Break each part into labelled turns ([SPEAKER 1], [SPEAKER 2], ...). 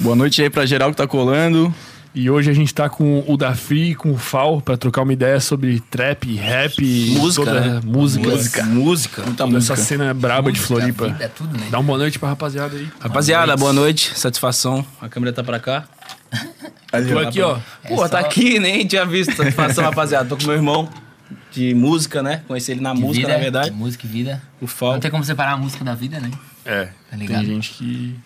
[SPEAKER 1] Boa noite aí pra geral que tá colando.
[SPEAKER 2] E hoje a gente tá com o Dafi e com o Fal pra trocar uma ideia sobre trap, rap, e
[SPEAKER 3] Música,
[SPEAKER 2] toda-
[SPEAKER 3] né?
[SPEAKER 2] música,
[SPEAKER 3] Música. Música.
[SPEAKER 1] Muita
[SPEAKER 2] toda
[SPEAKER 1] música.
[SPEAKER 2] essa cena braba de Floripa.
[SPEAKER 4] é
[SPEAKER 3] vida, tudo, né?
[SPEAKER 2] Dá uma boa noite pra rapaziada aí.
[SPEAKER 3] Rapaziada, boa noite. Satisfação. A câmera tá pra cá. Tô aqui, ó. Pô,
[SPEAKER 4] É
[SPEAKER 3] tá
[SPEAKER 4] só-
[SPEAKER 3] aqui, nem tinha visto. Satisfação, rapaziada. Tô com meu irmão de música, né? Conheci ele na
[SPEAKER 4] De
[SPEAKER 3] música,
[SPEAKER 4] vida, é
[SPEAKER 3] na verdade.
[SPEAKER 4] Música e vida.
[SPEAKER 3] O Fal.
[SPEAKER 4] Não tem como separar a música da vida, né?
[SPEAKER 2] É,
[SPEAKER 4] Tá
[SPEAKER 2] tem
[SPEAKER 4] ligado?
[SPEAKER 2] gente que.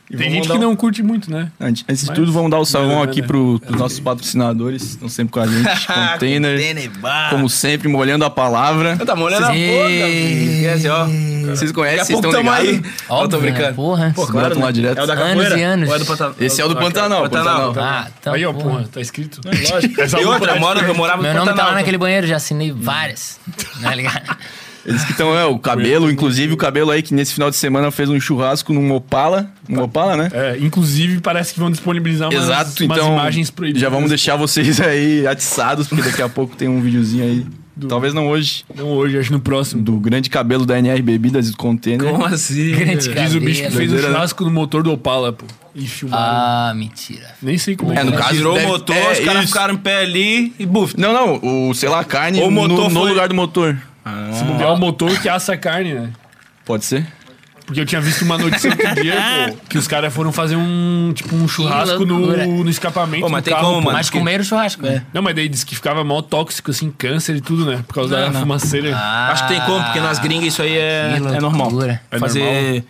[SPEAKER 1] E
[SPEAKER 2] tem
[SPEAKER 1] vamos
[SPEAKER 2] gente
[SPEAKER 1] dar
[SPEAKER 2] que
[SPEAKER 1] um-
[SPEAKER 2] não curte muito, né?
[SPEAKER 1] Antes, antes de
[SPEAKER 2] Mas-
[SPEAKER 1] tudo, vamos dar o
[SPEAKER 2] Não,
[SPEAKER 1] salão
[SPEAKER 2] não,
[SPEAKER 1] aqui
[SPEAKER 4] né?
[SPEAKER 2] não.
[SPEAKER 1] pro, pros nossos patrocinadores, que estão sempre com a gente. Container,
[SPEAKER 3] bar.
[SPEAKER 1] como sempre, molhando a palavra.
[SPEAKER 3] Tá molhando a boca, filho. Esquece, ó.
[SPEAKER 1] Vocês
[SPEAKER 3] Daqui a
[SPEAKER 1] conhecem, vocês
[SPEAKER 3] pouco
[SPEAKER 1] estão
[SPEAKER 3] tamo aí.
[SPEAKER 1] ligados?
[SPEAKER 3] Ó, tô
[SPEAKER 4] Óbvio, né?
[SPEAKER 3] brincando.
[SPEAKER 4] Porra.
[SPEAKER 1] Pô, claro,
[SPEAKER 3] né?
[SPEAKER 1] lá direto.
[SPEAKER 3] É o da
[SPEAKER 4] Anos
[SPEAKER 3] capoeira?
[SPEAKER 4] e anos.
[SPEAKER 3] Ou é do Pantanal?
[SPEAKER 1] Esse é o do Pantanal,
[SPEAKER 3] Pantanal.
[SPEAKER 1] Pantanal.
[SPEAKER 4] Ah, então.
[SPEAKER 2] aí, ó,
[SPEAKER 4] porra.
[SPEAKER 2] porra, tá escrito.
[SPEAKER 1] É,
[SPEAKER 3] Lógico.
[SPEAKER 2] Essa
[SPEAKER 3] E
[SPEAKER 2] boca
[SPEAKER 3] outra,
[SPEAKER 2] tá
[SPEAKER 3] eu moro- eu morava no
[SPEAKER 4] Meu nome tá
[SPEAKER 3] Pantanal.
[SPEAKER 4] lá naquele banheiro, já assinei várias. Tá ligado?
[SPEAKER 1] Eles que estão, é, o cabelo, inclusive o cabelo aí que nesse final de semana fez um churrasco num Opala. Um Opala, né?
[SPEAKER 2] É, inclusive parece que vão disponibilizar umas,
[SPEAKER 1] Exato,
[SPEAKER 2] umas
[SPEAKER 1] então
[SPEAKER 2] imagens proibidas.
[SPEAKER 1] já vamos deixar vocês aí atiçados, porque daqui a pouco tem um videozinho aí, talvez não hoje,
[SPEAKER 2] Não Então, hoje, acho no próximo.
[SPEAKER 1] do grande cabelo da NR Bebidas e do Container.
[SPEAKER 3] Como assim?
[SPEAKER 4] Grande
[SPEAKER 2] Diz o bicho que fez o
[SPEAKER 1] Doideira, né?
[SPEAKER 2] churrasco no motor do Opala, pô. E filmaram.
[SPEAKER 4] Ah, mentira.
[SPEAKER 2] Nem sei como
[SPEAKER 1] É, no
[SPEAKER 2] que
[SPEAKER 1] caso,
[SPEAKER 3] Tirou
[SPEAKER 1] deve-
[SPEAKER 3] o motor,
[SPEAKER 1] é,
[SPEAKER 3] os caras
[SPEAKER 1] isso.
[SPEAKER 3] ficaram em pé ali e buf.
[SPEAKER 1] Não, não, o, sei lá, a carne
[SPEAKER 3] O
[SPEAKER 1] no-
[SPEAKER 3] motor
[SPEAKER 1] no,
[SPEAKER 3] foi-
[SPEAKER 1] lugar do motor.
[SPEAKER 2] Se
[SPEAKER 1] ah.
[SPEAKER 2] bobear É o motor que assa a carne, né?
[SPEAKER 1] Pode ser?
[SPEAKER 2] Porque eu tinha visto uma notícia outro dia, pô, que os caras foram fazer um, tipo, um churrasco
[SPEAKER 4] loucura.
[SPEAKER 2] no, no escapamento
[SPEAKER 3] Pô, mas É.
[SPEAKER 2] do
[SPEAKER 3] tem
[SPEAKER 2] carro,
[SPEAKER 3] como,
[SPEAKER 2] pô.
[SPEAKER 3] mano?
[SPEAKER 4] Mas comeram o churrasco, né?
[SPEAKER 2] Não, mas daí disse que ficava mal tóxico, assim, câncer e tudo, né? Por causa da fumaceira.
[SPEAKER 3] Acho que tem como, porque nas gringas isso aí é,
[SPEAKER 4] Que
[SPEAKER 3] é normal.
[SPEAKER 4] loucura.
[SPEAKER 2] É
[SPEAKER 3] Fazer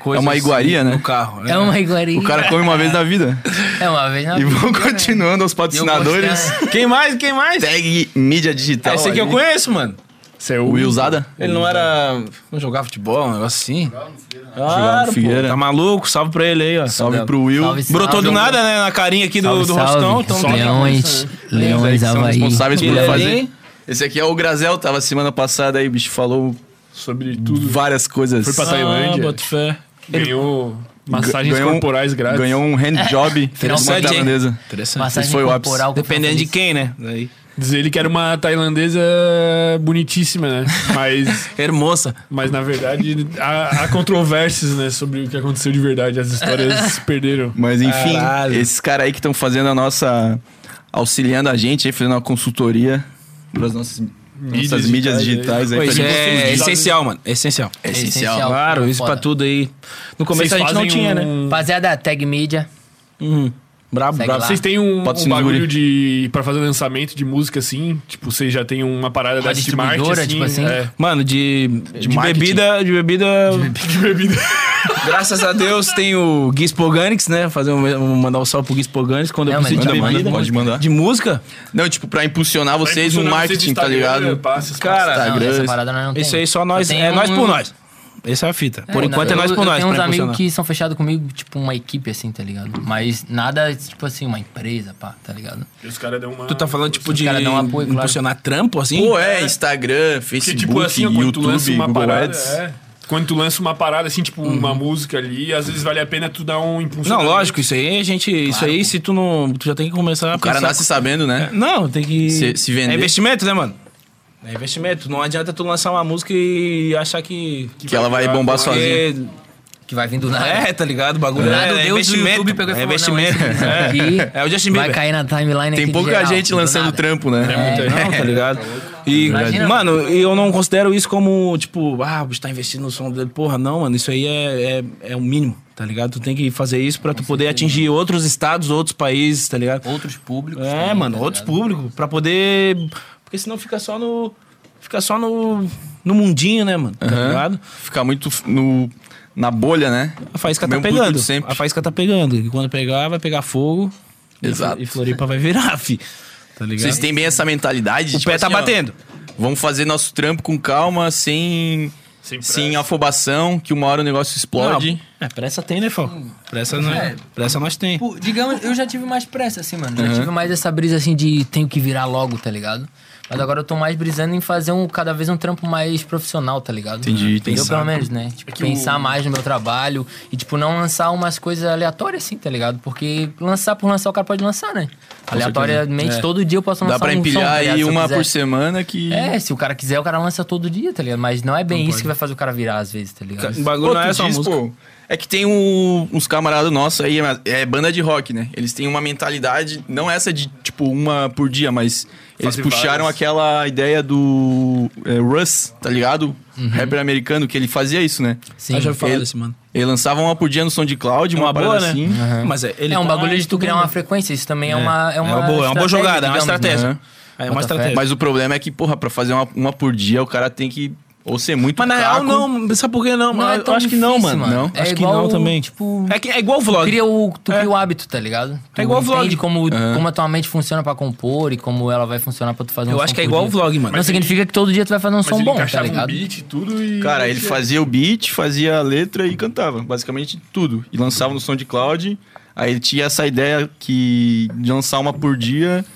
[SPEAKER 3] coisas
[SPEAKER 1] É uma iguaria, né?
[SPEAKER 3] No carro, né?
[SPEAKER 4] É uma iguaria.
[SPEAKER 1] O cara come uma vez na vida.
[SPEAKER 4] É uma vez na
[SPEAKER 1] E
[SPEAKER 4] vida,
[SPEAKER 1] vão
[SPEAKER 4] né?
[SPEAKER 1] continuando aos
[SPEAKER 4] E eu gostei,
[SPEAKER 1] patrocinadores.
[SPEAKER 4] né?
[SPEAKER 3] É. Quem mais? Quem mais? É
[SPEAKER 1] Tag mídia digital.
[SPEAKER 3] Esse aqui eu
[SPEAKER 1] aí.
[SPEAKER 3] conheço, mano.
[SPEAKER 2] Isso é o
[SPEAKER 1] O Wilzada?
[SPEAKER 3] Ele não era. Não jogava futebol, um negócio assim.
[SPEAKER 1] Jogava
[SPEAKER 4] né?
[SPEAKER 3] Claro,
[SPEAKER 1] no
[SPEAKER 3] pô,
[SPEAKER 1] Figueira.
[SPEAKER 3] tá maluco? Salve pra ele aí, ó.
[SPEAKER 1] Salve pro Will.
[SPEAKER 4] Salve, salve.
[SPEAKER 3] Brotou do nada, né? Na carinha aqui do,
[SPEAKER 4] Salve,
[SPEAKER 3] do
[SPEAKER 4] salve.
[SPEAKER 3] Rostão. Então,
[SPEAKER 2] Só que
[SPEAKER 4] Leões, Leões,
[SPEAKER 1] São
[SPEAKER 4] Havaí.
[SPEAKER 1] responsáveis por
[SPEAKER 3] Ele é
[SPEAKER 1] fazer.
[SPEAKER 3] ali.
[SPEAKER 1] Esse aqui é o Grazel, tava semana passada aí, bicho, falou
[SPEAKER 2] Sobre tudo.
[SPEAKER 1] várias coisas.
[SPEAKER 2] Foi pra Tailândia.
[SPEAKER 3] Ah, boto fé.
[SPEAKER 2] Ganhou massagens
[SPEAKER 1] Ganhou um-
[SPEAKER 2] corporais grátis.
[SPEAKER 1] Ganhou um
[SPEAKER 4] É.
[SPEAKER 1] handjob fez uma
[SPEAKER 3] Interessante, hein?
[SPEAKER 1] tailandesa.
[SPEAKER 3] Interessante.
[SPEAKER 4] Massagem
[SPEAKER 1] Esse foi o ápice.
[SPEAKER 4] corporal. com
[SPEAKER 3] Dependendo de
[SPEAKER 4] fantasista.
[SPEAKER 3] quem, né? Daí.
[SPEAKER 2] Diz ele que era uma tailandesa bonitíssima, né? Mas,
[SPEAKER 3] Hermosa.
[SPEAKER 2] mas na verdade, há, há controvérsias, né? Sobre o que aconteceu de verdade. As histórias se perderam.
[SPEAKER 1] Mas enfim,
[SPEAKER 3] Caralho.
[SPEAKER 1] esses caras aí que estão fazendo a nossa. auxiliando a gente aí, fazendo uma consultoria para as nossas, nossas mídias digitais aí. pra
[SPEAKER 3] Pois
[SPEAKER 1] gente-
[SPEAKER 3] é, essencial, mano. Essencial.
[SPEAKER 1] É essencial.
[SPEAKER 4] Essencial.
[SPEAKER 3] Claro, isso
[SPEAKER 4] Foda.
[SPEAKER 3] pra tudo aí. No começo
[SPEAKER 2] Vocês
[SPEAKER 3] a gente não
[SPEAKER 2] fazem
[SPEAKER 3] tinha, né?
[SPEAKER 2] um-
[SPEAKER 4] Rapaziada, tag mídia.
[SPEAKER 3] Uhum. Brabo,
[SPEAKER 4] Segue
[SPEAKER 3] brabo.
[SPEAKER 4] lá.
[SPEAKER 2] Vocês têm um, um
[SPEAKER 1] Patrocínio
[SPEAKER 2] bagulho
[SPEAKER 1] guri.
[SPEAKER 2] de para fazer lançamento de música assim, tipo, vocês já tem uma parada dessa de marketing
[SPEAKER 4] distribuidora,
[SPEAKER 2] assim,
[SPEAKER 4] tipo assim?
[SPEAKER 2] é.
[SPEAKER 3] Mano, de, de,
[SPEAKER 1] marketing.
[SPEAKER 3] bebida, de bebida. De bebida. Graças a Deus tem o Gui Spoganics, né? Fazer um, um- mandar um salve pro Gui Spoganics quando eu
[SPEAKER 4] Não, mas
[SPEAKER 3] preciso de
[SPEAKER 1] manda,
[SPEAKER 3] bebida.
[SPEAKER 1] manda, pode mandar.
[SPEAKER 3] De música?
[SPEAKER 1] Não, tipo, pra impulsionar
[SPEAKER 2] Pra
[SPEAKER 1] vocês
[SPEAKER 2] impulsionar
[SPEAKER 1] no marketing,
[SPEAKER 2] vocês de
[SPEAKER 1] tá
[SPEAKER 2] Instagram, é, né?
[SPEAKER 1] ligado?
[SPEAKER 2] passos,
[SPEAKER 3] Cara,
[SPEAKER 1] Tá,
[SPEAKER 4] Não,
[SPEAKER 1] grande.
[SPEAKER 4] essa parada nós não
[SPEAKER 3] Isso
[SPEAKER 4] tem.
[SPEAKER 3] aí só nós.
[SPEAKER 4] Eu
[SPEAKER 3] É
[SPEAKER 4] tenho
[SPEAKER 3] nós por
[SPEAKER 4] um-
[SPEAKER 3] nós. Essa é a fita. por
[SPEAKER 4] É,
[SPEAKER 3] enquanto é
[SPEAKER 4] eu-
[SPEAKER 3] nós por nós.
[SPEAKER 4] Eu tenho uns
[SPEAKER 3] pra
[SPEAKER 4] amigos
[SPEAKER 3] impulsionar.
[SPEAKER 4] que são fechados comigo, tipo, uma equipe, assim, tá ligado? Mas nada, tipo assim, uma empresa, pá, tá ligado?
[SPEAKER 2] E os caras dão uma
[SPEAKER 3] Tu tá falando, tipo,
[SPEAKER 4] Os
[SPEAKER 3] de
[SPEAKER 4] cara dão um apoio, claro.
[SPEAKER 3] impulsionar trampo, assim?
[SPEAKER 1] Pô, é, Instagram,
[SPEAKER 2] que
[SPEAKER 1] Facebook,
[SPEAKER 2] né? tipo assim, ó, quando tu lança
[SPEAKER 1] YouTube,
[SPEAKER 2] uma
[SPEAKER 1] Google
[SPEAKER 2] parada,
[SPEAKER 1] Ads.
[SPEAKER 2] é. Quando tu lança uma parada assim, tipo, uma música ali, às vezes vale a pena tu dar um impulso.
[SPEAKER 3] Uhum. não, lógico, isso aí a gente. isso aí, se tu não. Tu já tem que começar a
[SPEAKER 1] O cara
[SPEAKER 3] pensar-
[SPEAKER 1] nasce sabendo, né?
[SPEAKER 2] É.
[SPEAKER 3] Não, tem que.
[SPEAKER 1] Se- se vender.
[SPEAKER 3] É investimento, né, mano? É investimento. Não adianta tu lançar uma música e achar que.
[SPEAKER 1] Que ela vai bombar
[SPEAKER 4] é
[SPEAKER 1] sozinha.
[SPEAKER 3] Porque-
[SPEAKER 4] Que vai vir do nada.
[SPEAKER 3] É, tá ligado? O bagulho é,
[SPEAKER 4] Nada,
[SPEAKER 3] é
[SPEAKER 4] Deus do
[SPEAKER 3] investimento.
[SPEAKER 4] YouTube pegou e
[SPEAKER 3] é
[SPEAKER 4] falou,
[SPEAKER 3] investimento.
[SPEAKER 4] não, esse
[SPEAKER 3] é.
[SPEAKER 4] aqui
[SPEAKER 3] É o Justin
[SPEAKER 4] Vai
[SPEAKER 3] Bieber.
[SPEAKER 4] cair na timeline
[SPEAKER 1] Tem
[SPEAKER 4] aqui
[SPEAKER 1] pouca
[SPEAKER 4] de geral,
[SPEAKER 1] gente
[SPEAKER 4] do
[SPEAKER 1] lançando
[SPEAKER 4] nada.
[SPEAKER 1] trampo, né?
[SPEAKER 4] É,
[SPEAKER 3] Não, tá ligado? E,
[SPEAKER 4] Imagina.
[SPEAKER 3] mano, e eu não considero isso como, tipo, ah, o bicho tá investindo no som dele. Porra, não, mano, isso aí é, é, é o mínimo, tá ligado? Tu tem que fazer isso pra tu poder atingir outros estados, outros países, tá ligado?
[SPEAKER 4] Outros públicos.
[SPEAKER 3] É,
[SPEAKER 4] também,
[SPEAKER 3] mano,
[SPEAKER 4] tá
[SPEAKER 3] outros
[SPEAKER 4] ligado?
[SPEAKER 3] públicos, pra poder. Porque senão fica só no. Fica só no. No mundinho, né, mano? Tá
[SPEAKER 1] Aham.
[SPEAKER 3] ligado?
[SPEAKER 1] Ficar muito f- no, na bolha, né?
[SPEAKER 3] A faísca tá
[SPEAKER 1] Mesmo público
[SPEAKER 3] pegando.
[SPEAKER 1] de sempre.
[SPEAKER 3] A faísca tá pegando. E quando pegar, vai pegar fogo. e
[SPEAKER 1] Exato.
[SPEAKER 3] Flo- E Floripa vai virar, fi. Tá ligado?
[SPEAKER 1] Vocês têm bem essa mentalidade? tipo assim,
[SPEAKER 3] O pé tá
[SPEAKER 1] ó,
[SPEAKER 3] batendo.
[SPEAKER 1] Vamos fazer nosso trampo com calma, sem,
[SPEAKER 2] Sem
[SPEAKER 1] sem
[SPEAKER 2] pressa.
[SPEAKER 1] afobação, que uma hora o negócio explode.
[SPEAKER 3] Não, é, pressa tem, né, Fal? Pressa, não
[SPEAKER 4] É.
[SPEAKER 3] pressa nós tem.
[SPEAKER 4] Pô, digamos, eu já tive mais pressa, assim, mano. Já tive mais essa brisa, assim, de tenho que virar logo, tá ligado? Mas agora eu tô mais brisando em fazer um, cada vez um trampo mais profissional, tá ligado?
[SPEAKER 1] Entendi,
[SPEAKER 4] Entendeu?
[SPEAKER 1] pensar.
[SPEAKER 4] Pelo menos, né? Tipo, pensar mais no meu trabalho e, tipo, não lançar umas coisas aleatórias, assim, tá ligado? Porque lançar por lançar, o cara pode lançar, né? Aleatoriamente, todo dia eu posso lançar
[SPEAKER 1] Dá pra
[SPEAKER 4] um som,
[SPEAKER 1] empilhar
[SPEAKER 4] tá ligado? Se
[SPEAKER 1] aí
[SPEAKER 4] eu
[SPEAKER 1] uma
[SPEAKER 4] quiser.
[SPEAKER 1] por semana que.
[SPEAKER 4] É, se o cara quiser, o cara lança todo dia, tá ligado? Mas não é bem isso que vai fazer o cara virar, às vezes, tá ligado?
[SPEAKER 3] O bagulho não é só música.
[SPEAKER 1] pô, É que tem o- uns camaradas nossos aí, mas é banda de rock, né? Eles têm uma mentalidade, não essa de tipo uma por dia, mas eles
[SPEAKER 2] Fazer
[SPEAKER 1] puxaram
[SPEAKER 2] várias.
[SPEAKER 1] aquela ideia do é, Russ, tá ligado?
[SPEAKER 3] Uhum.
[SPEAKER 1] Rapper americano, que ele fazia isso, né?
[SPEAKER 4] Sim.
[SPEAKER 3] Eu já falei
[SPEAKER 1] Ele-
[SPEAKER 3] desse, mano.
[SPEAKER 1] Ele lançava uma por dia no SoundCloud,
[SPEAKER 3] É
[SPEAKER 1] uma,
[SPEAKER 3] uma boa, né?
[SPEAKER 1] parada assim.
[SPEAKER 3] Mas é, ele
[SPEAKER 4] é um
[SPEAKER 3] tá
[SPEAKER 4] bagulho de tu criar uma frequência, isso também é, uma. É uma,
[SPEAKER 3] uma boa- é uma boa
[SPEAKER 4] estratégia,
[SPEAKER 3] jogada, é uma
[SPEAKER 4] digamos, né?
[SPEAKER 3] estratégia.
[SPEAKER 1] Aham.
[SPEAKER 3] É uma estratégia. Mas,
[SPEAKER 1] Mas o problema é que, porra, pra fazer uma, uma por dia, o cara tem que ou ser muito
[SPEAKER 3] na
[SPEAKER 1] caco,
[SPEAKER 3] real, não. Sabe por que não?
[SPEAKER 4] Não é
[SPEAKER 3] eu
[SPEAKER 4] tão
[SPEAKER 3] acho que não,
[SPEAKER 4] difícil,
[SPEAKER 3] mano.
[SPEAKER 4] mano.
[SPEAKER 3] Não?
[SPEAKER 4] É
[SPEAKER 3] acho que
[SPEAKER 4] igual,
[SPEAKER 3] não também.
[SPEAKER 4] tipo-
[SPEAKER 3] É, que- é igual o vlog.
[SPEAKER 4] Cria o, tu
[SPEAKER 3] É.
[SPEAKER 4] cria o hábito, tá ligado? Tu
[SPEAKER 3] igual vlog. É.
[SPEAKER 4] entende como, como a tua mente funciona pra compor e como ela vai funcionar pra tu fazer um
[SPEAKER 3] Eu
[SPEAKER 4] som
[SPEAKER 3] acho que é
[SPEAKER 4] por
[SPEAKER 3] igual o
[SPEAKER 4] dia.
[SPEAKER 3] vlog, mano.
[SPEAKER 4] Não significa que todo dia tu vai fazer um som bom, tá ligado?
[SPEAKER 2] beat e tudo e... é.
[SPEAKER 1] Cara, ele fazia o beat, fazia a letra e cantava, basicamente tudo. E lançava no SoundCloud. Aí ele tinha essa ideia que de lançar uma por dia.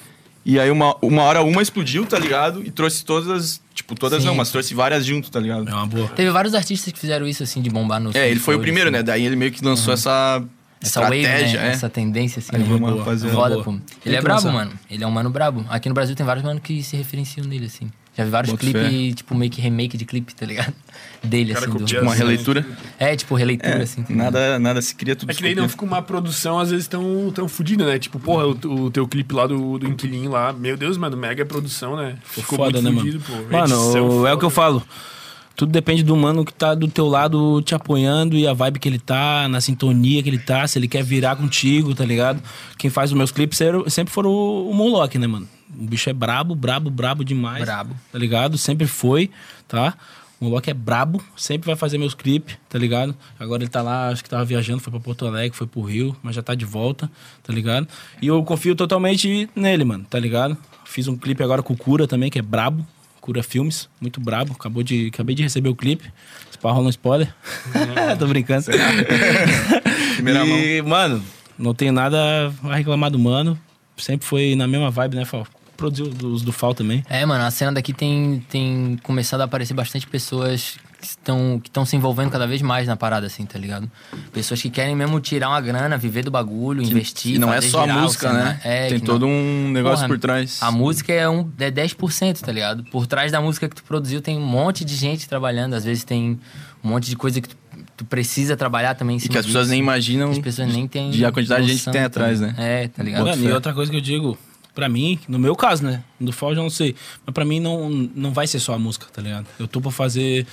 [SPEAKER 1] E aí uma, uma hora uma explodiu, tá ligado? E trouxe todas, tipo, todas
[SPEAKER 4] Sim.
[SPEAKER 1] não, mas trouxe várias junto, tá ligado?
[SPEAKER 3] É uma boa.
[SPEAKER 4] Teve vários artistas que fizeram isso, assim, de bombar no
[SPEAKER 1] É, ele foi o
[SPEAKER 4] SoundCloud,
[SPEAKER 1] primeiro,
[SPEAKER 4] assim.
[SPEAKER 1] né? Daí ele meio que lançou essa,
[SPEAKER 4] Essa wave, né?
[SPEAKER 1] estratégia, é.
[SPEAKER 4] Essa tendência, assim.
[SPEAKER 1] Aí
[SPEAKER 4] né?
[SPEAKER 1] vamos
[SPEAKER 4] Boa.
[SPEAKER 1] fazer uma
[SPEAKER 4] Foda,
[SPEAKER 3] boa.
[SPEAKER 4] pô.
[SPEAKER 3] Tem
[SPEAKER 4] Ele é
[SPEAKER 3] que
[SPEAKER 4] brabo,
[SPEAKER 3] lançar.
[SPEAKER 4] mano. Ele é um mano brabo. Aqui no Brasil tem vários mano que se referenciam nele, assim. Já vi vários
[SPEAKER 1] Bota
[SPEAKER 4] clipes, tipo, meio que remake de clipe, tá ligado? Dele,
[SPEAKER 2] Cara,
[SPEAKER 4] assim. Do...
[SPEAKER 2] copia-
[SPEAKER 1] Uma releitura.
[SPEAKER 4] É, tipo, releitura,
[SPEAKER 1] É,
[SPEAKER 4] assim. tá ligado?
[SPEAKER 1] nada, nada se cria, tudo
[SPEAKER 2] É
[SPEAKER 1] se
[SPEAKER 2] que daí não
[SPEAKER 1] copia.
[SPEAKER 2] fica uma produção, às vezes, tão, tão fodida, né? Tipo, porra, o, o teu clipe lá do, do Inquilinho lá, meu Deus, mano, mega produção, né? Ficou
[SPEAKER 3] foda, né,
[SPEAKER 2] muito
[SPEAKER 3] mano?
[SPEAKER 2] fudido, pô.
[SPEAKER 3] Mano,
[SPEAKER 2] Edição
[SPEAKER 3] é o que eu
[SPEAKER 2] foda.
[SPEAKER 3] falo. Tudo depende do mano que tá do teu lado te apoiando e a vibe que ele tá, na sintonia que ele tá, se ele quer virar contigo, tá ligado? Quem faz os meus clipes era- sempre foram o, o Moloch, né, mano? O bicho é brabo, brabo, brabo demais.
[SPEAKER 4] Brabo.
[SPEAKER 3] Tá ligado? Sempre foi, tá? O Moloch é brabo, sempre vai fazer meus clipes, tá ligado? Agora ele tá lá, acho que tava viajando, foi pra Porto Alegre, foi pro Rio, mas já tá de volta, tá ligado? E eu confio totalmente nele, mano, tá ligado? Fiz um clipe agora com o Cura também, que é brabo. Cura Filmes, muito brabo. Acabou de, acabei de receber o clipe. Se pá, rola um spoiler. Tô brincando.
[SPEAKER 1] Primeira
[SPEAKER 3] e, mano, não tenho nada a reclamar do mano. Sempre foi na mesma vibe, né, Fal? Produziu os do Fal também.
[SPEAKER 4] É, mano, a cena daqui tem, tem começado a aparecer bastante pessoas que estão que estão se envolvendo cada vez mais na parada, assim, tá ligado? Pessoas que querem mesmo tirar uma grana, viver do bagulho, investir.
[SPEAKER 1] E não é
[SPEAKER 4] fazer
[SPEAKER 1] só a
[SPEAKER 4] girar o
[SPEAKER 1] música,
[SPEAKER 4] cenário.
[SPEAKER 1] né?
[SPEAKER 4] É,
[SPEAKER 1] Tem
[SPEAKER 4] que não-
[SPEAKER 1] todo um negócio
[SPEAKER 4] Porra,
[SPEAKER 1] por trás.
[SPEAKER 4] A música é, um, é 10%, tá ligado? Por trás da música que tu produziu tem um monte de gente trabalhando, às vezes tem um monte de coisa que tu, tu precisa trabalhar também em
[SPEAKER 1] E
[SPEAKER 4] cima
[SPEAKER 1] que as pessoas
[SPEAKER 4] disso.
[SPEAKER 1] nem imaginam.
[SPEAKER 4] As pessoas nem têm.
[SPEAKER 1] de a quantidade de gente que
[SPEAKER 4] noção,
[SPEAKER 1] tem atrás,
[SPEAKER 4] tá
[SPEAKER 1] né?
[SPEAKER 4] ligado? É, tá ligado?
[SPEAKER 3] Mano,
[SPEAKER 1] fé.
[SPEAKER 3] e outra coisa que eu digo, pra mim, no meu caso, né? Do Fall já não sei. Mas pra mim não, não vai ser só a música, tá ligado? Eu tô pra fazer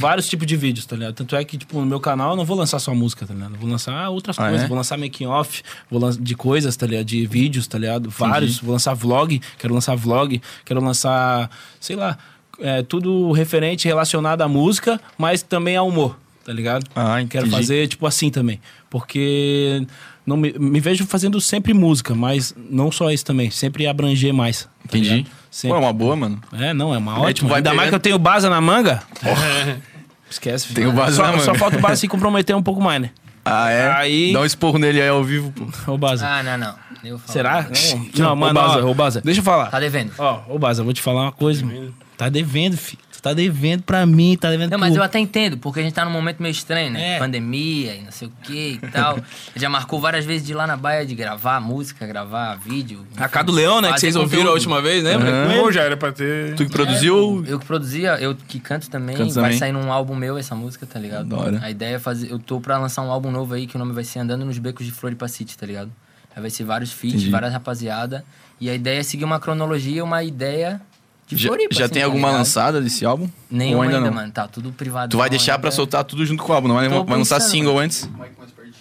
[SPEAKER 3] vários tipos de vídeos, tá ligado? Tanto é que, tipo, no meu canal eu não vou lançar só música, tá ligado? Eu Vou lançar outras
[SPEAKER 1] Ah,
[SPEAKER 3] coisas.
[SPEAKER 1] é?
[SPEAKER 3] Vou lançar making off, vou lançar de coisas, tá ligado? De vídeos, tá ligado? Vários. Vou lançar vlog, quero lançar vlog, quero lançar, sei lá, é, tudo referente, relacionado à música, mas também ao humor, tá ligado?
[SPEAKER 1] Ah, entendi.
[SPEAKER 3] Quero fazer, tipo, assim também. Porque não me, me vejo fazendo sempre música, mas não só isso também. Sempre abranger mais. tá
[SPEAKER 1] Entendi.
[SPEAKER 3] ligado?
[SPEAKER 1] Pô, é
[SPEAKER 3] Sempre.
[SPEAKER 1] uma boa, mano.
[SPEAKER 3] É, não, é uma
[SPEAKER 1] tu
[SPEAKER 3] ótima.
[SPEAKER 1] vai né?
[SPEAKER 3] Ainda mais que eu
[SPEAKER 1] pegando-
[SPEAKER 3] tenho Baza na manga. Esquece.
[SPEAKER 1] Tem o
[SPEAKER 3] filho.
[SPEAKER 1] Baza
[SPEAKER 3] só,
[SPEAKER 1] na manga.
[SPEAKER 3] Só falta o Baza se comprometer um pouco mais, né?
[SPEAKER 1] Ah, é?
[SPEAKER 3] Aí-
[SPEAKER 1] Dá um esporro nele aí ao vivo, pô.
[SPEAKER 3] Ô, Baza.
[SPEAKER 4] Ah, não, não. Eu falo.
[SPEAKER 3] Será? Não, não, mano.
[SPEAKER 2] Baza,
[SPEAKER 3] ó,
[SPEAKER 2] ô, Baza.
[SPEAKER 3] Deixa eu falar.
[SPEAKER 4] Tá devendo.
[SPEAKER 3] Ó, ô, Baza, eu vou te falar uma coisa. mano. Tá devendo, filho. Tu tá devendo pra mim, tá devendo
[SPEAKER 4] Não, mas
[SPEAKER 3] pro-
[SPEAKER 4] eu até entendo, porque a gente tá num momento meio estranho, né?
[SPEAKER 3] É.
[SPEAKER 4] Pandemia e não sei o que e tal. Já marcou várias vezes de ir lá na baia de gravar música, gravar vídeo.
[SPEAKER 3] A K do Leão, né? Que
[SPEAKER 4] Fazer
[SPEAKER 3] vocês ouviram a
[SPEAKER 4] conteúdo.
[SPEAKER 3] última vez, né? lembra?
[SPEAKER 2] Pô, já era pra ter...
[SPEAKER 4] É,
[SPEAKER 1] Tu que produziu.
[SPEAKER 4] Eu que produzia, eu que canto também.
[SPEAKER 1] Canto
[SPEAKER 4] vai
[SPEAKER 1] também.
[SPEAKER 4] sair num álbum meu essa música, tá ligado?
[SPEAKER 1] Da hora.
[SPEAKER 4] A ideia é fazer. Eu tô pra lançar um álbum novo aí que o nome vai ser Andando nos Becos de Floripa City, tá ligado? Aí vai ser vários feats,
[SPEAKER 1] Entendi.
[SPEAKER 4] várias rapaziada. E a ideia é seguir uma cronologia, uma ideia de
[SPEAKER 1] já
[SPEAKER 4] Floripa.
[SPEAKER 1] já
[SPEAKER 4] assim,
[SPEAKER 1] tem
[SPEAKER 4] tá
[SPEAKER 1] alguma
[SPEAKER 4] ligado?
[SPEAKER 1] lançada desse álbum?
[SPEAKER 4] Nenhuma
[SPEAKER 1] Ou ainda,
[SPEAKER 4] ainda,
[SPEAKER 1] não?
[SPEAKER 4] mano. Tá tudo privado.
[SPEAKER 1] Tu vai deixar pra soltar tudo junto com o álbum, não vai,
[SPEAKER 4] Tô
[SPEAKER 1] vai lançar
[SPEAKER 4] pensando,
[SPEAKER 1] single antes?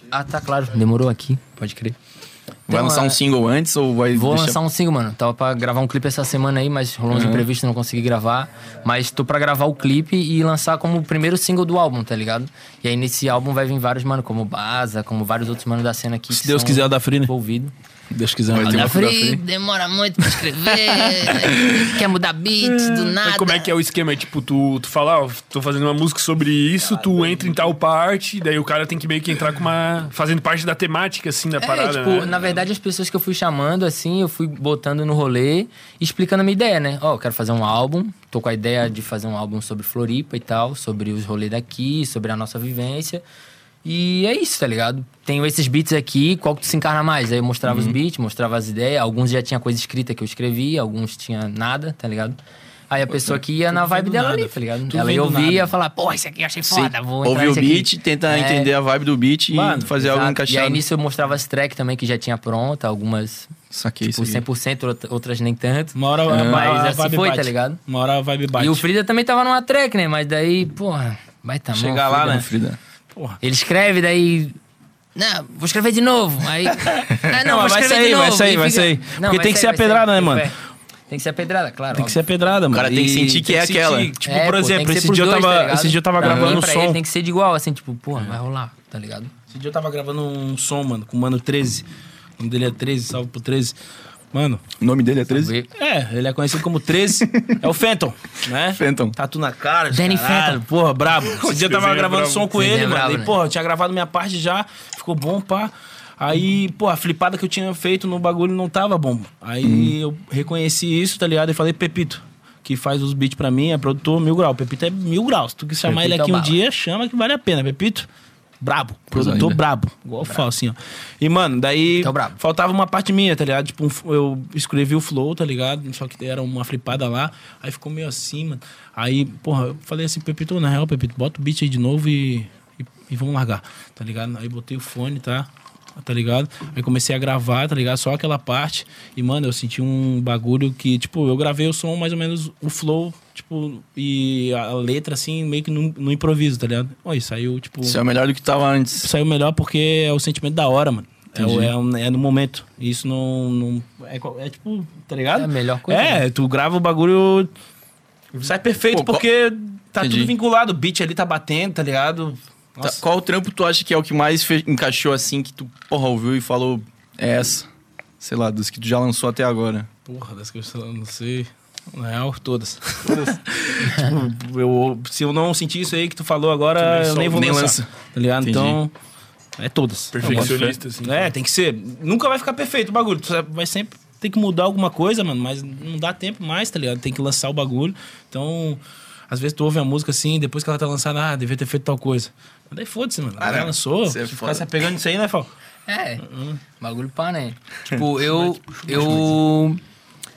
[SPEAKER 4] Ah, tá claro. Demorou aqui, pode crer.
[SPEAKER 1] vai
[SPEAKER 4] Então,
[SPEAKER 1] lançar um
[SPEAKER 4] é-
[SPEAKER 1] single antes ou vai
[SPEAKER 4] Vou
[SPEAKER 1] deixar...
[SPEAKER 4] lançar um single, mano. Tava pra gravar um clipe essa semana aí, mas rolou uns imprevistos, não consegui gravar. Mas tô pra gravar o clipe e lançar como o primeiro single do álbum, tá ligado? E aí nesse álbum vai vir vários, mano, como Baza, como vários outros manos da cena aqui.
[SPEAKER 3] Se Deus quiser, o da Free, né?
[SPEAKER 4] Envolvido.
[SPEAKER 3] Deus quiser.
[SPEAKER 1] Vai
[SPEAKER 3] né?
[SPEAKER 1] ter uma
[SPEAKER 4] Da
[SPEAKER 1] Free,
[SPEAKER 4] Free, demora muito pra escrever. quer mudar beat, do
[SPEAKER 2] Mas
[SPEAKER 4] Hum, nada.
[SPEAKER 2] como é que é o esquema? É, Tipo, tu, tu fala, ó, tô fazendo uma música sobre isso, tu entra em tal parte, daí o cara tem que meio que entrar com uma... Fazendo parte da temática, assim, da
[SPEAKER 4] É,
[SPEAKER 2] parada,
[SPEAKER 4] tipo,
[SPEAKER 2] né?
[SPEAKER 4] na verdade, as pessoas que eu fui chamando, assim, eu fui botando no rolê, explicando a minha ideia, né? Ó, eu quero fazer um álbum, tô com a ideia de fazer um álbum sobre Floripa e tal, sobre os rolês daqui, sobre a nossa vivência. E é isso, tá ligado? Tenho esses beats aqui, qual que tu se encarna mais? Aí eu mostrava os beats, mostrava as ideias, alguns já tinha coisa escrita que eu escrevia, alguns tinha nada, tá ligado? Aí a pessoa que ia na vibe
[SPEAKER 3] do
[SPEAKER 4] dela
[SPEAKER 3] nada.
[SPEAKER 4] ali, tá ligado?
[SPEAKER 3] Tudo
[SPEAKER 4] ela
[SPEAKER 3] vem
[SPEAKER 4] ia
[SPEAKER 3] do
[SPEAKER 4] ouvir
[SPEAKER 3] nada.
[SPEAKER 4] e ia falar, pô, isso aqui eu achei foda, vou entrar
[SPEAKER 1] Ouvir o
[SPEAKER 4] nesse aqui."
[SPEAKER 1] beat, tenta
[SPEAKER 4] É.
[SPEAKER 1] entender a vibe do beat
[SPEAKER 3] Mano,
[SPEAKER 1] e fazer
[SPEAKER 4] Exato.
[SPEAKER 1] algo
[SPEAKER 4] E
[SPEAKER 1] encaixado.
[SPEAKER 4] aí nisso eu mostrava as tracks também que já tinha pronta, algumas tipo,
[SPEAKER 1] Saquei
[SPEAKER 4] por
[SPEAKER 1] isso. aqui.
[SPEAKER 4] 100%, outra- outras nem tanto.
[SPEAKER 3] Uma
[SPEAKER 1] É.
[SPEAKER 3] hora a,
[SPEAKER 4] Mas
[SPEAKER 3] a, a
[SPEAKER 4] assim
[SPEAKER 3] vibe
[SPEAKER 4] foi,
[SPEAKER 3] bate.
[SPEAKER 4] tá ligado?
[SPEAKER 3] Uma hora a vibe bate.
[SPEAKER 4] E o Frida também tava numa track, né? Mas daí, porra, vai tá
[SPEAKER 3] Chegar lá, né?
[SPEAKER 1] Frida.
[SPEAKER 3] Porra.
[SPEAKER 4] Ele escreve, daí. Não, vou escrever de novo. Aí. Ah,
[SPEAKER 3] Não,
[SPEAKER 4] vou
[SPEAKER 3] mas vai
[SPEAKER 4] escrever
[SPEAKER 3] sair,
[SPEAKER 4] de
[SPEAKER 3] vai
[SPEAKER 4] novo.
[SPEAKER 3] sair,
[SPEAKER 4] E
[SPEAKER 3] vai sair. Porque
[SPEAKER 4] vai
[SPEAKER 3] tem que ser a
[SPEAKER 4] vai
[SPEAKER 3] pedrada, né, mano?
[SPEAKER 4] É. Tem que ser a pedrada, claro.
[SPEAKER 3] Tem que ser pedrada, mano.
[SPEAKER 1] cara tem que
[SPEAKER 3] E
[SPEAKER 1] sentir que é
[SPEAKER 3] sentir,
[SPEAKER 1] aquela.
[SPEAKER 3] Tipo,
[SPEAKER 4] É,
[SPEAKER 3] por
[SPEAKER 4] pô, tem
[SPEAKER 3] exemplo,
[SPEAKER 4] que ser
[SPEAKER 3] esse
[SPEAKER 4] pros
[SPEAKER 3] dia, eu
[SPEAKER 4] dois,
[SPEAKER 3] tava,
[SPEAKER 4] tá ligado?
[SPEAKER 3] esse dia eu tava
[SPEAKER 4] Pra mim,
[SPEAKER 3] gravando um
[SPEAKER 4] pra ele
[SPEAKER 3] som. É.
[SPEAKER 4] tem que ser de igual, assim, tipo, porra, vai rolar, tá ligado?
[SPEAKER 3] Esse dia eu tava gravando um som, mano, com o Mano 13. O nome dele é 13, salve pro 13. Mano,
[SPEAKER 1] O nome dele é 13?
[SPEAKER 3] é, ele é conhecido como 13. é o Fenton, né?
[SPEAKER 1] Fenton.
[SPEAKER 3] Tatu na cara,
[SPEAKER 4] Danny
[SPEAKER 3] caralho,
[SPEAKER 4] Fenton.
[SPEAKER 3] Porra, brabo. Esse dia eu tava
[SPEAKER 2] Desenho é
[SPEAKER 3] gravando
[SPEAKER 2] brabo.
[SPEAKER 3] som com
[SPEAKER 4] Desenho
[SPEAKER 3] ele,
[SPEAKER 4] é
[SPEAKER 3] mano.
[SPEAKER 4] brabo,
[SPEAKER 3] E,
[SPEAKER 4] né?
[SPEAKER 3] porra, eu tinha gravado minha parte já, ficou bom, pá. Aí, porra, a flipada que eu tinha feito no bagulho não tava bom. Aí eu reconheci isso, tá ligado? E falei, Pepito, que faz os beats pra mim, é produtor mil grau. Pepito é mil graus. Tu que chamar
[SPEAKER 4] Pepito
[SPEAKER 3] ele aqui
[SPEAKER 4] é o
[SPEAKER 3] um
[SPEAKER 4] bala.
[SPEAKER 3] dia, chama que vale a pena, Pepito. Brabo,
[SPEAKER 1] Coisa
[SPEAKER 3] produtor
[SPEAKER 1] linda.
[SPEAKER 3] brabo. Igual eu falo assim, ó. E, mano, daí
[SPEAKER 4] Então, brabo.
[SPEAKER 3] faltava uma parte minha, tá ligado? Tipo, um f- eu escrevi o flow, tá ligado? Só que era uma flipada lá, aí ficou meio assim, mano. Aí, porra, eu falei assim, Pepito, na real, Pepito, bota o beat aí de novo e, e, e vamos largar, tá ligado? Aí botei o fone, tá? Tá ligado? Aí comecei a gravar, tá ligado? Só aquela parte. E, mano, eu senti um bagulho que, tipo, eu gravei o som mais ou menos o flow, tipo, e a a letra, assim, meio que no, no improviso, tá ligado? Olha, saiu, tipo
[SPEAKER 1] Isso é melhor do que tava antes.
[SPEAKER 3] saiu melhor porque é o sentimento da hora, mano. É, o-
[SPEAKER 1] Entendi.
[SPEAKER 3] é, um- é no momento. E Isso não. não é, qual- é tipo, tá ligado?
[SPEAKER 4] É a melhor coisa,
[SPEAKER 3] É, tu grava o bagulho. Sai perfeito
[SPEAKER 1] Pô, qual-
[SPEAKER 3] porque tá
[SPEAKER 1] Entendi.
[SPEAKER 3] tudo vinculado. O beat ali tá batendo, tá ligado?
[SPEAKER 1] Tá, qual trampo tu acha que é o que mais fe- encaixou assim, que tu, porra, ouviu e falou, é essa? Sei lá, dos que tu já lançou até agora.
[SPEAKER 3] Porra, das que eu sei lá, não sei. Na real, todas. tipo, eu, se eu não sentir isso aí que tu falou agora,
[SPEAKER 2] nem
[SPEAKER 3] eu
[SPEAKER 2] solta,
[SPEAKER 3] nem vou
[SPEAKER 1] nem
[SPEAKER 3] lançar.
[SPEAKER 1] lança.
[SPEAKER 3] Tá ligado?
[SPEAKER 1] Entendi.
[SPEAKER 3] Então. É todas.
[SPEAKER 2] Perfeccionista, assim.
[SPEAKER 3] É, tem que ser. Nunca vai ficar perfeito o bagulho. Tu vai sempre ter que mudar alguma coisa, mano, mas não dá tempo mais, tá ligado? Tem que lançar o bagulho. Então, às vezes tu ouve a música assim, depois que ela tá lançada, ah, devia ter feito tal coisa. Mas daí foda-se, mano.
[SPEAKER 1] Ah,
[SPEAKER 3] ela
[SPEAKER 1] não.
[SPEAKER 3] lançou.
[SPEAKER 1] Isso é
[SPEAKER 3] Se ficar
[SPEAKER 1] foda.
[SPEAKER 3] se apegando nisso aí, né, Fal?
[SPEAKER 4] É,
[SPEAKER 1] Uhum.
[SPEAKER 4] bagulho pá, né? Tipo, eu. Eu.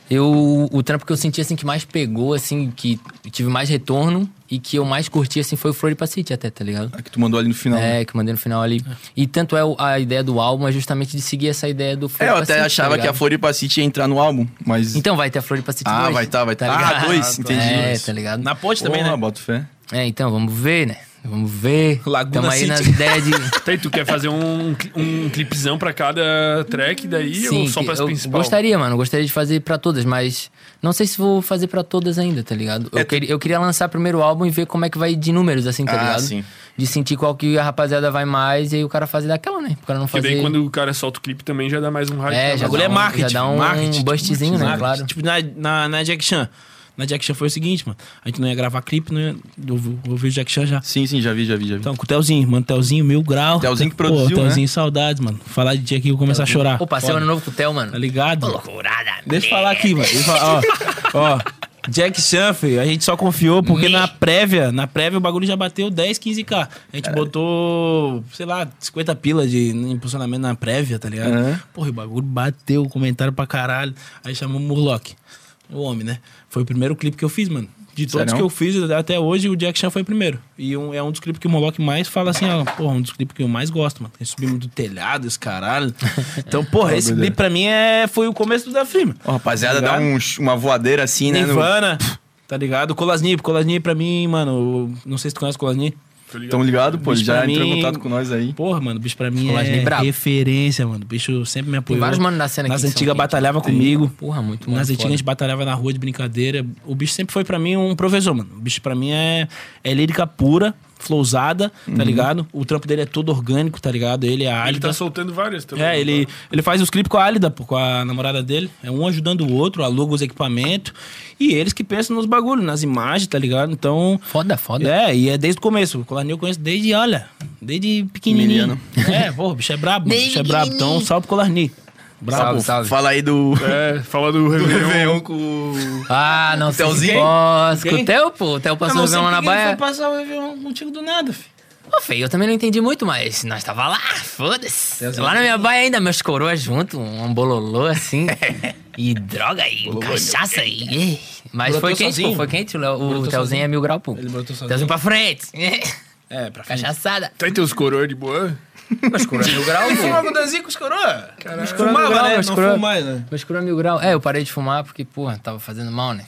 [SPEAKER 4] Eu. O trampo que eu senti assim que mais pegou, assim, que tive mais retorno e que eu mais curti, assim, foi o Floripa City até, tá ligado?
[SPEAKER 1] A que tu mandou ali no final. né?
[SPEAKER 4] É, que eu mandei no final ali. E tanto é o- a ideia do álbum, é justamente de seguir essa ideia do
[SPEAKER 1] É,
[SPEAKER 4] Floripa
[SPEAKER 1] eu até
[SPEAKER 4] City, tá
[SPEAKER 1] achava que a
[SPEAKER 4] ligado?
[SPEAKER 1] Floripa City ia entrar no álbum, mas...
[SPEAKER 4] Então vai ter a Floripa City
[SPEAKER 1] ah,
[SPEAKER 4] dois,
[SPEAKER 1] vai tá, vai tá.
[SPEAKER 4] ligado?
[SPEAKER 1] ah, dois, entendi.
[SPEAKER 4] É, tá ligado?
[SPEAKER 3] Na ponte
[SPEAKER 1] Também,
[SPEAKER 3] também,
[SPEAKER 1] Porra,
[SPEAKER 3] né?
[SPEAKER 1] boto fé.
[SPEAKER 4] É, então, vamos ver, né? Vamos ver.
[SPEAKER 3] Laguna
[SPEAKER 4] Tamo aí
[SPEAKER 3] City.
[SPEAKER 4] nas ideias de...
[SPEAKER 2] Tá, e tu quer fazer um, um clipezão pra cada track daí ou só
[SPEAKER 4] que
[SPEAKER 2] pras
[SPEAKER 4] eu
[SPEAKER 2] principais?
[SPEAKER 4] gostaria, mano. Gostaria de fazer pra todas, mas não sei se vou fazer pra todas ainda, tá ligado? Eu, queria, eu queria lançar primeiro o álbum e ver como é que vai de números, assim, tá
[SPEAKER 1] Ah,
[SPEAKER 4] ligado?
[SPEAKER 1] sim.
[SPEAKER 4] De sentir qual que a rapaziada vai mais e aí o cara fazer daquela, né? O cara não
[SPEAKER 2] Porque
[SPEAKER 4] fazer...
[SPEAKER 2] daí quando o cara solta o clipe também já dá mais um hype.
[SPEAKER 4] É,
[SPEAKER 2] pra
[SPEAKER 4] já
[SPEAKER 2] nós.
[SPEAKER 3] bagulho
[SPEAKER 4] dá
[SPEAKER 3] é
[SPEAKER 4] um-
[SPEAKER 3] marketing.
[SPEAKER 4] já dá um
[SPEAKER 3] marketing, tipo,
[SPEAKER 4] bustzinho, né?
[SPEAKER 3] marketing.
[SPEAKER 4] Claro.
[SPEAKER 3] Tipo, na, na, na Jack Chan. Na Jack Chan foi o seguinte, mano. A gente não ia gravar clipe, não ia. Eu ouvi o Jack Chan já.
[SPEAKER 1] Sim, sim, já vi, já vi, já vi.
[SPEAKER 3] Então, com o Telzinho, mano, Telzinho, mil grau.
[SPEAKER 1] Telzinho que produziu,
[SPEAKER 3] Pô,
[SPEAKER 1] né?
[SPEAKER 3] Telzinho, saudades, mano. Falar de dia aqui, eu vou começar a chorar.
[SPEAKER 4] Pô, passei o
[SPEAKER 3] Foda.
[SPEAKER 4] ano novo com o Theo, mano.
[SPEAKER 3] Tá ligado?
[SPEAKER 4] Loucurada.
[SPEAKER 3] Deixa eu falar aqui, mano. Deixa eu falar, ó, ó. Jack Chan, filho, a gente só confiou porque na prévia, na prévia o bagulho já bateu 10, 15k. A gente botou, sei lá, 50 pila de impulsionamento na prévia, tá ligado?
[SPEAKER 1] Uhum.
[SPEAKER 3] Porra, o bagulho bateu, comentário pra caralho. Aí chamou o Murloc, o homem, né? Foi o primeiro clipe que eu fiz, mano. De todos
[SPEAKER 1] Sério?
[SPEAKER 3] que eu fiz até hoje, o Jack Chan foi o primeiro. E um- é um dos clipes que o Moloch mais fala assim, ó, porra, um dos clipes que eu mais gosto, mano. Eles subimos do telhado, esse caralho. Então,
[SPEAKER 4] Tá
[SPEAKER 3] porra, esse clipe pra mim é, foi o começo da firma.
[SPEAKER 1] Ó, rapaziada, dá
[SPEAKER 3] Tá ligado?
[SPEAKER 1] um ch- uma voadeira assim, né? no-
[SPEAKER 3] Nirvana, tá ligado? Colasnip, Colasnip pra mim, mano, não sei se tu conhece Colasnip.
[SPEAKER 2] Tô ligado.
[SPEAKER 1] Tão ligado, pô,
[SPEAKER 3] Bicho,
[SPEAKER 1] ele já
[SPEAKER 3] pra
[SPEAKER 1] entrou em
[SPEAKER 3] mim-
[SPEAKER 1] contato com nós aí.
[SPEAKER 3] Porra, mano, o bicho pra mim
[SPEAKER 4] Colasnip
[SPEAKER 3] é
[SPEAKER 4] brabo.
[SPEAKER 3] referência, mano. O bicho sempre me apoiou.
[SPEAKER 4] vários mano da cena aqui
[SPEAKER 3] Nas
[SPEAKER 4] que são né?
[SPEAKER 3] antigas
[SPEAKER 4] quente.
[SPEAKER 3] batalhava comigo.
[SPEAKER 4] Porra, muito mano,
[SPEAKER 3] Nas antigas a
[SPEAKER 4] foda.
[SPEAKER 3] gente batalhava na rua de brincadeira. O bicho sempre foi pra mim um professor, mano. O bicho pra mim é, é lírica pura, flowzada,
[SPEAKER 4] Uhum.
[SPEAKER 3] tá ligado? O trampo dele é todo orgânico, tá ligado? Ele é a
[SPEAKER 2] Ele
[SPEAKER 3] Alida.
[SPEAKER 2] tá soltando várias também.
[SPEAKER 3] É, ele,
[SPEAKER 2] tá?
[SPEAKER 3] ele faz os clipes com a Alida, pô, com a namorada dele. É um ajudando o outro, aluga os equipamentos. E eles que pensam nos bagulhos, nas imagens, tá ligado? Então.
[SPEAKER 4] Foda, foda.
[SPEAKER 3] É, e é desde o começo. O Colanil eu conheço desde, olha, desde pequenininho. É, porra, o bicho é brabo, mano, o bicho é brabo. Então, salve pro Colarni.
[SPEAKER 4] Salve,
[SPEAKER 3] Brabo.
[SPEAKER 4] salve.
[SPEAKER 1] Fala aí do
[SPEAKER 2] É, fala do
[SPEAKER 1] do
[SPEAKER 2] Réveillon.
[SPEAKER 1] Réveillon com o...
[SPEAKER 4] Ah, não sei se
[SPEAKER 1] Telzinho?
[SPEAKER 4] posso. Com
[SPEAKER 3] Quem?
[SPEAKER 4] o Theo, pô. O Theo
[SPEAKER 3] Ah,
[SPEAKER 4] passou o verão lá na Baia.
[SPEAKER 3] passar o Réveillon contigo do nada, filho.
[SPEAKER 4] Pô, feio, eu também não entendi muito, mas nós tava lá, foda-se. Lá na minha baia ainda, meus coroas junto, um bololô assim. e droga aí, cachaça aí. Mas
[SPEAKER 5] é Brotou
[SPEAKER 4] foi quente, pô,
[SPEAKER 5] sozinho?
[SPEAKER 4] foi quente. O, Léo- o
[SPEAKER 5] Brotou
[SPEAKER 4] Telzinho
[SPEAKER 5] sozinho?
[SPEAKER 4] é mil grau, pô.
[SPEAKER 5] Ele brotou sozinho?
[SPEAKER 4] Telzinho pra frente.
[SPEAKER 5] É, pra frente.
[SPEAKER 4] Cachaçada.
[SPEAKER 2] Tá em teus coroas de boa?
[SPEAKER 4] Mas coroa é mil grau,
[SPEAKER 5] Fumava
[SPEAKER 4] pô.
[SPEAKER 5] com danzinho com os coroa? Os
[SPEAKER 4] coroa
[SPEAKER 5] fumava,
[SPEAKER 4] do grau,
[SPEAKER 5] né? Não
[SPEAKER 4] os coroa.
[SPEAKER 5] fumo mais, né?
[SPEAKER 4] Mas coroa é mil grau. É, eu parei de fumar porque, porra, tava fazendo mal, né?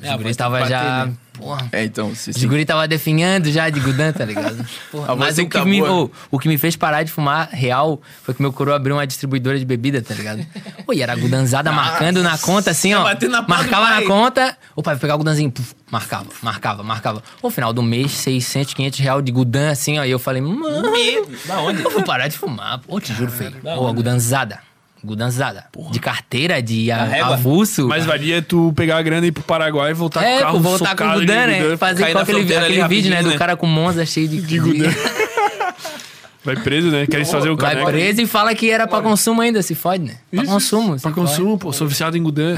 [SPEAKER 4] Os
[SPEAKER 5] É,
[SPEAKER 4] guri
[SPEAKER 5] pode
[SPEAKER 4] tava
[SPEAKER 5] bater,
[SPEAKER 4] já...
[SPEAKER 5] né?
[SPEAKER 4] Porra.
[SPEAKER 1] É, então, se,
[SPEAKER 4] Os guri tava definhando já de gudan, tá ligado? Porra,
[SPEAKER 1] A voz
[SPEAKER 4] mas
[SPEAKER 1] tem
[SPEAKER 4] o
[SPEAKER 1] que
[SPEAKER 4] que,
[SPEAKER 1] tá
[SPEAKER 4] me,
[SPEAKER 1] boa.
[SPEAKER 4] ô, o que me fez parar de fumar real foi que meu coroa abriu uma distribuidora de bebida, tá ligado? Pô, e era gudanzada marcando na conta, assim, ó.
[SPEAKER 5] bater na porta do
[SPEAKER 4] marcava na
[SPEAKER 5] pai.
[SPEAKER 4] conta. Ô, pai, pegar o gudanzinho. puf, marcava, marcava, marcava. No final do mês, 600, 500 real de gudan, assim, ó. E eu falei, mano...
[SPEAKER 5] Da onde?
[SPEAKER 4] Eu vou parar de fumar. Ô, te juro, feio. Ô, a gudanzada. Gudanzada. De carteira, de a-
[SPEAKER 5] régua.
[SPEAKER 4] avulso.
[SPEAKER 2] Mas valia tu pegar a grana e ir pro Paraguai e voltar Tá com o
[SPEAKER 4] É,
[SPEAKER 2] carro
[SPEAKER 4] pô, voltar com o
[SPEAKER 2] socado de
[SPEAKER 4] Gudan, né? Fazer
[SPEAKER 5] cair
[SPEAKER 4] com
[SPEAKER 5] na
[SPEAKER 4] aquele,
[SPEAKER 5] fronteira
[SPEAKER 4] aquele
[SPEAKER 5] ali
[SPEAKER 4] vídeo, né?
[SPEAKER 5] rapidinho,
[SPEAKER 4] Do
[SPEAKER 5] né?
[SPEAKER 4] cara com Monza cheio de...
[SPEAKER 2] De Gudan. Vai preso, né? Queres fazer o
[SPEAKER 4] Vai
[SPEAKER 2] caneco.
[SPEAKER 4] preso e fala que era pra consumo ainda, se fode, né? Pra
[SPEAKER 2] Isso,
[SPEAKER 4] consumo. se
[SPEAKER 2] Pra
[SPEAKER 4] fode.
[SPEAKER 2] consumo, pô. Sou viciado em Gudan.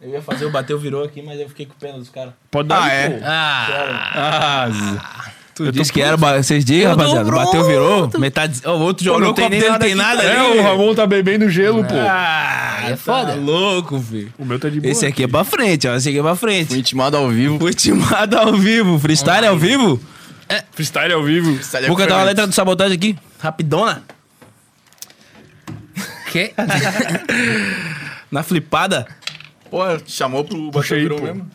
[SPEAKER 5] Eu ia fazer o bateu, virou aqui, mas eu fiquei com pena dos caras.
[SPEAKER 2] Pode dar,
[SPEAKER 1] Ah,
[SPEAKER 2] pô.
[SPEAKER 1] é?
[SPEAKER 4] Ah,
[SPEAKER 1] Ah, Zé.
[SPEAKER 3] Tu disse que era. ba- Vocês dizem, rapaziada. Bateu, virou. Metade. O outro jogo não
[SPEAKER 1] meu
[SPEAKER 3] tem
[SPEAKER 1] copo
[SPEAKER 3] nem
[SPEAKER 1] dele
[SPEAKER 3] nada.
[SPEAKER 1] tem
[SPEAKER 3] aqui,
[SPEAKER 1] nada,
[SPEAKER 3] cara.
[SPEAKER 1] né?
[SPEAKER 2] É, o Ramon tá bebendo gelo, pô.
[SPEAKER 3] Ah,
[SPEAKER 4] Aí é foda.
[SPEAKER 3] Tá louco, velho.
[SPEAKER 2] O meu tá de boa.
[SPEAKER 3] Esse aqui é pra frente, ó. Esse aqui é pra
[SPEAKER 1] Fui
[SPEAKER 3] frente.
[SPEAKER 1] intimado ao vivo.
[SPEAKER 3] Fui timado ao vivo. Freestyle ao vivo?
[SPEAKER 2] Freestyle ao vivo.
[SPEAKER 1] é
[SPEAKER 3] Vou cantar uma letra do sabotagem aqui. Rapidona.
[SPEAKER 4] que?
[SPEAKER 3] Na flipada.
[SPEAKER 1] Pô, chamou pro
[SPEAKER 2] Puxa aí,
[SPEAKER 1] Bateu
[SPEAKER 2] pô.
[SPEAKER 1] mesmo.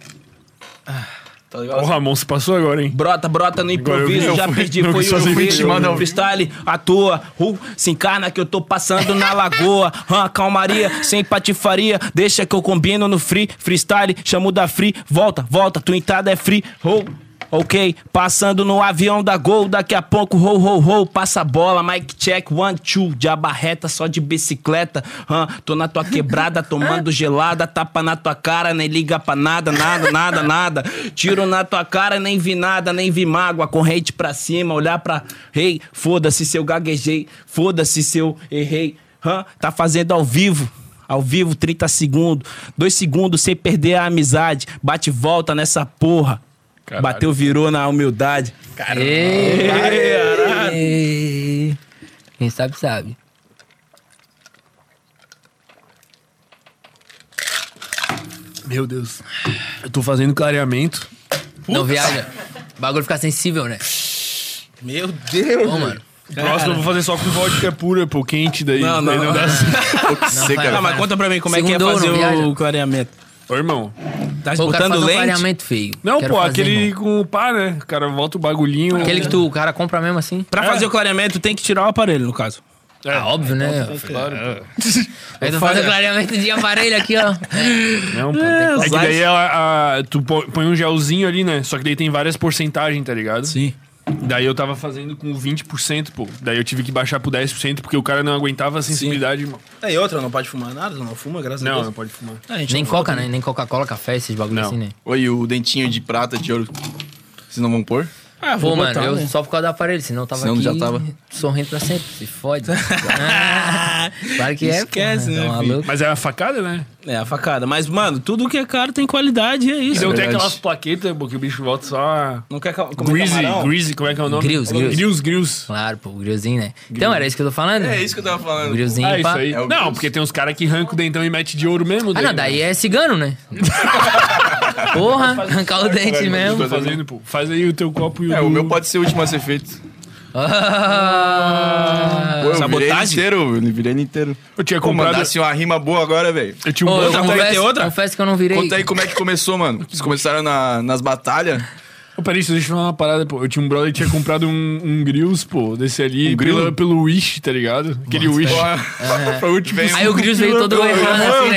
[SPEAKER 1] Tá
[SPEAKER 2] Ó, O
[SPEAKER 1] legal?
[SPEAKER 2] Ramon se passou agora, hein?
[SPEAKER 3] Brota, brota no
[SPEAKER 2] eu vi,
[SPEAKER 3] improviso,
[SPEAKER 2] eu
[SPEAKER 3] já
[SPEAKER 2] fui-
[SPEAKER 3] perdi,
[SPEAKER 2] não
[SPEAKER 3] foi
[SPEAKER 2] quis fazer vídeo, mas
[SPEAKER 3] o
[SPEAKER 2] não.
[SPEAKER 3] freestyle, à toa, ru, se encarna que eu tô passando na lagoa, hã, calmaria, sem patifaria, deixa que eu combino no free, freestyle, chamo da free, volta, volta, tua entrada é free, ho. Ok, passando no avião da Gol, daqui a pouco, ho, ho, ho, passa a bola, mic check, one, two, de abarreta, só de bicicleta, hã, tô na tua quebrada, tomando gelada, tapa na tua cara, nem liga pra nada, nada, nada, nada, tiro na tua cara, nem vi nada, nem vi mágoa, corrente pra cima, olhar pra rei, foda-se se eu gaguejei, foda-se se eu errei, hã, tá fazendo ao vivo. Ao vivo, 30 segundos. Dois segundos sem perder a amizade. Bate e volta nessa porra. Bateu, virou na humildade.
[SPEAKER 4] Ei, ei. Quem sabe, sabe.
[SPEAKER 2] Meu Deus. Eu tô fazendo clareamento.
[SPEAKER 4] Não viaja. O bagulho fica sensível, né?
[SPEAKER 5] Meu Deus!
[SPEAKER 4] Ô, mano.
[SPEAKER 2] O Próximo eu vou fazer só com vodka pura, pô. Quente daí.
[SPEAKER 3] Não, não,
[SPEAKER 2] daí
[SPEAKER 3] não.
[SPEAKER 2] dá certo.
[SPEAKER 1] Seca,
[SPEAKER 3] Ah, mas conta pra mim como é que
[SPEAKER 4] Segundou,
[SPEAKER 3] é fazer
[SPEAKER 4] não viaja?
[SPEAKER 3] o clareamento.
[SPEAKER 2] Ô, irmão.
[SPEAKER 3] Tá
[SPEAKER 4] Pô, eu quero
[SPEAKER 3] botando
[SPEAKER 4] fazer um
[SPEAKER 3] lente?
[SPEAKER 4] clareamento feio.
[SPEAKER 2] Não,
[SPEAKER 4] Quero
[SPEAKER 2] pô,
[SPEAKER 4] fazer,
[SPEAKER 2] aquele
[SPEAKER 4] irmão.
[SPEAKER 2] com o pá, né? O cara volta o bagulhinho.
[SPEAKER 4] Aquele que tu, o cara compra mesmo assim.
[SPEAKER 3] Pra
[SPEAKER 5] É.
[SPEAKER 3] fazer o clareamento, tem que tirar o aparelho, no caso.
[SPEAKER 2] É.
[SPEAKER 4] Ah, óbvio, né? Aí tu faz o clareamento de aparelho aqui, ó.
[SPEAKER 2] Não, pô. É que daí ela, a- tu pô- põe um gelzinho ali, né? Só que daí tem várias porcentagens, tá ligado?
[SPEAKER 3] Sim.
[SPEAKER 2] Daí eu tava fazendo com 20%, pô. Daí eu tive que baixar pro 10% porque o cara não aguentava a sensibilidade, irmão.
[SPEAKER 5] Tá, e outra, não pode fumar nada, não fuma, graças a
[SPEAKER 2] Não,
[SPEAKER 5] Deus.
[SPEAKER 2] não pode fumar.
[SPEAKER 5] Ah, a gente
[SPEAKER 4] Nem
[SPEAKER 5] não
[SPEAKER 4] coca, né? Nem Coca-Cola, café, esses bagulhos
[SPEAKER 2] Não.
[SPEAKER 4] assim, né?
[SPEAKER 1] Oi, o dentinho de prata, de ouro. Vocês não vão pôr?
[SPEAKER 3] Ah,
[SPEAKER 4] Pô,
[SPEAKER 3] vou
[SPEAKER 4] mano,
[SPEAKER 3] botar,
[SPEAKER 4] eu
[SPEAKER 3] né?
[SPEAKER 4] só por causa do aparelho, senão eu tava
[SPEAKER 1] Senão
[SPEAKER 4] aqui
[SPEAKER 1] já tava.
[SPEAKER 4] sorrindo pra sempre. Se fode. Ah, claro que é.
[SPEAKER 3] Esquece,
[SPEAKER 4] porra,
[SPEAKER 3] né,
[SPEAKER 4] Tá
[SPEAKER 3] filho?
[SPEAKER 4] maluco.
[SPEAKER 2] Mas é a facada, né?
[SPEAKER 3] É, a facada. Mas, mano, tudo que é caro tem qualidade, é
[SPEAKER 2] E
[SPEAKER 3] isso.
[SPEAKER 2] deu até
[SPEAKER 1] verdade.
[SPEAKER 2] Então aquelas plaquetas, pô, que o bicho volta só. a-
[SPEAKER 3] Não quer ca- comer
[SPEAKER 2] Greasy,
[SPEAKER 3] é camarão?
[SPEAKER 2] Greasy, como é que é o nome?
[SPEAKER 4] Grills, grills.
[SPEAKER 2] Grills, grills.
[SPEAKER 4] Claro, pô, o griozinho, né? Então era isso que eu tô falando?
[SPEAKER 1] É isso que eu tava
[SPEAKER 4] O
[SPEAKER 1] falando.
[SPEAKER 4] griozinho,
[SPEAKER 2] Ah, isso
[SPEAKER 4] pá.
[SPEAKER 2] aí.
[SPEAKER 1] É
[SPEAKER 2] não,
[SPEAKER 1] o grills.
[SPEAKER 2] porque tem uns caras que arrancam o dentão e mete de ouro mesmo.
[SPEAKER 4] Ah, não, daí é cigano, né? Porra, arrancar o dente
[SPEAKER 2] Eu tô
[SPEAKER 4] mesmo.
[SPEAKER 2] fazendo, pô. Faz aí o teu copo e o.
[SPEAKER 1] É,
[SPEAKER 2] do-
[SPEAKER 1] o meu pode ser o último a ser feito.
[SPEAKER 4] Ah,
[SPEAKER 1] Pô, eu virei ele
[SPEAKER 3] Sabotagem?
[SPEAKER 1] inteiro, eu virei ele inteiro.
[SPEAKER 2] Eu tinha
[SPEAKER 1] Pô,
[SPEAKER 2] comprado.
[SPEAKER 1] mandasse uma rima boa agora, velho.
[SPEAKER 2] Eu tinha um
[SPEAKER 4] Ô, eu
[SPEAKER 2] bom.
[SPEAKER 3] vai ter
[SPEAKER 4] confesso,
[SPEAKER 3] outra?
[SPEAKER 4] confesso que eu não virei.
[SPEAKER 1] Conta aí como é que começou, mano. Vocês começaram na- nas batalhas.
[SPEAKER 2] Ô, Peraí, deixa eu falar uma parada, pô. Eu tinha um brother que tinha comprado um, um grills, pô, desse ali,
[SPEAKER 1] Um grill?
[SPEAKER 2] pelo, pelo Wish, tá ligado? Aquele
[SPEAKER 3] É.
[SPEAKER 2] Wish. Foi o último.
[SPEAKER 4] Aí o Grills veio todo errando assim,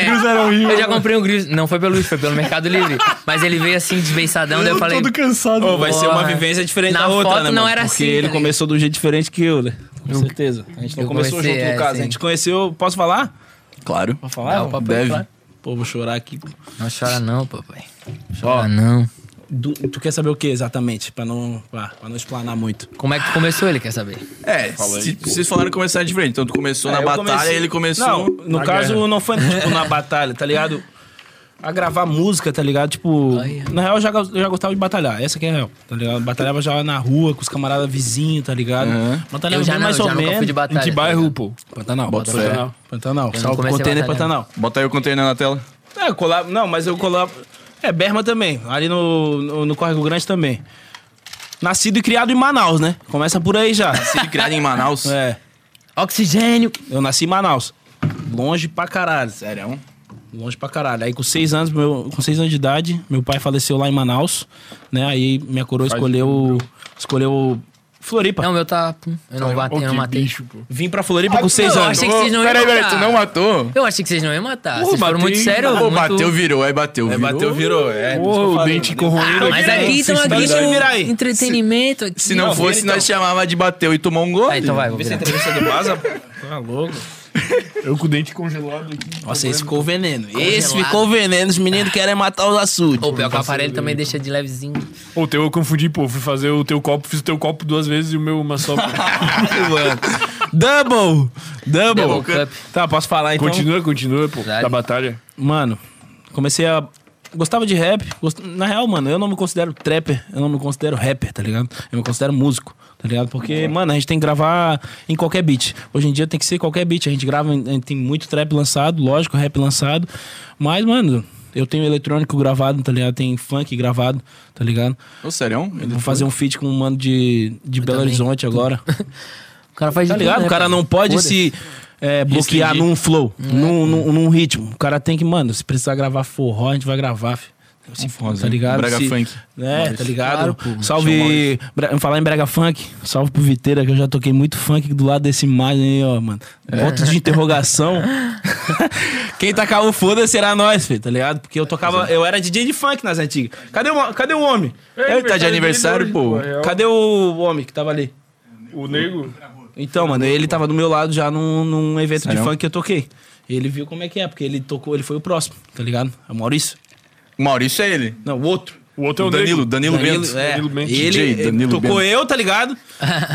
[SPEAKER 4] né? Eu já comprei um Grills. Não foi pelo Luiz, foi pelo Mercado Livre. Mas ele veio assim, desbeiçadão, daí eu falei.
[SPEAKER 2] todo cansado.
[SPEAKER 3] Pô, vai ser uma
[SPEAKER 4] Porra.
[SPEAKER 3] vivência diferente
[SPEAKER 4] Na
[SPEAKER 3] da outra,
[SPEAKER 4] foto
[SPEAKER 3] né,
[SPEAKER 4] não
[SPEAKER 3] mano?
[SPEAKER 4] era
[SPEAKER 3] Porque
[SPEAKER 4] assim,
[SPEAKER 3] ele
[SPEAKER 4] tá
[SPEAKER 3] começou de um jeito diferente que eu, né? Com certeza. A gente não
[SPEAKER 4] Eu
[SPEAKER 3] começou
[SPEAKER 4] comecei,
[SPEAKER 3] junto, no
[SPEAKER 4] é,
[SPEAKER 3] caso.
[SPEAKER 4] sim.
[SPEAKER 3] A gente conheceu... Posso falar?
[SPEAKER 1] Claro.
[SPEAKER 3] Posso falar?
[SPEAKER 4] Não,
[SPEAKER 1] papai, Deve.
[SPEAKER 3] Claro. Pô, vou chorar aqui.
[SPEAKER 4] Não chora não, papai. Chora não.
[SPEAKER 3] Du- tu quer saber o que exatamente? Pra não, pra, pra não explanar muito.
[SPEAKER 4] Como é que tu começou ele, quer saber?
[SPEAKER 1] É, se, vocês falaram que começaram diferente. Então tu começou na
[SPEAKER 3] É, Eu
[SPEAKER 1] batalha,
[SPEAKER 3] comecei-
[SPEAKER 1] ele começou.
[SPEAKER 3] Não, no
[SPEAKER 2] na
[SPEAKER 3] caso
[SPEAKER 2] guerra.
[SPEAKER 3] não foi tipo, na batalha, tá ligado? A gravar música, tá ligado? Tipo,
[SPEAKER 4] Ai, ai.
[SPEAKER 3] na real eu já, eu já gostava de batalhar, essa que é a real, tá ligado? Batalhava já na rua com os camaradas vizinhos, tá ligado? Batalhava
[SPEAKER 4] Eu já
[SPEAKER 3] bem
[SPEAKER 4] não,
[SPEAKER 3] mais
[SPEAKER 4] eu
[SPEAKER 3] ou
[SPEAKER 4] já nunca
[SPEAKER 3] menos.
[SPEAKER 4] fui de
[SPEAKER 2] Em
[SPEAKER 4] batalha.
[SPEAKER 2] que bairro, pô?
[SPEAKER 3] Pantanal,
[SPEAKER 1] Bota
[SPEAKER 3] Pantanal,
[SPEAKER 1] fé.
[SPEAKER 3] Pantanal,
[SPEAKER 4] não
[SPEAKER 3] salve
[SPEAKER 4] comecei
[SPEAKER 3] container
[SPEAKER 4] batalhando.
[SPEAKER 3] Pantanal.
[SPEAKER 1] Bota aí o container na tela.
[SPEAKER 3] É, colab... Não, mas eu colab... É, Berma também. Ali no, no, no Córrego Grande também. Nascido e criado em Manaus, né? Começa por aí já.
[SPEAKER 1] Nascido e criado em Manaus.
[SPEAKER 3] É.
[SPEAKER 4] Oxigênio.
[SPEAKER 3] Eu nasci em Manaus. Longe pra caralho.
[SPEAKER 1] Sério?
[SPEAKER 3] Longe pra caralho. Aí com seis anos, meu, com seis anos de idade, meu pai faleceu lá em Manaus, né? Aí minha coroa escolheu. Escolheu. Floripa.
[SPEAKER 4] Não, meu tá. pum, Eu não, bate,
[SPEAKER 2] Ô,
[SPEAKER 4] eu não
[SPEAKER 2] que
[SPEAKER 4] matei.
[SPEAKER 2] bicho, pô.
[SPEAKER 3] Vim pra Floripa com seis
[SPEAKER 4] não,
[SPEAKER 3] anos.
[SPEAKER 4] achei que vocês não iam
[SPEAKER 1] Peraí, peraí,
[SPEAKER 4] matar.
[SPEAKER 1] tu não matou?
[SPEAKER 4] Eu achei que vocês não iam matar. vocês foram
[SPEAKER 2] bateu
[SPEAKER 4] muito
[SPEAKER 2] em-
[SPEAKER 4] sérios.
[SPEAKER 1] Pô,
[SPEAKER 4] muito...
[SPEAKER 1] bateu, virou, aí bateu.
[SPEAKER 3] Ah, É,
[SPEAKER 1] virou.
[SPEAKER 3] bateu, virou. É,
[SPEAKER 2] Porra, o
[SPEAKER 1] né?
[SPEAKER 2] dente
[SPEAKER 1] Ah,
[SPEAKER 2] corroído.
[SPEAKER 4] Mas aqui estão aqui
[SPEAKER 3] Vocês
[SPEAKER 4] com
[SPEAKER 3] virar aí.
[SPEAKER 4] entretenimento. Aqui.
[SPEAKER 1] Se não,
[SPEAKER 3] Não,
[SPEAKER 1] fosse,
[SPEAKER 3] vira
[SPEAKER 1] nós
[SPEAKER 2] então.
[SPEAKER 1] chamava de bateu e tomou um gol.
[SPEAKER 4] Ah, então vai, vou
[SPEAKER 3] Essa
[SPEAKER 4] virar.
[SPEAKER 3] entrevista do Baza. Tá louco.
[SPEAKER 2] Eu com o dente congelado aqui.
[SPEAKER 3] Nossa, esse ficou veneno. Esse
[SPEAKER 4] Congelado. Ah.
[SPEAKER 3] ficou veneno. Os meninos querem matar os açudes.
[SPEAKER 4] Ô, pior que o aparelho também deixa de levezinho.
[SPEAKER 2] Ô, teu eu confundi, pô. Fui fazer o teu copo, fiz o teu copo duas vezes e o meu uma só.
[SPEAKER 1] Então-
[SPEAKER 3] Double! Double!
[SPEAKER 4] Double cup.
[SPEAKER 3] Tá, posso falar então?
[SPEAKER 2] continua, continua, pô.
[SPEAKER 4] Verdade.
[SPEAKER 2] Da batalha.
[SPEAKER 3] Mano, comecei a. Gostava de rap. gost- Na real, mano, eu não me considero trapper, eu não me considero rapper, tá ligado? Eu me considero músico, tá ligado? Porque, mano, a gente tem que gravar em qualquer beat. Hoje em dia tem que ser qualquer beat. A gente grava, em- em- tem muito trap lançado, lógico, rap lançado. Mas, mano, eu tenho eletrônico gravado, tá ligado? Tem funk gravado, tá ligado?
[SPEAKER 1] Ô, sério? é
[SPEAKER 3] Vou fazer um feat com um mano de, de Belo
[SPEAKER 4] também.
[SPEAKER 3] Horizonte agora.
[SPEAKER 4] O cara faz
[SPEAKER 3] Tá
[SPEAKER 4] de tudo,
[SPEAKER 3] ligado?
[SPEAKER 4] né,
[SPEAKER 3] O cara
[SPEAKER 4] pô?
[SPEAKER 3] não pode
[SPEAKER 4] Foda-se. É.
[SPEAKER 3] se é, bloquear
[SPEAKER 1] Restringir.
[SPEAKER 3] num flow, num, num, num ritmo. O cara tem que, mano, se precisar gravar forró, a gente vai gravar. fi.
[SPEAKER 4] É
[SPEAKER 3] Se for, tá ligado?
[SPEAKER 1] Braga
[SPEAKER 3] Se-
[SPEAKER 1] funk.
[SPEAKER 3] É, tá ligado?
[SPEAKER 4] né? Claro, pô.
[SPEAKER 3] salve. Bra- Falar em Brega Funk, salve pro Viteira, que eu já toquei muito funk do lado desse imagem aí, ó, mano.
[SPEAKER 4] É.
[SPEAKER 3] Ponto de interrogação. Quem tacar o foda será nós, filho, tá ligado?
[SPEAKER 4] É,
[SPEAKER 3] Porque eu tocava. Eu era DJ de funk nas antigas. Cadê o, cadê o homem?
[SPEAKER 1] Ele tá de aniversário, pô.
[SPEAKER 4] é
[SPEAKER 3] Cadê o homem que tava ali?
[SPEAKER 2] é, O nego.
[SPEAKER 3] Então, mano, ele tava do meu lado já num, num evento
[SPEAKER 1] Sério?
[SPEAKER 3] de funk que eu toquei. Ele viu como é que é, porque ele tocou, ele foi o próximo, tá ligado? É o Maurício.
[SPEAKER 1] O Maurício é ele.
[SPEAKER 3] Não, o outro.
[SPEAKER 2] O outro é o
[SPEAKER 1] Danilo,
[SPEAKER 2] nego.
[SPEAKER 1] Danilo,
[SPEAKER 3] Danilo,
[SPEAKER 1] Bento.
[SPEAKER 3] é.
[SPEAKER 2] Danilo Bento.
[SPEAKER 3] Ele,
[SPEAKER 1] DJ,
[SPEAKER 3] ele
[SPEAKER 1] Danilo
[SPEAKER 3] tocou
[SPEAKER 1] Bento.
[SPEAKER 3] eu, tá ligado?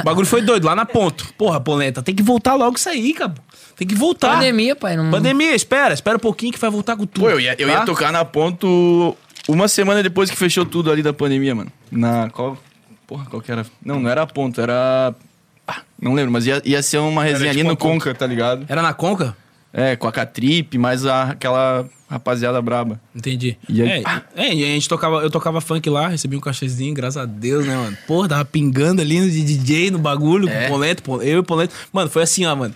[SPEAKER 3] O bagulho foi doido, lá na ponto. Porra, Polenta, tem que voltar logo isso aí, cara. Tem que voltar.
[SPEAKER 4] Pandemia, pai. Não...
[SPEAKER 3] Pandemia, espera, espera um pouquinho que vai voltar com tudo.
[SPEAKER 1] Pô, eu ia, eu ia
[SPEAKER 3] tá?
[SPEAKER 1] tocar na ponto uma semana depois que fechou tudo ali da pandemia, mano. Na qual. Porra, qual que era? Não, não era a ponto, era. Ah, não lembro, mas ia, ia ser uma resenha ali
[SPEAKER 2] tipo
[SPEAKER 1] no
[SPEAKER 2] uma Conca.
[SPEAKER 1] Conca, tá ligado?
[SPEAKER 3] Era na Conca?
[SPEAKER 1] É, com a Catripe, mais a- aquela rapaziada braba.
[SPEAKER 3] Entendi.
[SPEAKER 1] E aí-
[SPEAKER 3] é, é, e a gente tocava, eu tocava funk lá, recebi um cachezinho, graças a Deus, né, mano? Porra, tava pingando ali no DJ, no bagulho,
[SPEAKER 1] É.
[SPEAKER 3] com Polento, Pol- eu e Polento. Mano, foi assim, ó, mano.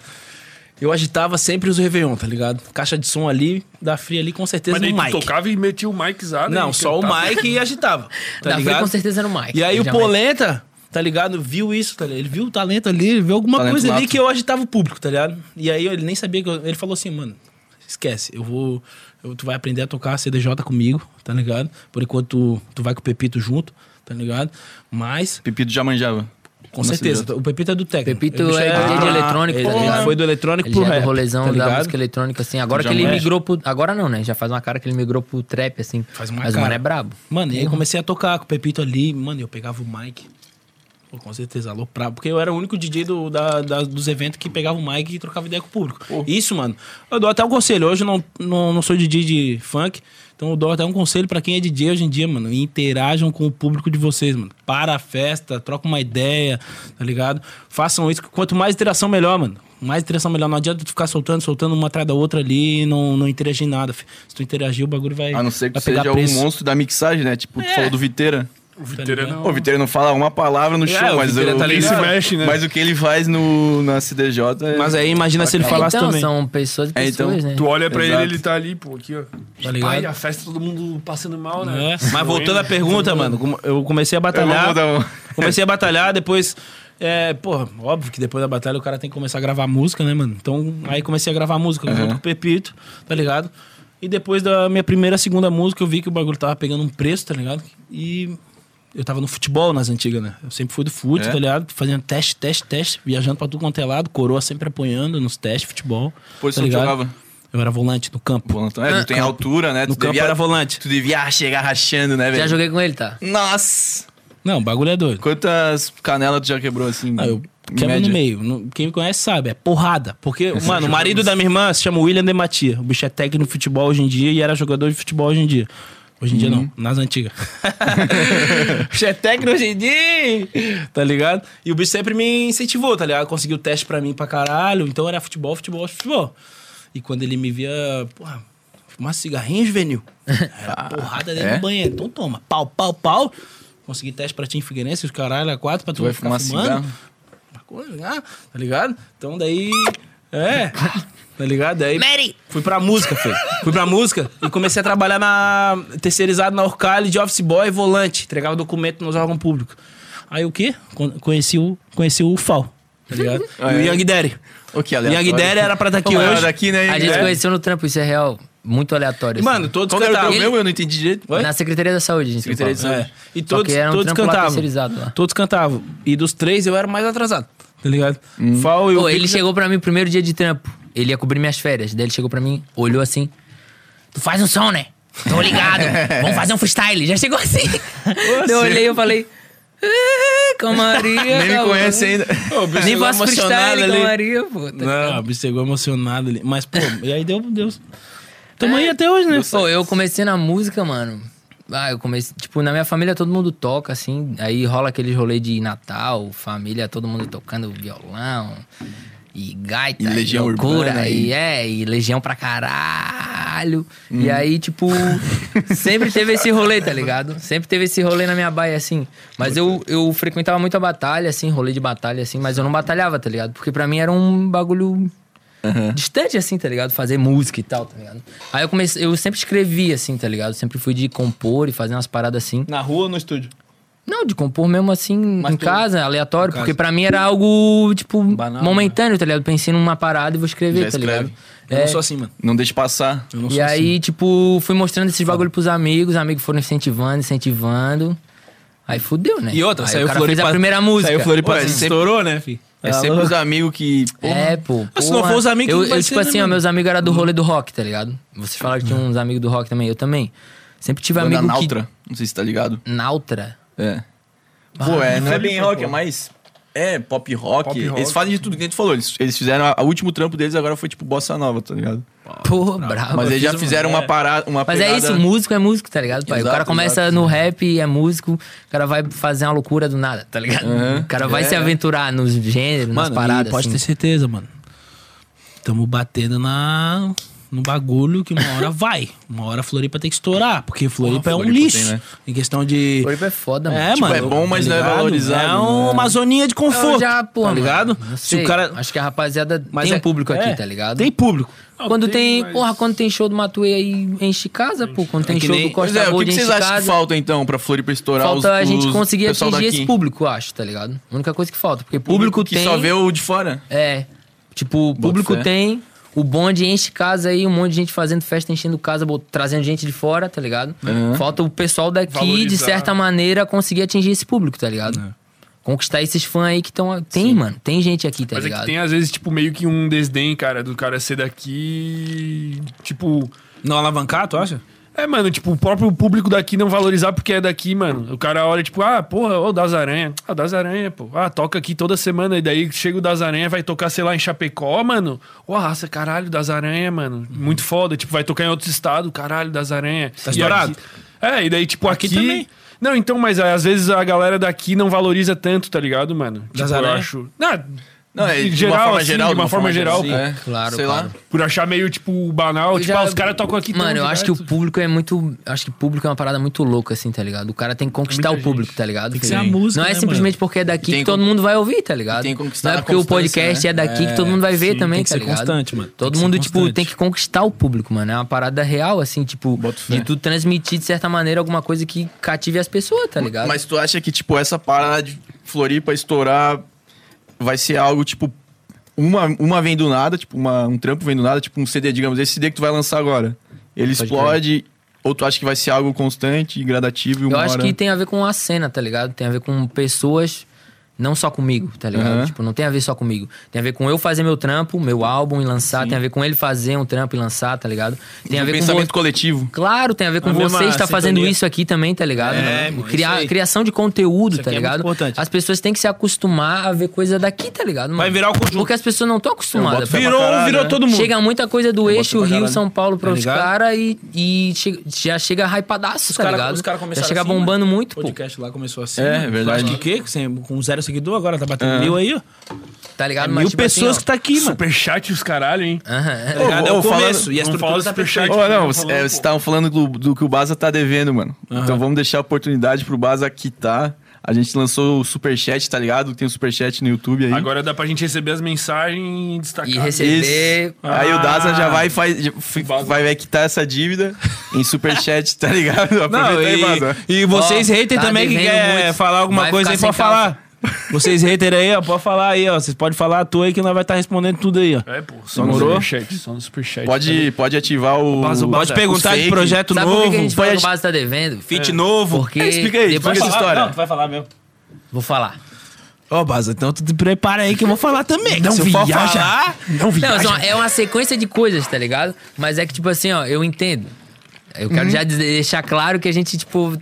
[SPEAKER 3] Eu agitava sempre os Réveillon, tá ligado? Caixa de som ali, da fria ali, com certeza
[SPEAKER 2] Mas daí
[SPEAKER 3] no
[SPEAKER 2] tu
[SPEAKER 3] mic.
[SPEAKER 2] tocava e metia o Mike Zada. né?
[SPEAKER 3] Não,
[SPEAKER 2] e
[SPEAKER 3] só o
[SPEAKER 2] cantava.
[SPEAKER 3] Mike e agitava. Tá
[SPEAKER 4] Da Free,
[SPEAKER 3] ligado?
[SPEAKER 4] com certeza era o Mike.
[SPEAKER 3] E aí
[SPEAKER 4] Ele
[SPEAKER 3] o
[SPEAKER 4] jamais-
[SPEAKER 3] Polenta, tá ligado? Viu isso, tá ligado? Ele viu o talento ali, ele viu alguma
[SPEAKER 1] Talento
[SPEAKER 3] coisa ali
[SPEAKER 1] nato.
[SPEAKER 3] que eu agitava o público, tá ligado? E aí ele nem sabia que eu, Ele falou assim, mano, esquece, eu vou. eu- tu vai aprender a tocar CDJ comigo, tá ligado? Por enquanto tu, tu vai com o Pepito junto, tá ligado? Mas,
[SPEAKER 1] Pepito já manjava.
[SPEAKER 3] com
[SPEAKER 1] Nossa,
[SPEAKER 3] certeza,
[SPEAKER 1] idiota.
[SPEAKER 3] o Pepito é do técnico.
[SPEAKER 4] Pepito
[SPEAKER 3] O bicho
[SPEAKER 4] é DJ de eletrônico,
[SPEAKER 3] ele
[SPEAKER 4] tá ligado?
[SPEAKER 3] Foi do eletrônico
[SPEAKER 4] Ele
[SPEAKER 3] pro
[SPEAKER 4] já é
[SPEAKER 3] rap,
[SPEAKER 4] do rolezão
[SPEAKER 3] tá
[SPEAKER 4] da
[SPEAKER 3] ligado?
[SPEAKER 4] música eletrônica, assim. Agora
[SPEAKER 1] Já
[SPEAKER 4] que ele
[SPEAKER 1] mexe.
[SPEAKER 4] migrou pro... Agora não, né? Já faz uma cara que ele migrou pro trap, assim.
[SPEAKER 3] Faz uma
[SPEAKER 4] Mas o
[SPEAKER 3] cara.
[SPEAKER 4] mano é brabo.
[SPEAKER 3] Mano, e aí comecei a tocar com o Pepito ali, mano, eu pegava o mic. Pô, com certeza, aloprava. Porque eu era o único DJ do, da, da- dos eventos que pegava o mic e trocava ideia com o público. Isso, mano. Eu dou até um conselho. Hoje eu não, não, não sou DJ de funk, então eu dou até um conselho pra quem é DJ hoje em dia, mano. Interajam com o público de vocês, mano. Para a festa, troca uma ideia, tá ligado? Façam isso. que Quanto mais interação, melhor, mano. Mais interação, melhor. Não adianta tu ficar soltando, soltando uma atrás da outra ali e não, não interagir em nada. fi. Se tu interagir, o bagulho vai.
[SPEAKER 1] A não ser que
[SPEAKER 3] vai pegar
[SPEAKER 1] seja o
[SPEAKER 3] preço. É.
[SPEAKER 1] monstro da mixagem, né? Tipo, tu falou do Viteira.
[SPEAKER 2] O Viteira não.
[SPEAKER 1] Pô, o Viteira não fala uma palavra no show,
[SPEAKER 3] o
[SPEAKER 1] mas
[SPEAKER 3] Viteira
[SPEAKER 1] o-
[SPEAKER 3] tá
[SPEAKER 2] Ele se mexe, né?
[SPEAKER 1] Mas o que ele faz no, na CDJ é.
[SPEAKER 3] Mas aí imagina se ele
[SPEAKER 4] É,
[SPEAKER 3] falasse
[SPEAKER 4] então,
[SPEAKER 3] também.
[SPEAKER 4] são pessoas e
[SPEAKER 1] É, então,
[SPEAKER 4] pessoas, né?
[SPEAKER 2] Tu olha pra
[SPEAKER 1] Exato.
[SPEAKER 2] ele, ele tá ali, pô, aqui, ó.
[SPEAKER 3] Tá ligado?
[SPEAKER 2] Ai, a festa todo mundo passando mal, né?
[SPEAKER 3] É. Mas voltando à pergunta, mano, como- eu comecei a
[SPEAKER 1] Eu vou
[SPEAKER 3] batalhar.
[SPEAKER 1] mudar um-
[SPEAKER 3] Comecei a batalhar, depois. É, porra, óbvio que depois da batalha o cara tem que começar a gravar música, né, mano? Então, aí comecei a gravar música junto com o Pepito, tá ligado? E depois da minha primeira, segunda música, eu vi que o bagulho tava pegando um preço, tá ligado? E eu tava no futebol nas antigas, né? Eu sempre fui do fute,
[SPEAKER 1] É?
[SPEAKER 3] tá ligado? Fazendo teste, teste, teste, viajando pra tudo quanto é lado, coroa sempre apoiando nos testes, futebol.
[SPEAKER 1] Posição
[SPEAKER 3] tá
[SPEAKER 1] que
[SPEAKER 3] ligado?
[SPEAKER 1] jogava?
[SPEAKER 3] Eu era volante no campo.
[SPEAKER 1] Volantão. É, tu tem altura, né?
[SPEAKER 3] Ah, No
[SPEAKER 1] tu
[SPEAKER 3] campo
[SPEAKER 1] devia,
[SPEAKER 3] era volante.
[SPEAKER 1] Tu devia chegar rachando, né, velho?
[SPEAKER 4] Já joguei com ele, tá?
[SPEAKER 1] Nossa!
[SPEAKER 3] Não, o bagulho é doido.
[SPEAKER 1] Quantas canelas tu já quebrou assim?
[SPEAKER 3] Ah, eu
[SPEAKER 1] em
[SPEAKER 3] quebro
[SPEAKER 1] média?
[SPEAKER 3] no meio. Não- Quem me conhece sabe, é porrada. Porque, mano, o
[SPEAKER 1] é
[SPEAKER 3] marido da minha irmã se chama William Dematia. O bicho é técnico de futebol hoje em dia e era jogador de futebol hoje em dia. Hoje em dia
[SPEAKER 1] Uhum.
[SPEAKER 3] não, nas antigas. o bicho é técnico hoje em dia, tá ligado? E o bicho sempre me incentivou, tá ligado? Conseguiu teste pra mim pra caralho. Então era futebol, futebol, futebol. E quando ele me via, porra, fumar cigarrinho, juvenil? Era porrada dentro
[SPEAKER 1] é?
[SPEAKER 3] do banheiro. Então toma, pau, pau, pau. Consegui teste pra ti em Figueirense, os caralho, a quatro pra tu,
[SPEAKER 1] Tu vai
[SPEAKER 3] não ficar
[SPEAKER 1] fumar cigarro?
[SPEAKER 3] Maconha, ah, tá ligado? Então daí. É. Tá ligado? Daí. Fui pra música, foi. Fui pra música e comecei a trabalhar na. terceirizado na Orcali de office boy e volante. Entregava documento nos órgãos públicos. Aí o quê? Con- Conheci o, conheci o FAL, tá ligado?
[SPEAKER 1] Ah,
[SPEAKER 3] e o
[SPEAKER 1] é?
[SPEAKER 3] Young Daddy.
[SPEAKER 1] O que,
[SPEAKER 3] O
[SPEAKER 1] aleatório?
[SPEAKER 3] Young Daddy era pra estar aqui
[SPEAKER 1] Como era
[SPEAKER 3] hoje.
[SPEAKER 1] daqui, né?
[SPEAKER 4] A gente
[SPEAKER 1] É.
[SPEAKER 4] se conheceu no trampo, isso é real. Muito aleatório.
[SPEAKER 3] Mano,
[SPEAKER 4] assim.
[SPEAKER 3] todos
[SPEAKER 1] Qual era o
[SPEAKER 3] cantavam.
[SPEAKER 1] teu mesmo? Eu não entendi direito.
[SPEAKER 3] Oi?
[SPEAKER 4] Na Secretaria da Saúde, a gente
[SPEAKER 1] Secretaria de
[SPEAKER 4] fala.
[SPEAKER 1] Saúde.
[SPEAKER 3] É. E
[SPEAKER 4] Só
[SPEAKER 3] todos,
[SPEAKER 4] que era um
[SPEAKER 3] todos
[SPEAKER 4] trampo lá
[SPEAKER 3] cantavam.
[SPEAKER 4] terceirizado lá.
[SPEAKER 3] Todos cantavam. E dos três eu era mais atrasado, tá ligado?
[SPEAKER 1] Hum.
[SPEAKER 3] Fal e o
[SPEAKER 4] Ô, ele
[SPEAKER 3] Pico-
[SPEAKER 4] chegou pra mim no primeiro dia de trampo. Ele ia cobrir minhas férias. Daí ele chegou pra mim, olhou assim. Tu faz um som, né? Tô ligado. Vamos fazer um freestyle. Já chegou assim. Daí eu olhei e falei. "Ah, Com a Maria.
[SPEAKER 1] Nem me
[SPEAKER 4] cara,
[SPEAKER 1] conhece ainda.
[SPEAKER 4] Nem faço freestyle
[SPEAKER 3] emocionado
[SPEAKER 4] com a
[SPEAKER 3] ali.
[SPEAKER 4] Maria, pô. Tá
[SPEAKER 3] Não, o bicho chegou emocionado ali. Mas, pô, e aí deu, deu. Tamo aí até hoje, né?
[SPEAKER 4] Pô, eu comecei na música, mano. Ah, eu comecei. Tipo, na minha família todo mundo toca, assim. Aí rola aqueles rolê de Natal, família, todo mundo tocando violão. E gaita,
[SPEAKER 1] E
[SPEAKER 4] e,
[SPEAKER 1] Legião
[SPEAKER 4] loucura,
[SPEAKER 1] Urbana,
[SPEAKER 4] e...
[SPEAKER 1] e-
[SPEAKER 4] é, e legião pra caralho.
[SPEAKER 1] Uhum.
[SPEAKER 4] E aí, tipo, sempre teve esse rolê, tá ligado? Sempre teve esse rolê na minha baia, assim. Mas eu, eu frequentava muito a batalha, assim, rolê de batalha, assim, mas eu não batalhava, tá ligado? Porque pra mim era um bagulho
[SPEAKER 1] Uhum.
[SPEAKER 4] distante, assim, tá ligado? Fazer música e tal, tá ligado? Aí eu comecei, eu sempre escrevi, assim, tá ligado? Sempre fui de compor e fazer umas paradas assim.
[SPEAKER 3] Na rua ou no estúdio?
[SPEAKER 4] Não, de compor mesmo assim em
[SPEAKER 3] tu-
[SPEAKER 4] casa, aleatório, porque
[SPEAKER 3] casa.
[SPEAKER 4] pra mim era algo, tipo,
[SPEAKER 3] Banal, né?
[SPEAKER 4] momentâneo, tá ligado? Pensei numa parada e vou escrever,
[SPEAKER 1] Já
[SPEAKER 4] tá
[SPEAKER 1] escreve.
[SPEAKER 4] ligado?
[SPEAKER 3] Eu não sou assim, mano.
[SPEAKER 1] Não deixe passar.
[SPEAKER 3] Eu não
[SPEAKER 4] E
[SPEAKER 3] sou assim. Tá.
[SPEAKER 4] aí, tipo, fui mostrando esses bagulho pros amigos, os amigos foram incentivando, incentivando. Aí fudeu, né?
[SPEAKER 3] assim. E outra,
[SPEAKER 4] aí
[SPEAKER 3] saiu
[SPEAKER 4] o cara
[SPEAKER 3] Floripa-
[SPEAKER 4] fez a primeira música.
[SPEAKER 1] Saiu Floripa.
[SPEAKER 3] Pô,
[SPEAKER 1] é sempre-
[SPEAKER 3] estourou, né, fi?
[SPEAKER 1] É sempre os amigos que. Pô,
[SPEAKER 4] É, pô.
[SPEAKER 3] Mas Ah, se não
[SPEAKER 4] porra.
[SPEAKER 3] for os amigos,
[SPEAKER 4] eu,
[SPEAKER 3] não vai
[SPEAKER 4] eu
[SPEAKER 3] ser, Uhum.
[SPEAKER 4] tipo
[SPEAKER 3] né,
[SPEAKER 4] assim, ó,
[SPEAKER 3] mano?
[SPEAKER 4] meus amigos eram do rolê do rock, tá ligado? Vocês falaram que tinha uns amigos do rock também, eu também. Sempre tive
[SPEAKER 1] banda
[SPEAKER 4] amigo
[SPEAKER 1] Nautra. Não sei se tá ligado.
[SPEAKER 4] que... Nautra.
[SPEAKER 1] É. Pô, é, não é bem rock, é mais. É, pop rock.
[SPEAKER 2] Pop rock.
[SPEAKER 1] Eles fazem de tudo que a gente falou. Eles, eles fizeram. A, a último trampo deles agora foi tipo bossa nova, tá ligado?
[SPEAKER 4] Pô, brabo.
[SPEAKER 1] Mas eles já
[SPEAKER 3] fiz uma-
[SPEAKER 1] fizeram uma
[SPEAKER 3] é.
[SPEAKER 1] parada. Uma
[SPEAKER 4] Mas é
[SPEAKER 1] pegada-
[SPEAKER 4] isso, músico é músico, tá ligado? pai? o
[SPEAKER 1] Exato,
[SPEAKER 4] cara começa
[SPEAKER 1] exato.
[SPEAKER 4] no rap e é músico, o cara vai fazer uma loucura do nada, tá ligado?
[SPEAKER 1] Uhum.
[SPEAKER 4] O cara vai se aventurar nos gêneros, nas
[SPEAKER 3] Mano,
[SPEAKER 4] paradas.
[SPEAKER 3] e pode
[SPEAKER 4] assim.
[SPEAKER 3] ter certeza, mano. Tamo batendo na no bagulho que uma hora vai. Uma hora a Floripa tem que estourar, porque Floripa é um
[SPEAKER 1] Floripa
[SPEAKER 3] lixo.
[SPEAKER 1] tem, né?
[SPEAKER 3] Em questão de
[SPEAKER 4] Floripa é foda, mano.
[SPEAKER 3] É,
[SPEAKER 1] Tipo,
[SPEAKER 3] mano.
[SPEAKER 1] é bom, mas não é
[SPEAKER 3] ligado?
[SPEAKER 1] valorizado,
[SPEAKER 3] É uma zoninha de conforto.
[SPEAKER 4] Eu já, pô,
[SPEAKER 3] tá
[SPEAKER 4] mano,
[SPEAKER 3] ligado?
[SPEAKER 4] não
[SPEAKER 3] Se
[SPEAKER 4] sei.
[SPEAKER 3] o cara
[SPEAKER 4] Acho que a rapaziada
[SPEAKER 3] Mas
[SPEAKER 4] tem
[SPEAKER 3] é-
[SPEAKER 4] um público
[SPEAKER 3] é,
[SPEAKER 4] aqui, tá ligado?
[SPEAKER 3] tem público.
[SPEAKER 4] Quando tem,
[SPEAKER 2] mas-
[SPEAKER 4] porra, quando tem show do Matuê aí, enche casa, pô. Quando tem
[SPEAKER 3] que
[SPEAKER 4] show
[SPEAKER 3] nem-
[SPEAKER 4] do
[SPEAKER 1] Pois
[SPEAKER 4] Costa
[SPEAKER 1] é, o que,
[SPEAKER 4] Gold,
[SPEAKER 1] que
[SPEAKER 4] enche
[SPEAKER 1] vocês acham
[SPEAKER 4] casa.
[SPEAKER 1] que falta então pra Floripa estourar os
[SPEAKER 4] Falta a gente
[SPEAKER 1] os
[SPEAKER 4] conseguir
[SPEAKER 1] pessoal
[SPEAKER 4] atingir
[SPEAKER 1] daqui?
[SPEAKER 4] esse público, eu acho, tá ligado? A única coisa que falta, porque público,
[SPEAKER 1] Público que
[SPEAKER 4] tem...
[SPEAKER 1] só vê o de fora.
[SPEAKER 4] É. Tipo, o público
[SPEAKER 1] fé.
[SPEAKER 4] tem, o bonde enche casa aí, um monte de gente fazendo festa, enchendo casa, bot- trazendo gente de fora, tá ligado?
[SPEAKER 1] Uhum.
[SPEAKER 4] Falta o pessoal daqui, de
[SPEAKER 2] Valorizar.
[SPEAKER 4] certa maneira, conseguir atingir esse público, tá ligado? Conquistar esses fãs aí que estão. Tem, mano. Tem gente aqui, tá
[SPEAKER 2] Mas é
[SPEAKER 4] ligado?
[SPEAKER 2] que tem, às vezes, tipo, meio que um desdém, cara, do cara ser daqui. Tipo.
[SPEAKER 3] Não alavancar, tu acha?
[SPEAKER 2] É, mano, tipo, o próprio público daqui não valorizar porque é daqui, mano. O cara olha, tipo, ah, porra, ô, Das Aranha. Ah, Das Aranha, pô. Ah, toca aqui toda semana. E daí chega o Das Aranha, vai tocar, sei lá, em Chapecó, mano. Ô, raça, caralho, Das Aranha, mano. Muito foda. Tipo, vai tocar em outro estado, caralho, Das Aranha. Tá
[SPEAKER 3] estourado?
[SPEAKER 2] É, e daí, tipo, aqui...
[SPEAKER 3] também.
[SPEAKER 2] Não, então, mas às vezes a galera daqui não valoriza tanto, tá ligado, mano?
[SPEAKER 3] Das
[SPEAKER 2] tipo, eu
[SPEAKER 3] Aranha?
[SPEAKER 2] acho... Não,
[SPEAKER 1] Não, é
[SPEAKER 2] em
[SPEAKER 1] de
[SPEAKER 2] geral,
[SPEAKER 1] uma forma
[SPEAKER 2] assim,
[SPEAKER 1] geral.
[SPEAKER 2] de uma forma geral,
[SPEAKER 1] assim,
[SPEAKER 2] pô.
[SPEAKER 1] é.
[SPEAKER 4] Claro,
[SPEAKER 1] Sei
[SPEAKER 4] claro.
[SPEAKER 1] lá.
[SPEAKER 2] Por achar meio, tipo, banal.
[SPEAKER 4] Eu
[SPEAKER 2] tipo,
[SPEAKER 4] já-
[SPEAKER 2] ah, os caras tocam aqui.
[SPEAKER 4] Mano,
[SPEAKER 2] então,
[SPEAKER 4] eu acho que o
[SPEAKER 2] direto.
[SPEAKER 4] público é muito. Acho que público é uma parada muito louca, assim, tá ligado? O cara tem que conquistar
[SPEAKER 2] Muita
[SPEAKER 4] o público,
[SPEAKER 2] gente.
[SPEAKER 4] tá ligado?
[SPEAKER 3] Tem que
[SPEAKER 4] filho?
[SPEAKER 3] ser a música,
[SPEAKER 4] Não é
[SPEAKER 3] né,
[SPEAKER 4] simplesmente porque é daqui
[SPEAKER 1] tem
[SPEAKER 4] que todo
[SPEAKER 1] con-
[SPEAKER 4] mundo vai ouvir, tá ligado?
[SPEAKER 1] tem que conquistar
[SPEAKER 4] Não é
[SPEAKER 1] a
[SPEAKER 4] porque o
[SPEAKER 1] constância,
[SPEAKER 4] podcast
[SPEAKER 1] né?
[SPEAKER 4] é daqui que todo mundo vai ver
[SPEAKER 3] sim,
[SPEAKER 4] também,
[SPEAKER 3] tem que
[SPEAKER 4] tá
[SPEAKER 3] ser
[SPEAKER 4] ligado?
[SPEAKER 3] constante, mano. Tem
[SPEAKER 4] Todo
[SPEAKER 3] que ser
[SPEAKER 4] mundo, tipo,
[SPEAKER 3] constante.
[SPEAKER 4] tem que conquistar o público, mano. É uma parada real, assim, tipo,
[SPEAKER 1] Boto fé.
[SPEAKER 4] de tu transmitir de certa maneira alguma coisa que cative as pessoas, tá ligado?
[SPEAKER 1] Mas tu acha que, tipo, essa parada de Floripa estourar vai ser algo, tipo, uma, uma vem do nada, tipo, uma, um trampo vem do nada, tipo um CD, digamos, esse CD que tu vai lançar agora. Ele
[SPEAKER 4] Pode
[SPEAKER 1] explode, ou tu acha que vai ser algo constante, gradativo e uma
[SPEAKER 4] Eu acho
[SPEAKER 1] hora...
[SPEAKER 4] que tem a ver com a cena, tá ligado? Tem a ver com pessoas, não só comigo, tá ligado?
[SPEAKER 1] Aham.
[SPEAKER 4] Tipo, não tem a ver só comigo. Tem a ver com eu fazer meu trampo, meu álbum e lançar. Tem a ver com ele fazer um trampo e lançar, tá ligado? Tem a
[SPEAKER 1] um
[SPEAKER 4] ver com
[SPEAKER 1] pensamento
[SPEAKER 4] vo-
[SPEAKER 1] coletivo.
[SPEAKER 4] Claro, tem a ver com
[SPEAKER 3] A mesma
[SPEAKER 4] você estar fazendo
[SPEAKER 3] sintonia.
[SPEAKER 4] isso aqui também, tá ligado?
[SPEAKER 3] É, mano,
[SPEAKER 4] Criar-
[SPEAKER 3] isso aí.
[SPEAKER 4] criação de conteúdo,
[SPEAKER 3] Isso
[SPEAKER 4] tá
[SPEAKER 3] aqui é
[SPEAKER 4] ligado?
[SPEAKER 3] muito importante.
[SPEAKER 4] As pessoas têm que se acostumar a ver coisa daqui, tá ligado? mano?
[SPEAKER 3] Vai virar um o conjunto.
[SPEAKER 4] Porque as pessoas não estão acostumadas.
[SPEAKER 1] fé
[SPEAKER 3] Virou,
[SPEAKER 1] caralho,
[SPEAKER 3] virou
[SPEAKER 1] né?
[SPEAKER 3] todo mundo.
[SPEAKER 4] Chega muita coisa do eixo
[SPEAKER 1] pra
[SPEAKER 4] Rio
[SPEAKER 1] caralho.
[SPEAKER 4] São Paulo para
[SPEAKER 3] Tá
[SPEAKER 4] os
[SPEAKER 3] ligado?
[SPEAKER 4] caras e, e che- já chega hypadaço, tá
[SPEAKER 3] cara-
[SPEAKER 4] ligado?
[SPEAKER 3] os caras
[SPEAKER 4] já
[SPEAKER 3] começaram
[SPEAKER 4] chega
[SPEAKER 3] assim,
[SPEAKER 4] bombando
[SPEAKER 3] mano.
[SPEAKER 4] muito,
[SPEAKER 3] O
[SPEAKER 4] pô.
[SPEAKER 3] podcast lá começou assim.
[SPEAKER 1] É,
[SPEAKER 3] mano.
[SPEAKER 1] verdade.
[SPEAKER 3] Acho que o quê? Sem- Com zero seguidor, agora tá batendo
[SPEAKER 1] É.
[SPEAKER 3] mil aí, ó.
[SPEAKER 4] Tá ligado?
[SPEAKER 3] Mil
[SPEAKER 4] tipo assim,
[SPEAKER 3] pessoas
[SPEAKER 4] ó,
[SPEAKER 3] que tá aqui, mano.
[SPEAKER 2] Superchat e os caralho, hein?
[SPEAKER 3] Tá ligado? É o
[SPEAKER 1] Ô, falando-
[SPEAKER 3] começo. E a
[SPEAKER 2] vamos
[SPEAKER 3] estrutura
[SPEAKER 2] falar
[SPEAKER 3] tá
[SPEAKER 2] do superchat.
[SPEAKER 3] perfeita.
[SPEAKER 1] Ô,
[SPEAKER 2] Falando,
[SPEAKER 1] não, você é, vocês estavam falando do, do que o Baza tá devendo, mano. Então vamos deixar a oportunidade pro Baza quitar. A gente lançou o Superchat, tá ligado? Tem o Superchat no YouTube aí.
[SPEAKER 2] Agora dá pra gente receber as mensagens e destacar.
[SPEAKER 4] E receber.
[SPEAKER 1] Isso. Aí o Daza
[SPEAKER 3] Ah.
[SPEAKER 1] já vai, faz, já f-
[SPEAKER 2] Baza.
[SPEAKER 1] vai, vai quitar essa dívida em superchat, tá ligado?
[SPEAKER 3] Não,
[SPEAKER 1] Aproveita aí, Baza.
[SPEAKER 3] e, e vocês
[SPEAKER 4] Ó,
[SPEAKER 3] hater
[SPEAKER 4] tá
[SPEAKER 3] também que
[SPEAKER 4] devendo
[SPEAKER 3] quer
[SPEAKER 4] muito.
[SPEAKER 3] falar alguma
[SPEAKER 4] Vai
[SPEAKER 3] coisa aí,
[SPEAKER 4] ficar
[SPEAKER 3] pode
[SPEAKER 4] sem
[SPEAKER 3] falar. Vocês hater aí, ó, pode falar aí, ó. Vocês podem falar a tua aí que nós vai estar respondendo tudo aí, ó.
[SPEAKER 2] É, pô, só
[SPEAKER 1] Demorou?
[SPEAKER 2] no superchat, só no superchat.
[SPEAKER 1] Pode, pode ativar o.
[SPEAKER 2] Baza, o
[SPEAKER 3] Pode
[SPEAKER 2] Baza.
[SPEAKER 3] perguntar
[SPEAKER 1] fake.
[SPEAKER 3] de projeto
[SPEAKER 4] Sabe por que
[SPEAKER 3] novo,
[SPEAKER 4] que a gente fala
[SPEAKER 3] pode
[SPEAKER 4] que o Baza tá devendo?
[SPEAKER 3] fit novo. É,
[SPEAKER 4] Porque.
[SPEAKER 1] Explica aí,
[SPEAKER 4] depois-
[SPEAKER 1] explica essa história.
[SPEAKER 3] tu vai falar mesmo.
[SPEAKER 4] Vou falar.
[SPEAKER 3] Ó, Baza, então tu te prepara aí que eu vou falar também. Não se eu for
[SPEAKER 2] viaja.
[SPEAKER 3] falar,
[SPEAKER 2] Não vi.
[SPEAKER 4] Não, assim, ó, é uma sequência de coisas, tá ligado? Mas é que, tipo assim, ó, eu entendo. Eu
[SPEAKER 3] Uhum.
[SPEAKER 4] quero já dizer- deixar claro que a gente, tipo,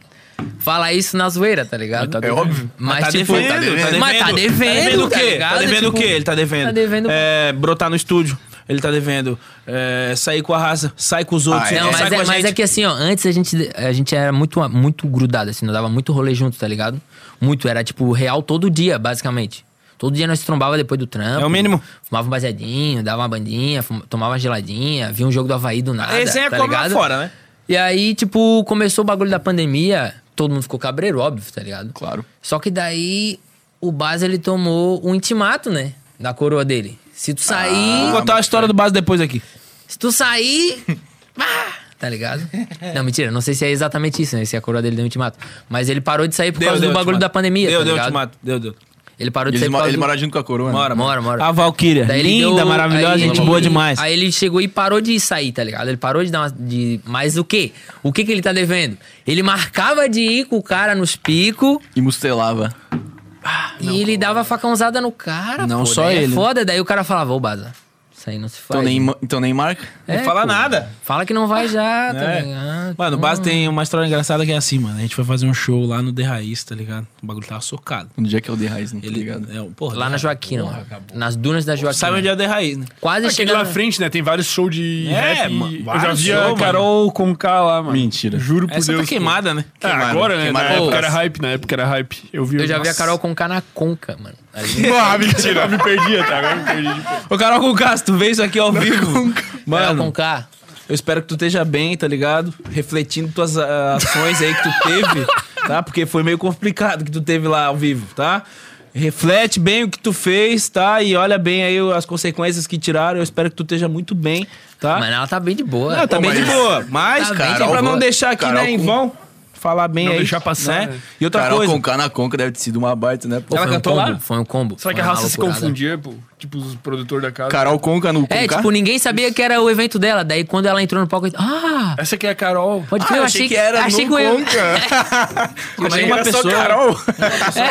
[SPEAKER 4] fala isso na zoeira, tá ligado?
[SPEAKER 1] É óbvio.
[SPEAKER 4] Mas,
[SPEAKER 3] tá
[SPEAKER 4] tipo,
[SPEAKER 3] devendo, tá devendo.
[SPEAKER 4] Mas tá devendo,
[SPEAKER 3] devendo o
[SPEAKER 4] tá
[SPEAKER 3] quê?
[SPEAKER 4] ligado?
[SPEAKER 3] Tá devendo o
[SPEAKER 4] Tipo,
[SPEAKER 3] quê? Ele tá devendo.
[SPEAKER 4] tá devendo-
[SPEAKER 3] É, brotar no estúdio. Ele tá devendo. É, sair com a raça, sai com os outros.
[SPEAKER 1] Ah,
[SPEAKER 4] Não,
[SPEAKER 3] é, sai
[SPEAKER 4] mas,
[SPEAKER 3] com a
[SPEAKER 4] é, mas
[SPEAKER 3] gente.
[SPEAKER 4] é que assim, ó, antes a gente, a gente era muito, muito grudado, assim, não dava muito rolê junto, tá ligado? Muito, era tipo real todo dia, basicamente. Todo dia nós se trombava depois do trampo.
[SPEAKER 3] É o mínimo.
[SPEAKER 4] Fumava um baseadinho, dava uma bandinha, fuma- tomava uma geladinha, via um jogo do Havaí do nada.
[SPEAKER 3] Esse é
[SPEAKER 4] tá
[SPEAKER 3] como lá
[SPEAKER 4] ligado?
[SPEAKER 3] fora, né?
[SPEAKER 4] E aí, tipo, começou o bagulho da pandemia, todo mundo ficou cabreiro, óbvio, tá ligado?
[SPEAKER 1] Claro.
[SPEAKER 4] Só que daí o Baz ele tomou um intimato, né? Da coroa dele. Se tu sair.
[SPEAKER 3] Vou contar a história do Baza depois aqui.
[SPEAKER 4] Se tu sair. pá, tá ligado? Não, mentira, não sei se é exatamente isso, né? Se a coroa dele deu um ultimato. Mas ele parou de sair por causa do bagulho
[SPEAKER 3] ultimato.
[SPEAKER 4] da pandemia,
[SPEAKER 3] Deu,
[SPEAKER 4] tá
[SPEAKER 3] deu,
[SPEAKER 4] ligado?
[SPEAKER 3] te mato. Deu, deu.
[SPEAKER 4] Ele parou de
[SPEAKER 1] Ele,
[SPEAKER 4] sair por
[SPEAKER 1] mo-
[SPEAKER 4] causa
[SPEAKER 1] ele
[SPEAKER 4] do...
[SPEAKER 1] mora junto com a coroa. né?
[SPEAKER 3] Mora,
[SPEAKER 4] Mora, mora.
[SPEAKER 3] A Valkyria.
[SPEAKER 4] Daí ele
[SPEAKER 3] Linda,
[SPEAKER 4] deu-
[SPEAKER 3] maravilhosa,
[SPEAKER 4] aí
[SPEAKER 3] gente
[SPEAKER 4] ele-
[SPEAKER 3] boa demais.
[SPEAKER 4] Aí ele chegou e parou de sair, tá ligado? Ele parou de dar uma. De... Mas o quê? O que que ele tá devendo? Ele marcava de ir com o cara nos picos
[SPEAKER 1] E mustelava.
[SPEAKER 4] e ele dava facãozada no cara.
[SPEAKER 3] Não
[SPEAKER 4] pô,
[SPEAKER 3] só
[SPEAKER 4] daí
[SPEAKER 3] ele.
[SPEAKER 4] É foda, daí o cara falava, ô Baza, isso aí não se faz.
[SPEAKER 1] Então nem, ma- então nem marca.
[SPEAKER 3] Não
[SPEAKER 4] É,
[SPEAKER 3] fala
[SPEAKER 4] pô.
[SPEAKER 3] nada.
[SPEAKER 4] Fala que não vai já, tá
[SPEAKER 3] É.
[SPEAKER 4] ligado?
[SPEAKER 3] Mano, o Baza tem uma história engraçada que é assim, mano. A gente foi fazer um show lá no The Raiz, tá ligado? O bagulho tava socado.
[SPEAKER 1] Onde é que é o The Raiz, não tá
[SPEAKER 3] Ele,
[SPEAKER 1] ligado?
[SPEAKER 3] é, porra,
[SPEAKER 4] Lá na Joaquina, mano. Nas dunas da Joaquina.
[SPEAKER 3] Sabe onde é o The Raiz, né?
[SPEAKER 4] Quase
[SPEAKER 2] Aquele
[SPEAKER 4] chegando...
[SPEAKER 2] lá na frente, né? Tem vários shows de
[SPEAKER 3] É,
[SPEAKER 2] rap.
[SPEAKER 3] mano,
[SPEAKER 2] Eu já
[SPEAKER 3] vários
[SPEAKER 2] vi
[SPEAKER 3] show,
[SPEAKER 2] a Carol com K lá, mano.
[SPEAKER 1] Mentira.
[SPEAKER 2] Juro por
[SPEAKER 3] Essa
[SPEAKER 2] Deus.
[SPEAKER 3] tá queimada, né?
[SPEAKER 2] Ah,
[SPEAKER 1] queimada,
[SPEAKER 2] agora, né?
[SPEAKER 1] queimada.
[SPEAKER 2] Na época
[SPEAKER 4] Pô.
[SPEAKER 2] era hype, na época era hype. Eu vi,
[SPEAKER 4] Eu já vi a
[SPEAKER 2] Nossa.
[SPEAKER 4] Carol com K na Conca, mano. Ali.
[SPEAKER 2] Ah, mentira. Eu me perdi até agora, me perdi.
[SPEAKER 3] Ô, Carol com Castro, tu vê isso aqui ao vivo.
[SPEAKER 4] Carol
[SPEAKER 3] Mano,
[SPEAKER 4] É, com K.
[SPEAKER 3] eu espero que tu esteja bem, tá ligado? Refletindo tuas ah, ações aí que tu teve, tá? Porque foi meio complicado que tu teve lá ao vivo, tá? Reflete bem o que tu fez, tá? E olha bem aí as consequências que tiraram. Eu espero que tu esteja muito bem, tá?
[SPEAKER 4] Mano, ela tá bem de boa.
[SPEAKER 3] Não, tá
[SPEAKER 4] Pô,
[SPEAKER 3] bem
[SPEAKER 4] mas-
[SPEAKER 3] de boa. Mas,
[SPEAKER 4] Tá bem
[SPEAKER 3] cara,
[SPEAKER 4] de
[SPEAKER 3] pra não
[SPEAKER 4] boa.
[SPEAKER 3] deixar aqui,
[SPEAKER 1] Carol
[SPEAKER 3] né, em
[SPEAKER 1] com-
[SPEAKER 3] vão, falar bem
[SPEAKER 2] Não
[SPEAKER 3] aí.
[SPEAKER 2] deixar passar, né?
[SPEAKER 3] E outra
[SPEAKER 1] Carol
[SPEAKER 3] coisa.
[SPEAKER 1] com K na Conca deve ter sido uma baita, né? pô?
[SPEAKER 3] Ela
[SPEAKER 4] Foi um
[SPEAKER 3] cantou
[SPEAKER 4] combo,
[SPEAKER 3] lá?
[SPEAKER 4] Foi um combo.
[SPEAKER 2] Será que a
[SPEAKER 4] foi uma
[SPEAKER 2] raça se
[SPEAKER 4] loucurada.
[SPEAKER 2] confundia, pô? Tipo, os produtores da casa.
[SPEAKER 1] Carol Conca no
[SPEAKER 4] É,
[SPEAKER 1] Conca?
[SPEAKER 4] tipo, ninguém sabia que era o evento dela. Daí quando ela entrou no palco, eu disse, ah,
[SPEAKER 2] Essa aqui é a Carol.
[SPEAKER 4] pode crer,
[SPEAKER 1] Ah,
[SPEAKER 4] eu
[SPEAKER 1] achei que era
[SPEAKER 4] achei
[SPEAKER 1] no
[SPEAKER 4] que eu-
[SPEAKER 1] Conca.
[SPEAKER 3] Como é
[SPEAKER 1] Achei
[SPEAKER 3] que
[SPEAKER 1] que
[SPEAKER 3] uma
[SPEAKER 1] era só
[SPEAKER 3] pessoa-
[SPEAKER 1] Carol.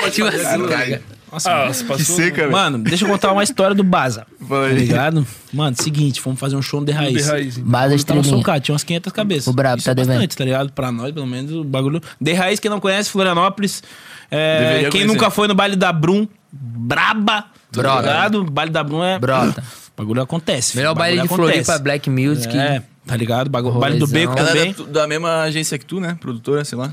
[SPEAKER 4] É, tipo assim, cara.
[SPEAKER 3] Nossa,
[SPEAKER 2] Ah, se
[SPEAKER 1] Que
[SPEAKER 2] passou.
[SPEAKER 1] seca, velho.
[SPEAKER 3] Mano, deixa eu contar uma história do Baza.
[SPEAKER 1] Vai.
[SPEAKER 3] Tá ligado? Mano, seguinte, fomos fazer um show no The
[SPEAKER 2] De
[SPEAKER 3] Raiz.
[SPEAKER 2] raiz.
[SPEAKER 4] Baza é
[SPEAKER 3] Bagulho tava
[SPEAKER 4] estrelinha.
[SPEAKER 3] socado, tinha umas 500 cabeças.
[SPEAKER 4] O brabo
[SPEAKER 3] Isso
[SPEAKER 4] tá
[SPEAKER 3] é
[SPEAKER 4] devendo.
[SPEAKER 3] bastante, tá ligado? Pra nós, pelo menos, o bagulho... The Raiz, quem não conhece, Florianópolis. É,
[SPEAKER 1] Deveria
[SPEAKER 3] quem
[SPEAKER 1] conhecer.
[SPEAKER 3] nunca foi no baile da Brum, braba. Tá
[SPEAKER 4] Brother.
[SPEAKER 3] ligado? O baile da Brum é...
[SPEAKER 4] Brota.
[SPEAKER 3] O bagulho acontece.
[SPEAKER 4] Melhor
[SPEAKER 3] filho, o
[SPEAKER 4] baile de
[SPEAKER 3] bagulho acontece.
[SPEAKER 4] Floripa, Black Music.
[SPEAKER 3] É, tá ligado? O bagulho- o baile do
[SPEAKER 4] Rolezão.
[SPEAKER 3] Beco
[SPEAKER 1] Ela é
[SPEAKER 3] também.
[SPEAKER 1] da, tu- da mesma agência que tu, né? Produtora, sei lá.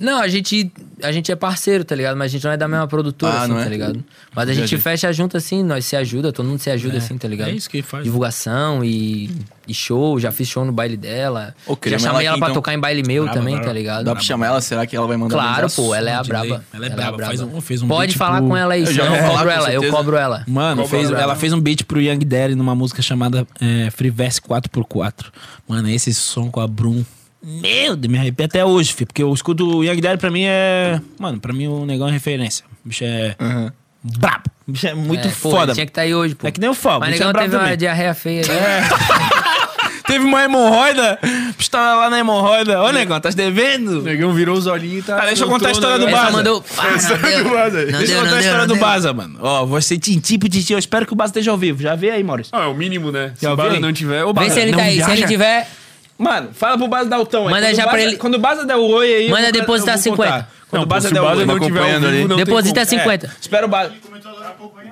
[SPEAKER 4] Não, a gente, a gente é parceiro, tá ligado? Mas a gente não é da mesma produtora,
[SPEAKER 1] Ah,
[SPEAKER 4] assim,
[SPEAKER 1] não é?
[SPEAKER 4] tá ligado? Mas a gente
[SPEAKER 1] Entendi.
[SPEAKER 4] fecha junto, assim, nós se ajuda, todo mundo se ajuda, assim, tá ligado?
[SPEAKER 3] é isso que faz.
[SPEAKER 4] Divulgação e, e show, já fiz show no baile dela.
[SPEAKER 1] Ô,
[SPEAKER 4] já
[SPEAKER 1] queremos ela
[SPEAKER 4] chamei ela
[SPEAKER 1] aqui,
[SPEAKER 4] pra
[SPEAKER 1] então.
[SPEAKER 4] tocar em baile meu
[SPEAKER 3] Braba,
[SPEAKER 4] também,
[SPEAKER 3] braba.
[SPEAKER 4] tá ligado?
[SPEAKER 1] Dá pra chamar ela? Será que ela vai mandar
[SPEAKER 4] Claro,
[SPEAKER 1] mensagem?
[SPEAKER 4] pô, ela é a
[SPEAKER 3] de lei.
[SPEAKER 4] braba.
[SPEAKER 3] Ela é braba, faz um- fez um
[SPEAKER 4] Pode
[SPEAKER 3] beat
[SPEAKER 4] falar
[SPEAKER 3] pro-
[SPEAKER 4] com ela aí,
[SPEAKER 1] Eu
[SPEAKER 4] eu,
[SPEAKER 1] já vou falar,
[SPEAKER 4] cobro
[SPEAKER 1] com
[SPEAKER 4] ela, eu
[SPEAKER 1] certeza.
[SPEAKER 4] cobro ela.
[SPEAKER 3] Mano,
[SPEAKER 2] Qual
[SPEAKER 3] fez,
[SPEAKER 2] programa?
[SPEAKER 3] ela fez um beat pro Young Daddy numa música chamada é, Free Verse 4x4. Mano, esse som com a Brum. Meu Deus, me arrepio até hoje, filho. Porque eu escuto o Young Daddy pra mim é. Mano, pra mim o negão é referência. O bicho é. Brabo. O bicho é muito
[SPEAKER 4] É, pô,
[SPEAKER 3] foda.
[SPEAKER 4] ele Tinha que estar aí hoje, pô.
[SPEAKER 3] É que nem o Fábio,
[SPEAKER 4] Mas
[SPEAKER 3] ele tinha
[SPEAKER 4] negão
[SPEAKER 3] brabo
[SPEAKER 4] teve uma
[SPEAKER 3] também.
[SPEAKER 4] diarreia feia.
[SPEAKER 1] É,
[SPEAKER 4] né?
[SPEAKER 3] Teve uma hemorroida. O bicho tava lá na hemorroida. Ô, negão, tá se
[SPEAKER 2] O
[SPEAKER 3] devendo?
[SPEAKER 2] negão virou os olhinhos e tá.
[SPEAKER 3] Tá, deixa eu contar a história do
[SPEAKER 4] Essa
[SPEAKER 3] Baza.
[SPEAKER 4] mandou. Ah,
[SPEAKER 1] é
[SPEAKER 4] não deu, não deu,
[SPEAKER 3] Deixa eu
[SPEAKER 4] não
[SPEAKER 3] contar
[SPEAKER 4] deu,
[SPEAKER 3] a história
[SPEAKER 4] não
[SPEAKER 3] do
[SPEAKER 4] deu.
[SPEAKER 3] Baza, mano. Ó, você tintim pro tintim. Eu espero que o Baza esteja ao vivo. Já vê aí, Maurício.
[SPEAKER 2] Ah, é o mínimo, né? Se
[SPEAKER 3] Já
[SPEAKER 2] o Baza
[SPEAKER 3] vi.
[SPEAKER 2] não tiver. Ô,
[SPEAKER 4] Vê
[SPEAKER 2] Baza,
[SPEAKER 4] se ele
[SPEAKER 2] não
[SPEAKER 4] tá aí. Se
[SPEAKER 2] viaja.
[SPEAKER 4] ele tiver.
[SPEAKER 3] Mano, fala pro Baza dar o tom. aí.
[SPEAKER 4] Manda
[SPEAKER 3] Quando
[SPEAKER 4] já
[SPEAKER 3] o Baza-
[SPEAKER 4] pra ele-
[SPEAKER 3] Quando o Baza der o oi aí...
[SPEAKER 4] Manda
[SPEAKER 3] eu vou-
[SPEAKER 4] depositar
[SPEAKER 3] eu vou
[SPEAKER 4] 50.
[SPEAKER 3] contar. Quando
[SPEAKER 2] Não,
[SPEAKER 3] o Baza
[SPEAKER 2] se
[SPEAKER 3] der
[SPEAKER 2] o
[SPEAKER 3] o
[SPEAKER 2] Baza
[SPEAKER 3] oi...
[SPEAKER 2] não tiver ao
[SPEAKER 1] acompanhando ali.
[SPEAKER 2] vivo, não tem como.
[SPEAKER 4] Deposita
[SPEAKER 3] É,
[SPEAKER 4] 50.
[SPEAKER 3] espera o Baza...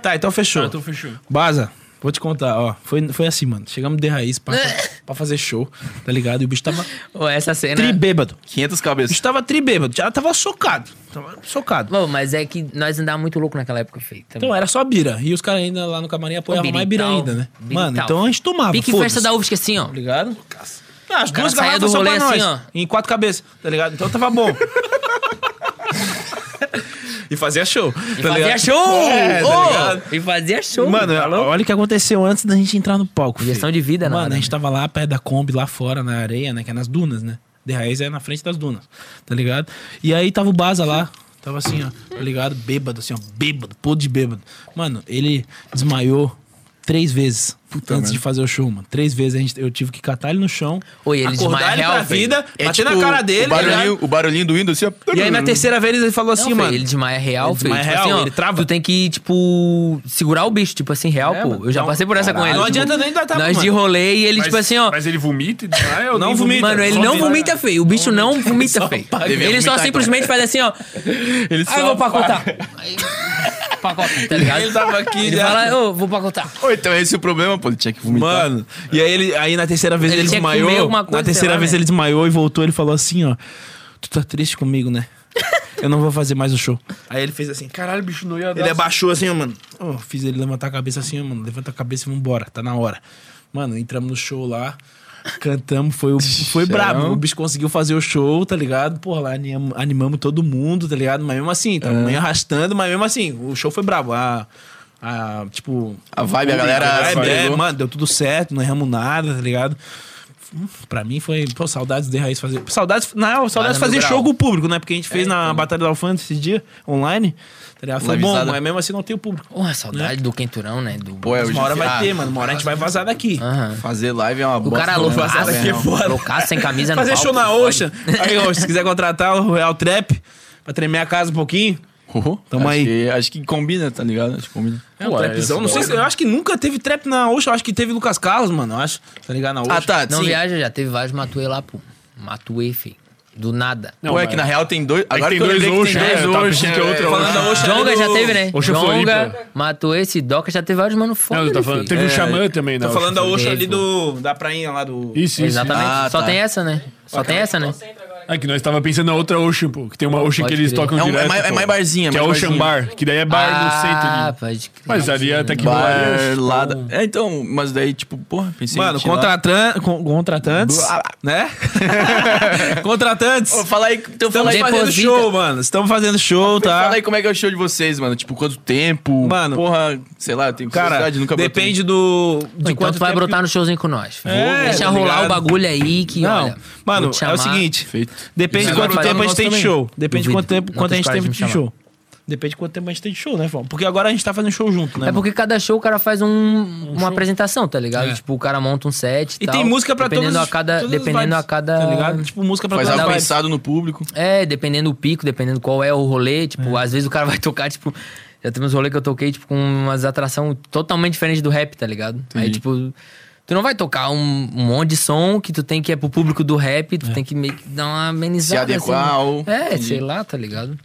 [SPEAKER 3] Tá, então fechou.
[SPEAKER 2] Então fechou.
[SPEAKER 3] Baza, Vou te contar, ó. Foi, foi assim, mano. Chegamos de raiz pra, pra fazer show, tá ligado? E o bicho tava
[SPEAKER 4] Ô, essa cena.
[SPEAKER 3] tribêbado.
[SPEAKER 1] 500
[SPEAKER 3] O bicho
[SPEAKER 1] cabeças.
[SPEAKER 3] tava tribêbado. Já tava socado. Tava socado.
[SPEAKER 4] Bom, mas é que nós andávamos muito louco naquela época, tá feita.
[SPEAKER 3] Então era só bira. E os caras ainda lá no camarim apoiavam mais bira
[SPEAKER 4] Birital,
[SPEAKER 3] ainda, né?
[SPEAKER 4] Birital.
[SPEAKER 3] Mano, então a gente tomava.
[SPEAKER 4] Pique
[SPEAKER 3] foda-se.
[SPEAKER 4] festa da UFSC assim, ó.
[SPEAKER 3] Tá ligado? Ah, as
[SPEAKER 4] cara
[SPEAKER 3] duas
[SPEAKER 4] saía
[SPEAKER 3] garrafas
[SPEAKER 4] do
[SPEAKER 3] só pra
[SPEAKER 4] rolê
[SPEAKER 3] nós.
[SPEAKER 4] assim, ó.
[SPEAKER 3] Em quatro cabeças, tá ligado? Então tava bom. e fazia show.
[SPEAKER 4] E
[SPEAKER 3] tá
[SPEAKER 4] fazia
[SPEAKER 3] ligado?
[SPEAKER 4] show!
[SPEAKER 3] É, tá
[SPEAKER 4] Ô,
[SPEAKER 3] ligado?
[SPEAKER 4] e fazia show!
[SPEAKER 3] Mano, olha o que aconteceu antes da gente entrar no palco. filho.
[SPEAKER 4] Injeção de vida,
[SPEAKER 3] Mano,
[SPEAKER 4] nada,
[SPEAKER 3] a gente
[SPEAKER 4] né?
[SPEAKER 3] tava lá perto da Kombi, lá fora, na areia, né? Que é nas dunas, né? De raiz é na frente das dunas, tá ligado? E aí tava o Baza lá, tava assim, ó, tá ligado? Bêbado, assim, ó, bêbado, podre de bêbado. Mano, ele desmaiou três vezes antes de fazer o show, mano. Três vezes a gente, eu tive que catar ele no chão,
[SPEAKER 4] Oi, ele desmaia
[SPEAKER 3] acordar ele
[SPEAKER 4] real,
[SPEAKER 3] pra
[SPEAKER 4] velho.
[SPEAKER 3] vida,
[SPEAKER 1] É
[SPEAKER 3] bater
[SPEAKER 1] tipo
[SPEAKER 3] na cara dele,
[SPEAKER 1] O
[SPEAKER 3] tá ligado?
[SPEAKER 1] barulhinho, o barulhinho do Windows assim, ó.
[SPEAKER 3] E aí na terceira vez ele falou assim,
[SPEAKER 4] Hum. Não,
[SPEAKER 3] mano.
[SPEAKER 4] Ele desmaia real,
[SPEAKER 3] Ele
[SPEAKER 4] filho.
[SPEAKER 3] desmaia
[SPEAKER 4] Tipo
[SPEAKER 3] real,
[SPEAKER 4] assim, ó,
[SPEAKER 3] ele trava. É,
[SPEAKER 4] Tu tem que, tipo, segurar o bicho, tipo assim, real, pô. Eu já passei por essa com
[SPEAKER 3] então, caralho.
[SPEAKER 4] ele.
[SPEAKER 3] Não
[SPEAKER 4] tipo,
[SPEAKER 3] adianta nem dar tapa,
[SPEAKER 4] Nós
[SPEAKER 3] mano.
[SPEAKER 4] de rolê e ele, tipo assim, ó.
[SPEAKER 2] Mas ele vomita e desmaia? ou
[SPEAKER 3] Não
[SPEAKER 2] nem
[SPEAKER 3] vomita.
[SPEAKER 4] Mano, ele
[SPEAKER 2] Só
[SPEAKER 4] não
[SPEAKER 2] desmaia?
[SPEAKER 4] vomita feio. O bicho não vomita feio.
[SPEAKER 1] Devia
[SPEAKER 4] Ele só
[SPEAKER 1] vomitar,
[SPEAKER 4] simplesmente faz assim, ó. Ele ah, eu vou pacotar. Aí, Pacota, tá ligado?
[SPEAKER 3] Ele tava aqui,
[SPEAKER 4] Ele
[SPEAKER 3] já.
[SPEAKER 4] fala, ô, vou pacotar.
[SPEAKER 1] Ô, então esse é o problema, pô. Ele tinha que vomitar.
[SPEAKER 3] Mano, e aí ele aí na terceira vez
[SPEAKER 4] Ele
[SPEAKER 3] ele,
[SPEAKER 4] tinha que comer
[SPEAKER 3] desmaiou.
[SPEAKER 4] alguma coisa,
[SPEAKER 3] na terceira
[SPEAKER 4] sei lá,
[SPEAKER 3] vez
[SPEAKER 4] né?
[SPEAKER 3] ele desmaiou e voltou, ele falou assim, ó. Tu tá triste comigo, né? Eu não vou fazer mais o show. Aí ele fez assim.
[SPEAKER 2] Caralho, bicho, não ia dar.
[SPEAKER 3] Ele abaixou assim, ó, mano. Ó, fiz ele levantar a cabeça assim, ó, mano. Levanta a cabeça e vambora, tá na hora. Mano, entramos no show lá. Cantamos, foi, o- foi brabo. O bicho conseguiu fazer o show, tá ligado? Porra, lá anim- animamos todo mundo, tá ligado? Mas mesmo assim, tá meio arrastando, mas mesmo assim, o show foi brabo. A, a, tipo,
[SPEAKER 1] A vibe, a
[SPEAKER 3] a
[SPEAKER 1] galera.
[SPEAKER 3] vibe, é,
[SPEAKER 1] pegou.
[SPEAKER 3] mano, deu tudo certo, não erramos nada, tá ligado? Hum, Pra mim foi, pô, saudades de raiz fazer. Saudades, na real, saudades de
[SPEAKER 4] no
[SPEAKER 3] fazer
[SPEAKER 4] grau.
[SPEAKER 3] show com o público, né? Porque a gente fez na Batalha da Alfândega esse dia, online, tá ligado? Foi bom,
[SPEAKER 1] Livezada.
[SPEAKER 3] mas mesmo assim não tem o público.
[SPEAKER 4] Porra, saudade do quenturão, né? Do...
[SPEAKER 1] Pô, é hoje
[SPEAKER 3] Uma hora
[SPEAKER 1] em
[SPEAKER 3] vai
[SPEAKER 1] dia-
[SPEAKER 3] ter,
[SPEAKER 1] Ah,
[SPEAKER 3] mano. Uma hora a gente vai vazar daqui.
[SPEAKER 4] Aham.
[SPEAKER 1] Fazer live é uma
[SPEAKER 4] O
[SPEAKER 1] bosta.
[SPEAKER 4] cara
[SPEAKER 1] né?
[SPEAKER 4] loucaço,
[SPEAKER 1] Fazer
[SPEAKER 4] né?
[SPEAKER 1] real.
[SPEAKER 4] loucaço, sem camisa no
[SPEAKER 3] Fazer show
[SPEAKER 4] palco,
[SPEAKER 3] na
[SPEAKER 4] não pode.
[SPEAKER 3] Oxa. Aí, ó, se quiser contratar o Real Trap pra tremer a casa um pouquinho.
[SPEAKER 1] Uhum.
[SPEAKER 3] Tamo
[SPEAKER 1] acho
[SPEAKER 3] aí.
[SPEAKER 1] Que, acho que combina, tá ligado? Acho que combina.
[SPEAKER 3] É um trapzão, não sei se. Eu acho que nunca teve trap na Oxa. Eu acho que teve Lucas Carlos, mano. Eu acho. Tá ligado? Na Oxa.
[SPEAKER 1] Ah, tá.
[SPEAKER 4] Não
[SPEAKER 1] sim.
[SPEAKER 4] viaja já, teve vários Matuê lá, pô. Matuê, filho. Do nada.
[SPEAKER 1] Não, Pô, é que na real tem dois. Agora
[SPEAKER 2] tem
[SPEAKER 1] que eu
[SPEAKER 2] dois
[SPEAKER 1] lembrei que
[SPEAKER 2] Oxa,
[SPEAKER 1] tem
[SPEAKER 2] é,
[SPEAKER 1] dois
[SPEAKER 2] eu tava pensando que é outra
[SPEAKER 1] Falando
[SPEAKER 2] Oxa.
[SPEAKER 1] da Oxa.
[SPEAKER 4] Ah, Jonga já teve, né?
[SPEAKER 2] Oxa
[SPEAKER 4] Jonga,
[SPEAKER 2] Floripa.
[SPEAKER 4] Matuê, Sidoca, já teve vários, mano, foda,
[SPEAKER 2] Não, eu
[SPEAKER 4] né,
[SPEAKER 2] tô falando.
[SPEAKER 4] filho?
[SPEAKER 2] Teve o Xamã também, né?
[SPEAKER 3] Tô falando da Oxa ali
[SPEAKER 4] Teve.
[SPEAKER 3] do. Da prainha lá do.
[SPEAKER 2] Isso, isso.
[SPEAKER 4] Exatamente.
[SPEAKER 1] Ah,
[SPEAKER 4] Só
[SPEAKER 1] tá.
[SPEAKER 4] tem essa, né? Só tem essa, né?
[SPEAKER 2] É que nós tava pensando na outra Ocean, pô. Que tem uma Ocean
[SPEAKER 4] Pode
[SPEAKER 2] que eles
[SPEAKER 4] crer.
[SPEAKER 2] tocam
[SPEAKER 1] É um- é
[SPEAKER 2] direto.
[SPEAKER 1] mais- é
[SPEAKER 2] pô,
[SPEAKER 1] mais barzinho, é
[SPEAKER 2] Que é
[SPEAKER 1] mais
[SPEAKER 2] Ocean
[SPEAKER 1] barzinho.
[SPEAKER 2] Bar. Que daí é bar
[SPEAKER 4] ah,
[SPEAKER 2] no centro ali.
[SPEAKER 4] pode crer.
[SPEAKER 2] Mas ali é até que
[SPEAKER 1] Bar, lada. É, então, mas daí, tipo, porra, pensei.
[SPEAKER 3] Mano,
[SPEAKER 1] em tirar.
[SPEAKER 3] contratan con- contratantes, né? contratantes.
[SPEAKER 1] Ô, fala aí, então fala
[SPEAKER 3] Estamos
[SPEAKER 1] aí,
[SPEAKER 3] fazendo
[SPEAKER 4] deposita.
[SPEAKER 3] show, mano. Estamos fazendo show, tá?
[SPEAKER 1] fala aí como é que é o show de vocês, mano. Tipo, quanto tempo?
[SPEAKER 3] Mano,
[SPEAKER 1] porra, sei lá, tem
[SPEAKER 3] Cara,
[SPEAKER 1] nunca botei.
[SPEAKER 3] depende do de
[SPEAKER 4] Enquanto então tu vai
[SPEAKER 3] tempo
[SPEAKER 4] brotar no showzinho com nós. filho.
[SPEAKER 3] É,
[SPEAKER 4] Deixa
[SPEAKER 3] tá
[SPEAKER 4] rolar
[SPEAKER 3] ligado?
[SPEAKER 4] o bagulho aí que,
[SPEAKER 3] que- Não,
[SPEAKER 4] olha,
[SPEAKER 3] mano,
[SPEAKER 4] vou te
[SPEAKER 3] é o
[SPEAKER 4] chamar.
[SPEAKER 3] seguinte.
[SPEAKER 1] Feito.
[SPEAKER 3] Depende de
[SPEAKER 1] Isso agora
[SPEAKER 3] quanto
[SPEAKER 1] vai
[SPEAKER 3] tempo
[SPEAKER 1] dar
[SPEAKER 3] a
[SPEAKER 1] no
[SPEAKER 3] gente tem de
[SPEAKER 1] nosso
[SPEAKER 3] show. Depende de
[SPEAKER 4] Duvido.
[SPEAKER 3] quanto tempo,
[SPEAKER 4] Não
[SPEAKER 3] quanto a
[SPEAKER 4] tem
[SPEAKER 3] gente
[SPEAKER 4] coragem
[SPEAKER 3] tem
[SPEAKER 4] de
[SPEAKER 3] de
[SPEAKER 4] me chamar.
[SPEAKER 3] show. Depende de quanto tempo a gente tem de show, né, Fão? Porque agora a gente tá fazendo show junto, né?
[SPEAKER 4] É
[SPEAKER 3] mano?
[SPEAKER 4] porque cada show o cara faz um- uma apresentação, tá ligado? Tipo, o cara monta um set
[SPEAKER 3] É.
[SPEAKER 4] e,
[SPEAKER 3] E
[SPEAKER 4] tal.
[SPEAKER 3] tem música pra
[SPEAKER 4] dependendo
[SPEAKER 3] todas,
[SPEAKER 4] a cada,
[SPEAKER 3] todas as
[SPEAKER 4] Dependendo
[SPEAKER 3] vibes,
[SPEAKER 4] a cada...
[SPEAKER 3] Tá ligado? Tipo, música pra
[SPEAKER 1] Faz
[SPEAKER 3] todas
[SPEAKER 1] algo
[SPEAKER 3] as vibes.
[SPEAKER 1] pensado no público.
[SPEAKER 4] É, dependendo do pico, dependendo qual é o rolê. Tipo, às vezes o cara vai tocar, tipo... Já teve uns rolês que eu toquei, tipo, com umas atração totalmente diferente do rap, tá ligado? Aí, tipo... Tu não vai tocar um, um monte de som que tu tem que é pro público do rap,
[SPEAKER 3] É.
[SPEAKER 4] tu tem que meio que dar uma amenizada.
[SPEAKER 1] adequar
[SPEAKER 4] assim.
[SPEAKER 1] ao-
[SPEAKER 4] É,
[SPEAKER 1] Entendi.
[SPEAKER 4] sei lá, tá ligado?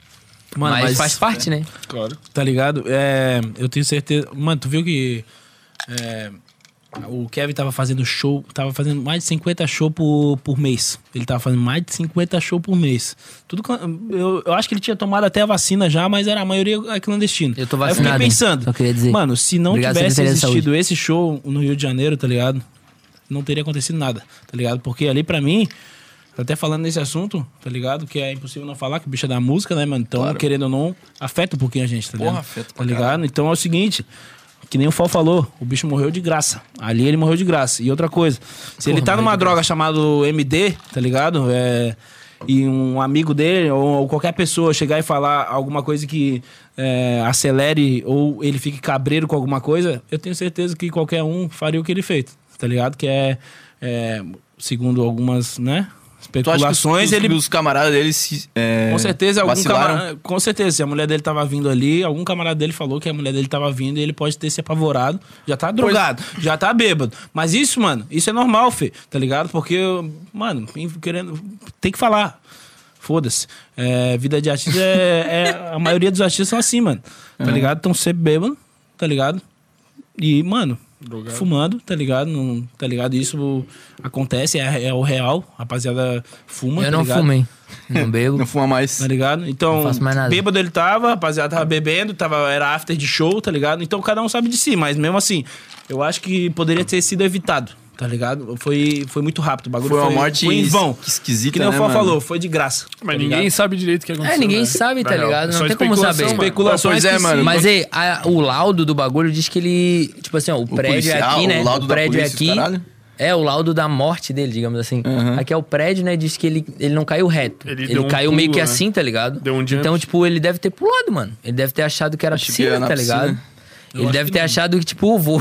[SPEAKER 3] Mano,
[SPEAKER 4] mas, faz parte, né?
[SPEAKER 3] Tá ligado? É, eu tenho certeza. Mano, tu viu que. é, o Kevin tava fazendo show, tava fazendo mais de 50 shows por, por mês. Ele tava fazendo mais de 50 shows por mês. Tudo clan- eu, eu acho que ele tinha tomado até a vacina já, mas era a maioria é clandestino.
[SPEAKER 4] Eu tô
[SPEAKER 3] Aí
[SPEAKER 4] vacinado,
[SPEAKER 3] fiquei
[SPEAKER 4] hein?
[SPEAKER 3] pensando.
[SPEAKER 4] Só queria dizer.
[SPEAKER 3] Mano, se não
[SPEAKER 4] Obrigado,
[SPEAKER 3] tivesse
[SPEAKER 4] Secretaria de Saúde.
[SPEAKER 3] existido esse show no Rio de Janeiro, tá ligado? Não teria acontecido nada, tá ligado? Porque ali pra mim, até falando nesse assunto, tá ligado? Que é impossível não falar que o bicho é da música, né, mano? Então, querendo ou não, afeta um pouquinho a gente, tá ligado?
[SPEAKER 1] afeta
[SPEAKER 3] Tá ligado? Então é o seguinte, que nem o Fal falou, o bicho morreu de graça. Ali ele morreu de graça. E outra coisa, se ele tá numa droga chamada MD, tá ligado? É, e um amigo dele ou, ou qualquer pessoa chegar e falar alguma coisa que é, acelere ou ele fique cabreiro com alguma coisa, eu tenho certeza que qualquer um faria o que ele fez, tá ligado? Que é, é, segundo algumas, né?
[SPEAKER 1] Tu acha que os,
[SPEAKER 3] Especulações,
[SPEAKER 1] os-
[SPEAKER 3] ele
[SPEAKER 1] os camaradas deles se. é,
[SPEAKER 3] com certeza, algum
[SPEAKER 1] vacilaram?
[SPEAKER 3] camarada, com certeza, se a mulher dele tava vindo ali, algum camarada dele falou que a mulher dele tava vindo e ele pode ter se apavorado, já tá drogado, já tá bêbado. Mas isso, mano, isso é normal, Fê, tá ligado? Porque, mano, querendo, tem que falar. Foda-se. É, vida de artista é, é- A
[SPEAKER 1] Uhum.
[SPEAKER 3] maioria dos artistas são assim, mano. Tá ligado? Tão sempre bêbado, tá ligado? E, mano, fumando, tá ligado? Não, tá ligado? Isso acontece, é, é o real. A rapaziada fuma, tá
[SPEAKER 4] eu não
[SPEAKER 3] ligado?
[SPEAKER 4] fumo, hein? Não bebo.
[SPEAKER 1] Não fuma mais.
[SPEAKER 3] Tá ligado? Então,
[SPEAKER 4] Não faço mais nada.
[SPEAKER 3] bêbado ele tava, rapaziada tava bebendo, tava, era after de show, tá ligado? Então cada um sabe de si, mas mesmo assim, eu acho que poderia ter sido evitado, tá ligado? Foi, foi muito rápido, o bagulho
[SPEAKER 1] Foi
[SPEAKER 3] foi,
[SPEAKER 1] uma morte
[SPEAKER 3] foi em vão.
[SPEAKER 1] es- esquisita,
[SPEAKER 3] Que nem
[SPEAKER 1] né,
[SPEAKER 3] o Fó
[SPEAKER 1] mano?
[SPEAKER 3] falou, foi de graça. tá
[SPEAKER 2] Mas ninguém sabe direito o que aconteceu.
[SPEAKER 4] É, ninguém
[SPEAKER 2] né?
[SPEAKER 4] sabe, tá
[SPEAKER 2] Na real.
[SPEAKER 4] ligado? Não
[SPEAKER 2] Só
[SPEAKER 4] tem como
[SPEAKER 2] especulação,
[SPEAKER 4] saber.
[SPEAKER 2] mano.
[SPEAKER 3] Especulações
[SPEAKER 1] Pois é,
[SPEAKER 3] é,
[SPEAKER 1] mano.
[SPEAKER 3] mano.
[SPEAKER 4] Mas é, a- o laudo do bagulho diz que ele. Tipo assim, ó, o, prédio é
[SPEAKER 1] policial,
[SPEAKER 4] aqui, né?
[SPEAKER 1] o laudo da
[SPEAKER 4] prédio é
[SPEAKER 1] polícia,
[SPEAKER 4] aqui.
[SPEAKER 1] os caralho?
[SPEAKER 4] É, o laudo da morte dele, digamos assim. Aqui é o prédio, né? Diz que ele, ele não caiu reto.
[SPEAKER 2] Ele
[SPEAKER 4] Ele,
[SPEAKER 2] deu um
[SPEAKER 4] caiu meio
[SPEAKER 2] pulo,
[SPEAKER 4] que
[SPEAKER 2] né?
[SPEAKER 4] assim, tá ligado?
[SPEAKER 2] Deu um jump.
[SPEAKER 4] Então, tipo, ele deve ter pulado, mano. Ele deve ter achado que era
[SPEAKER 1] Acho que
[SPEAKER 4] piscina,
[SPEAKER 1] era na
[SPEAKER 4] tá ligado?
[SPEAKER 1] piscina.
[SPEAKER 4] Ele deve ter achado que, tipo, vou,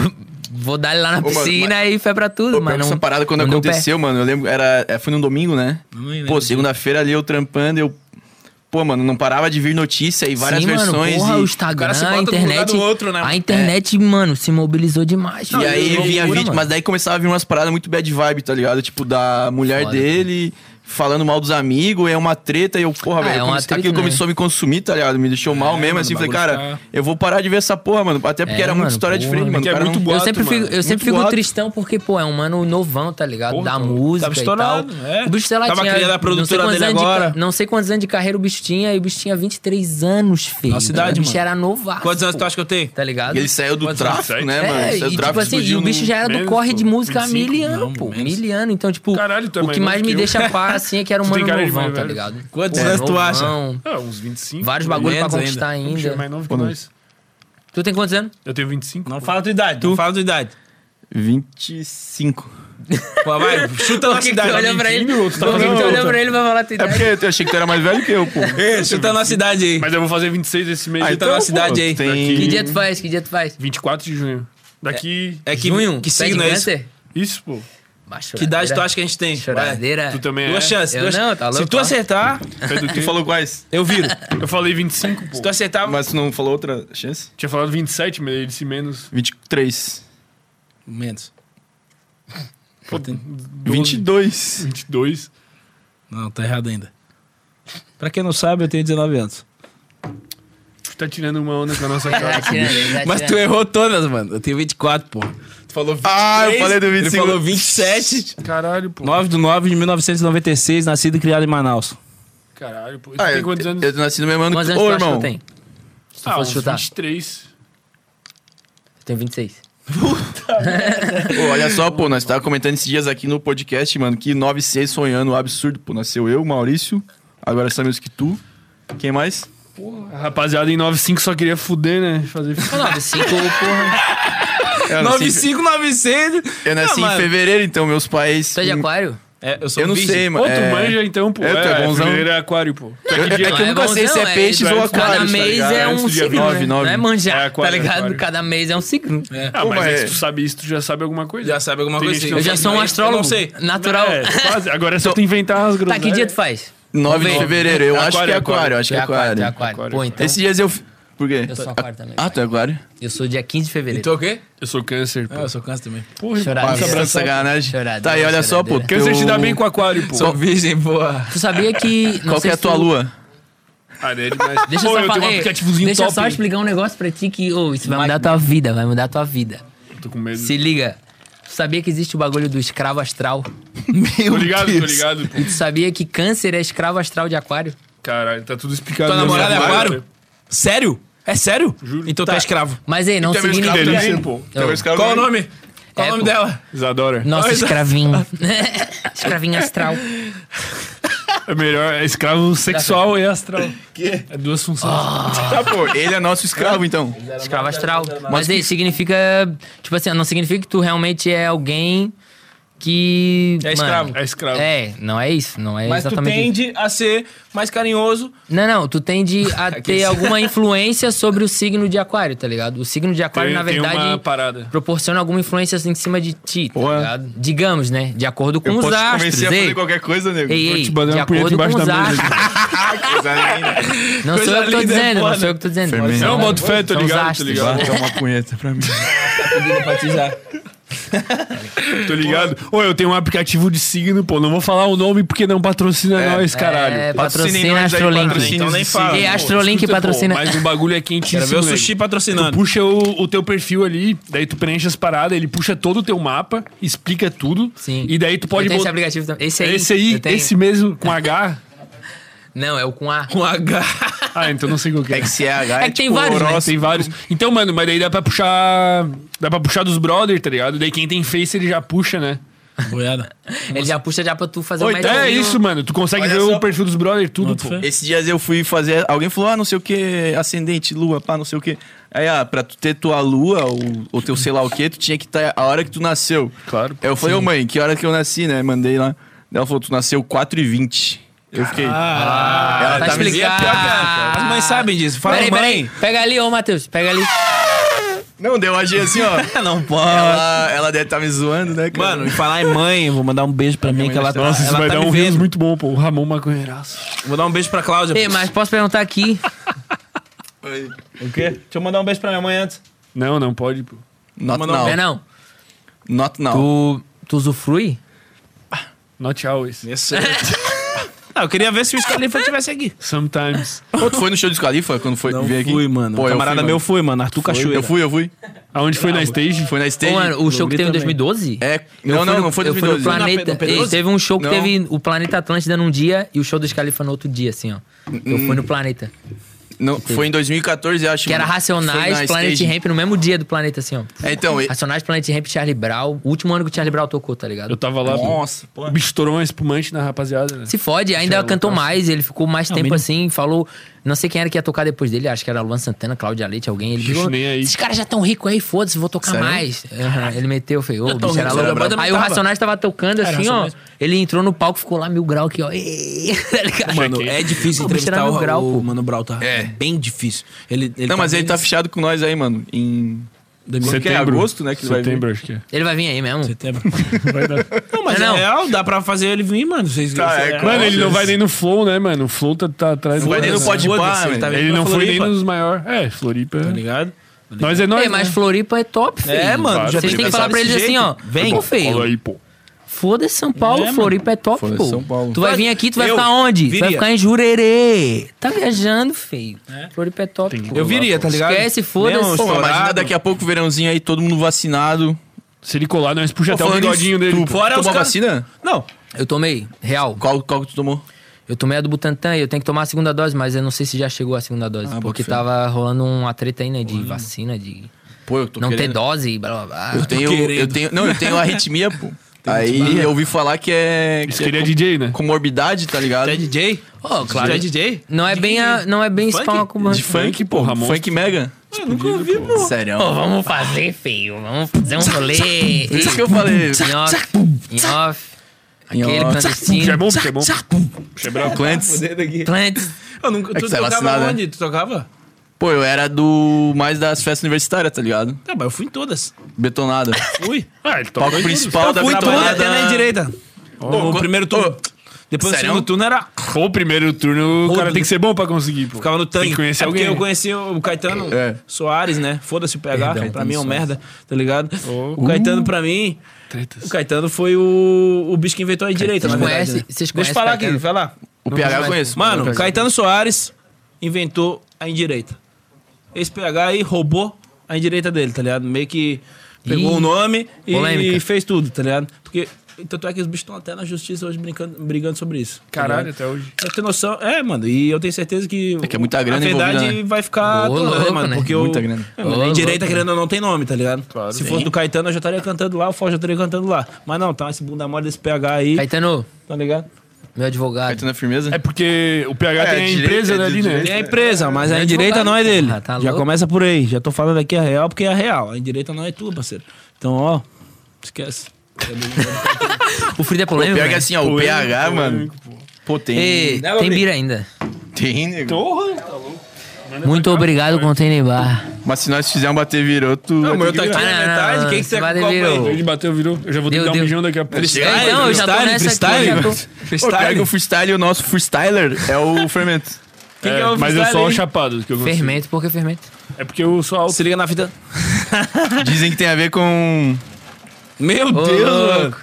[SPEAKER 4] vou dar ele lá na
[SPEAKER 1] mano,
[SPEAKER 4] piscina e foi pra tudo,
[SPEAKER 1] Pô,
[SPEAKER 4] mas
[SPEAKER 1] pior que
[SPEAKER 4] não.
[SPEAKER 1] essa parada quando
[SPEAKER 4] não deu pé.
[SPEAKER 1] aconteceu, mano, eu lembro, era, é, foi num domingo, né? Pô, segunda-feira ali eu trampando, eu. Pô, mano, não parava de vir notícia e várias
[SPEAKER 4] Sim,
[SPEAKER 1] versões.
[SPEAKER 4] Mano, porra,
[SPEAKER 1] e,
[SPEAKER 4] o Instagram,
[SPEAKER 3] cara se bota
[SPEAKER 4] a
[SPEAKER 3] no lugar
[SPEAKER 4] internet.
[SPEAKER 3] do outro, né,
[SPEAKER 4] a
[SPEAKER 3] mano?
[SPEAKER 4] internet, mano, se mobilizou demais.
[SPEAKER 1] e aí
[SPEAKER 4] é
[SPEAKER 1] vinha
[SPEAKER 4] loucura,
[SPEAKER 1] vídeo,
[SPEAKER 4] mano.
[SPEAKER 1] mas daí começava a vir umas paradas muito bad vibe, tá ligado? Tipo, da mulher
[SPEAKER 4] Foda,
[SPEAKER 1] dele. Falando mal dos amigos, é uma treta, e eu, porra,
[SPEAKER 4] Ah,
[SPEAKER 1] velho,
[SPEAKER 4] é uma
[SPEAKER 1] comecei-
[SPEAKER 4] treta, É,
[SPEAKER 1] aquilo
[SPEAKER 4] né?
[SPEAKER 1] começou a me consumir, tá ligado? Me deixou mal mesmo,
[SPEAKER 3] mano,
[SPEAKER 1] assim,
[SPEAKER 3] o
[SPEAKER 1] falei,
[SPEAKER 3] bagulho
[SPEAKER 1] cara,
[SPEAKER 3] tá-
[SPEAKER 1] eu vou parar de ver essa porra, mano. Até porque
[SPEAKER 4] É,
[SPEAKER 1] era muita
[SPEAKER 4] mano,
[SPEAKER 1] história
[SPEAKER 4] porra,
[SPEAKER 1] diferente,
[SPEAKER 4] é
[SPEAKER 1] mano.
[SPEAKER 2] que
[SPEAKER 1] o
[SPEAKER 2] é
[SPEAKER 1] cara
[SPEAKER 2] muito
[SPEAKER 1] não-
[SPEAKER 2] boato,
[SPEAKER 4] eu sempre
[SPEAKER 2] mano.
[SPEAKER 4] fico, eu sempre
[SPEAKER 1] Muito
[SPEAKER 4] fico
[SPEAKER 1] boato.
[SPEAKER 4] tristão porque, pô, é um mano novão, tá ligado? da música
[SPEAKER 3] tava
[SPEAKER 4] e tal.
[SPEAKER 3] estourado, é.
[SPEAKER 4] O bicho, sei lá,
[SPEAKER 3] Tava
[SPEAKER 4] tinha...
[SPEAKER 3] criando a
[SPEAKER 4] não sei
[SPEAKER 3] produtora
[SPEAKER 4] quantos
[SPEAKER 3] dele
[SPEAKER 4] anos de ca-
[SPEAKER 3] agora.
[SPEAKER 4] não sei quantos anos de carreira o bicho tinha e o bicho tinha 23 anos, filho.
[SPEAKER 3] Nossa idade,
[SPEAKER 4] O bicho
[SPEAKER 3] mano.
[SPEAKER 4] era novaço.
[SPEAKER 3] Quantos anos
[SPEAKER 4] pô,
[SPEAKER 3] tu acha que eu tenho?
[SPEAKER 4] Tá ligado?
[SPEAKER 1] E ele saiu do tráfico, né, mano?
[SPEAKER 4] É,
[SPEAKER 1] Saiu do
[SPEAKER 4] e,
[SPEAKER 1] tráfico,
[SPEAKER 4] tipo assim, e
[SPEAKER 1] explodiu
[SPEAKER 4] o bicho
[SPEAKER 1] num-
[SPEAKER 4] já era do
[SPEAKER 2] menos,
[SPEAKER 4] corre
[SPEAKER 2] pô,
[SPEAKER 4] de música há
[SPEAKER 2] 25,
[SPEAKER 4] mil anos,
[SPEAKER 3] não,
[SPEAKER 4] pô.
[SPEAKER 3] menos.
[SPEAKER 4] Mil anos. Então, tipo,
[SPEAKER 2] Caralho, tu é
[SPEAKER 4] o
[SPEAKER 2] mais
[SPEAKER 4] que
[SPEAKER 2] novo
[SPEAKER 4] mais
[SPEAKER 2] que
[SPEAKER 4] me
[SPEAKER 2] eu.
[SPEAKER 4] deixa pá, assim, é que era um
[SPEAKER 2] Tu tem
[SPEAKER 4] mano
[SPEAKER 2] cara de
[SPEAKER 4] novão,
[SPEAKER 2] mais
[SPEAKER 4] tá
[SPEAKER 2] velho.
[SPEAKER 4] ligado?
[SPEAKER 3] Quantos
[SPEAKER 4] Pô,
[SPEAKER 3] anos tu acha?
[SPEAKER 4] novão,
[SPEAKER 2] É, uns 25.
[SPEAKER 4] Vários bagulho pra
[SPEAKER 3] Menos ainda.
[SPEAKER 4] conquistar
[SPEAKER 2] O bicho é
[SPEAKER 4] ainda.
[SPEAKER 2] mais novo que nós.
[SPEAKER 4] Tu tem quantos anos?
[SPEAKER 2] Eu tenho 25.
[SPEAKER 3] Não fala a tua idade, não fala a tua idade.
[SPEAKER 1] 25.
[SPEAKER 3] Pô, vai, chuta a nossa
[SPEAKER 4] Tu
[SPEAKER 3] idade.
[SPEAKER 4] olhou pra ele,
[SPEAKER 2] tá
[SPEAKER 4] tu
[SPEAKER 2] falando,
[SPEAKER 4] olhou
[SPEAKER 2] tá.
[SPEAKER 4] pra ele pra falar tua
[SPEAKER 1] É
[SPEAKER 4] idade.
[SPEAKER 1] porque eu achei que tu era mais velho que eu, pô.
[SPEAKER 3] Ei,
[SPEAKER 1] tipo,
[SPEAKER 3] Chuta a nossa idade aí.
[SPEAKER 2] Mas eu vou fazer 26 esse mês.
[SPEAKER 3] Ah,
[SPEAKER 1] tá
[SPEAKER 2] então.
[SPEAKER 3] então- nossa idade aí.
[SPEAKER 1] Tem...
[SPEAKER 4] Que dia tu faz? Que dia tu faz?
[SPEAKER 2] 24 de junho. Daqui.
[SPEAKER 3] É que,
[SPEAKER 4] Junho?
[SPEAKER 3] que signo é esse?
[SPEAKER 2] Isso, pô.
[SPEAKER 3] Que idade tu acha que a gente tem? Vai.
[SPEAKER 4] Choradeira.
[SPEAKER 2] Tu também
[SPEAKER 3] Duas
[SPEAKER 2] é.
[SPEAKER 3] chances.
[SPEAKER 4] Eu
[SPEAKER 3] duas-
[SPEAKER 4] não, tá
[SPEAKER 3] Se
[SPEAKER 4] louco,
[SPEAKER 3] tu
[SPEAKER 4] ó.
[SPEAKER 3] acertar,
[SPEAKER 1] Tu falou quais?
[SPEAKER 3] eu viro.
[SPEAKER 2] Eu falei 25, pô.
[SPEAKER 3] Se tu acertar,
[SPEAKER 1] Mas tu não falou outra chance?
[SPEAKER 2] Tinha falado 27, mas ele disse menos.
[SPEAKER 1] 23.
[SPEAKER 3] Menos.
[SPEAKER 2] Pô,
[SPEAKER 1] 22.
[SPEAKER 2] 22.
[SPEAKER 3] Não, tá errado ainda. Pra quem não sabe, eu tenho 19 anos.
[SPEAKER 2] Tu tá tirando uma onda com a nossa
[SPEAKER 4] Tá
[SPEAKER 2] cara. assim.
[SPEAKER 4] tirando, ele tá
[SPEAKER 3] Mas tu é
[SPEAKER 4] tirando.
[SPEAKER 3] errou todas, mano. Eu tenho 24, pô. Tu falou 23.
[SPEAKER 1] Ah, eu falei do 25.
[SPEAKER 3] Ele falou 27.
[SPEAKER 2] Caralho, pô.
[SPEAKER 3] 9 de 9 de 1996, nascido e criado em Manaus.
[SPEAKER 2] Caralho, pô. Tu
[SPEAKER 1] Ah,
[SPEAKER 2] tem
[SPEAKER 1] eu,
[SPEAKER 2] quantos anos?
[SPEAKER 1] eu nasci no mesmo ano
[SPEAKER 4] Quantos
[SPEAKER 1] que
[SPEAKER 4] anos
[SPEAKER 1] Ô,
[SPEAKER 4] tu acha que
[SPEAKER 1] irmão.
[SPEAKER 4] eu tenho? Se tu
[SPEAKER 2] Ah,
[SPEAKER 4] fosse
[SPEAKER 2] uns
[SPEAKER 4] chutar,
[SPEAKER 2] 23.
[SPEAKER 4] eu tenho 26.
[SPEAKER 1] Pô, olha só, pô, nós tava comentando esses dias aqui no podcast, mano, que 96 foi um ano absurdo, pô. Nasceu eu, Maurício, agora Samuel que tu. Quem mais?
[SPEAKER 2] A rapaziada em 95 só queria fuder, né? Fazer.
[SPEAKER 4] Pô, 95, porra.
[SPEAKER 3] assim,
[SPEAKER 1] Eu nasci, em fe-
[SPEAKER 3] 95, 96.
[SPEAKER 1] eu nasci
[SPEAKER 3] Ah,
[SPEAKER 1] em
[SPEAKER 3] mano.
[SPEAKER 1] fevereiro, então meus pais.
[SPEAKER 4] Tu é de
[SPEAKER 1] em-
[SPEAKER 4] aquário?
[SPEAKER 3] É, eu sou
[SPEAKER 1] Eu não
[SPEAKER 3] virgem.
[SPEAKER 1] sei,
[SPEAKER 2] Pô,
[SPEAKER 1] mano.
[SPEAKER 2] tu
[SPEAKER 1] é-
[SPEAKER 2] manja então, pô.
[SPEAKER 1] É, tu é
[SPEAKER 2] é,
[SPEAKER 1] bonzão.
[SPEAKER 2] fevereiro é aquário, pô. Tu é que dia
[SPEAKER 1] É que eu
[SPEAKER 4] Ah, é
[SPEAKER 1] nunca sei se
[SPEAKER 4] bonzão,
[SPEAKER 1] é
[SPEAKER 4] é,
[SPEAKER 1] peixes
[SPEAKER 2] vai
[SPEAKER 1] ou
[SPEAKER 2] ficar
[SPEAKER 1] aquário.
[SPEAKER 4] Cada
[SPEAKER 1] tá
[SPEAKER 4] mês
[SPEAKER 1] ligado?
[SPEAKER 4] é um
[SPEAKER 1] Antes do dia
[SPEAKER 4] signo,
[SPEAKER 1] nove,
[SPEAKER 4] né?
[SPEAKER 1] nove.
[SPEAKER 4] Não é manjar,
[SPEAKER 2] É, aquário,
[SPEAKER 4] tá ligado?
[SPEAKER 2] aquário.
[SPEAKER 4] Cada mês é um signo.
[SPEAKER 2] Ah, mas
[SPEAKER 1] mas
[SPEAKER 2] aí
[SPEAKER 1] é-
[SPEAKER 2] se tu sabe isso, tu já sabe alguma coisa.
[SPEAKER 3] Já sabe alguma
[SPEAKER 2] Tem
[SPEAKER 3] coisa.
[SPEAKER 2] gente
[SPEAKER 3] assim.
[SPEAKER 2] que
[SPEAKER 4] Eu já sou
[SPEAKER 3] Eu
[SPEAKER 4] um
[SPEAKER 3] não
[SPEAKER 4] astrólogo
[SPEAKER 3] sei.
[SPEAKER 4] natural.
[SPEAKER 2] É, quase. Agora é só tu inventar as
[SPEAKER 4] Tá,
[SPEAKER 2] groselhas.
[SPEAKER 4] que dia tu faz?
[SPEAKER 1] 9 de fevereiro, eu acho que é
[SPEAKER 2] Aquário,
[SPEAKER 1] aquário, acho que é
[SPEAKER 4] tu é
[SPEAKER 1] aquário.
[SPEAKER 4] aquário. Pô, então,
[SPEAKER 1] Esses dias eu. f- Por quê?
[SPEAKER 4] eu sou aquário também.
[SPEAKER 1] Ah, tu é aquário?
[SPEAKER 4] Eu sou dia 15 de fevereiro.
[SPEAKER 3] Tu é o quê?
[SPEAKER 2] Eu sou câncer, pô.
[SPEAKER 3] Ah, eu sou câncer também.
[SPEAKER 2] Porra,
[SPEAKER 4] Choradeira.
[SPEAKER 2] passa
[SPEAKER 1] Bastante
[SPEAKER 2] abraço.
[SPEAKER 1] sacanagem.
[SPEAKER 4] Choradeira,
[SPEAKER 1] Tá aí, olha só, pô.
[SPEAKER 4] choradeira.
[SPEAKER 2] Câncer te dá
[SPEAKER 1] teu-
[SPEAKER 2] bem com aquário, pô.
[SPEAKER 3] Sou virgem, boa.
[SPEAKER 4] Tu sabia que... não
[SPEAKER 1] Qual que
[SPEAKER 4] sei
[SPEAKER 1] é a
[SPEAKER 4] se
[SPEAKER 1] tua
[SPEAKER 4] tu-
[SPEAKER 1] lua?
[SPEAKER 2] Ah, né, é demais.
[SPEAKER 4] Deixa
[SPEAKER 2] Pô,
[SPEAKER 4] eu só
[SPEAKER 2] eu
[SPEAKER 4] falar.
[SPEAKER 2] tenho um
[SPEAKER 4] ei,
[SPEAKER 2] aplicativozinho
[SPEAKER 4] deixa eu
[SPEAKER 2] top.
[SPEAKER 4] só expligar um negócio pra ti que ô, isso vai mudar a tua vida, vai mudar a tua vida.
[SPEAKER 2] Tô com medo.
[SPEAKER 4] Se liga. Tu sabia que existe o bagulho do escravo astral?
[SPEAKER 2] Tô ligado, tô ligado, pô.
[SPEAKER 4] E tu sabia que câncer é escravo astral de aquário?
[SPEAKER 2] Caralho, tá tudo explicado.
[SPEAKER 3] Tua
[SPEAKER 2] na minha
[SPEAKER 3] namorada é
[SPEAKER 2] cabeça.
[SPEAKER 3] aquário? Sério? É sério?
[SPEAKER 2] Juro.
[SPEAKER 3] Então tu é escravo.
[SPEAKER 4] Mas ei, não
[SPEAKER 1] Tu é meu escravo
[SPEAKER 4] significa.
[SPEAKER 2] Delícia,
[SPEAKER 1] também?
[SPEAKER 2] pô.
[SPEAKER 1] Tu é meu escravo
[SPEAKER 3] Qual o
[SPEAKER 1] também?
[SPEAKER 3] nome? Qual
[SPEAKER 4] É,
[SPEAKER 3] o nome
[SPEAKER 4] pô.
[SPEAKER 3] dela?
[SPEAKER 2] Isadora.
[SPEAKER 4] Nossa, escravinho. escravinho astral.
[SPEAKER 2] É melhor, é escravo sexual e astral. Que? É duas funções.
[SPEAKER 4] Ah,
[SPEAKER 1] Tá, pô. Ele é nosso escravo, então.
[SPEAKER 4] Escravo astral. Mas ei, significa. Tipo assim, não significa que tu realmente é alguém que.
[SPEAKER 3] É escravo.
[SPEAKER 2] É escravo.
[SPEAKER 4] É, não é isso. Não é
[SPEAKER 3] Mas tu
[SPEAKER 4] exatamente isso.
[SPEAKER 3] tende a ser mais carinhoso.
[SPEAKER 4] Não, não, tu tende a ter alguma influência sobre o signo de aquário, tá ligado? O signo de aquário,
[SPEAKER 2] Tem-
[SPEAKER 4] na
[SPEAKER 2] tem
[SPEAKER 4] verdade,
[SPEAKER 2] uma parada.
[SPEAKER 4] proporciona alguma influência assim, em cima de ti, tá
[SPEAKER 1] Porra.
[SPEAKER 4] ligado? Digamos, né? De acordo com
[SPEAKER 1] Eu
[SPEAKER 4] os
[SPEAKER 1] posso te
[SPEAKER 4] astros.
[SPEAKER 1] convencer a fazer
[SPEAKER 4] ei,
[SPEAKER 1] qualquer coisa, nego.
[SPEAKER 4] ei, ei,
[SPEAKER 2] te bater
[SPEAKER 4] de
[SPEAKER 2] uma punheta
[SPEAKER 4] acordo
[SPEAKER 2] embaixo
[SPEAKER 4] com os
[SPEAKER 2] da mesa
[SPEAKER 4] astros.
[SPEAKER 1] Coisa linda.
[SPEAKER 4] Não
[SPEAKER 3] Coisa
[SPEAKER 4] sou eu que tô
[SPEAKER 3] linda,
[SPEAKER 4] dizendo,
[SPEAKER 3] é
[SPEAKER 4] não
[SPEAKER 3] foda.
[SPEAKER 4] sou eu que tô dizendo.
[SPEAKER 1] Fermento.
[SPEAKER 2] Não, boto fé, tô
[SPEAKER 4] São os
[SPEAKER 2] ligado, tô
[SPEAKER 4] astros.
[SPEAKER 2] ligado.
[SPEAKER 1] Bata uma punheta pra mim.
[SPEAKER 3] Pra te já.
[SPEAKER 2] Tô ligado? Ô, eu tenho um aplicativo de signo, pô. Não vou falar o nome porque não patrocina nós, caralho. Ah,
[SPEAKER 4] É,
[SPEAKER 1] Patrocinem
[SPEAKER 4] patrocina
[SPEAKER 1] nós aí,
[SPEAKER 4] Astrolink.
[SPEAKER 1] patrocinem.
[SPEAKER 3] Então nem
[SPEAKER 1] Sim,
[SPEAKER 3] fala.
[SPEAKER 4] E
[SPEAKER 3] pô.
[SPEAKER 4] Astrolink
[SPEAKER 2] Escuta, pô,
[SPEAKER 4] patrocina.
[SPEAKER 2] Mas o bagulho é quentíssimo.
[SPEAKER 3] Quero ver o sushi
[SPEAKER 2] nego. Tu
[SPEAKER 3] patrocinando.
[SPEAKER 2] puxa o, o teu perfil ali, daí tu preenche as paradas, ele puxa todo o teu mapa, explica tudo.
[SPEAKER 4] Sim.
[SPEAKER 2] E daí tu pode
[SPEAKER 4] Eu tenho esse
[SPEAKER 2] botar.
[SPEAKER 4] aplicativo também. Esse aí.
[SPEAKER 2] Esse aí,
[SPEAKER 4] eu tenho.
[SPEAKER 2] esse mesmo com H.
[SPEAKER 4] Não, é o com A.
[SPEAKER 3] Com H.
[SPEAKER 2] Ah, então não sei qual que é.
[SPEAKER 1] XCH
[SPEAKER 4] É que tem vários, né?
[SPEAKER 2] Nossa, tem vários. Então, mano, mas daí dá pra puxar. Dá pra puxar dos brother, tá ligado? Daí quem tem face ele já puxa, né?
[SPEAKER 5] Boiada.
[SPEAKER 4] Ele já puxa já pra tu fazer
[SPEAKER 1] Então,
[SPEAKER 4] o
[SPEAKER 2] Oi,
[SPEAKER 4] mais
[SPEAKER 2] é isso, mano. Tu consegue
[SPEAKER 1] um- Olha
[SPEAKER 2] ver
[SPEAKER 1] só.
[SPEAKER 2] o perfil dos brother, tudo,
[SPEAKER 5] Bota
[SPEAKER 2] pô.
[SPEAKER 5] fé.
[SPEAKER 1] Esses dias eu fui fazer. Alguém falou, ah, não sei o que, ascendente, lua, pá, não sei o que. Aí, ah, pra tu ter tua lua ou, ou teu sei lá o que, tu tinha que estar a hora que tu nasceu.
[SPEAKER 2] Claro.
[SPEAKER 1] Aí eu falei, ô mãe, que hora que eu nasci, né? Mandei lá. Ela falou, tu nasceu 4 e 20 Eu fiquei. ela
[SPEAKER 4] tá
[SPEAKER 1] tá me dizendo
[SPEAKER 4] explicado.
[SPEAKER 1] pior que ela.
[SPEAKER 3] As mães sabem disso. Fala,
[SPEAKER 4] Peraí, peraí.
[SPEAKER 3] mãe.
[SPEAKER 4] Pega ali, ô, Matheus. Pega ali.
[SPEAKER 1] Não, deu agi assim, ó.
[SPEAKER 3] Não pode.
[SPEAKER 1] ela, ela deve estar me zoando, né, cara?
[SPEAKER 3] Mano, e falar em mãe, vou mandar um beijo pra mim, que ela tá.
[SPEAKER 2] Nossa, isso
[SPEAKER 3] ela
[SPEAKER 2] vai
[SPEAKER 3] tá
[SPEAKER 2] dar
[SPEAKER 3] me
[SPEAKER 2] um rios
[SPEAKER 3] vendo.
[SPEAKER 2] muito bom, pô. O Ramon Maconheiraço.
[SPEAKER 3] Vou dar um beijo pra Cláudia.
[SPEAKER 4] Ei, mas posso perguntar aqui?
[SPEAKER 3] O quê? Deixa eu mandar um beijo pra minha mãe antes.
[SPEAKER 2] Não, não pode, pô.
[SPEAKER 1] not
[SPEAKER 3] Mano,
[SPEAKER 1] now.
[SPEAKER 4] É não.
[SPEAKER 1] Not now.
[SPEAKER 4] Tu, tu usufrui?
[SPEAKER 2] Not always.
[SPEAKER 3] Isso. Ah, eu queria ver se o Scalifa estivesse aqui.
[SPEAKER 2] Sometimes.
[SPEAKER 1] Pô, tu foi no show do Scalifa quando foi
[SPEAKER 3] Não
[SPEAKER 1] veio aqui?
[SPEAKER 3] fui, mano.
[SPEAKER 1] Pô,
[SPEAKER 3] o
[SPEAKER 1] eu
[SPEAKER 3] camarada
[SPEAKER 1] fui,
[SPEAKER 3] meu
[SPEAKER 1] mano.
[SPEAKER 3] foi, mano. Arthur Cachoeira.
[SPEAKER 1] Eu fui, eu fui.
[SPEAKER 2] Aonde foi na stage?
[SPEAKER 1] Foi na
[SPEAKER 4] Ô,
[SPEAKER 1] stage.
[SPEAKER 4] mano, o show
[SPEAKER 3] Lugri
[SPEAKER 4] que teve em
[SPEAKER 3] também.
[SPEAKER 4] 2012?
[SPEAKER 1] É, não, não, não foi
[SPEAKER 4] eu fui no
[SPEAKER 1] 2012.
[SPEAKER 4] Planeta.
[SPEAKER 3] Na P- no
[SPEAKER 4] ei,
[SPEAKER 3] P12?
[SPEAKER 4] teve um show que
[SPEAKER 1] Não.
[SPEAKER 4] teve o Planeta Atlântida num dia e o show dos Califa no outro dia, assim, ó. Eu fui no Planeta.
[SPEAKER 1] Não, foi em 2014, eu acho.
[SPEAKER 4] Que era
[SPEAKER 1] mano. Hum. Foi
[SPEAKER 4] Racionais,
[SPEAKER 1] na
[SPEAKER 4] Planet
[SPEAKER 1] stage.
[SPEAKER 4] Ramp no mesmo dia do Planeta, assim, ó.
[SPEAKER 1] É, então, e-
[SPEAKER 4] Racionais, Planet Ramp, Charlie Brown. O último ano que o Charlie Brown tocou, tá ligado?
[SPEAKER 2] Eu tava lá, pô.
[SPEAKER 1] Nossa, pô.
[SPEAKER 2] O bicho estourou uma espumante na rapaziada, né?
[SPEAKER 4] Se fode, ainda cantou mais, ele ficou mais tempo
[SPEAKER 5] mínimo.
[SPEAKER 4] assim, falou. Não sei quem era que ia tocar depois dele, acho que era Luan Santana, Cláudia Leite, alguém. Ele
[SPEAKER 2] Bicho,
[SPEAKER 4] falou,
[SPEAKER 2] nem aí.
[SPEAKER 4] esses caras já tão ricos aí, foda-se, vou tocar mais. Aham, ele meteu, feio, ô, bicho, era
[SPEAKER 3] rico, era
[SPEAKER 4] louco.
[SPEAKER 3] brabo.
[SPEAKER 4] Aí o Racionais tava tocando assim, ó.
[SPEAKER 5] Racionais.
[SPEAKER 4] Ele entrou no palco, ficou lá mil grau aqui, ó. Ê, tá ligado?
[SPEAKER 3] Mano, é difícil
[SPEAKER 4] Ô, bicho, era
[SPEAKER 3] entrevistar
[SPEAKER 4] meu
[SPEAKER 3] o,
[SPEAKER 4] grau,
[SPEAKER 3] o
[SPEAKER 4] pô.
[SPEAKER 3] Mano Brau, tá?
[SPEAKER 1] É.
[SPEAKER 3] Bem difícil. Ele, ele
[SPEAKER 1] Não, mas ele
[SPEAKER 3] bem
[SPEAKER 1] tá fechado com nós aí, mano. Em. Quando que é? agosto, né? Que ele vai vir.
[SPEAKER 2] Setembro, acho que é.
[SPEAKER 4] Ele vai vir aí mesmo.
[SPEAKER 3] Setembro.
[SPEAKER 2] Vai dar.
[SPEAKER 3] Não, mas
[SPEAKER 4] Não, não.
[SPEAKER 3] é real, dá pra fazer ele vir, mano. Vocês
[SPEAKER 1] Tá, é,
[SPEAKER 3] vocês-
[SPEAKER 1] claro.
[SPEAKER 2] Mano, ele não vai nem no Flow, né, mano? O Flow tá, tá atrás
[SPEAKER 1] Não vai nem no
[SPEAKER 2] né?
[SPEAKER 1] Pode
[SPEAKER 3] Foda-se,
[SPEAKER 1] Pá,
[SPEAKER 3] ele tá
[SPEAKER 1] velho.
[SPEAKER 3] vindo
[SPEAKER 2] Ele
[SPEAKER 3] pra
[SPEAKER 2] não foi nem
[SPEAKER 3] Floripa,
[SPEAKER 2] nos maiores. É, Floripa.
[SPEAKER 3] Tá ligado?
[SPEAKER 2] Nós é nós.
[SPEAKER 4] Ei, mas
[SPEAKER 2] né?
[SPEAKER 4] Floripa é top, filho.
[SPEAKER 3] É, mano,
[SPEAKER 2] já
[SPEAKER 4] Vocês
[SPEAKER 2] tem
[SPEAKER 4] têm que
[SPEAKER 3] que
[SPEAKER 4] falar pra eles
[SPEAKER 3] pensar desse
[SPEAKER 4] assim, ó.
[SPEAKER 3] jeito. Vem.
[SPEAKER 4] Pô,
[SPEAKER 2] Fala
[SPEAKER 4] feio.
[SPEAKER 2] aí, pô.
[SPEAKER 4] Foda-se São Paulo, Floripa é top, pô.
[SPEAKER 1] Foda-se São Paulo.
[SPEAKER 4] Tu vai vir aqui, tu vai
[SPEAKER 3] Eu
[SPEAKER 4] ficar onde? Tu vai
[SPEAKER 3] viria.
[SPEAKER 4] ficar em Jurerê. Tá viajando, feio. Floripa é top, pô.
[SPEAKER 3] Eu viria, tá ligado?
[SPEAKER 4] Esquece, foda-se.
[SPEAKER 3] Mesmo
[SPEAKER 1] Pô,
[SPEAKER 3] estourado.
[SPEAKER 1] imagina daqui a pouco o verãozinho aí, todo mundo vacinado.
[SPEAKER 2] Se ele colar, nós puxa até o
[SPEAKER 1] falando em
[SPEAKER 2] bigodinho dele.
[SPEAKER 1] Tu
[SPEAKER 2] pô.
[SPEAKER 3] Fora os
[SPEAKER 1] tomou a
[SPEAKER 3] caras-
[SPEAKER 1] vacina?
[SPEAKER 3] Não,
[SPEAKER 4] Eu tomei, real.
[SPEAKER 1] Qual, qual que tu tomou?
[SPEAKER 4] Eu tomei a do Butantan e eu tenho que tomar a segunda dose, mas eu não sei se já chegou a segunda
[SPEAKER 1] Ah,
[SPEAKER 4] dose. porque tava rolando uma treta aí, né? De vacina, de
[SPEAKER 1] Pô, eu tô
[SPEAKER 4] não ter
[SPEAKER 1] querendo.
[SPEAKER 4] dose, blá blá blá.
[SPEAKER 1] Eu tenho, eu
[SPEAKER 3] querendo.
[SPEAKER 1] tenho, não, eu tenho arritmia, pô. Aí eu ouvi falar que é,
[SPEAKER 2] Isso
[SPEAKER 1] que
[SPEAKER 2] que ele é
[SPEAKER 1] com-
[SPEAKER 2] DJ, né?
[SPEAKER 1] comorbidade, tá ligado?
[SPEAKER 3] tu é DJ?
[SPEAKER 4] Ó, claro.
[SPEAKER 3] Tu é DJ?
[SPEAKER 4] Não é bem, a, não é bem se falar com uma-
[SPEAKER 1] De funk, pô,
[SPEAKER 2] Ramon.
[SPEAKER 1] funk mega.
[SPEAKER 3] Eu nunca ouvi, pô.
[SPEAKER 1] Sério.
[SPEAKER 4] Pô, vamos fazer, feio. Vamos fazer um rolê.
[SPEAKER 1] Por isso que eu falei.
[SPEAKER 4] Em off. Em off. Aquele
[SPEAKER 1] off.
[SPEAKER 2] Puxa, é
[SPEAKER 4] clandestino.
[SPEAKER 2] bom, puxa, é bom. Puxa, é brabo.
[SPEAKER 1] Clantes.
[SPEAKER 4] Plants.
[SPEAKER 3] Eu nunca...
[SPEAKER 1] É que
[SPEAKER 3] tu
[SPEAKER 1] tu é
[SPEAKER 3] tocava
[SPEAKER 1] vacinado, né?
[SPEAKER 3] onde? Tu tocava?
[SPEAKER 1] Pô, eu era do mais das festas universitárias, tá ligado?
[SPEAKER 3] Tá, mas eu fui em todas.
[SPEAKER 1] Betonada.
[SPEAKER 3] Fui.
[SPEAKER 2] Ah, ele toca. em
[SPEAKER 1] Palco
[SPEAKER 2] tudo.
[SPEAKER 1] principal da
[SPEAKER 3] fui em todas,
[SPEAKER 1] betonada.
[SPEAKER 3] até na direita. no
[SPEAKER 1] Ô, quando-
[SPEAKER 3] primeiro turno. Depois do
[SPEAKER 1] Sério?
[SPEAKER 3] segundo turno era...
[SPEAKER 2] Pô, o primeiro turno, o cara tem que ser bom pra conseguir, pô.
[SPEAKER 3] Ficava no tanque.
[SPEAKER 2] Tem que conhecer
[SPEAKER 3] É porque
[SPEAKER 2] alguém.
[SPEAKER 3] eu conheci o Caetano
[SPEAKER 1] É.
[SPEAKER 3] Soares, né? Foda-se o PH, pra mim é um
[SPEAKER 1] Soares.
[SPEAKER 3] merda, tá ligado?
[SPEAKER 2] Oh.
[SPEAKER 3] O Caetano, pra mim.
[SPEAKER 2] Tretas.
[SPEAKER 3] O Caetano foi o, o bicho que inventou a direita,
[SPEAKER 4] Vocês
[SPEAKER 3] na verdade.
[SPEAKER 4] conhecem-
[SPEAKER 3] né?
[SPEAKER 4] é vocês
[SPEAKER 3] Deixa
[SPEAKER 4] conhecem
[SPEAKER 3] eu falar
[SPEAKER 4] Caetano?
[SPEAKER 3] aqui, vai lá.
[SPEAKER 1] O PH eu conheço.
[SPEAKER 3] Mano,
[SPEAKER 1] Nunca-
[SPEAKER 3] Caetano Soares inventou a indireita. Esse PH aí roubou a indireita dele, tá ligado? Meio que pegou
[SPEAKER 4] Ih,
[SPEAKER 3] o nome e
[SPEAKER 4] polêmica.
[SPEAKER 3] fez tudo, tá ligado? Porque. Tanto é que os bichos estão até na justiça hoje brincando, brigando sobre isso. tá
[SPEAKER 2] Caralho,
[SPEAKER 3] ligado?
[SPEAKER 2] até hoje.
[SPEAKER 3] Pra ter noção, é, mano, e eu tenho certeza que.
[SPEAKER 1] É que é muita grana
[SPEAKER 3] A verdade
[SPEAKER 1] envolvida, né?
[SPEAKER 3] vai ficar.
[SPEAKER 4] Ô,
[SPEAKER 3] toda,
[SPEAKER 4] louco,
[SPEAKER 3] mano,
[SPEAKER 4] né?
[SPEAKER 3] Porque o.
[SPEAKER 1] Muita grana.
[SPEAKER 3] É, mano,
[SPEAKER 4] Ô,
[SPEAKER 3] a
[SPEAKER 4] louco,
[SPEAKER 3] indireita,
[SPEAKER 4] né?
[SPEAKER 3] querendo ou não, tem nome, tá ligado? Se fosse do Caetano, eu já estaria cantando lá, o Fó já estaria cantando lá. Mas não, tá esse bunda mole desse PH aí,
[SPEAKER 4] Caetano,
[SPEAKER 3] tá ligado?
[SPEAKER 4] meu advogado.
[SPEAKER 1] Caetano é firmeza?
[SPEAKER 2] É porque o PH
[SPEAKER 1] É,
[SPEAKER 2] tem a
[SPEAKER 1] direito,
[SPEAKER 2] empresa
[SPEAKER 1] é
[SPEAKER 2] né, ali,
[SPEAKER 1] direito.
[SPEAKER 2] né?
[SPEAKER 3] Tem a empresa, mas a
[SPEAKER 4] Grande
[SPEAKER 3] indireita não é
[SPEAKER 4] advogado,
[SPEAKER 3] dele.
[SPEAKER 4] porra, tá
[SPEAKER 3] já
[SPEAKER 4] louco?
[SPEAKER 3] começa por aí. Já tô falando aqui a real porque é a real. A indireita não é tua, parceiro. Então, ó, esquece.
[SPEAKER 4] O Frida é
[SPEAKER 1] Pior
[SPEAKER 4] polêmico.
[SPEAKER 1] que
[SPEAKER 4] né?
[SPEAKER 1] assim, ó, o PH, mano. Pô, tem.
[SPEAKER 3] é
[SPEAKER 4] Ei, tem bira ainda.
[SPEAKER 1] Tem, nego.
[SPEAKER 4] Muito obrigado, Container Bar.
[SPEAKER 1] Mas se nós fizermos bater viroto. Não,
[SPEAKER 3] meu tá aqui
[SPEAKER 4] Ah,
[SPEAKER 3] na
[SPEAKER 4] não,
[SPEAKER 3] metade.
[SPEAKER 4] não,
[SPEAKER 3] Quem que
[SPEAKER 4] você
[SPEAKER 3] você
[SPEAKER 4] vai
[SPEAKER 3] é com o
[SPEAKER 4] dever
[SPEAKER 3] copo aí?
[SPEAKER 2] Ele bateu, virou. Eu já vou ter
[SPEAKER 4] Deu,
[SPEAKER 2] que dar um
[SPEAKER 4] deu.
[SPEAKER 2] mijão daqui a pouco.
[SPEAKER 1] Freestyle,
[SPEAKER 4] É, então, eu já tô
[SPEAKER 3] freestyle,
[SPEAKER 4] nessa aqui.
[SPEAKER 3] freestyle,
[SPEAKER 4] eu já tô-
[SPEAKER 1] um Freestyle. o freestyle, o nosso freestyler é o fermento.
[SPEAKER 3] Quem que é
[SPEAKER 2] É,
[SPEAKER 3] o
[SPEAKER 2] mas eu
[SPEAKER 3] freestyle
[SPEAKER 2] sou
[SPEAKER 3] aí?
[SPEAKER 2] chapado que eu consigo.
[SPEAKER 4] Fermento, por que fermento?
[SPEAKER 2] É porque eu sou alto.
[SPEAKER 3] Se liga na fita.
[SPEAKER 1] Dizem que tem a ver com.
[SPEAKER 3] Meu
[SPEAKER 4] Ô,
[SPEAKER 3] Deus, mano.
[SPEAKER 4] louco.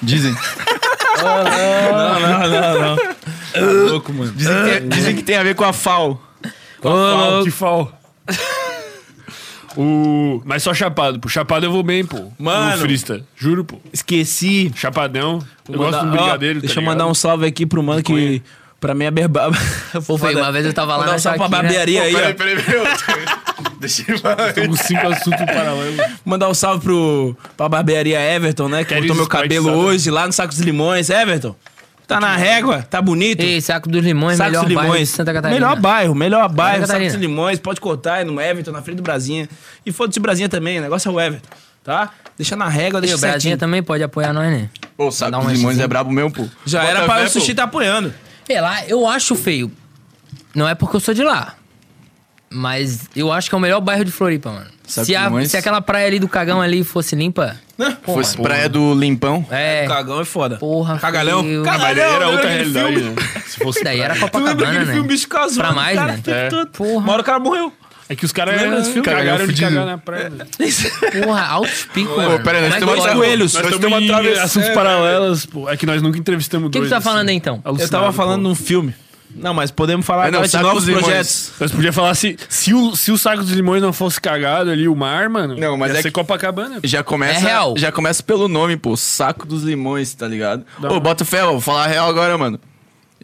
[SPEAKER 1] Dizem.
[SPEAKER 3] Não, não, não, não.
[SPEAKER 1] Louco, mano. Dizem que, tem, dizem que tem a ver com a FAO.
[SPEAKER 4] Ô, louco.
[SPEAKER 2] Que fal. o... Mas só chapado, pô. Chapado eu vou bem, pô.
[SPEAKER 3] Mano.
[SPEAKER 2] No frista. Juro, pô.
[SPEAKER 3] Esqueci.
[SPEAKER 2] Chapadão. Eu
[SPEAKER 3] Vou
[SPEAKER 2] gosto
[SPEAKER 3] mandar-
[SPEAKER 2] de um
[SPEAKER 3] ó,
[SPEAKER 2] brigadeiro,
[SPEAKER 3] Deixa eu mandar um salve aqui pro mano que... Pra mim é berbaba.
[SPEAKER 4] Foi, uma vez eu tava lá
[SPEAKER 3] Mandar
[SPEAKER 4] na
[SPEAKER 3] um salve pra
[SPEAKER 4] Shakira.
[SPEAKER 3] barbearia aí, ó.
[SPEAKER 1] peraí, meu. Deixa eu falar.
[SPEAKER 2] um... cinco assuntos paralelos.
[SPEAKER 3] Mandar um salve pro, pra barbearia Everton, né? Que
[SPEAKER 2] Quero
[SPEAKER 3] cortou meu
[SPEAKER 2] Sprite,
[SPEAKER 3] cabelo
[SPEAKER 2] sabe?
[SPEAKER 3] hoje lá no Saco dos Limões. Everton, tá na régua, tá bonito.
[SPEAKER 4] Ei, Saco dos Limões,
[SPEAKER 3] Saco
[SPEAKER 4] melhor
[SPEAKER 3] dos
[SPEAKER 4] bairro de
[SPEAKER 3] Limões.
[SPEAKER 4] Santa Catarina.
[SPEAKER 3] Melhor bairro, melhor bairro, Saco
[SPEAKER 4] Catarina.
[SPEAKER 3] dos Limões. Pode cortar aí no Everton, na frente do Brasinha. E foda-se o Brasinha também, o negócio é o Everton, tá? Deixa na régua,
[SPEAKER 4] E
[SPEAKER 3] deixa
[SPEAKER 4] o Brasinha tá-
[SPEAKER 3] certinho.
[SPEAKER 4] também pode apoiar nós, né?
[SPEAKER 1] Pô, sabe
[SPEAKER 4] Dá um
[SPEAKER 1] que os limões
[SPEAKER 4] xizinho.
[SPEAKER 1] é brabo mesmo, pô.
[SPEAKER 3] Já
[SPEAKER 1] Bota
[SPEAKER 3] era pra
[SPEAKER 1] fé,
[SPEAKER 3] o Sushi
[SPEAKER 1] pô.
[SPEAKER 3] tá apoiando.
[SPEAKER 4] Sei lá, eu acho feio. Não é porque eu sou de lá. Mas eu acho que é o melhor bairro de Floripa, mano.
[SPEAKER 1] Saco
[SPEAKER 4] Se, a-
[SPEAKER 1] dos Limões?
[SPEAKER 4] se aquela praia ali do cagão ali fosse limpa. Pô,
[SPEAKER 1] Fosse praia do Limpão.
[SPEAKER 4] É.
[SPEAKER 3] Cagão é foda.
[SPEAKER 4] Porra,
[SPEAKER 3] Cagalhão.
[SPEAKER 4] feio.
[SPEAKER 3] Cagalhão,
[SPEAKER 2] Ah, Mas daí era outra
[SPEAKER 3] lembra aquele
[SPEAKER 2] realidade,
[SPEAKER 3] filme?
[SPEAKER 2] né? Se fosse
[SPEAKER 4] Isso daí era
[SPEAKER 3] Tu lembra
[SPEAKER 4] Copacabana,
[SPEAKER 3] aquele
[SPEAKER 4] né?
[SPEAKER 3] filme Bicho Casou?
[SPEAKER 4] Pra mais,
[SPEAKER 3] cara,
[SPEAKER 4] né?
[SPEAKER 3] que
[SPEAKER 2] É.
[SPEAKER 3] tanto.
[SPEAKER 4] Porra.
[SPEAKER 3] Uma hora o cara morreu.
[SPEAKER 2] É que os caras
[SPEAKER 3] Lembra
[SPEAKER 2] eram
[SPEAKER 3] desse
[SPEAKER 2] filme,
[SPEAKER 3] filme?
[SPEAKER 2] cagaram de
[SPEAKER 1] Fudido.
[SPEAKER 2] cagar na praia. né?
[SPEAKER 4] Porra, altos picos, mano.
[SPEAKER 1] pera aí, nós
[SPEAKER 4] Mas
[SPEAKER 1] temos
[SPEAKER 4] dois
[SPEAKER 1] uma-
[SPEAKER 4] coelhos.
[SPEAKER 2] Nós
[SPEAKER 1] Nós tamo
[SPEAKER 2] estamos
[SPEAKER 1] em
[SPEAKER 2] atravessando
[SPEAKER 1] assuntos
[SPEAKER 2] assuntos paralelos, pô. É que nós nunca entrevistamos
[SPEAKER 4] que
[SPEAKER 2] dois. assim.
[SPEAKER 4] tu tá falando aí, então?
[SPEAKER 3] Eu tava
[SPEAKER 2] né,
[SPEAKER 3] falando num filme. Não, mas podemos falar
[SPEAKER 1] Ah, não,
[SPEAKER 3] agora de
[SPEAKER 1] Saco
[SPEAKER 3] novos
[SPEAKER 1] dos Limões.
[SPEAKER 3] projetos.
[SPEAKER 2] Nós podíamos falar se, se, o, se o saco dos limões não fosse cagado ali, o mar, mano.
[SPEAKER 1] Não, mas
[SPEAKER 2] ia
[SPEAKER 1] é
[SPEAKER 2] ser
[SPEAKER 1] que-
[SPEAKER 2] Copacabana. pô.
[SPEAKER 1] Já
[SPEAKER 4] É
[SPEAKER 1] começa,
[SPEAKER 4] real.
[SPEAKER 1] já começa pelo nome, pô. Saco dos limões, tá ligado? Ô, bota fé, ó, vou falar a real agora, mano.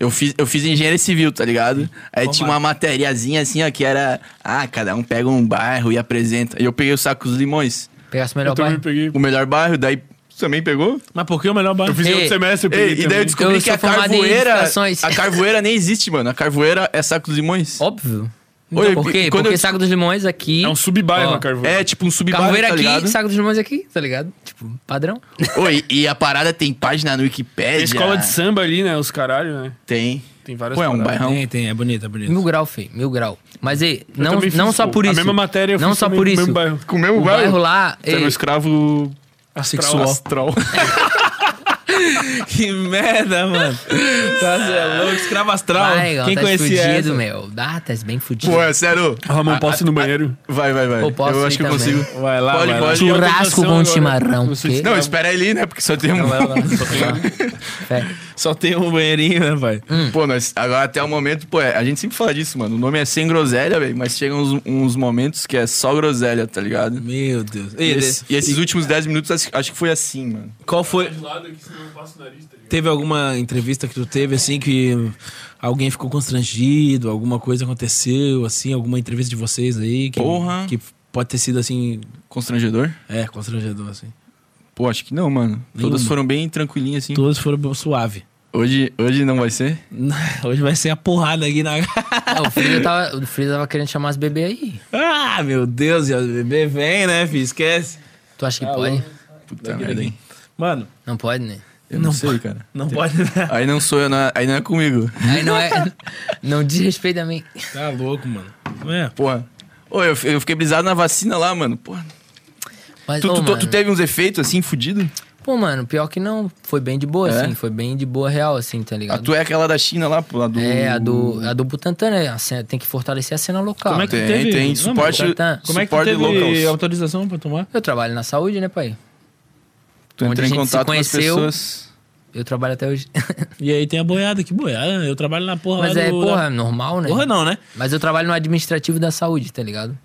[SPEAKER 1] Eu fiz, eu fiz engenharia civil, tá ligado? Aí tinha uma materiazinha assim, ó, que era. Ah, cada um pega um bairro e apresenta. E eu peguei o saco dos limões.
[SPEAKER 4] Pegasse o melhor
[SPEAKER 2] Eu também
[SPEAKER 4] bairro.
[SPEAKER 2] peguei.
[SPEAKER 1] O melhor bairro, daí. Tu também pegou?
[SPEAKER 3] Mas por que o melhor bairro?
[SPEAKER 2] Eu fiz em
[SPEAKER 4] Ei,
[SPEAKER 2] outro semestre, eu peguei.
[SPEAKER 1] Ei, e daí eu
[SPEAKER 2] também.
[SPEAKER 1] descobri
[SPEAKER 4] Eu
[SPEAKER 1] que
[SPEAKER 4] sou
[SPEAKER 1] a
[SPEAKER 4] formado em
[SPEAKER 1] carvoeira.
[SPEAKER 4] edificações.
[SPEAKER 1] A carvoeira nem existe, mano. A carvoeira é saco dos limões.
[SPEAKER 4] Óbvio.
[SPEAKER 1] Oi,
[SPEAKER 4] Então, por
[SPEAKER 1] e-
[SPEAKER 4] quê?
[SPEAKER 1] quando
[SPEAKER 4] Porque
[SPEAKER 1] eu-
[SPEAKER 4] Saco dos Limões aqui.
[SPEAKER 2] É um subbairro,
[SPEAKER 4] Ó.
[SPEAKER 2] a Carvoeira.
[SPEAKER 1] É tipo um subbairro,
[SPEAKER 4] Carvoeira
[SPEAKER 1] tá
[SPEAKER 4] aqui,
[SPEAKER 1] ligado?
[SPEAKER 4] Saco dos Limões aqui, tá ligado? Tipo, padrão.
[SPEAKER 1] Oi, e a parada tem página no
[SPEAKER 2] Tem
[SPEAKER 1] Wikipedia.
[SPEAKER 2] escola de samba ali, né? Os caralho, né?
[SPEAKER 1] Tem.
[SPEAKER 2] Tem várias
[SPEAKER 1] Pô, é um
[SPEAKER 2] paradas.
[SPEAKER 1] bairrão.
[SPEAKER 3] Tem, tem, é bonito, é bonito.
[SPEAKER 4] Mil grau, feio. Mil grau. Mas e, não,
[SPEAKER 2] também fiz,
[SPEAKER 4] não só
[SPEAKER 2] pô.
[SPEAKER 4] por isso.
[SPEAKER 2] A mesma matéria eu
[SPEAKER 4] Não
[SPEAKER 2] fiz
[SPEAKER 4] só
[SPEAKER 2] também
[SPEAKER 4] por
[SPEAKER 2] no
[SPEAKER 4] isso.
[SPEAKER 2] mesmo bairro. é
[SPEAKER 1] Com o mesmo É um
[SPEAKER 4] O bairro lá.
[SPEAKER 1] Tem
[SPEAKER 4] ei,
[SPEAKER 1] um escravo
[SPEAKER 3] Assexual.
[SPEAKER 1] astral.
[SPEAKER 3] Que merda, mano. Tá cê é louco, escravo astral.
[SPEAKER 4] Vai, Gal,
[SPEAKER 3] Quem
[SPEAKER 4] tá
[SPEAKER 3] conhecia
[SPEAKER 4] fudido,
[SPEAKER 3] essa?
[SPEAKER 4] meu. Dá, tá bem fudido.
[SPEAKER 1] Pô, é sério.
[SPEAKER 2] Ramon, posso ir um no banheiro?
[SPEAKER 1] Vai, vai, vai.
[SPEAKER 4] Pô, posso
[SPEAKER 1] eu
[SPEAKER 4] ir
[SPEAKER 1] acho que eu
[SPEAKER 4] também.
[SPEAKER 1] consigo.
[SPEAKER 3] Vai lá,
[SPEAKER 1] Pode,
[SPEAKER 3] vai
[SPEAKER 1] pode.
[SPEAKER 3] lá.
[SPEAKER 4] Churrasco
[SPEAKER 3] Eu
[SPEAKER 4] com
[SPEAKER 3] tenho noção agora.
[SPEAKER 4] chimarrão. quê?
[SPEAKER 1] Não, espera ali, né? Porque só tem um.
[SPEAKER 3] Vai lá.
[SPEAKER 4] Fé.
[SPEAKER 3] Só tem um banheirinho, né, pai?
[SPEAKER 1] Pô, nós, agora até o momento, pô, é, a gente sempre fala disso, mano. O nome é sem groselha, velho, mas chegam uns, uns momentos que é só groselha, tá ligado?
[SPEAKER 3] Meu Deus.
[SPEAKER 1] E,
[SPEAKER 3] Ei,
[SPEAKER 1] esse- e esses últimos 10 minutos acho, acho que foi assim, mano.
[SPEAKER 3] Qual foi?
[SPEAKER 2] Não,
[SPEAKER 3] Teve alguma entrevista que tu teve, assim, que alguém ficou constrangido, alguma coisa aconteceu, assim, alguma entrevista de vocês aí? Que,
[SPEAKER 1] Porra.
[SPEAKER 3] Que pode ter sido, assim,
[SPEAKER 1] Constrangedor?
[SPEAKER 3] é, constrangedor, assim.
[SPEAKER 1] Pô, acho que não, mano. Todas
[SPEAKER 3] Nenhuma.
[SPEAKER 1] foram bem tranquilinhas, assim.
[SPEAKER 3] Todos foram suave.
[SPEAKER 1] Hoje, hoje não vai ser?
[SPEAKER 3] Hoje vai ser a porrada aqui na
[SPEAKER 4] Ah, o Frida tava, o Frida tava querendo chamar as bebês aí.
[SPEAKER 3] Ah, meu Deus, e o bebê vem, né, filho? Esquece.
[SPEAKER 4] Tu acha que pode?
[SPEAKER 1] Puta merda, hein?
[SPEAKER 3] Mano,
[SPEAKER 4] Não pode, né?
[SPEAKER 1] Eu não, sei, cara.
[SPEAKER 3] não pode. né?
[SPEAKER 1] Aí não sou eu, não- aí não é comigo.
[SPEAKER 4] Aí não é. Não desrespeita a mim.
[SPEAKER 3] Tá louco, mano. É.
[SPEAKER 1] Porra. Ô, eu, eu fiquei brisado na vacina lá, mano. Porra.
[SPEAKER 4] Mas,
[SPEAKER 1] Tu,
[SPEAKER 4] ô,
[SPEAKER 1] tu- tu
[SPEAKER 4] mano.
[SPEAKER 1] teve uns efeitos assim, fudido?
[SPEAKER 4] Pô, mano, pior que não. Foi bem de boa,
[SPEAKER 1] É?
[SPEAKER 4] assim. Foi bem de boa real, assim, tá
[SPEAKER 1] A
[SPEAKER 4] ligado?
[SPEAKER 1] tua é aquela da China lá, pô, lá do.
[SPEAKER 4] É, a do, a do Butantan, né? A cena- tem que fortalecer a cena local.
[SPEAKER 3] Como é que
[SPEAKER 4] né?
[SPEAKER 1] Tem,
[SPEAKER 3] teve-
[SPEAKER 1] tem.
[SPEAKER 3] Não,
[SPEAKER 1] Suporte,
[SPEAKER 4] mas tá-
[SPEAKER 3] Como é que tu
[SPEAKER 1] suporte
[SPEAKER 3] teve
[SPEAKER 1] locals.
[SPEAKER 3] autorização pra tomar?
[SPEAKER 4] Eu trabalho na saúde, né, pai?
[SPEAKER 1] Tu
[SPEAKER 4] onde
[SPEAKER 1] entra
[SPEAKER 4] a
[SPEAKER 1] em
[SPEAKER 4] gente se
[SPEAKER 1] contato com as
[SPEAKER 4] conheceu.
[SPEAKER 1] pessoas.
[SPEAKER 4] Eu trabalho até hoje.
[SPEAKER 3] E aí tem a boiada, que boiada. Eu trabalho na porra
[SPEAKER 4] Mas
[SPEAKER 3] lá
[SPEAKER 4] é,
[SPEAKER 3] do...
[SPEAKER 4] porra, normal, né?
[SPEAKER 3] Porra não, né?
[SPEAKER 4] Mas eu trabalho no administrativo da saúde, tá ligado?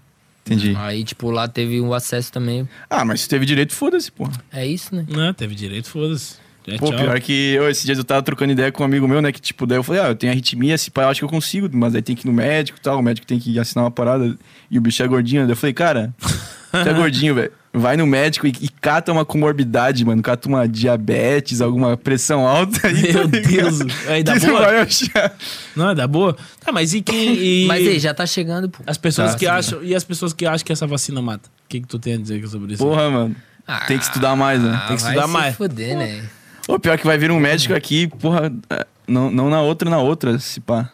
[SPEAKER 1] Entendi.
[SPEAKER 4] Aí, tipo, lá teve o acesso também.
[SPEAKER 1] Ah, mas se teve direito, foda-se, porra.
[SPEAKER 4] É isso, né?
[SPEAKER 3] Não, teve direito, foda-se. É,
[SPEAKER 1] Pô,
[SPEAKER 3] tchau.
[SPEAKER 1] pior que eu, esses dias eu tava trocando ideia com um amigo meu, né? Que tipo, daí eu falei, ah, eu tenho arritmia, se pá, eu acho que eu consigo, mas aí tem que ir no médico e tal, o médico tem que assinar uma parada e o bicho é gordinho. Daí eu falei, cara, tu é gordinho, velho. Vai no médico e, e cata uma comorbidade, mano. Cata uma diabetes, alguma pressão alta. aí, tá
[SPEAKER 3] Meu
[SPEAKER 1] ligado?
[SPEAKER 3] Deus. Aí dá
[SPEAKER 1] Que tu
[SPEAKER 3] boa?
[SPEAKER 1] vai achar.
[SPEAKER 3] Não, é dá boa? Tá, mas e quem... E...
[SPEAKER 4] Mas aí, já tá chegando, pô.
[SPEAKER 3] As pessoas
[SPEAKER 4] Tá,
[SPEAKER 3] que
[SPEAKER 4] sim.
[SPEAKER 3] acham... E as pessoas que acham que essa vacina mata? O que que tu tem a dizer sobre isso?
[SPEAKER 1] Porra, mano.
[SPEAKER 4] Ah,
[SPEAKER 1] Tem que estudar mais, né?
[SPEAKER 4] ah,
[SPEAKER 1] Tem que
[SPEAKER 4] vai
[SPEAKER 3] estudar
[SPEAKER 4] se
[SPEAKER 3] mais.
[SPEAKER 4] Foder, né?
[SPEAKER 1] Ô, pior que vai vir um médico aqui, porra, ah, não, não na outra, na outra, se pá.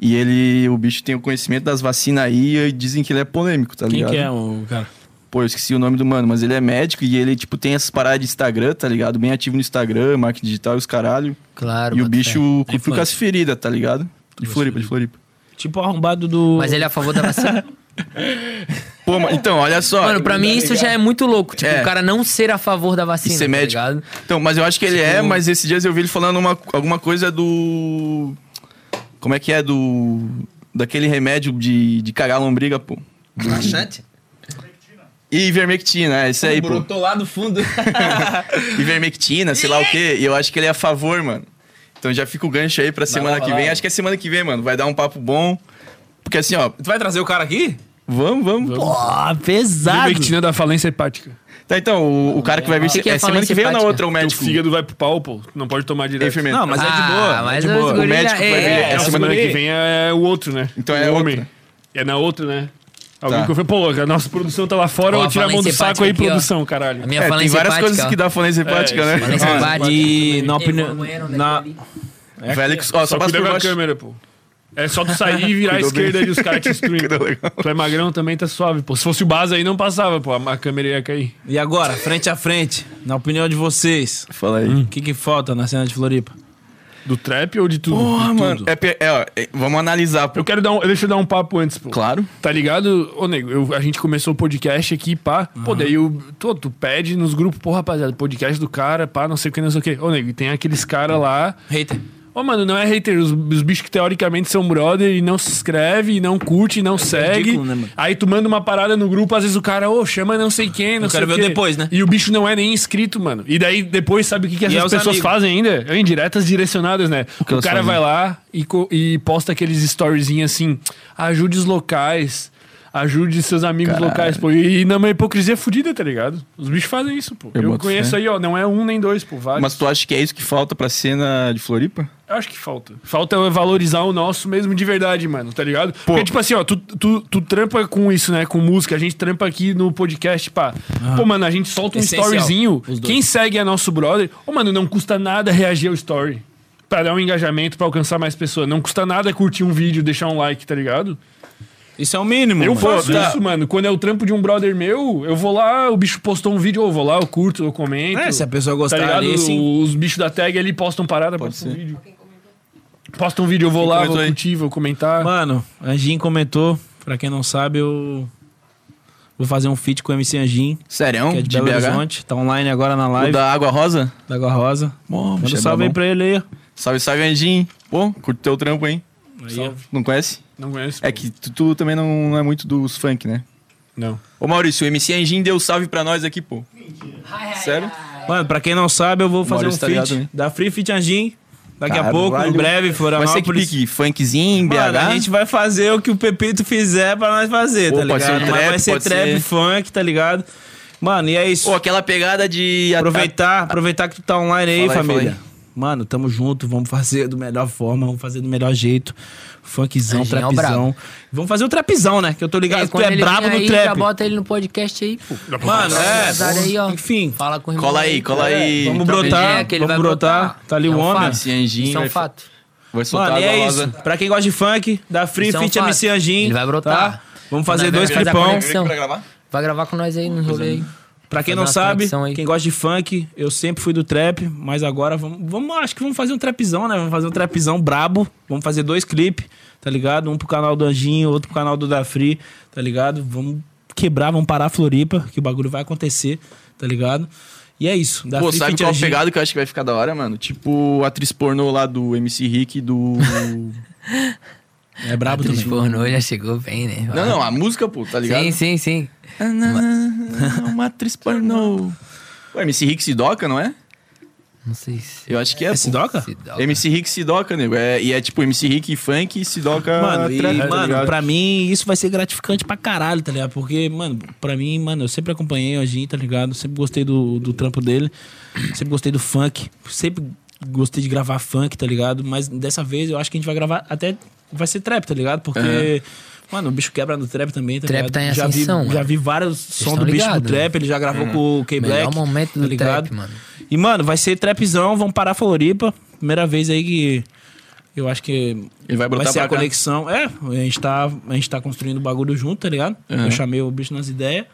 [SPEAKER 1] E ele, o bicho tem o conhecimento das vacinas aí e dizem que ele é polêmico, tá
[SPEAKER 3] Quem
[SPEAKER 1] ligado?
[SPEAKER 3] que é o cara?
[SPEAKER 1] Pô, eu esqueci o nome do mano, mas ele é médico e ele, tipo, tem essas paradas de Instagram, tá ligado? Bem ativo no Instagram, marketing digital e os caralho.
[SPEAKER 4] Claro.
[SPEAKER 1] E o
[SPEAKER 4] bota fé.
[SPEAKER 3] É
[SPEAKER 1] bicho fica
[SPEAKER 3] influencer.
[SPEAKER 1] as feridas, tá ligado? De Floripa, de Floripa.
[SPEAKER 3] Tipo o arrombado do...
[SPEAKER 4] é Mas ele é a favor da vacina?
[SPEAKER 1] Pô, ma- então, olha só.
[SPEAKER 4] Mano, pra mim isso já é muito louco. Tipo,
[SPEAKER 1] É.
[SPEAKER 4] o cara não ser a favor da
[SPEAKER 1] E
[SPEAKER 4] vacina.
[SPEAKER 1] ser
[SPEAKER 4] tá
[SPEAKER 1] médico.
[SPEAKER 4] ligado?
[SPEAKER 1] Então, mas eu acho que ele é, mas esses dias eu vi ele falando uma, alguma coisa do. Como é que é? Do. Daquele remédio de, de cagar lombriga, pô.
[SPEAKER 6] Machante?
[SPEAKER 1] Ivermectina, é isso aí, pô.
[SPEAKER 6] Brotou lá do fundo.
[SPEAKER 1] Ivermectina, sei lá o quê. E eu acho que ele é a favor, mano. Então já fica o gancho aí pra semana
[SPEAKER 6] lá,
[SPEAKER 1] que
[SPEAKER 6] vai
[SPEAKER 1] vem.
[SPEAKER 6] lá.
[SPEAKER 1] Acho que é semana que vem, mano. Vai dar um papo bom. Porque assim, ó,
[SPEAKER 6] tu vai trazer o cara aqui?
[SPEAKER 1] vamos, vamos. pô.
[SPEAKER 3] Ó, pesado.
[SPEAKER 2] Ivermectina da falência hepática.
[SPEAKER 1] Tá, então, o, o cara que vai vir.
[SPEAKER 4] O que que é
[SPEAKER 1] é tipo semana que vem ou na
[SPEAKER 4] falência
[SPEAKER 1] outra o
[SPEAKER 2] O
[SPEAKER 1] médico?
[SPEAKER 2] fígado vai pro pau, pô. Não pode tomar
[SPEAKER 1] Ei,
[SPEAKER 2] direto.
[SPEAKER 1] firmeza.
[SPEAKER 6] Não, mas é de
[SPEAKER 4] Ah,
[SPEAKER 6] boa.
[SPEAKER 4] mas
[SPEAKER 6] é de
[SPEAKER 4] os
[SPEAKER 6] boa.
[SPEAKER 1] O
[SPEAKER 4] gorila-
[SPEAKER 1] médico vai
[SPEAKER 4] é,
[SPEAKER 1] vir.
[SPEAKER 2] É,
[SPEAKER 1] É
[SPEAKER 2] a
[SPEAKER 1] semana
[SPEAKER 2] semana
[SPEAKER 1] que
[SPEAKER 2] que vem é o outro, né?
[SPEAKER 1] Então
[SPEAKER 2] O
[SPEAKER 1] é
[SPEAKER 2] homem.
[SPEAKER 1] outra.
[SPEAKER 2] É na outra, né? Alguém
[SPEAKER 1] Tá.
[SPEAKER 2] que eu falei, pô, a nossa produção tá lá fora,
[SPEAKER 4] Ó,
[SPEAKER 2] eu tira a mão do
[SPEAKER 4] falência
[SPEAKER 2] saco aí,
[SPEAKER 4] hepática aqui, ó.
[SPEAKER 2] produção, caralho.
[SPEAKER 4] A minha
[SPEAKER 1] É, tem
[SPEAKER 4] falência
[SPEAKER 1] várias
[SPEAKER 4] hepática,
[SPEAKER 1] coisas
[SPEAKER 4] ó.
[SPEAKER 1] que dá falência hepática,
[SPEAKER 2] É,
[SPEAKER 1] né?
[SPEAKER 4] Falência
[SPEAKER 1] Ó,
[SPEAKER 4] hepática.
[SPEAKER 3] E na
[SPEAKER 4] Ei, vou
[SPEAKER 3] opinião.
[SPEAKER 4] no banheiro, né,
[SPEAKER 3] Na...
[SPEAKER 4] ali.
[SPEAKER 1] velho, ó, só
[SPEAKER 2] Só
[SPEAKER 1] passa
[SPEAKER 2] cuida
[SPEAKER 1] por
[SPEAKER 2] com a
[SPEAKER 1] baixo.
[SPEAKER 2] câmera, pô. É só tu sair e virar à
[SPEAKER 1] Cuidou bem.
[SPEAKER 2] esquerda e os caras te instruem.
[SPEAKER 1] Cuidou legal.
[SPEAKER 2] O Clé Magrão também tá suave, pô. Se fosse o Baza aí, não passava, pô. A a câmera ia cair.
[SPEAKER 3] E agora, frente a frente, na opinião de vocês,
[SPEAKER 1] Fala aí.
[SPEAKER 3] o que, que falta na cena de Floripa?
[SPEAKER 2] Do trap ou de tudo?
[SPEAKER 1] Porra, mano. É, pe- é, ó, é, vamos analisar.
[SPEAKER 2] Eu quero dar um. Deixa eu dar um papo antes, pô.
[SPEAKER 1] Claro.
[SPEAKER 2] Tá ligado? Ô, nego, eu- a gente começou o podcast aqui, pá. Pô, daí eu, tu, tu pede nos grupos, pô, rapaziada, podcast do cara, pá, não sei o que, não sei o que. Ô, nego, e tem aqueles caras lá.
[SPEAKER 3] Hater.
[SPEAKER 2] Ô, mano, não é hater, os, os bichos que teoricamente são brother e não se inscreve, e não curte, e não segue.
[SPEAKER 3] ridículo, né, mano?
[SPEAKER 2] Aí tu manda uma parada no grupo, às vezes o cara, ô, chama não sei quem, não
[SPEAKER 3] Eu
[SPEAKER 2] sei
[SPEAKER 3] quero
[SPEAKER 2] o
[SPEAKER 3] ver
[SPEAKER 2] quê.
[SPEAKER 3] depois, né?
[SPEAKER 2] E o bicho não é nem inscrito, mano. E daí depois sabe o que, que essas
[SPEAKER 3] é os
[SPEAKER 2] pessoas
[SPEAKER 3] amigos.
[SPEAKER 2] fazem ainda? É indiretas direcionadas, né? O,
[SPEAKER 1] elas
[SPEAKER 2] cara
[SPEAKER 1] fazem?
[SPEAKER 2] vai lá e, co- e posta aqueles storyzinhos assim, ajude os locais. Ajude seus amigos locais, pô. E, e não é uma hipocrisia fodida, tá ligado? Os bichos fazem isso, pô.
[SPEAKER 1] Eu
[SPEAKER 2] Eu,
[SPEAKER 1] boto
[SPEAKER 2] conheço
[SPEAKER 1] fé.
[SPEAKER 2] aí, ó, não é um nem dois, pô. Vários.
[SPEAKER 1] Mas tu acha que é isso que falta pra cena de Floripa?
[SPEAKER 2] Eu acho que falta. Falta eu valorizar o nosso mesmo de verdade, mano, tá ligado? Porque, tipo assim, ó, tu, tu, tu trampa com isso, né? Com música, a gente trampa aqui no podcast, pá.
[SPEAKER 3] Ah.
[SPEAKER 2] Pô, mano, a gente solta um
[SPEAKER 3] Essencial,
[SPEAKER 2] storyzinho.
[SPEAKER 3] os dois.
[SPEAKER 2] Quem segue é nosso brother. Ô, mano, não custa nada reagir ao story. Pra dar um engajamento, pra alcançar mais pessoas. Não custa nada curtir um vídeo, deixar um like, tá ligado?
[SPEAKER 3] Isso é o mínimo.
[SPEAKER 2] Eu
[SPEAKER 3] mano.
[SPEAKER 2] faço
[SPEAKER 1] tá.
[SPEAKER 2] isso, mano. Quando é o trampo de um brother meu, eu vou lá, o bicho postou um vídeo, eu vou lá, eu curto, eu comento.
[SPEAKER 3] É, se a pessoa gostar
[SPEAKER 2] tá ligado?
[SPEAKER 3] ali, sim.
[SPEAKER 2] Os bichos da tag ali postam parada, postam
[SPEAKER 1] ser.
[SPEAKER 2] vídeo. Postam um vídeo, eu vou
[SPEAKER 1] Quem
[SPEAKER 2] lá, vou
[SPEAKER 1] comentou aí?
[SPEAKER 2] curtir, vou comentar.
[SPEAKER 3] Mano, Anjin comentou, pra quem não sabe, eu vou fazer um feat com o MC Anjin,
[SPEAKER 1] Sério?
[SPEAKER 3] que é de, Belo Horizonte. Tá online agora na
[SPEAKER 1] O
[SPEAKER 3] live
[SPEAKER 1] da Água Rosa?
[SPEAKER 3] da Água Rosa.
[SPEAKER 1] Bom,
[SPEAKER 3] Manda um salve aí pra ele aí. ó.
[SPEAKER 1] Salve, salve, Anjinho. Pô, curto teu trampo, hein?
[SPEAKER 2] Salve.
[SPEAKER 1] Não conhece?
[SPEAKER 2] Não conheço.
[SPEAKER 1] É que tu, tu também não, não é muito dos funk, né?
[SPEAKER 2] Não.
[SPEAKER 1] Ô Maurício, o MC Anjin deu salve pra nós aqui, pô. Sério?
[SPEAKER 3] Mano, pra quem não sabe, eu vou fazer um
[SPEAKER 1] Maurício tá ligado,
[SPEAKER 3] feat
[SPEAKER 1] né?
[SPEAKER 3] da Free Fit Anjin. Daqui a
[SPEAKER 1] Caralho.
[SPEAKER 3] pouco, em breve,
[SPEAKER 1] Vai ser que
[SPEAKER 3] Florianópolis.
[SPEAKER 1] pique, funkzinho, BH?
[SPEAKER 3] Mano, a gente vai fazer o que o Pepito fizer pra nós fazer,
[SPEAKER 1] Ou
[SPEAKER 3] tá ligado?
[SPEAKER 1] pode ser um
[SPEAKER 3] Mas
[SPEAKER 1] trap,
[SPEAKER 3] vai ser
[SPEAKER 1] pode
[SPEAKER 3] trap,
[SPEAKER 1] ser-
[SPEAKER 3] funk, tá ligado? Mano, e é isso.
[SPEAKER 1] Pô, aquela pegada de...
[SPEAKER 3] aproveitar, aproveitar que tu tá online aí,
[SPEAKER 1] Fala aí,
[SPEAKER 3] família.
[SPEAKER 1] fala
[SPEAKER 3] Mano, tamo junto, vamos fazer do melhor forma, vamos fazer do melhor jeito. Funkzão,
[SPEAKER 4] Anjinho é o
[SPEAKER 3] trapzão. Vamos fazer o trapzão, né? Que eu tô ligado
[SPEAKER 4] Ei,
[SPEAKER 3] que tu
[SPEAKER 4] quando
[SPEAKER 3] é
[SPEAKER 4] ele
[SPEAKER 3] brabo
[SPEAKER 4] vier
[SPEAKER 3] no
[SPEAKER 4] aí, Já
[SPEAKER 3] trap.
[SPEAKER 4] bota ele no podcast aí, pô.
[SPEAKER 3] Mano, é.
[SPEAKER 4] Azar aí, ó.
[SPEAKER 3] Enfim,
[SPEAKER 4] Fala com o irmão.
[SPEAKER 1] Cola aí, cola aí.
[SPEAKER 3] É, vamos
[SPEAKER 4] Então,
[SPEAKER 3] brotar,
[SPEAKER 4] é que ele
[SPEAKER 3] vamos
[SPEAKER 4] vai
[SPEAKER 3] brotar.
[SPEAKER 4] brotar.
[SPEAKER 3] Tá ali
[SPEAKER 4] É
[SPEAKER 3] o
[SPEAKER 4] um
[SPEAKER 3] homem.
[SPEAKER 4] fato.
[SPEAKER 1] MC Anjin
[SPEAKER 4] Isso é um
[SPEAKER 1] vai,
[SPEAKER 4] fato.
[SPEAKER 1] vai soltar
[SPEAKER 3] Mano, e
[SPEAKER 1] a Água
[SPEAKER 3] é
[SPEAKER 1] Rosa.
[SPEAKER 3] isso. Pra quem gosta de funk, da Free
[SPEAKER 4] Isso é um
[SPEAKER 3] Fit
[SPEAKER 4] fato.
[SPEAKER 3] MC Anjin.
[SPEAKER 4] Ele vai brotar.
[SPEAKER 3] tá? Vamos fazer
[SPEAKER 4] Nós
[SPEAKER 3] dois
[SPEAKER 4] vamos fazer a
[SPEAKER 3] clipão.
[SPEAKER 4] conexão.
[SPEAKER 1] Pra gravar?
[SPEAKER 4] Vai gravar com nós aí no rolê aí.
[SPEAKER 3] Pra quem
[SPEAKER 4] Fazer
[SPEAKER 3] não
[SPEAKER 4] uma
[SPEAKER 3] sabe,
[SPEAKER 4] conexão aí.
[SPEAKER 3] quem gosta de funk, eu sempre fui do trap, mas agora vamos, vamos- acho que vamos fazer um trapzão, né? Vamos fazer um trapzão brabo, vamos fazer dois clipes, tá ligado? Um pro canal do Anjinho, outro pro canal do Da Free, tá ligado? Vamos quebrar, vamos parar a Floripa, que o bagulho vai acontecer, tá ligado? E é isso. Da
[SPEAKER 1] Pô,
[SPEAKER 3] Free
[SPEAKER 1] sabe
[SPEAKER 3] Fit
[SPEAKER 1] qual
[SPEAKER 3] Anjinho.
[SPEAKER 1] pegado que eu acho que vai ficar da hora, mano? Tipo, a atriz pornô lá do MC Rick e do...
[SPEAKER 3] É brabo
[SPEAKER 4] Atriz
[SPEAKER 3] também.
[SPEAKER 4] pornô já chegou bem, né?
[SPEAKER 1] não, não, a música, pô, tá ligado?
[SPEAKER 4] Sim, sim, sim.
[SPEAKER 1] Ah, não, não, uma atriz pornô. O MC Rick Sidoca, não é?
[SPEAKER 4] Não sei se...
[SPEAKER 1] Eu acho que é,
[SPEAKER 3] É
[SPEAKER 1] pô.
[SPEAKER 3] Sidoca?
[SPEAKER 4] se dá.
[SPEAKER 1] MC Rick Sidoca, nego. É, e é tipo MC Rick funk e Sidoca.
[SPEAKER 3] Mano, e,
[SPEAKER 1] trap, tá
[SPEAKER 3] mano,
[SPEAKER 1] ligado?
[SPEAKER 3] pra mim isso vai ser gratificante pra caralho, tá ligado? Porque, mano, pra mim, mano, eu sempre acompanhei o Anjinho, tá ligado? Sempre gostei do, do trampo dele, sempre gostei do funk, sempre gostei de gravar funk, tá ligado? Mas dessa vez eu acho que a gente vai gravar até. Vai ser trap, tá ligado? Porque. Mano, o bicho quebra no trap também, tá
[SPEAKER 4] Trap
[SPEAKER 3] ligado?
[SPEAKER 4] tá em
[SPEAKER 3] já, vi,
[SPEAKER 4] ascensão, mano.
[SPEAKER 3] já vi vários sons
[SPEAKER 4] estão
[SPEAKER 3] do bicho no
[SPEAKER 4] ligados, né?
[SPEAKER 3] trap, ele já gravou com o K-Black.
[SPEAKER 4] Melhor momento
[SPEAKER 3] tá
[SPEAKER 4] do
[SPEAKER 3] ligado?
[SPEAKER 4] trap, mano.
[SPEAKER 3] E, mano, vai ser trapzão, vamos parar a Floripa. Primeira vez aí que eu acho que
[SPEAKER 1] Ele vai botar
[SPEAKER 3] ser
[SPEAKER 1] pra
[SPEAKER 3] a
[SPEAKER 1] cá.
[SPEAKER 3] conexão. É, a gente, tá, a gente tá construindo o bagulho junto, tá ligado?
[SPEAKER 1] É.
[SPEAKER 3] Eu chamei o bicho nas ideias.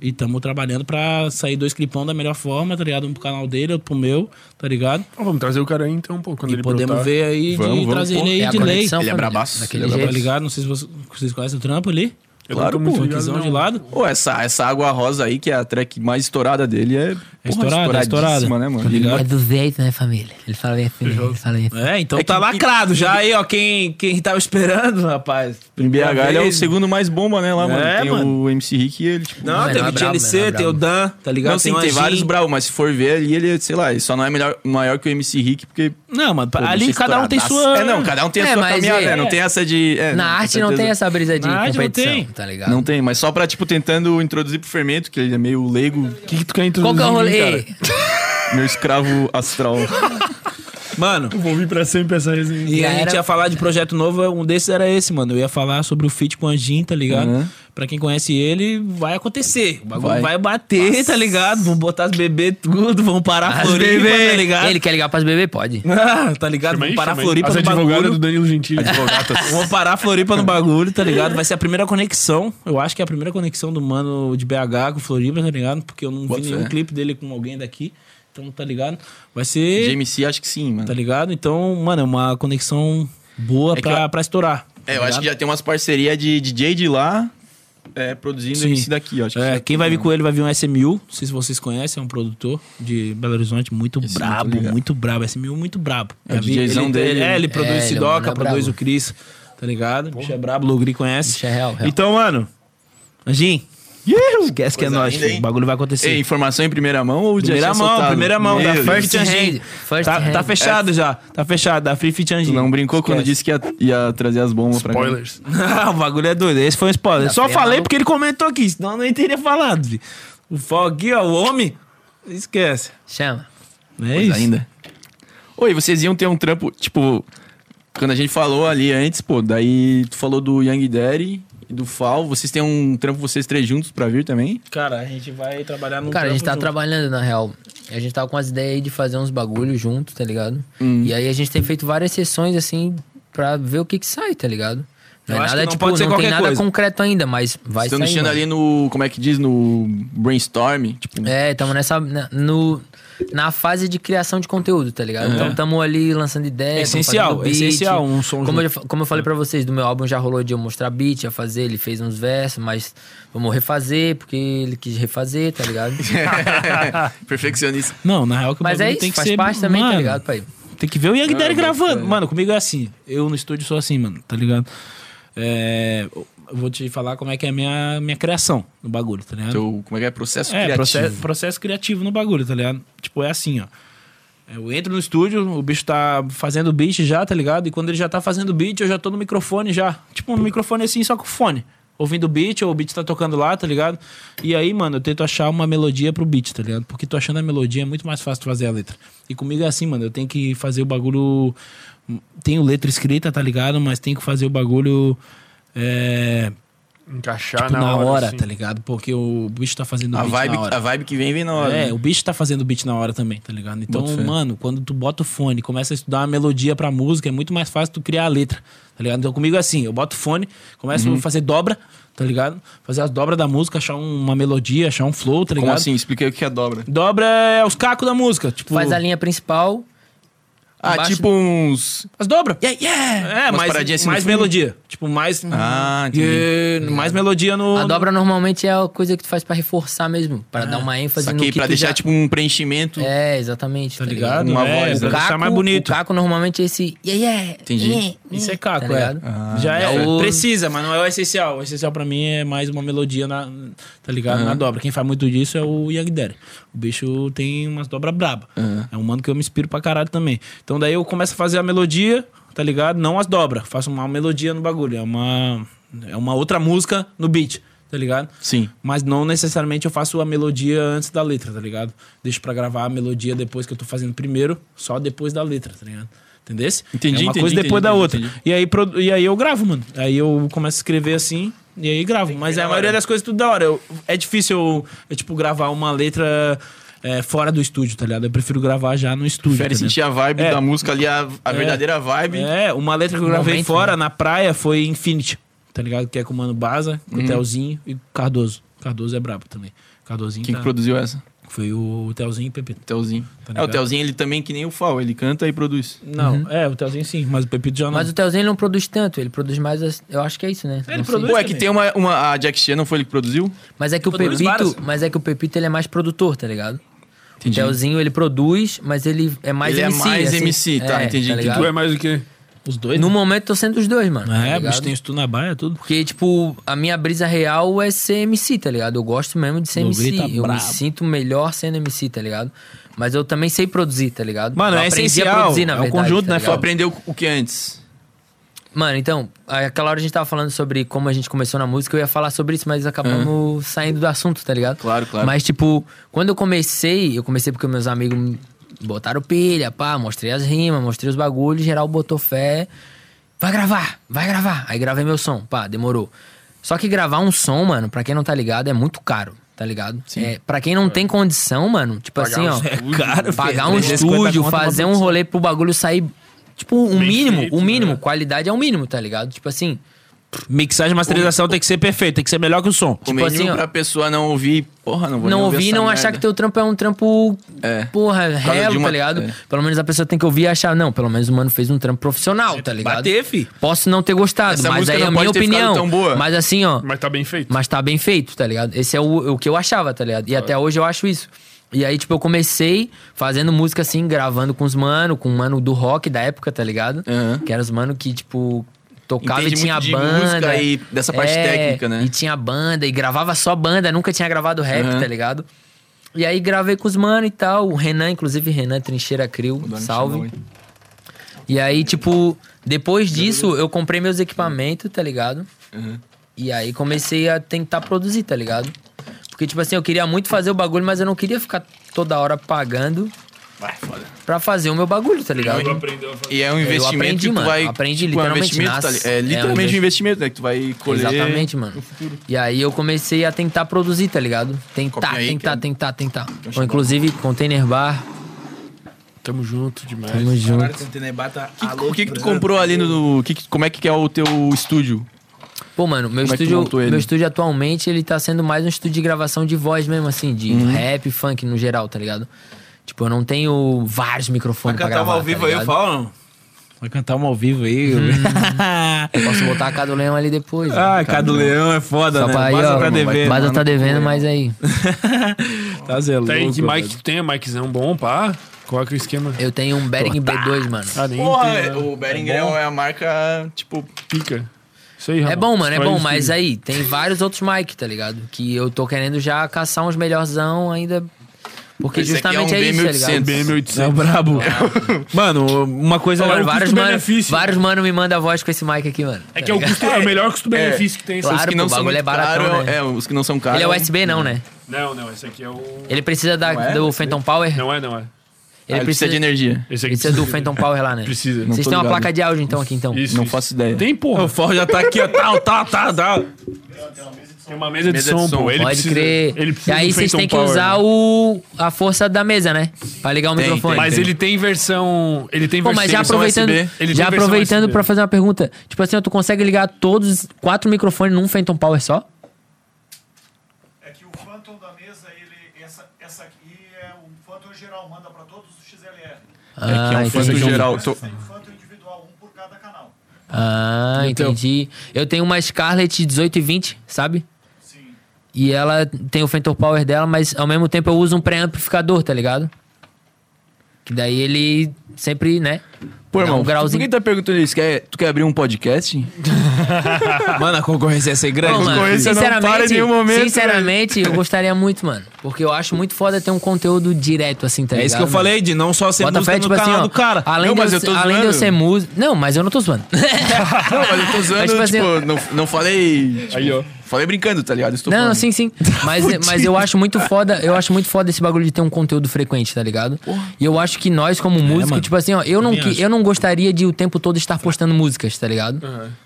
[SPEAKER 3] E tamo trabalhando pra sair dois clipão da melhor forma, tá ligado? Um pro canal dele, outro pro meu, tá ligado?
[SPEAKER 2] Ó, vamos trazer o cara aí então, pô, quando
[SPEAKER 3] E
[SPEAKER 2] ele
[SPEAKER 3] podemos
[SPEAKER 2] brotar.
[SPEAKER 3] ver aí de
[SPEAKER 1] Vamos, vamos,
[SPEAKER 3] trazer
[SPEAKER 1] pô.
[SPEAKER 3] ele aí
[SPEAKER 4] É a
[SPEAKER 3] de lei.
[SPEAKER 4] conexão,
[SPEAKER 1] Ele é
[SPEAKER 4] família.
[SPEAKER 1] brabaço,
[SPEAKER 4] Daquele
[SPEAKER 1] ele é
[SPEAKER 3] Tá
[SPEAKER 4] jeito.
[SPEAKER 3] ligado? Não sei se vocês, vocês conhecem o trampo ali.
[SPEAKER 2] Eu
[SPEAKER 1] Claro,
[SPEAKER 2] nunca me
[SPEAKER 1] pô.
[SPEAKER 2] fui
[SPEAKER 5] Funkzão de lado.
[SPEAKER 1] Pô, essa, essa água rosa aí, que é a track mais estourada dele, é,
[SPEAKER 5] estourada, é estourada.
[SPEAKER 1] né,
[SPEAKER 5] Tá
[SPEAKER 1] mano?
[SPEAKER 5] ligado?
[SPEAKER 4] É do jeito, né, família? Ele fala bem assim, né? Ele fala bem assim.
[SPEAKER 5] É, então
[SPEAKER 3] É
[SPEAKER 5] tá
[SPEAKER 3] que-
[SPEAKER 5] lacrado já aí, ó. Quem, quem tava esperando, rapaz.
[SPEAKER 1] Em BH ele é o
[SPEAKER 5] vez. É,
[SPEAKER 1] segundo mais bomba, né, lá, mano. Tem
[SPEAKER 5] mano.
[SPEAKER 1] o MC Rick e ele, tipo...
[SPEAKER 3] Não,
[SPEAKER 4] Não, ele
[SPEAKER 3] teve
[SPEAKER 4] não
[SPEAKER 3] o
[SPEAKER 4] é brabo,
[SPEAKER 3] TLC,
[SPEAKER 4] ele não é
[SPEAKER 3] tem o
[SPEAKER 4] brabo.
[SPEAKER 3] Dan, tá ligado?
[SPEAKER 1] Não, sim,
[SPEAKER 3] o
[SPEAKER 1] tem
[SPEAKER 3] Anjinho.
[SPEAKER 1] vários bravos, mas se for ver ali, ele, sei lá, ele só não é melhor, maior que o MC Rick, porque...
[SPEAKER 5] Não, mano,
[SPEAKER 1] pô,
[SPEAKER 5] ali
[SPEAKER 1] bicho é
[SPEAKER 5] cada um tem
[SPEAKER 1] estouradaço.
[SPEAKER 5] sua.
[SPEAKER 1] É, não, cada um tem a
[SPEAKER 4] É,
[SPEAKER 1] sua
[SPEAKER 4] mas
[SPEAKER 1] caminhada,
[SPEAKER 4] é-
[SPEAKER 1] né? Não tem essa de... é,
[SPEAKER 4] Na
[SPEAKER 1] com
[SPEAKER 4] arte não
[SPEAKER 1] certeza.
[SPEAKER 4] tem essa brisa de
[SPEAKER 5] Na arte não
[SPEAKER 4] competição,
[SPEAKER 5] tem.
[SPEAKER 4] tá ligado?
[SPEAKER 1] Não tem, mas só pra, tipo, tentando introduzir pro Fermento, que ele é meio leigo,
[SPEAKER 2] O que, que tu quer introduzir?
[SPEAKER 4] Qual que é o rolê?
[SPEAKER 2] em mim, cara?
[SPEAKER 4] Ei,
[SPEAKER 1] meu escravo astral.
[SPEAKER 3] Mano,
[SPEAKER 2] Eu vou vir pra sempre essa resenha.
[SPEAKER 3] e
[SPEAKER 4] Já
[SPEAKER 3] a gente
[SPEAKER 4] era-
[SPEAKER 3] ia falar de projeto novo, um desses era esse, mano. Eu ia falar sobre o feat com o Anjinho, tá ligado?
[SPEAKER 1] Uhum.
[SPEAKER 3] Pra quem conhece ele, vai acontecer. O bagulho
[SPEAKER 1] Vai.
[SPEAKER 3] vai, bater, tá ligado? Vão botar as bebês tudo, vão parar a
[SPEAKER 4] as
[SPEAKER 3] Floripa,
[SPEAKER 4] bebê.
[SPEAKER 3] tá ligado?
[SPEAKER 4] Ele quer ligar pras bebê? Pode.
[SPEAKER 3] Ah, tá ligado? Vão parar a Floripa
[SPEAKER 2] As
[SPEAKER 3] no
[SPEAKER 2] advogadas
[SPEAKER 3] bagulho.
[SPEAKER 2] do Danilo Gentili.
[SPEAKER 3] Vamos parar a Floripa no bagulho, tá ligado? Vai ser a primeira conexão. Eu acho que é a primeira conexão do mano de BH com Floripa, tá ligado? Porque eu não
[SPEAKER 1] Bota
[SPEAKER 3] vi
[SPEAKER 1] fé.
[SPEAKER 3] nenhum clipe dele com alguém daqui. Então, tá ligado? Vai ser.
[SPEAKER 1] GMC, acho que sim, mano.
[SPEAKER 3] Tá ligado? Então, mano, é uma conexão boa
[SPEAKER 1] É que
[SPEAKER 3] pra,
[SPEAKER 1] eu-
[SPEAKER 3] pra estourar. tá
[SPEAKER 1] É, eu acho que já tem umas parcerias de DJ de lá é, produzindo
[SPEAKER 3] Sim.
[SPEAKER 1] MC daqui, eu acho que
[SPEAKER 3] É,
[SPEAKER 1] isso
[SPEAKER 3] quem vai
[SPEAKER 1] aqui,
[SPEAKER 3] vir com ele vai vir um SMU. Não sei se vocês conhecem, é um produtor de Belo Horizonte muito
[SPEAKER 1] Esse eu tô
[SPEAKER 3] brabo,
[SPEAKER 1] ligado.
[SPEAKER 3] muito brabo. SMU muito brabo.
[SPEAKER 1] É o
[SPEAKER 3] Já vi-
[SPEAKER 1] DJzão
[SPEAKER 3] ele,
[SPEAKER 1] dele.
[SPEAKER 3] Ele, é, ele
[SPEAKER 4] É,
[SPEAKER 3] produz
[SPEAKER 4] ele é um
[SPEAKER 3] Sidoca,
[SPEAKER 4] mano
[SPEAKER 3] produz
[SPEAKER 4] brabo.
[SPEAKER 3] o Cris, tá ligado? Bicho é brabo, o Logri conhece.
[SPEAKER 4] Bicho é real, real.
[SPEAKER 3] Então, mano, Anjinho, esquece que é
[SPEAKER 1] Coisa
[SPEAKER 3] nóis,
[SPEAKER 1] linda,
[SPEAKER 3] filho.
[SPEAKER 1] hein?
[SPEAKER 3] o bagulho vai
[SPEAKER 1] né? Ei,
[SPEAKER 3] acontecer.
[SPEAKER 1] informação em primeira mão ou já
[SPEAKER 3] primeira
[SPEAKER 1] tinha
[SPEAKER 3] mão,
[SPEAKER 1] soltado?
[SPEAKER 3] primeira mão,
[SPEAKER 1] Meu
[SPEAKER 3] da
[SPEAKER 1] Deus.
[SPEAKER 3] First
[SPEAKER 4] First
[SPEAKER 3] Anjinho.
[SPEAKER 4] hand, first
[SPEAKER 3] Tá,
[SPEAKER 4] hand.
[SPEAKER 3] tá fechado já, tá fechado, da Free Fit
[SPEAKER 1] Tu
[SPEAKER 3] Anjinho.
[SPEAKER 1] não brincou quando
[SPEAKER 3] Esquece.
[SPEAKER 1] disse que ia, ia trazer as bombas pra cá?
[SPEAKER 2] Spoilers.
[SPEAKER 3] Ah, o bagulho é doido. Esse foi um spoiler.
[SPEAKER 4] Tá
[SPEAKER 3] Só
[SPEAKER 4] bem
[SPEAKER 3] falei
[SPEAKER 4] maluco.
[SPEAKER 3] porque ele comentou aqui, senão eu nem teria falado. vi. O Fog aqui, ó, o homem. Esquece.
[SPEAKER 4] Chama.
[SPEAKER 3] Não é
[SPEAKER 1] Pois
[SPEAKER 3] isso?
[SPEAKER 1] ainda. Oi, vocês iam ter um trampo, tipo, quando a gente falou ali antes, pô, daí tu falou do Young Daddy e do Fal, vocês têm um trampo vocês três juntos pra vir também?
[SPEAKER 3] Cara, a gente vai trabalhar no.
[SPEAKER 4] Cara, a gente tá
[SPEAKER 3] trampo junto.
[SPEAKER 4] trabalhando, na real. A gente tava com as ideias aí de fazer uns bagulho junto, tá ligado? E aí a gente tem feito várias sessões, assim, pra ver o que que sai, tá ligado? Não
[SPEAKER 3] Eu
[SPEAKER 4] é
[SPEAKER 3] acho
[SPEAKER 4] nada,
[SPEAKER 3] que não
[SPEAKER 4] tipo,
[SPEAKER 3] pode ser
[SPEAKER 4] não tem
[SPEAKER 3] qualquer
[SPEAKER 4] nada
[SPEAKER 3] coisa.
[SPEAKER 4] concreto ainda, mas vai
[SPEAKER 1] Vocês estão
[SPEAKER 4] sair.
[SPEAKER 1] mexendo
[SPEAKER 4] mano.
[SPEAKER 1] ali no, como é que diz, no brainstorm, tipo,
[SPEAKER 4] É, tamo nessa. na- no, na fase de criação de conteúdo, tá ligado? Então tamo ali lançando ideias.
[SPEAKER 3] É.
[SPEAKER 4] tamo
[SPEAKER 3] Essencial,
[SPEAKER 4] fazendo beat.
[SPEAKER 3] essencial, um som
[SPEAKER 4] Como
[SPEAKER 3] junto.
[SPEAKER 4] eu, já fa- como eu falei pra vocês, do meu álbum já rolou de eu mostrar beat, ia fazer, ele fez uns versos, mas vamos refazer, porque ele quis refazer, tá ligado?
[SPEAKER 1] perfeccionista.
[SPEAKER 3] Não, na real que o
[SPEAKER 4] mas é
[SPEAKER 3] bagulho
[SPEAKER 4] isso,
[SPEAKER 3] É, tem que
[SPEAKER 4] faz
[SPEAKER 3] ser.
[SPEAKER 4] parte também, tá
[SPEAKER 3] mano,
[SPEAKER 4] ligado, pai?
[SPEAKER 3] Tem que ver o Young
[SPEAKER 1] Ah,
[SPEAKER 3] Daddy
[SPEAKER 1] bota
[SPEAKER 3] gravando.
[SPEAKER 1] fé.
[SPEAKER 3] Mano, comigo é assim. Eu no estúdio sou assim, mano, tá ligado? É, eu vou te falar como é que é a minha, minha criação no bagulho, tá ligado?
[SPEAKER 1] Então, como é que é? Processo
[SPEAKER 3] É,
[SPEAKER 1] criativo.
[SPEAKER 3] processo, processo criativo no bagulho, tá ligado? Tipo, é assim, ó. Eu entro no estúdio, o bicho tá fazendo beat já, tá ligado? E quando ele já tá fazendo beat, eu já tô no microfone já. Tipo, no microfone assim, só com o fone. Ouvindo o beat, ou o beat tá tocando lá, tá ligado? E aí, mano, eu tento achar uma melodia pro beat, tá ligado? Porque tu achando a melodia é muito mais fácil tu fazer a letra. E comigo é assim, mano, eu tenho que fazer o bagulho. Tenho letra escrita, tá ligado? Mas tenho que fazer o bagulho. É,
[SPEAKER 2] Encaixar
[SPEAKER 3] tipo,
[SPEAKER 2] na hora, assim.
[SPEAKER 3] tá ligado? Porque o bicho tá fazendo o
[SPEAKER 1] A
[SPEAKER 3] beat
[SPEAKER 1] vibe,
[SPEAKER 3] na hora.
[SPEAKER 1] a vibe que vem, vem na hora.
[SPEAKER 3] É,
[SPEAKER 1] né?
[SPEAKER 3] o bicho tá fazendo beat na hora também, tá ligado? Então,
[SPEAKER 1] Boto fé.
[SPEAKER 3] mano, quando tu bota o fone, começa a estudar uma melodia pra música, é muito mais fácil tu criar a letra, tá ligado? Então comigo é assim, eu boto o fone, começo
[SPEAKER 1] Uhum.
[SPEAKER 3] a fazer dobra, tá ligado? Fazer as dobras da música, achar uma melodia, achar um flow, tá
[SPEAKER 1] Como
[SPEAKER 3] ligado?
[SPEAKER 1] assim? Explica aí o que é dobra.
[SPEAKER 3] Dobra é os cacos da música, tipo...
[SPEAKER 4] Faz a linha principal.
[SPEAKER 1] Ah,
[SPEAKER 4] Embaixo-
[SPEAKER 1] tipo uns...
[SPEAKER 3] As dobras.
[SPEAKER 1] Yeah, yeah!
[SPEAKER 3] É,
[SPEAKER 1] Umas
[SPEAKER 3] mais,
[SPEAKER 1] paradinhas assim no
[SPEAKER 3] mais
[SPEAKER 1] fundo.
[SPEAKER 3] melodia. Tipo, mais...
[SPEAKER 1] Ah, entendi.
[SPEAKER 3] Yeah, mais melodia no...
[SPEAKER 4] A dobra normalmente é a coisa que tu faz pra reforçar mesmo,
[SPEAKER 3] Ah,
[SPEAKER 4] pra dar uma ênfase no
[SPEAKER 1] Saquei,
[SPEAKER 4] que
[SPEAKER 1] pra
[SPEAKER 4] tu
[SPEAKER 1] deixar
[SPEAKER 4] já-
[SPEAKER 1] tipo um preenchimento.
[SPEAKER 4] É, exatamente.
[SPEAKER 3] Tá ligado?
[SPEAKER 1] Uma
[SPEAKER 3] é,
[SPEAKER 1] voz,
[SPEAKER 3] pra
[SPEAKER 1] né?
[SPEAKER 3] deixar mais bonito.
[SPEAKER 4] O caco normalmente é esse. Yeah, yeah,
[SPEAKER 1] Entendi.
[SPEAKER 4] yeah,
[SPEAKER 3] Isso é
[SPEAKER 4] yeah,
[SPEAKER 3] caco,
[SPEAKER 4] tá
[SPEAKER 3] é.
[SPEAKER 4] ligado?
[SPEAKER 3] Já
[SPEAKER 4] Já
[SPEAKER 3] é,
[SPEAKER 4] o-
[SPEAKER 3] precisa, mas não é o essencial. O essencial pra mim é mais uma melodia, na, tá ligado? Na dobra. Quem faz muito disso é o Young Daddy. O bicho tem umas dobras braba. É um mano que eu me inspiro pra caralho também. Então daí eu começo a fazer a melodia, tá ligado? Não as dobras. Faço uma melodia no bagulho. É uma, é uma outra música no beat, tá ligado?
[SPEAKER 1] Sim.
[SPEAKER 3] Mas não necessariamente eu faço a melodia antes da letra, tá ligado? Deixo pra gravar a melodia depois que eu tô fazendo primeiro, só depois da letra, tá ligado? Entendesse? É
[SPEAKER 1] Entendi,
[SPEAKER 3] uma
[SPEAKER 1] entendi,
[SPEAKER 3] coisa depois
[SPEAKER 1] entendi,
[SPEAKER 3] da
[SPEAKER 1] entendi,
[SPEAKER 3] outra.
[SPEAKER 1] entendi.
[SPEAKER 3] E aí, produ- e aí eu gravo, mano. Aí eu começo a escrever assim e aí gravo. Mas é a maioria das coisas tudo da hora. Eu- é difícil eu, eu, tipo, gravar uma letra é, fora do estúdio, tá ligado? Eu prefiro gravar já no estúdio.
[SPEAKER 1] Prefere
[SPEAKER 3] tá ligado?
[SPEAKER 1] sentir a vibe
[SPEAKER 3] É.
[SPEAKER 1] da música ali, a, a verdadeira vibe.
[SPEAKER 3] É, uma letra que eu gravei
[SPEAKER 4] Momento, né?
[SPEAKER 3] fora na praia foi Infinity, tá ligado? Que é com
[SPEAKER 4] Uhum.
[SPEAKER 3] o Mano Baza, com o Telzinho e com o Cardoso. Cardoso é brabo também. Cardozinho
[SPEAKER 1] Quem
[SPEAKER 3] tá-
[SPEAKER 1] que produziu essa?
[SPEAKER 5] Foi o Telzinho e o Pepito.
[SPEAKER 1] Telzinho. é, o
[SPEAKER 5] ligado?
[SPEAKER 1] Telzinho, ele também, que nem o Fal, ele canta e produz.
[SPEAKER 5] Não, é, o Telzinho sim, mas o Pepito já não.
[SPEAKER 4] Uhum. Mas o Telzinho ele não produz tanto, ele produz mais. as- Eu acho que é isso, né? Não sei.
[SPEAKER 5] produz.
[SPEAKER 1] Pô, é que
[SPEAKER 5] também.
[SPEAKER 1] tem uma, uma. A Jack Chan não foi ele que produziu?
[SPEAKER 4] Mas é que o
[SPEAKER 5] Produz várias.
[SPEAKER 4] Pepito, mas é que o Pepito ele é mais produtor, tá ligado? O Telzinho ele produz, mas ele é mais
[SPEAKER 1] Ele é
[SPEAKER 4] MC.
[SPEAKER 1] mais
[SPEAKER 4] assim.
[SPEAKER 1] MC, tá, entendi, entendi.
[SPEAKER 4] ligado?
[SPEAKER 2] Tu é mais o quê?
[SPEAKER 5] Os dois?
[SPEAKER 4] No
[SPEAKER 5] né?
[SPEAKER 4] momento tô sendo os dois, mano. tá
[SPEAKER 5] É, bicho,
[SPEAKER 4] ligado?
[SPEAKER 5] tem isso tudo na baia, tudo.
[SPEAKER 4] Porque, tipo, a minha brisa real é ser MC, tá ligado? Eu gosto mesmo de ser
[SPEAKER 5] No
[SPEAKER 4] MC.
[SPEAKER 5] grito, tá
[SPEAKER 4] eu me
[SPEAKER 5] brabo.
[SPEAKER 4] sinto melhor sendo MC, tá ligado? Mas eu também sei produzir, tá ligado?
[SPEAKER 3] Mano,
[SPEAKER 4] eu
[SPEAKER 3] é
[SPEAKER 4] aprendi
[SPEAKER 3] essencial,
[SPEAKER 4] A produzir, na
[SPEAKER 3] é um
[SPEAKER 4] verdade,
[SPEAKER 3] conjunto,
[SPEAKER 4] tá
[SPEAKER 3] né,
[SPEAKER 1] Só
[SPEAKER 4] ligado?
[SPEAKER 1] aprendeu o que antes.
[SPEAKER 4] Mano, então, aquela hora a gente tava falando sobre como a gente começou na música, eu ia falar sobre isso, mas acabamos saindo do assunto, tá ligado?
[SPEAKER 1] Hum. Claro, claro.
[SPEAKER 4] Mas, tipo, quando eu comecei, eu comecei porque meus amigos me botaram pilha, pá, mostrei as rimas, mostrei os bagulhos, geral botou fé. Vai gravar, vai gravar. Aí gravei meu som, pá, demorou. Só que gravar um som, mano, pra quem não tá ligado, é muito caro, tá ligado? É, pra quem não tem condição, mano, tipo assim,
[SPEAKER 3] É
[SPEAKER 4] ó.
[SPEAKER 3] Cara,
[SPEAKER 4] Pagar um estúdio,
[SPEAKER 3] é
[SPEAKER 4] fazer um rolê pro bagulho sair. Tipo, o mínimo,
[SPEAKER 1] né?
[SPEAKER 4] o mínimo, qualidade é o mínimo, tá ligado? Tipo assim,
[SPEAKER 3] Mixagem e masterização tem que ser perfeito, tem que ser melhor que o som.
[SPEAKER 1] O mínimo
[SPEAKER 4] assim, ó.
[SPEAKER 1] pra pessoa não ouvir. Porra, não vou
[SPEAKER 4] não
[SPEAKER 1] nem ouvir
[SPEAKER 4] ouvir e
[SPEAKER 1] essa
[SPEAKER 4] não
[SPEAKER 1] merda.
[SPEAKER 4] achar que teu trampo é um trampo,
[SPEAKER 1] É.
[SPEAKER 4] porra, relo,
[SPEAKER 1] uma-
[SPEAKER 4] tá ligado?
[SPEAKER 1] é.
[SPEAKER 4] Pelo menos a pessoa tem que ouvir e achar, não, pelo menos o mano fez um trampo profissional, tá ligado?
[SPEAKER 3] Bater, fi.
[SPEAKER 4] Posso não ter gostado,
[SPEAKER 1] Essa
[SPEAKER 4] mas
[SPEAKER 1] música
[SPEAKER 4] aí é
[SPEAKER 1] não
[SPEAKER 4] a
[SPEAKER 1] pode
[SPEAKER 4] minha
[SPEAKER 1] ter ficado
[SPEAKER 4] opinião.
[SPEAKER 1] tão boa.
[SPEAKER 4] Mas assim, ó,
[SPEAKER 2] Mas tá bem feito.
[SPEAKER 4] Mas tá bem feito, tá ligado? Esse é o, o que eu achava, tá ligado? E até hoje eu acho isso. E aí, tipo, eu comecei fazendo música assim, gravando com os mano, com o mano do rock da época, tá ligado?
[SPEAKER 1] Aham.
[SPEAKER 4] Que eram os mano que, tipo, tocava
[SPEAKER 1] Entende
[SPEAKER 4] e tinha
[SPEAKER 1] muito de
[SPEAKER 4] banda. É,
[SPEAKER 1] música e dessa parte técnica, né?
[SPEAKER 4] E tinha banda, e gravava só banda, nunca tinha gravado rap,
[SPEAKER 1] Aham.
[SPEAKER 4] tá ligado? E aí gravei com os mano e tal. O Renan, inclusive, Renan Trincheira Crio,
[SPEAKER 1] Dona me
[SPEAKER 4] salve.
[SPEAKER 1] chamou, hein?
[SPEAKER 4] E aí, tipo, depois disso, eu comprei meus equipamentos, tá ligado?
[SPEAKER 1] Uhum.
[SPEAKER 4] E aí comecei a tentar produzir, tá ligado? Porque, tipo assim, eu queria muito fazer o bagulho, mas eu não queria ficar toda hora pagando
[SPEAKER 1] Vai, foda.
[SPEAKER 4] pra fazer o meu bagulho, tá ligado?
[SPEAKER 1] E é um investimento
[SPEAKER 4] aprendi,
[SPEAKER 1] que tu
[SPEAKER 4] mano.
[SPEAKER 1] vai.
[SPEAKER 4] Aprendi
[SPEAKER 1] é um
[SPEAKER 4] literalmente
[SPEAKER 1] investimento,
[SPEAKER 4] nas-
[SPEAKER 1] tá li-
[SPEAKER 4] é
[SPEAKER 1] É
[SPEAKER 4] um
[SPEAKER 1] literalmente
[SPEAKER 4] investi-
[SPEAKER 1] um investimento, né? Que tu vai colher.
[SPEAKER 4] Exatamente, mano. E aí eu comecei a tentar produzir, tá ligado? Tentar,
[SPEAKER 1] Copia aí,
[SPEAKER 4] tentar,
[SPEAKER 1] que é-
[SPEAKER 4] tentar, tentar, Ou, inclusive, container bar.
[SPEAKER 2] Tamo junto demais.
[SPEAKER 4] Tamo junto.
[SPEAKER 1] Que- O que, que tu comprou ali no. que que- como é que é o teu estúdio?
[SPEAKER 4] Pô, mano, meu
[SPEAKER 1] Como é que tu
[SPEAKER 4] estúdio,
[SPEAKER 1] montou ele?
[SPEAKER 4] meu estúdio atualmente, ele tá sendo mais um estúdio de gravação de voz mesmo, assim, de
[SPEAKER 1] Uhum.
[SPEAKER 4] rap, funk no geral, tá ligado? Tipo, eu não tenho vários microfones pra gravar, tá ligado? Hum.
[SPEAKER 3] falo.
[SPEAKER 5] Vai cantar
[SPEAKER 3] um
[SPEAKER 5] uma ao vivo aí.
[SPEAKER 4] Eu Posso botar a Cadu Leão ali depois. né?
[SPEAKER 3] Ah, Cadu Leão é foda,
[SPEAKER 4] Só
[SPEAKER 3] né?
[SPEAKER 4] pra aí,
[SPEAKER 3] Mas
[SPEAKER 4] ó,
[SPEAKER 3] é pra dever.
[SPEAKER 4] Mas eu tá devendo, mas aí.
[SPEAKER 3] Tá zelando.
[SPEAKER 2] Tem que mic tu tem? Miczão bom, pá? Qual é que é o esquema?
[SPEAKER 4] Eu tenho um Behring B2, mano.
[SPEAKER 2] Ah, nem tem, né?
[SPEAKER 1] o Beringer é a marca, tipo.
[SPEAKER 2] Pica. Isso aí,
[SPEAKER 4] É
[SPEAKER 2] rapaz.
[SPEAKER 4] bom, mano, é
[SPEAKER 2] Faz
[SPEAKER 4] bom,
[SPEAKER 2] tá isso
[SPEAKER 4] mas
[SPEAKER 2] aí.
[SPEAKER 4] aí tem vários outros mic, tá ligado? Que eu tô querendo já caçar uns melhorzão ainda. Porque
[SPEAKER 1] Esse aqui é
[SPEAKER 4] justamente
[SPEAKER 1] um
[SPEAKER 4] é, isso, tá
[SPEAKER 1] B1800.
[SPEAKER 4] ligado?
[SPEAKER 2] BM800.
[SPEAKER 3] É o brabo. Mano, uma coisa
[SPEAKER 4] Mano,
[SPEAKER 3] é o
[SPEAKER 4] vários, mano,
[SPEAKER 3] custo-benefício.
[SPEAKER 4] vários mano me mandam a voz com esse mic aqui, mano.
[SPEAKER 2] É que é o, custo, é o melhor custo-benefício que tem.
[SPEAKER 4] Claro,
[SPEAKER 1] os que
[SPEAKER 4] pô,
[SPEAKER 1] não
[SPEAKER 4] o
[SPEAKER 1] são
[SPEAKER 4] bagulho
[SPEAKER 1] muito
[SPEAKER 4] é baratão,
[SPEAKER 1] caro,
[SPEAKER 4] né?
[SPEAKER 1] é, os que não são caros.
[SPEAKER 4] Ele é USB, não, né?
[SPEAKER 2] Não, não, esse aqui é o...
[SPEAKER 4] Ele precisa da,
[SPEAKER 1] é?
[SPEAKER 4] do Phantom Power?
[SPEAKER 2] Não é, não é.
[SPEAKER 1] Ele precisa de energia.
[SPEAKER 2] Esse
[SPEAKER 4] Ele
[SPEAKER 2] aqui
[SPEAKER 4] precisa do Phantom Power lá, né?
[SPEAKER 2] Precisa. Não
[SPEAKER 4] Vocês
[SPEAKER 1] tô
[SPEAKER 4] têm uma
[SPEAKER 1] ligado.
[SPEAKER 4] placa de áudio então aqui então.
[SPEAKER 2] Isso,
[SPEAKER 1] Não
[SPEAKER 2] isso.
[SPEAKER 1] faço ideia.
[SPEAKER 2] Tem, um,
[SPEAKER 3] O
[SPEAKER 2] porra.
[SPEAKER 3] Ford já tá aqui, ó. Tal, tal, tal, tal.
[SPEAKER 2] Tem uma mesa de,
[SPEAKER 1] Mesa de
[SPEAKER 2] som,
[SPEAKER 1] som.
[SPEAKER 2] pô. Ele
[SPEAKER 4] Pode
[SPEAKER 2] precisa,
[SPEAKER 4] crer.
[SPEAKER 2] Ele
[SPEAKER 4] e
[SPEAKER 2] precisa
[SPEAKER 4] aí
[SPEAKER 2] do
[SPEAKER 4] vocês
[SPEAKER 2] Phantom
[SPEAKER 4] têm que
[SPEAKER 2] Power,
[SPEAKER 4] usar
[SPEAKER 2] né?
[SPEAKER 4] o, a força da mesa, né? Pra ligar o
[SPEAKER 1] Tem,
[SPEAKER 4] microfone.
[SPEAKER 1] tem.
[SPEAKER 2] Mas ele tem versão... Ele tem
[SPEAKER 4] Pô,
[SPEAKER 2] versão...
[SPEAKER 4] mas já
[SPEAKER 2] versão
[SPEAKER 4] aproveitando,
[SPEAKER 2] USB. Ele
[SPEAKER 4] já
[SPEAKER 2] tem versão
[SPEAKER 4] aproveitando
[SPEAKER 2] USB.
[SPEAKER 4] pra fazer uma pergunta. Tipo assim, ó, tu consegue ligar todos quatro microfones num Phantom Power só?
[SPEAKER 7] É que o Phantom da mesa, ele, essa, essa aqui é o Phantom geral, manda para todos os XLR.
[SPEAKER 4] Ah,
[SPEAKER 1] é que é um fã
[SPEAKER 4] entendi.
[SPEAKER 1] geral. Tô-
[SPEAKER 7] Tem Phantom individual, um por cada canal.
[SPEAKER 4] Ah, entendi. Eu tenho uma Scarlett 18 e 20, sabe?
[SPEAKER 7] Sim.
[SPEAKER 4] E ela tem o Phantom Power dela, mas ao mesmo tempo eu uso um pré-amplificador, tá ligado? Que daí ele sempre, né?
[SPEAKER 1] Pô,
[SPEAKER 4] dá
[SPEAKER 1] irmão,
[SPEAKER 4] um
[SPEAKER 1] por que
[SPEAKER 4] grauzinho.
[SPEAKER 1] tá perguntando isso? Quer, tu quer abrir um podcast?
[SPEAKER 3] Mano, a concorrência ia ser grande. É
[SPEAKER 4] Não, mano,
[SPEAKER 1] concorrência não para em nenhum momento,
[SPEAKER 4] sinceramente eu gostaria muito, mano. Porque eu acho muito foda ter um conteúdo direto, assim,
[SPEAKER 3] É
[SPEAKER 4] tá ligado?
[SPEAKER 3] isso que eu
[SPEAKER 4] mano?
[SPEAKER 3] falei, de não só ser
[SPEAKER 4] Bota
[SPEAKER 3] música
[SPEAKER 4] fé,
[SPEAKER 3] no
[SPEAKER 4] tipo assim,
[SPEAKER 3] canal
[SPEAKER 4] ó,
[SPEAKER 3] do cara.
[SPEAKER 4] Além,
[SPEAKER 1] Não,
[SPEAKER 4] de,
[SPEAKER 1] mas
[SPEAKER 4] eu
[SPEAKER 1] eu tô
[SPEAKER 4] além de eu
[SPEAKER 1] zoando.
[SPEAKER 4] ser músico. Não, mas eu não tô zoando.
[SPEAKER 1] Não, mas eu tô zoando,
[SPEAKER 4] Mas, tipo
[SPEAKER 1] tipo,
[SPEAKER 4] assim,
[SPEAKER 1] não, não falei. tipo,
[SPEAKER 2] Aí, ó.
[SPEAKER 1] Falei brincando, tá ligado? Estou
[SPEAKER 4] Não,
[SPEAKER 1] falando. Tá
[SPEAKER 4] sim, sim. Mas, mas eu acho muito foda, eu acho muito foda esse bagulho de ter um conteúdo frequente, tá ligado? E eu acho que nós,
[SPEAKER 1] É,
[SPEAKER 4] como músicos,
[SPEAKER 5] mano.
[SPEAKER 4] tipo assim, ó, eu não, que, eu não gostaria de o tempo todo estar postando músicas, tá ligado?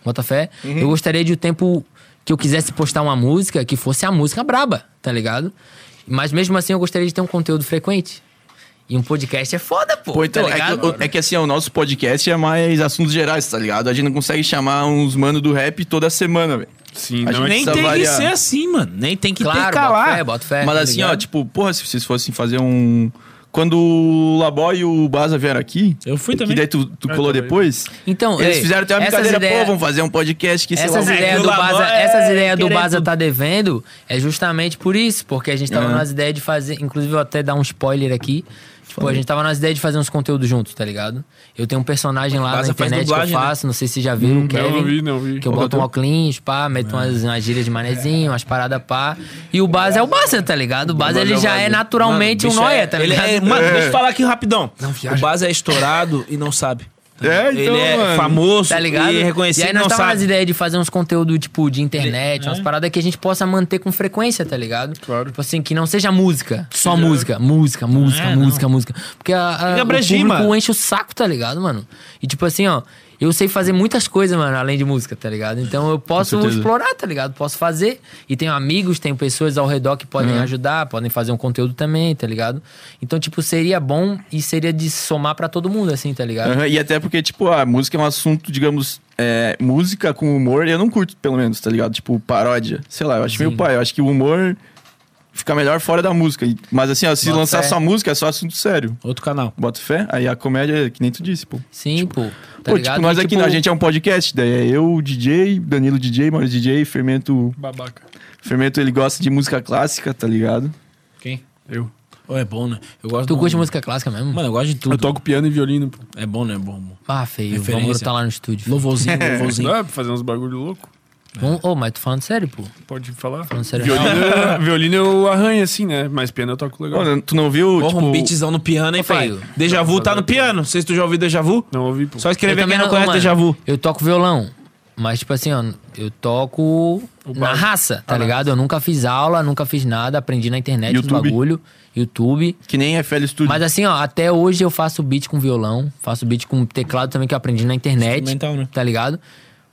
[SPEAKER 4] Bota fé.
[SPEAKER 1] Uhum.
[SPEAKER 4] Eu gostaria de o tempo que eu quisesse postar uma música que fosse a música braba, tá ligado? Mas mesmo assim eu gostaria de ter um conteúdo frequente. E um podcast é foda, pô.
[SPEAKER 1] Pô, então,
[SPEAKER 4] tá
[SPEAKER 1] é,
[SPEAKER 4] ligado?
[SPEAKER 1] que, o- é que assim, ó, o nosso podcast é mais assuntos gerais, tá ligado? A gente não consegue chamar uns mano do rap toda semana, velho.
[SPEAKER 2] Sim, não
[SPEAKER 1] A
[SPEAKER 2] é
[SPEAKER 1] gente
[SPEAKER 3] Nem
[SPEAKER 1] precisa
[SPEAKER 3] tem
[SPEAKER 1] avaliar.
[SPEAKER 3] que ser assim, mano. Nem tem que ter
[SPEAKER 4] claro, bota fé,
[SPEAKER 3] calar.
[SPEAKER 4] bota fé.
[SPEAKER 1] Mas
[SPEAKER 4] tá
[SPEAKER 1] assim, ó,
[SPEAKER 4] ligado?
[SPEAKER 1] tipo, porra, se vocês fossem fazer um. Quando o Labó e o Baza vieram aqui.
[SPEAKER 5] Eu fui
[SPEAKER 1] E
[SPEAKER 5] também.
[SPEAKER 1] daí tu, tu colou
[SPEAKER 2] também.
[SPEAKER 1] depois.
[SPEAKER 4] Então,
[SPEAKER 1] Eles
[SPEAKER 4] ei,
[SPEAKER 1] fizeram até uma
[SPEAKER 4] essas
[SPEAKER 1] brincadeira,
[SPEAKER 4] ideias-
[SPEAKER 1] pô, vamos fazer um podcast que sei lá.
[SPEAKER 4] Essas
[SPEAKER 1] o-
[SPEAKER 4] ideias, do
[SPEAKER 3] Laban
[SPEAKER 4] Baza,
[SPEAKER 3] é
[SPEAKER 4] essas ideias do
[SPEAKER 3] querer
[SPEAKER 4] Baza
[SPEAKER 3] tudo.
[SPEAKER 4] tá devendo é justamente por isso, porque a gente tava
[SPEAKER 1] É.
[SPEAKER 4] nas ideias de fazer. Inclusive, eu vou até dar um spoiler aqui. Tipo, a gente tava nas ideias de fazer uns conteúdos juntos, tá ligado? Eu tenho um personagem lá na
[SPEAKER 3] Baza faz
[SPEAKER 4] internet que
[SPEAKER 3] dublagem,
[SPEAKER 4] eu
[SPEAKER 3] né?
[SPEAKER 4] faço, não sei se já viram, o Kevin.
[SPEAKER 2] não vi, não vi.
[SPEAKER 4] Que eu boto um óculos, pá, meto umas, umas gírias de manezinho, umas paradas pá. E o Baza é o Baza, tá ligado? O Baza, ele já é naturalmente
[SPEAKER 3] Bicho,
[SPEAKER 4] um noia,
[SPEAKER 3] é-
[SPEAKER 4] tá
[SPEAKER 3] ele
[SPEAKER 4] ligado?
[SPEAKER 3] é- Mano, deixa eu falar aqui rapidão.
[SPEAKER 2] viaja.
[SPEAKER 3] O Baza é estourado e não sabe.
[SPEAKER 1] É, então,
[SPEAKER 3] ele é
[SPEAKER 1] mano.
[SPEAKER 3] famoso
[SPEAKER 4] Tá ligado?
[SPEAKER 3] e é reconhecido
[SPEAKER 4] e aí
[SPEAKER 3] e
[SPEAKER 4] nós
[SPEAKER 3] não
[SPEAKER 4] tava nas
[SPEAKER 3] sabe.
[SPEAKER 4] ideias de fazer uns conteúdos, tipo, de
[SPEAKER 1] É.
[SPEAKER 4] internet, umas paradas que a gente possa manter com frequência, tá ligado?
[SPEAKER 2] Claro.
[SPEAKER 4] Tipo assim, que não seja música. Só música. Música, música,
[SPEAKER 1] É,
[SPEAKER 4] música, música. Porque a, a,
[SPEAKER 3] Fica
[SPEAKER 4] o
[SPEAKER 3] brejinho,
[SPEAKER 4] público
[SPEAKER 3] mano.
[SPEAKER 4] enche o saco, tá ligado, mano? E tipo assim, ó... Eu sei fazer muitas coisas, mano, além de música, tá ligado? Então eu posso
[SPEAKER 1] certeza.
[SPEAKER 4] explorar, tá ligado? Posso fazer. E tenho amigos, tenho pessoas ao redor que podem
[SPEAKER 1] Uhum.
[SPEAKER 4] ajudar, podem fazer um conteúdo também, tá ligado? Então, tipo, seria bom e seria de somar pra todo mundo, assim, tá ligado?
[SPEAKER 1] Aham, E até porque, tipo, a música é um assunto, digamos, é, música com humor, eu não curto, pelo menos, tá ligado? Tipo, paródia. Sei lá, eu acho meio pai. Eu acho que o humor fica melhor fora da música. E- Mas assim, ó, se
[SPEAKER 4] Bota
[SPEAKER 1] lançar
[SPEAKER 4] fé.
[SPEAKER 1] só música, é só assunto sério.
[SPEAKER 3] Outro canal.
[SPEAKER 1] Bota fé, aí a comédia, é que nem tu disse, pô.
[SPEAKER 4] Sim, pô. Tá
[SPEAKER 1] pô,
[SPEAKER 4] ligado?
[SPEAKER 1] tipo, nós
[SPEAKER 4] E,
[SPEAKER 1] aqui, a gente é um podcast, daí é eu, o DJ, Danilo DJ, Maurício DJ, Fermento.
[SPEAKER 2] Babaca.
[SPEAKER 1] Fermento ele gosta de música clássica, tá ligado?
[SPEAKER 3] Quem?
[SPEAKER 2] Eu.
[SPEAKER 3] Oh, é bom, né? Eu gosto
[SPEAKER 4] Tu
[SPEAKER 3] do-
[SPEAKER 4] curte música clássica mesmo?
[SPEAKER 3] Mano, eu gosto de tudo.
[SPEAKER 2] Eu toco piano e violino, pô.
[SPEAKER 3] É bom, né? É bom. bom.
[SPEAKER 4] Ah, feio.
[SPEAKER 3] Referência.
[SPEAKER 4] Vamos tá lá no estúdio.
[SPEAKER 3] Louvorzinho, louvorzinho.
[SPEAKER 2] Dá pra fazer uns bagulho louco?
[SPEAKER 4] Vamos... Ô, mas tu falando sério, pô.
[SPEAKER 2] Pode falar.
[SPEAKER 4] Falando sério.
[SPEAKER 2] Violino, violino eu arranho assim, né? Mas piano eu toco legal.
[SPEAKER 1] Olha, tu não viu,
[SPEAKER 3] Porra, um
[SPEAKER 1] tipo...
[SPEAKER 3] beatzão no piano, hein,
[SPEAKER 4] Ô, pai,
[SPEAKER 3] pai? Deja Vu tá no piano. Não sei se tu já ouviu Deja Vu.
[SPEAKER 2] Não ouvi, pô.
[SPEAKER 3] Só
[SPEAKER 4] Eu
[SPEAKER 3] escrever
[SPEAKER 4] também
[SPEAKER 3] quem não conhece
[SPEAKER 4] ô,
[SPEAKER 3] Deja
[SPEAKER 4] mano,
[SPEAKER 3] Vu.
[SPEAKER 4] Eu toco violão. Mas, tipo assim, ó, eu toco na raça, tá ligado? Eu nunca fiz aula, nunca fiz nada, aprendi na internet, no
[SPEAKER 1] YouTube.
[SPEAKER 4] bagulho, YouTube.
[SPEAKER 1] Que nem FL Studio.
[SPEAKER 4] Mas assim, ó, até hoje eu faço beat com violão, faço beat com teclado também que eu aprendi na internet.
[SPEAKER 3] Instrumental, né?
[SPEAKER 4] Tá ligado?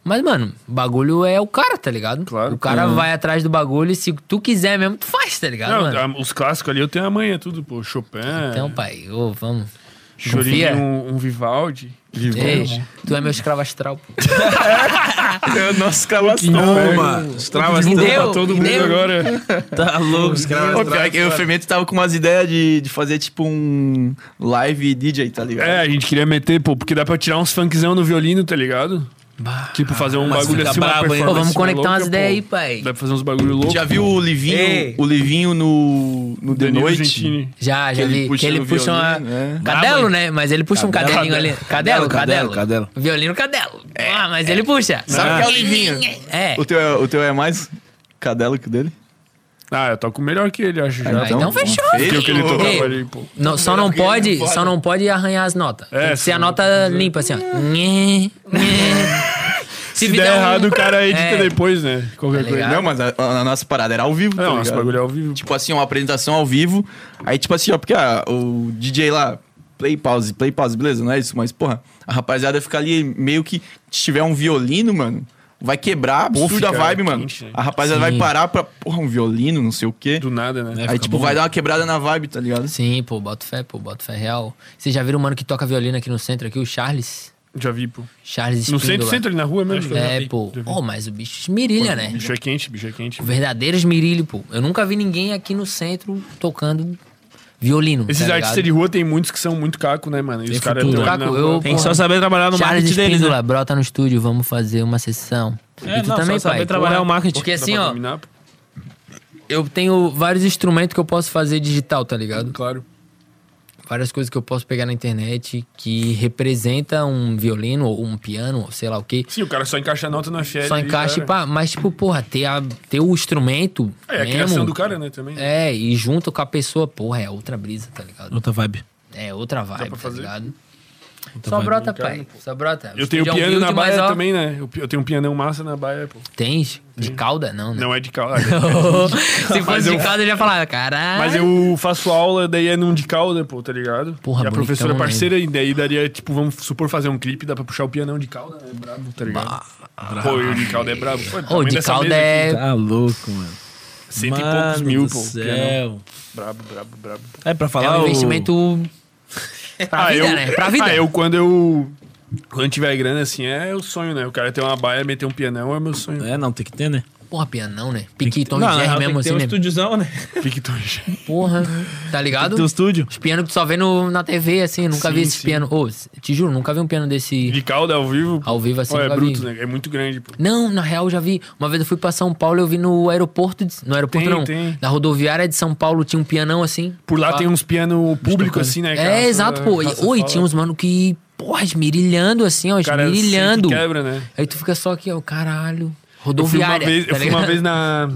[SPEAKER 4] Mas, mano, bagulho é o cara, tá ligado?
[SPEAKER 2] Claro.
[SPEAKER 4] O cara vai atrás do bagulho e se tu quiser mesmo, tu faz, tá ligado?
[SPEAKER 2] Não,
[SPEAKER 4] mano?
[SPEAKER 2] a- os clássicos ali eu tenho a manha, tudo, pô. Chopin,
[SPEAKER 4] Então, pai, ô, vamos.
[SPEAKER 2] Chorinho,
[SPEAKER 4] Confia.
[SPEAKER 2] um, um Vivaldi.
[SPEAKER 4] Ei, tu é meu escravo astral. pô.
[SPEAKER 1] É, Nossa, escalação.
[SPEAKER 3] mano. Estrava
[SPEAKER 4] Me
[SPEAKER 3] tudo.
[SPEAKER 4] deu,
[SPEAKER 2] Pra todo
[SPEAKER 4] me
[SPEAKER 2] mundo
[SPEAKER 4] deu.
[SPEAKER 2] agora.
[SPEAKER 3] Tá louco, escrava
[SPEAKER 1] Pô, pior que o Fermento tava com umas ideias de, de fazer tipo um live DJ, tá ligado?
[SPEAKER 2] É, a gente queria meter, pô, porque dá pra tirar uns funkzão no violino, tá ligado? Tipo, fazer um
[SPEAKER 3] mas
[SPEAKER 2] bagulho
[SPEAKER 3] fica
[SPEAKER 2] assim, uma
[SPEAKER 3] brabo,
[SPEAKER 2] performance
[SPEAKER 3] hein?
[SPEAKER 4] tá Pô, vamos
[SPEAKER 2] maluca,
[SPEAKER 4] conectar umas
[SPEAKER 2] pô.
[SPEAKER 4] ideias aí, pai.
[SPEAKER 2] Dá pra fazer uns bagulho louco.
[SPEAKER 1] Já viu o Livinho,
[SPEAKER 3] Ei.
[SPEAKER 1] o Livinho no, no The
[SPEAKER 2] Danilo
[SPEAKER 1] Noite?
[SPEAKER 2] Gentili.
[SPEAKER 4] Já, já
[SPEAKER 1] ele
[SPEAKER 4] vi.
[SPEAKER 1] puxa
[SPEAKER 4] que ele
[SPEAKER 1] no
[SPEAKER 4] puxa uma.
[SPEAKER 1] violino, né?
[SPEAKER 4] Cadelo, né? Mas ele puxa um cadelinho ali.
[SPEAKER 3] Cadelo, cadelo,
[SPEAKER 4] Cadelo, cadelo.
[SPEAKER 3] cadelo.
[SPEAKER 4] Violino, cadelo. Ah, mas ele puxa.
[SPEAKER 1] Sabe
[SPEAKER 2] Ah.
[SPEAKER 1] que é o Livinho?
[SPEAKER 4] É.
[SPEAKER 1] O teu, é, o teu é mais cadelo que o dele?
[SPEAKER 2] Ah, eu toco melhor que ele, acho. Já.
[SPEAKER 4] Ah, então fechou.
[SPEAKER 2] Porque o que ele tocava
[SPEAKER 4] Ei.
[SPEAKER 2] ali, pô.
[SPEAKER 4] Não, só não pode, só não pode arranhar as notas.
[SPEAKER 2] É,
[SPEAKER 4] Tem que ser a
[SPEAKER 2] sim.
[SPEAKER 4] nota limpa, assim, ó. Nhe, nhe.
[SPEAKER 2] Se
[SPEAKER 4] fizer
[SPEAKER 2] der
[SPEAKER 4] um-
[SPEAKER 2] errado, o cara edita
[SPEAKER 4] É.
[SPEAKER 2] depois, né? Qualquer
[SPEAKER 4] Tá
[SPEAKER 2] coisa.
[SPEAKER 4] ligado?
[SPEAKER 1] Não, mas a, a nossa parada era ao vivo, tá
[SPEAKER 2] Não,
[SPEAKER 1] ligado?
[SPEAKER 2] esse bagulho é ao vivo.
[SPEAKER 1] Tipo assim, uma apresentação ao vivo. Aí, tipo assim, ó, porque ah, o DJ lá, play pause, play pause, beleza, não é isso? Mas, porra, a rapaziada fica ali meio que. Se tiver um violino, mano, vai quebrar absurda a
[SPEAKER 2] fica
[SPEAKER 1] vibe, mano.
[SPEAKER 2] quente, né?
[SPEAKER 1] A rapaziada vai parar pra. Porra, um violino, não sei o quê.
[SPEAKER 2] Do nada, né?
[SPEAKER 1] Aí, tipo, vai dar uma quebrada na vibe, tá ligado?
[SPEAKER 4] Sim, pô, boto fé, pô, boto fé real. Vocês já viram o mano que toca violino aqui no centro, aquro, o Charles?
[SPEAKER 2] Já vi, pô.
[SPEAKER 4] Charles
[SPEAKER 2] No
[SPEAKER 4] Espíndola.
[SPEAKER 2] centro, centro ali na rua mesmo.
[SPEAKER 4] É, pô. Tá Oh, mas o bicho esmirilha, né?
[SPEAKER 2] Bicho é quente, bicho é quente.
[SPEAKER 4] O verdadeiro esmirilho, pô. Eu nunca vi ninguém aqui no centro tocando violino.
[SPEAKER 2] Esses
[SPEAKER 4] tá
[SPEAKER 2] artistas de
[SPEAKER 4] ligado?
[SPEAKER 2] rua tem muitos que são muito caco, né, mano? E os caras
[SPEAKER 4] futuro.
[SPEAKER 2] tão ali na
[SPEAKER 4] Caco,
[SPEAKER 2] rua.
[SPEAKER 4] eu-
[SPEAKER 3] Tem que só saber trabalhar no
[SPEAKER 4] Charles
[SPEAKER 3] marketing deles,
[SPEAKER 4] Espíndola,
[SPEAKER 3] né?
[SPEAKER 4] brota no estúdio, vamos fazer uma sessão.
[SPEAKER 3] É, não, só saber
[SPEAKER 4] pô.
[SPEAKER 3] trabalhar o marketing.
[SPEAKER 4] Porque
[SPEAKER 2] Dá
[SPEAKER 4] assim,
[SPEAKER 2] pra
[SPEAKER 4] ó,
[SPEAKER 2] dominar, pô.
[SPEAKER 4] eu tenho vários instrumentos que eu posso fazer digital, tá ligado?
[SPEAKER 2] Claro.
[SPEAKER 4] várias coisas que eu posso pegar na internet que representa um violino ou um piano, ou sei lá o que.
[SPEAKER 2] Sim, o cara só encaixa a nota na
[SPEAKER 3] É,
[SPEAKER 2] FL.
[SPEAKER 4] Só
[SPEAKER 2] ali,
[SPEAKER 4] encaixa e
[SPEAKER 2] cara.
[SPEAKER 4] pá. Mas, tipo, porra, ter, a, ter o instrumento.
[SPEAKER 2] É, a
[SPEAKER 4] mesmo,
[SPEAKER 2] criação do cara, né, também.
[SPEAKER 4] É, e junto com a pessoa, porra, é outra brisa, tá ligado?
[SPEAKER 3] né? Outra vibe.
[SPEAKER 4] É outra vibe, tá
[SPEAKER 2] fazer?
[SPEAKER 4] ligado? Só brota, pai. Só brota.
[SPEAKER 2] Eu tenho
[SPEAKER 4] Estúdio é um
[SPEAKER 2] piano na
[SPEAKER 4] humilde, mas,
[SPEAKER 2] baia
[SPEAKER 4] ó,
[SPEAKER 2] também, né? Eu, eu tenho um pianão massa na baia, pô.
[SPEAKER 4] Tens? De cauda? Não, é? né?
[SPEAKER 2] Não é de calda.
[SPEAKER 4] Se fosse de cauda, eu já falava, caralho.
[SPEAKER 2] Mas eu faço aula, daí é num de calda, pô, tá ligado?
[SPEAKER 4] Porra,
[SPEAKER 2] e a
[SPEAKER 4] bonitão,
[SPEAKER 2] professora é
[SPEAKER 4] né?
[SPEAKER 2] parceira, e daí daria, tipo, vamos supor fazer um clipe, dá pra puxar o pianão de calda, né? Brabo, tá ligado? pô, e o de calda é brabo. Pô,
[SPEAKER 4] Ô,
[SPEAKER 2] tamanho
[SPEAKER 4] de
[SPEAKER 2] dessa
[SPEAKER 4] cauda
[SPEAKER 2] mesa aqui.
[SPEAKER 4] é.
[SPEAKER 3] Tá louco, mano.
[SPEAKER 2] Cento e poucos mil, pô. pianão.
[SPEAKER 3] Céu.
[SPEAKER 2] Brabo, brabo, brabo.
[SPEAKER 3] É pra falar
[SPEAKER 4] É um
[SPEAKER 3] o-
[SPEAKER 4] investimento. É Pra
[SPEAKER 2] Ah,
[SPEAKER 4] vida,
[SPEAKER 2] eu-
[SPEAKER 4] né? Pra vida.
[SPEAKER 2] Ah, eu quando eu Quando tiver grana, assim, é o sonho, né? O cara ter uma baia, meter um pianão é meu sonho.
[SPEAKER 3] É, não, tem que ter, né?
[SPEAKER 4] Porra, pianão, né? Piquiton
[SPEAKER 3] não,
[SPEAKER 4] e Jerry mesmo
[SPEAKER 3] tem
[SPEAKER 4] assim,
[SPEAKER 3] um
[SPEAKER 4] né?
[SPEAKER 3] estúdiozão, né?
[SPEAKER 4] Porra, tá ligado?
[SPEAKER 3] Tem um estúdio.
[SPEAKER 4] Os pianos que tu só vê no, na TV, assim, nunca vi esse piano. Ô, te juro, nunca vi um piano desse.
[SPEAKER 2] De calda ao vivo.
[SPEAKER 4] Ao vivo, assim,
[SPEAKER 2] ó, é
[SPEAKER 4] nunca
[SPEAKER 2] bruto,
[SPEAKER 4] vi.
[SPEAKER 2] né? É muito grande, pô.
[SPEAKER 4] Não, na real, eu já vi. Uma vez eu fui pra São Paulo e eu vi no aeroporto. de- No aeroporto,
[SPEAKER 2] Tem,
[SPEAKER 4] não.
[SPEAKER 2] tem.
[SPEAKER 4] Na rodoviária de São Paulo tinha um pianão assim.
[SPEAKER 2] Por lá
[SPEAKER 4] Pá.
[SPEAKER 2] tem uns pianos público assim, né?
[SPEAKER 4] É, exato, pô. E, oi, tinha uns mano que, porra, esmirilhando assim, ó,
[SPEAKER 2] cara
[SPEAKER 4] esmirilhando.
[SPEAKER 2] sempre quebra, né?
[SPEAKER 4] Aí tu fica só aqui, ó, caralho.
[SPEAKER 2] Eu fui uma
[SPEAKER 4] Rodoviária.
[SPEAKER 2] vez,
[SPEAKER 4] tá
[SPEAKER 2] eu fui uma
[SPEAKER 4] ligado?
[SPEAKER 2] vez na.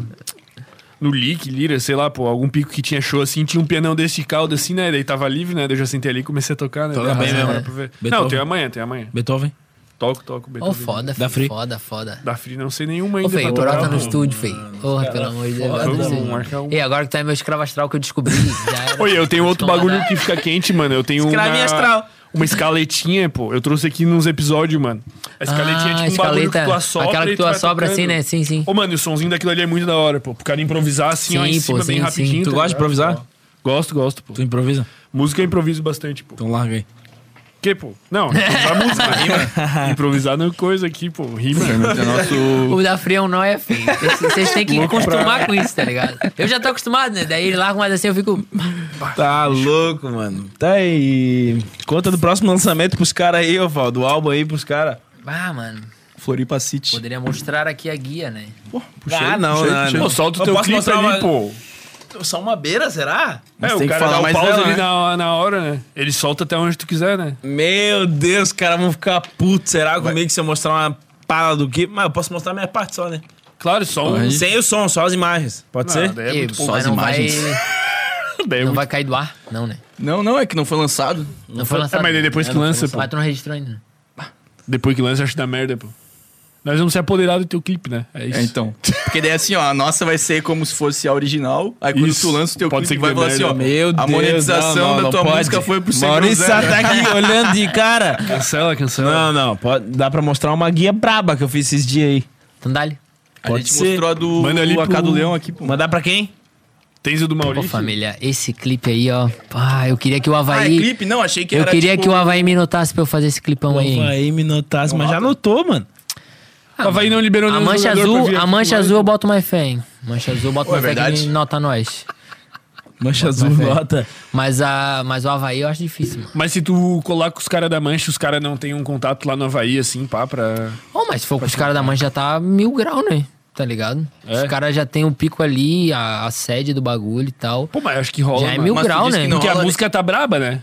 [SPEAKER 2] No Lick, Lira, sei lá, pô, algum pico que tinha show assim, tinha um pianão desse de calda assim, né? Daí tava livre, né? Daí eu já sentei ali e comecei a tocar, né?
[SPEAKER 3] Toca
[SPEAKER 2] Daí,
[SPEAKER 3] bem
[SPEAKER 2] ah,
[SPEAKER 3] mesmo,
[SPEAKER 2] agora
[SPEAKER 3] né?
[SPEAKER 2] pra ver. Não,
[SPEAKER 3] Beethoven.
[SPEAKER 2] tem amanhã, tem amanhã.
[SPEAKER 3] Beethoven.
[SPEAKER 2] Toco, toco, Beethoven.
[SPEAKER 4] Ô,
[SPEAKER 3] Da
[SPEAKER 4] foda, filho,
[SPEAKER 3] Free.
[SPEAKER 4] foda, foda.
[SPEAKER 2] Da Free, não sei nenhuma
[SPEAKER 4] Ô,
[SPEAKER 2] ainda.
[SPEAKER 4] feio,
[SPEAKER 2] pra tocar,
[SPEAKER 4] brota tá no
[SPEAKER 2] pô.
[SPEAKER 4] estúdio, tá feio. Porra, pelo amor de Deus. brota no
[SPEAKER 2] Vamos
[SPEAKER 4] estúdio.
[SPEAKER 2] marcar um.
[SPEAKER 4] E agora que tá aí meu escravo astral que eu descobri. já era.
[SPEAKER 2] Oi, eu tenho outro
[SPEAKER 4] Toma,
[SPEAKER 2] bagulho
[SPEAKER 4] né?
[SPEAKER 2] que fica quente, mano. Eu tenho uma,
[SPEAKER 3] Escravinha astral.
[SPEAKER 2] uma escaletinha, pô. Eu trouxe aqui nos episódios, mano. A escaletinha é
[SPEAKER 4] Ah,
[SPEAKER 2] tipo um bagulho
[SPEAKER 4] escaleta,
[SPEAKER 2] que tu assopra
[SPEAKER 4] aquela que
[SPEAKER 2] e
[SPEAKER 4] tu
[SPEAKER 2] vai
[SPEAKER 4] assopra
[SPEAKER 2] tocando.
[SPEAKER 4] assim, né? Sim, sim.
[SPEAKER 2] Ô, mano, e o sonzinho daquilo ali é muito da hora, pô. Pro cara improvisar assim, ó, em
[SPEAKER 4] Sim,
[SPEAKER 2] cima,
[SPEAKER 4] pô,
[SPEAKER 2] bem
[SPEAKER 4] sim,
[SPEAKER 2] rapidinho.
[SPEAKER 4] sim.
[SPEAKER 3] Tu
[SPEAKER 2] tá
[SPEAKER 3] gosta de
[SPEAKER 2] ligado?
[SPEAKER 3] improvisar?
[SPEAKER 2] Gosto, gosto, pô.
[SPEAKER 3] Tu improvisa?
[SPEAKER 2] Música eu improviso bastante, pô.
[SPEAKER 3] Então larga aí.
[SPEAKER 2] Que, pô? Não, improvisar música, rima. Improvisar não é coisa aqui, pô. Rima.
[SPEAKER 1] É nosso.
[SPEAKER 4] O da Free é um nóia, filho. Vocês- Vocês têm que acostumar com isso, tá ligado? Eu já tô acostumado, né? Daí ele larga mais assim, eu fico.
[SPEAKER 3] Tá louco, mano. Tá aí. Conta do próximo lançamento pros caras aí, ô Val. Do álbum aí pros caras.
[SPEAKER 4] Ah, mano.
[SPEAKER 1] Floripa City.
[SPEAKER 4] Poderia mostrar aqui a guia, né?
[SPEAKER 3] ah, não,
[SPEAKER 1] puxei,
[SPEAKER 3] não,
[SPEAKER 1] puxei.
[SPEAKER 3] não.
[SPEAKER 2] Pô, solta o
[SPEAKER 3] Eu
[SPEAKER 2] teu
[SPEAKER 3] posso
[SPEAKER 2] clipe
[SPEAKER 3] mostrar
[SPEAKER 2] ali,
[SPEAKER 3] uma-
[SPEAKER 2] pô.
[SPEAKER 3] Só uma beira, será?
[SPEAKER 1] Mas
[SPEAKER 2] é, o
[SPEAKER 1] tem que
[SPEAKER 2] cara
[SPEAKER 1] falar
[SPEAKER 2] dá o
[SPEAKER 1] mais
[SPEAKER 2] pause
[SPEAKER 1] dela,
[SPEAKER 2] ali
[SPEAKER 1] né?
[SPEAKER 2] na, na hora, né? Ele solta até onde tu quiser, né?
[SPEAKER 3] Meu Deus, os caras vão ficar putos, será? Comigo se eu mostrar uma pala do clipe. Mas eu posso mostrar minha parte só, né?
[SPEAKER 2] Claro, só um.
[SPEAKER 3] Sem o som, só as imagens. Pode
[SPEAKER 2] Ah,
[SPEAKER 3] ser?
[SPEAKER 2] daí é
[SPEAKER 4] E,
[SPEAKER 2] muito
[SPEAKER 4] pô,
[SPEAKER 1] só
[SPEAKER 4] Tipo, mas
[SPEAKER 1] as
[SPEAKER 4] não
[SPEAKER 1] imagens.
[SPEAKER 4] vai.
[SPEAKER 2] Daí é
[SPEAKER 4] Não
[SPEAKER 2] muito-
[SPEAKER 4] vai cair do ar? Não, né?
[SPEAKER 1] Não, não, é que não foi lançado.
[SPEAKER 4] Não foi lançado.
[SPEAKER 2] É, mas daí depois que lança, pô.
[SPEAKER 4] Mas tu não registrou ainda. né?
[SPEAKER 2] Depois que lança, acho da merda, pô. Nós vamos se apoderar do teu clipe, né? É isso.
[SPEAKER 1] É, então. Porque daí assim, ó, a nossa vai ser como se fosse a original. Aí quando
[SPEAKER 2] Isso.
[SPEAKER 1] tu lança o teu
[SPEAKER 2] Pode
[SPEAKER 1] Pode
[SPEAKER 2] ser
[SPEAKER 1] clipe, vai
[SPEAKER 2] que
[SPEAKER 1] falar
[SPEAKER 2] dê
[SPEAKER 1] assim, ó.
[SPEAKER 2] merda.
[SPEAKER 3] Meu
[SPEAKER 1] a
[SPEAKER 3] Deus, não,
[SPEAKER 1] monetização
[SPEAKER 3] não,
[SPEAKER 1] da tua
[SPEAKER 3] não pode.
[SPEAKER 1] música foi pro
[SPEAKER 3] Maurício
[SPEAKER 1] Segruzé.
[SPEAKER 3] tá aqui olhando de cara.
[SPEAKER 2] Cancela, cancela.
[SPEAKER 3] Não, não, pode, dá pra mostrar uma guia braba que eu fiz esses dias aí.
[SPEAKER 4] Então dá-lhe.
[SPEAKER 1] A gente
[SPEAKER 3] Pode ser.
[SPEAKER 1] mostrou a do,
[SPEAKER 2] Manda ali
[SPEAKER 1] do AK do
[SPEAKER 2] pro-
[SPEAKER 1] Leão aqui, pô.
[SPEAKER 3] Mandar pra quem?
[SPEAKER 2] Tens o do
[SPEAKER 4] Pô,
[SPEAKER 2] Maurício?
[SPEAKER 4] família, esse clipe aí, ó. Pá, eu queria que o
[SPEAKER 1] Ah, é
[SPEAKER 4] Havaí.
[SPEAKER 1] clipe? Não, achei que
[SPEAKER 4] eu
[SPEAKER 1] era
[SPEAKER 4] queria
[SPEAKER 1] tipo,
[SPEAKER 4] que o Havaí me notasse pra eu fazer esse clipão aí. hein?
[SPEAKER 3] Aí me notasse, mas já notou, mano.
[SPEAKER 2] O Havaí não liberou
[SPEAKER 4] A
[SPEAKER 2] nenhum
[SPEAKER 4] mancha
[SPEAKER 2] jogador pra
[SPEAKER 4] azul,
[SPEAKER 2] vir
[SPEAKER 4] a
[SPEAKER 2] aqui,
[SPEAKER 4] mancha
[SPEAKER 2] mas-
[SPEAKER 4] azul eu boto mais fé, hein? Mancha azul eu boto
[SPEAKER 1] Pô, é
[SPEAKER 4] mais fé que
[SPEAKER 1] verdade?
[SPEAKER 4] nota nós.
[SPEAKER 3] Mancha azul nota.
[SPEAKER 4] Mas, a, mas o Havaí eu acho difícil, mano.
[SPEAKER 2] Mas se tu colar com os caras da mancha, os caras não tem um contato lá no Havaí, assim, pá, pra...
[SPEAKER 4] Oh, mas se for com os caras da mancha já tá mil grau, né? Tá ligado? Os
[SPEAKER 1] É.
[SPEAKER 4] caras já tem o pico ali, a, a sede do bagulho e tal.
[SPEAKER 2] Pô, mas acho que rola,
[SPEAKER 4] já é
[SPEAKER 2] mano.
[SPEAKER 4] mil
[SPEAKER 1] mas tu
[SPEAKER 4] grau,
[SPEAKER 1] disse
[SPEAKER 4] né?
[SPEAKER 1] que não
[SPEAKER 2] Porque a
[SPEAKER 1] rola,
[SPEAKER 2] música tá braba, né?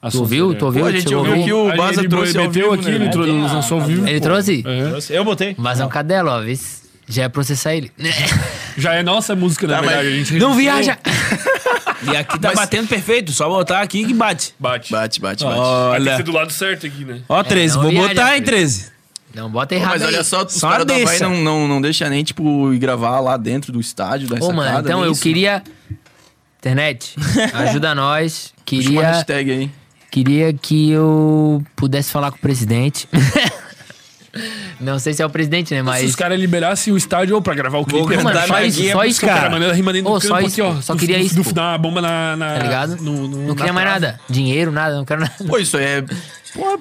[SPEAKER 2] A
[SPEAKER 4] Tu ouviu? Tu ouviu?
[SPEAKER 1] Pô, a gente
[SPEAKER 4] Chegou
[SPEAKER 1] ouviu
[SPEAKER 4] a
[SPEAKER 1] que
[SPEAKER 4] ouvir?
[SPEAKER 1] o
[SPEAKER 2] Aí
[SPEAKER 1] Baza
[SPEAKER 2] ele
[SPEAKER 1] trouxe ao
[SPEAKER 2] meteu
[SPEAKER 1] vivo,
[SPEAKER 2] aqui,
[SPEAKER 1] né?
[SPEAKER 2] ele trouxe, lançou ao vivo.
[SPEAKER 4] Ele
[SPEAKER 2] pô.
[SPEAKER 4] trouxe?
[SPEAKER 2] É.
[SPEAKER 3] Eu botei.
[SPEAKER 4] Mas é um cadelo, ó. Vê se já é processar ele.
[SPEAKER 2] Já é nossa música, na
[SPEAKER 1] Tá, mas-
[SPEAKER 2] verdade. A gente
[SPEAKER 4] Não viaja!
[SPEAKER 3] E aqui tá batendo perfeito, só botar aqui que bate.
[SPEAKER 2] bate.
[SPEAKER 1] Bate, bate, bate.
[SPEAKER 2] Vai ter É que ser
[SPEAKER 3] Olha.
[SPEAKER 2] do lado certo aqui, né?
[SPEAKER 3] Ó, 13,
[SPEAKER 4] não
[SPEAKER 3] vou
[SPEAKER 4] viaja,
[SPEAKER 3] botar, hein,
[SPEAKER 4] filho.
[SPEAKER 3] 13.
[SPEAKER 4] Não, bota
[SPEAKER 1] Pô,
[SPEAKER 4] errado
[SPEAKER 1] mas
[SPEAKER 4] aí.
[SPEAKER 1] olha só, os
[SPEAKER 3] Só
[SPEAKER 1] caras do Havaí
[SPEAKER 3] deixa.
[SPEAKER 1] não, não, não deixa nem, tipo, ir gravar lá dentro do estádio, da
[SPEAKER 4] Ô, mano, então
[SPEAKER 1] é
[SPEAKER 4] eu queria... Internet, ajuda nós.
[SPEAKER 1] Uma
[SPEAKER 4] Queria,
[SPEAKER 1] hashtag aí.
[SPEAKER 4] queria que eu pudesse falar com o presidente. Não sei se é o presidente, né?
[SPEAKER 2] Se
[SPEAKER 4] Mas... é?
[SPEAKER 2] os caras liberassem o estádio ou pra gravar o clipe...
[SPEAKER 3] Vou
[SPEAKER 2] né?
[SPEAKER 3] cantar
[SPEAKER 4] mano, só
[SPEAKER 3] minha
[SPEAKER 4] isso,
[SPEAKER 3] guia
[SPEAKER 4] só
[SPEAKER 3] pros
[SPEAKER 4] isso,
[SPEAKER 2] Cara,
[SPEAKER 3] cara.
[SPEAKER 2] mano, ela rima dentro
[SPEAKER 4] Ô,
[SPEAKER 2] do
[SPEAKER 4] só
[SPEAKER 2] campo
[SPEAKER 4] isso,
[SPEAKER 2] aqui, ó.
[SPEAKER 4] só
[SPEAKER 2] do-
[SPEAKER 4] queria
[SPEAKER 2] do-
[SPEAKER 4] isso,
[SPEAKER 2] Do,
[SPEAKER 4] pô.
[SPEAKER 2] na bomba na... na-
[SPEAKER 4] Tá ligado?
[SPEAKER 2] É, No, no,
[SPEAKER 4] Não
[SPEAKER 2] na
[SPEAKER 4] queria mais
[SPEAKER 2] trave.
[SPEAKER 4] nada. Dinheiro, nada, não quero nada.
[SPEAKER 1] Pô, isso aí é...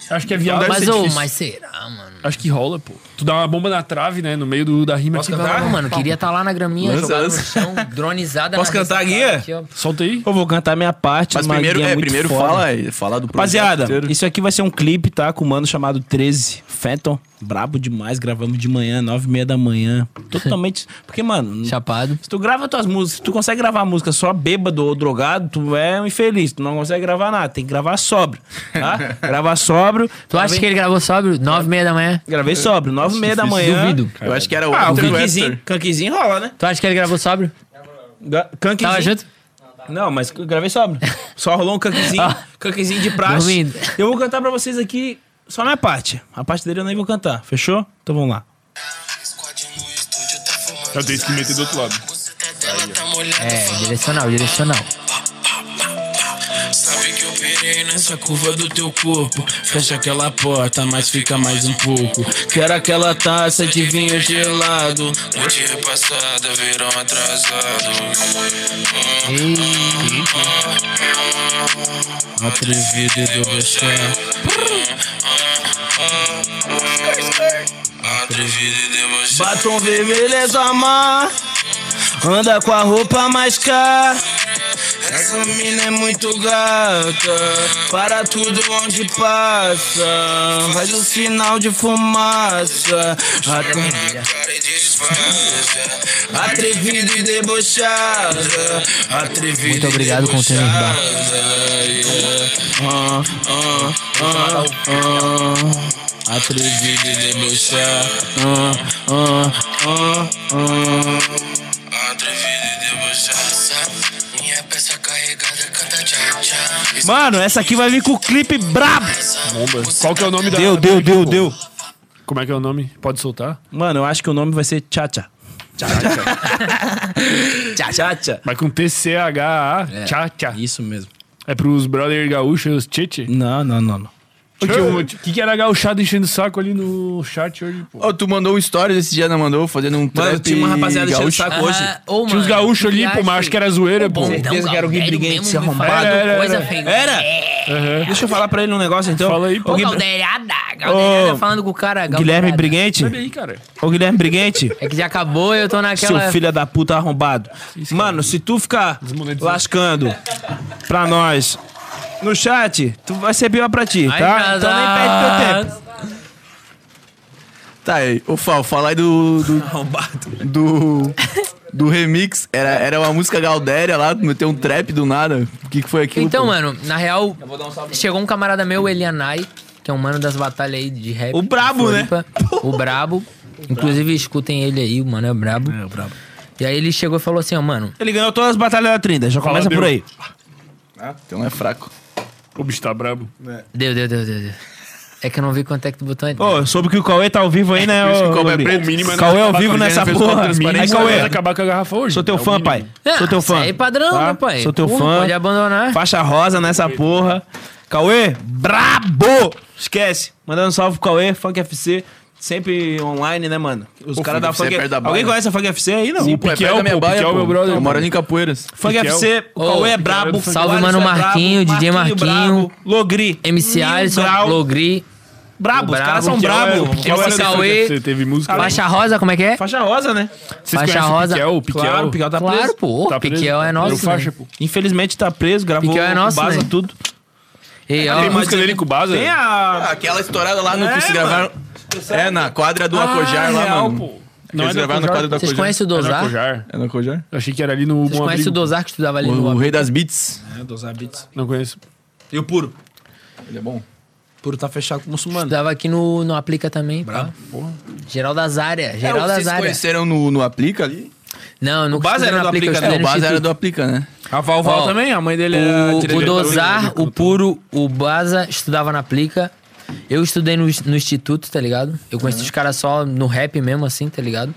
[SPEAKER 2] Acho que é
[SPEAKER 1] Não
[SPEAKER 2] viável.
[SPEAKER 1] deve
[SPEAKER 4] Mas,
[SPEAKER 1] ser
[SPEAKER 4] ô,
[SPEAKER 1] difícil.
[SPEAKER 4] mas será, mano?
[SPEAKER 2] Acho que rola, pô. Tu dá uma bomba na trave, né? No meio do, da rima.
[SPEAKER 3] Posso
[SPEAKER 2] aqui,
[SPEAKER 3] cantar?
[SPEAKER 2] vai.
[SPEAKER 4] Não, mano, queria estar lá na graminha,
[SPEAKER 1] Lança,
[SPEAKER 4] jogada no
[SPEAKER 1] lança.
[SPEAKER 4] chão, dronizada.
[SPEAKER 3] Posso
[SPEAKER 4] na
[SPEAKER 3] cantar a
[SPEAKER 4] ressacada
[SPEAKER 3] guia?
[SPEAKER 4] aqui, ó.
[SPEAKER 2] Solta aí.
[SPEAKER 3] Eu vou cantar minha parte,
[SPEAKER 1] Mas
[SPEAKER 3] uma
[SPEAKER 1] primeiro,
[SPEAKER 3] guia
[SPEAKER 1] é,
[SPEAKER 3] muito
[SPEAKER 1] primeiro
[SPEAKER 3] foda.
[SPEAKER 1] fala, é, fala do projeto
[SPEAKER 3] Rapaziada,
[SPEAKER 1] inteiro.
[SPEAKER 3] isso aqui vai ser um clipe, tá? Com um mano chamado 13 Phantom. Brabo demais, gravamos de manhã, 9 e meia da manhã. Totalmente. Porque, mano,
[SPEAKER 4] Chapado.
[SPEAKER 3] se tu grava tuas músicas, se tu consegue gravar música só bêbado ou drogado, tu é um infeliz. Tu não consegue gravar nada, tem que gravar sóbrio, tá? gravar sóbrio.
[SPEAKER 4] Tu acha que ele gravou sóbrio? Nove e meia da manhã.
[SPEAKER 3] Gravei sóbrio, 9 e meia da manhã.
[SPEAKER 4] Duvido.
[SPEAKER 1] Eu acho que era o
[SPEAKER 3] Ah, o
[SPEAKER 1] After
[SPEAKER 3] canquizinho,
[SPEAKER 1] Western.
[SPEAKER 3] canquizinho rola, né?
[SPEAKER 4] Tu acha que ele gravou sóbrio?
[SPEAKER 3] Gra- Canquizinho.
[SPEAKER 4] Tava junto?
[SPEAKER 3] Não, mas eu gravei sóbrio. Só rolou um canquizinho, canquizinho de praxe.
[SPEAKER 4] Dormindo.
[SPEAKER 3] Eu vou cantar pra vocês aqui só minha parte. A parte dele eu nem vou cantar, fechou? Então vamos lá.
[SPEAKER 2] Eu tenho que meter do outro lado.
[SPEAKER 4] É, direcional, direcional.
[SPEAKER 8] Sabe que eu pirei nessa curva do teu corpo. Fecha aquela porta, mas fica mais um pouco. Quero aquela taça de vinho gelado. Noite repassada, verão Hum, atrasado.
[SPEAKER 4] Ei,
[SPEAKER 8] hum, Atrevido e debochado.
[SPEAKER 9] servido e debochado.
[SPEAKER 3] Batom vermelho é sua má. Anda com a roupa mais cara.
[SPEAKER 9] Essa mina é muito gata, para tudo onde passa. Faz o sinal de fumaça. Atende a cara e disfarça. Atrevido e debochada. Atrevido
[SPEAKER 4] Muito obrigado,
[SPEAKER 9] e
[SPEAKER 4] Container
[SPEAKER 9] debochada.
[SPEAKER 4] Bar.
[SPEAKER 9] Yeah. Ah, ah, ah, ah. Atrevido e debochada. Ah, ah, ah, ah. Atrevido e debochada. Minha peça carregada canta tchau, tchau.
[SPEAKER 3] Mano, essa aqui vai vir com o clipe brabo.
[SPEAKER 2] Qual que é o nome da.
[SPEAKER 3] Deu, deu,
[SPEAKER 2] deu,
[SPEAKER 3] deu, deu.
[SPEAKER 2] Como é que é o nome? Pode soltar?
[SPEAKER 3] Mano, eu acho que o nome vai ser Tchatcha. Tchatcha. Tchatcha.
[SPEAKER 2] Mas com TCHA, é. tchá, tchá.
[SPEAKER 5] Isso mesmo.
[SPEAKER 2] É pros brother gaúcho e os tchete?
[SPEAKER 3] Não, não, não, não.
[SPEAKER 2] O que, o que, que era gauchado enchendo o saco ali no chat hoje, pô?
[SPEAKER 1] Ô, tu mandou um stories esse dia, não mandou? Fazendo um trap
[SPEAKER 5] Mano, tinha uma rapaziada enchendo o
[SPEAKER 1] gaúcho.
[SPEAKER 5] saco hoje.
[SPEAKER 4] oh,
[SPEAKER 2] Tinha uns gaúchos ali, pô, mas acho que era zoeira, pô.
[SPEAKER 4] Certeza que era alguém briguente, se arrombado.
[SPEAKER 2] Era, era,
[SPEAKER 4] Coisa É,
[SPEAKER 2] era.
[SPEAKER 4] feia.
[SPEAKER 3] Era? Deixa eu falar pra ele um negócio então.
[SPEAKER 2] Fala aí, pô.
[SPEAKER 3] Ô,
[SPEAKER 4] Ô,
[SPEAKER 3] Gui-
[SPEAKER 4] Galdeirada, Galdeirada
[SPEAKER 3] Ô,
[SPEAKER 4] falando com o cara. Galdeirada.
[SPEAKER 3] Guilherme Briguente.
[SPEAKER 2] Sabe aí, cara.
[SPEAKER 3] Ô, Guilherme Briguente.
[SPEAKER 4] É que já acabou eu tô naquela...
[SPEAKER 3] Seu filho é da puta arrombado.
[SPEAKER 4] é
[SPEAKER 3] Mano, se tu ficar
[SPEAKER 2] Desmonetizou.
[SPEAKER 3] lascando pra nós no chat, tu vai ser pior pra ti,
[SPEAKER 4] Ai,
[SPEAKER 3] tá? Então nem perde teu tempo.
[SPEAKER 4] casado.
[SPEAKER 1] Tá aí, ô Fal, fala aí do. do Do. Do remix. Era, era uma música Galdéria lá, meteu um trap do nada. O que, que foi aquilo?
[SPEAKER 4] Então,
[SPEAKER 1] pô?
[SPEAKER 4] mano, na real, chegou um camarada meu, o Elianai, que é um mano das batalhas aí de rap.
[SPEAKER 3] O brabo, né?
[SPEAKER 4] Floripa. O brabo. Inclusive, escutem ele aí, o mano é brabo. É, o brabo. E aí ele chegou e falou assim, ó, mano,
[SPEAKER 3] Ele ganhou todas as batalhas da 30, já começa
[SPEAKER 2] deu.
[SPEAKER 3] por aí.
[SPEAKER 1] Ah, então não é fraco.
[SPEAKER 2] O bicho tá brabo.
[SPEAKER 4] deu, deu, deu, deu, deu. É que eu não vi quanto é que tu botou ainda.
[SPEAKER 3] Ô, eu soube que o Cauê tá ao vivo aí, né?
[SPEAKER 1] isso que
[SPEAKER 3] ô,
[SPEAKER 1] o Cauê é
[SPEAKER 3] Gabriel?
[SPEAKER 1] preto. O mínimo é
[SPEAKER 3] Cauê
[SPEAKER 1] não
[SPEAKER 3] ao
[SPEAKER 1] acabar
[SPEAKER 3] vivo
[SPEAKER 1] com a
[SPEAKER 3] nessa
[SPEAKER 1] guerra, fez
[SPEAKER 3] porra.
[SPEAKER 1] transparência.
[SPEAKER 3] Aí,
[SPEAKER 2] Mas
[SPEAKER 3] Cauê,
[SPEAKER 2] vai acabar com a garrafa hoje.
[SPEAKER 3] é sou teu
[SPEAKER 2] É o
[SPEAKER 3] fã,
[SPEAKER 2] mínimo.
[SPEAKER 3] pai. Sou teu fã.
[SPEAKER 4] Isso aí é padrão,
[SPEAKER 3] Tá?
[SPEAKER 4] né, pai?
[SPEAKER 3] Sou teu
[SPEAKER 4] Pô,
[SPEAKER 3] fã.
[SPEAKER 4] Pode abandonar.
[SPEAKER 3] Faixa rosa nessa porra. Cauê, brabo! Esquece. Mandando um salve pro Cauê, Funk FC. Sempre online, né, mano? Os
[SPEAKER 1] Pô,
[SPEAKER 3] caras da
[SPEAKER 1] Funk FC é
[SPEAKER 3] Funk
[SPEAKER 1] perto da
[SPEAKER 3] Alguém
[SPEAKER 1] Baia.
[SPEAKER 3] conhece a Funk FC aí, não?
[SPEAKER 2] Sim,
[SPEAKER 3] O
[SPEAKER 2] pô.
[SPEAKER 3] Funk
[SPEAKER 2] Piquel,
[SPEAKER 1] Tipo, perto da minha
[SPEAKER 2] pô,
[SPEAKER 1] baia,
[SPEAKER 2] Piquel é
[SPEAKER 1] pô.
[SPEAKER 2] meu brother,
[SPEAKER 1] Eu moro ali em Capoeiras.
[SPEAKER 2] Piquel.
[SPEAKER 3] FC, o
[SPEAKER 4] Ô,
[SPEAKER 3] Cauê é
[SPEAKER 4] Piquel,
[SPEAKER 3] brabo.
[SPEAKER 4] salve,
[SPEAKER 3] o
[SPEAKER 4] mano,
[SPEAKER 3] Alisson é
[SPEAKER 4] Marquinho,
[SPEAKER 3] brabo,
[SPEAKER 4] DJ Marquinho,
[SPEAKER 3] brabo, Logri.
[SPEAKER 4] MC
[SPEAKER 3] Mil
[SPEAKER 4] Alisson,
[SPEAKER 3] Grau.
[SPEAKER 4] Logri,
[SPEAKER 3] Brabo, os caras são
[SPEAKER 4] Brabo.
[SPEAKER 2] Piquel é-
[SPEAKER 3] brabo.
[SPEAKER 2] o Piquel
[SPEAKER 4] Esse
[SPEAKER 2] era do
[SPEAKER 4] Cauê-
[SPEAKER 2] Você teve música. né?
[SPEAKER 4] Faixa Rosa, como é que é?
[SPEAKER 3] Tá Faixa rosa, né?
[SPEAKER 2] Vocês
[SPEAKER 4] Faixa
[SPEAKER 2] conhecem
[SPEAKER 4] rosa.
[SPEAKER 2] Piquel, o Piquel.
[SPEAKER 3] Claro, o Piquel tá preso.
[SPEAKER 4] Claro, pô,
[SPEAKER 2] Tá preso,
[SPEAKER 4] Piquel
[SPEAKER 2] tá
[SPEAKER 4] é
[SPEAKER 2] preso.
[SPEAKER 4] nosso,
[SPEAKER 2] Faixa,
[SPEAKER 4] né?
[SPEAKER 2] pô.
[SPEAKER 3] Infelizmente tá preso, gravou
[SPEAKER 4] Piquel é
[SPEAKER 3] com
[SPEAKER 4] nosso,
[SPEAKER 3] Baza
[SPEAKER 4] né?
[SPEAKER 3] tudo.
[SPEAKER 4] E, ó,
[SPEAKER 2] Tem música dele com o Baza?
[SPEAKER 3] Tem a...
[SPEAKER 1] Aquela estourada lá no
[SPEAKER 3] É,
[SPEAKER 1] que se
[SPEAKER 3] mano.
[SPEAKER 1] gravaram. É, na quadra do Acojar lá,
[SPEAKER 2] Ah, real,
[SPEAKER 1] mano.
[SPEAKER 2] pô.
[SPEAKER 1] Não,
[SPEAKER 2] Não é
[SPEAKER 1] eles
[SPEAKER 2] do
[SPEAKER 1] gravaram na
[SPEAKER 2] Acojar?
[SPEAKER 1] quadra do
[SPEAKER 4] vocês
[SPEAKER 1] Acojar.
[SPEAKER 4] conhecem o
[SPEAKER 2] Era
[SPEAKER 4] Dozar?
[SPEAKER 2] Cojar.
[SPEAKER 1] É no Acojar?
[SPEAKER 2] Eu achei que era ali no
[SPEAKER 3] Um
[SPEAKER 4] Vocês
[SPEAKER 2] Bom
[SPEAKER 4] conhecem o
[SPEAKER 2] Abrigo.
[SPEAKER 4] Dozar que estudava ali
[SPEAKER 1] O, o
[SPEAKER 4] no...
[SPEAKER 1] rei das beats.
[SPEAKER 2] Não conheço.
[SPEAKER 3] É, E o puro.
[SPEAKER 1] Ele é bom.
[SPEAKER 3] Puro tá fechado com o muçulmano.
[SPEAKER 4] Estudava aqui no, no Aplica também, pá. Geral das áreas,
[SPEAKER 1] É,
[SPEAKER 4] geral
[SPEAKER 1] o que
[SPEAKER 4] das
[SPEAKER 1] vocês
[SPEAKER 4] áreas.
[SPEAKER 1] conheceram no, no Aplica ali?
[SPEAKER 4] Não, eu nunca
[SPEAKER 3] Base
[SPEAKER 4] estudei
[SPEAKER 3] era
[SPEAKER 4] no
[SPEAKER 3] do
[SPEAKER 4] Aplica, eu
[SPEAKER 3] Aplica,
[SPEAKER 1] É,
[SPEAKER 4] estudei
[SPEAKER 1] o
[SPEAKER 4] no
[SPEAKER 1] Baz era
[SPEAKER 4] Instituto.
[SPEAKER 1] do Aplica, né?
[SPEAKER 3] A Val Val
[SPEAKER 4] Ó,
[SPEAKER 3] também, a mãe dele era
[SPEAKER 4] O,
[SPEAKER 3] diretora né?
[SPEAKER 4] o
[SPEAKER 3] da
[SPEAKER 4] Dozar,
[SPEAKER 3] Aplica.
[SPEAKER 4] o Puro, o Baza estudava na Aplica. Eu estudei no, no Instituto, tá ligado? Eu conheci
[SPEAKER 2] Uhum.
[SPEAKER 4] os caras só no rap mesmo, assim, tá ligado?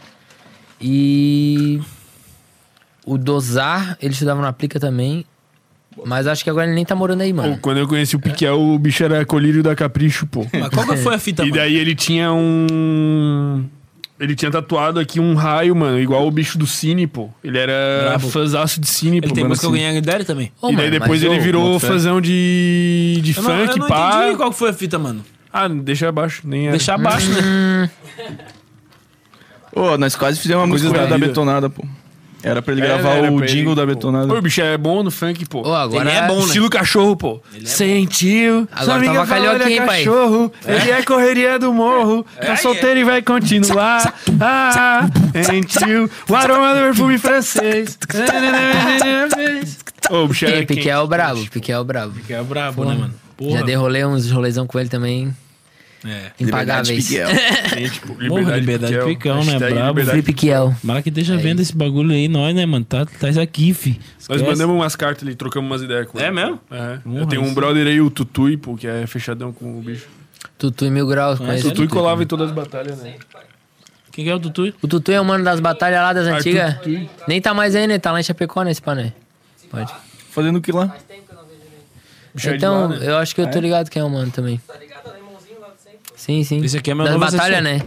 [SPEAKER 4] E. O Dozar, ele estudava na Aplica também. Mas acho que agora ele nem tá morando aí,
[SPEAKER 2] Pô,
[SPEAKER 4] mano.
[SPEAKER 2] quando eu conheci o Piquel, o bicho era colírio da Capricho, pô.
[SPEAKER 3] Mas qual que foi a fita,
[SPEAKER 2] E
[SPEAKER 3] mano?
[SPEAKER 2] daí ele tinha um. Ele tinha tatuado aqui um raio, mano, igual o bicho do Cine, pô. Ele era
[SPEAKER 3] Brabo.
[SPEAKER 2] fãzaço de Cine, pô.
[SPEAKER 3] Ele tem
[SPEAKER 2] mano,
[SPEAKER 3] música com o
[SPEAKER 2] assim.
[SPEAKER 3] Yang Daddy também.
[SPEAKER 4] Ô,
[SPEAKER 2] E daí
[SPEAKER 4] mano, mas
[SPEAKER 2] depois
[SPEAKER 4] eu-
[SPEAKER 2] ele virou
[SPEAKER 1] boto fé.
[SPEAKER 2] fãzão de, de
[SPEAKER 3] Eu não, eu
[SPEAKER 2] funk,
[SPEAKER 3] não
[SPEAKER 2] pá.
[SPEAKER 3] entendi qual que foi a fita, mano.
[SPEAKER 2] Ah, deixa abaixo, nem era.
[SPEAKER 3] Deixar abaixo, né?
[SPEAKER 1] Ô, nós quase fizemos uma música
[SPEAKER 2] da
[SPEAKER 1] da,
[SPEAKER 2] vida.
[SPEAKER 1] Betonada, pô. Era pra ele
[SPEAKER 2] Era,
[SPEAKER 1] gravar
[SPEAKER 2] era
[SPEAKER 1] o
[SPEAKER 2] pra ele,
[SPEAKER 1] jingle da
[SPEAKER 2] pô.
[SPEAKER 1] Betonada.
[SPEAKER 2] Ô, o bicho é bom no funk, pô.
[SPEAKER 4] Ô, agora
[SPEAKER 3] Ele é bom, né?
[SPEAKER 2] Estilo cachorro, pô. Sentiu.
[SPEAKER 4] Agora tá
[SPEAKER 2] sua amiga
[SPEAKER 4] tava
[SPEAKER 2] falou, ele
[SPEAKER 4] calhoquinho,
[SPEAKER 2] é
[SPEAKER 4] pai.
[SPEAKER 2] cachorro. Ele é correria do morro. tá solteiro e vai continuar. Ah, sentiu. O aroma do perfume francês. Ô, bicho
[SPEAKER 4] Ei,
[SPEAKER 2] é
[SPEAKER 4] Piqué é o brabo, Piqué é o brabo.
[SPEAKER 3] Que é brabo, né, mano?
[SPEAKER 4] Já dei rolê uns rolezão com ele também.
[SPEAKER 3] É.
[SPEAKER 1] Liberdade
[SPEAKER 4] Impagáveis.
[SPEAKER 1] Miguel.
[SPEAKER 2] quente, pô.
[SPEAKER 5] Porra, Liberdade Piquel, né?
[SPEAKER 2] Hashtag
[SPEAKER 5] Brabo.
[SPEAKER 2] Liberdade
[SPEAKER 4] Free Piquel.
[SPEAKER 5] Mara que
[SPEAKER 3] É
[SPEAKER 5] deixa vendo esse bagulho aí, nós, né, mano? Tá, tá isso aqui, fi.
[SPEAKER 2] Nós
[SPEAKER 5] Esquece.
[SPEAKER 2] mandamos umas cartas ali, trocamos umas ideias com
[SPEAKER 3] É
[SPEAKER 2] ele.
[SPEAKER 3] mesmo?
[SPEAKER 2] É. Eu
[SPEAKER 5] Porra,
[SPEAKER 2] tenho um
[SPEAKER 5] isso.
[SPEAKER 2] brother aí, o Tutui, pô, que é fechadão com o bicho.
[SPEAKER 4] Tutu e Mil
[SPEAKER 3] É,
[SPEAKER 4] Graus, conhece?
[SPEAKER 2] Tutui colava em todas as batalhas, né?
[SPEAKER 5] Quem que é o Tutu?
[SPEAKER 4] O Tutu é o mano das batalhas lá das antigas.
[SPEAKER 2] Tutu.
[SPEAKER 4] Nem tá mais aí, né? Tá lá em Chapecó, né? Esse pané. Pode.
[SPEAKER 1] Fazendo o que lá?
[SPEAKER 2] Bicho é de
[SPEAKER 4] Então,
[SPEAKER 2] lá, né?
[SPEAKER 4] eu acho que eu tô ligado quem é o mano também. Tá ligado, lá do Sim, sim.
[SPEAKER 3] Esse aqui é meu
[SPEAKER 4] Das
[SPEAKER 3] novo
[SPEAKER 4] batalhas,
[SPEAKER 3] assessor.
[SPEAKER 4] né?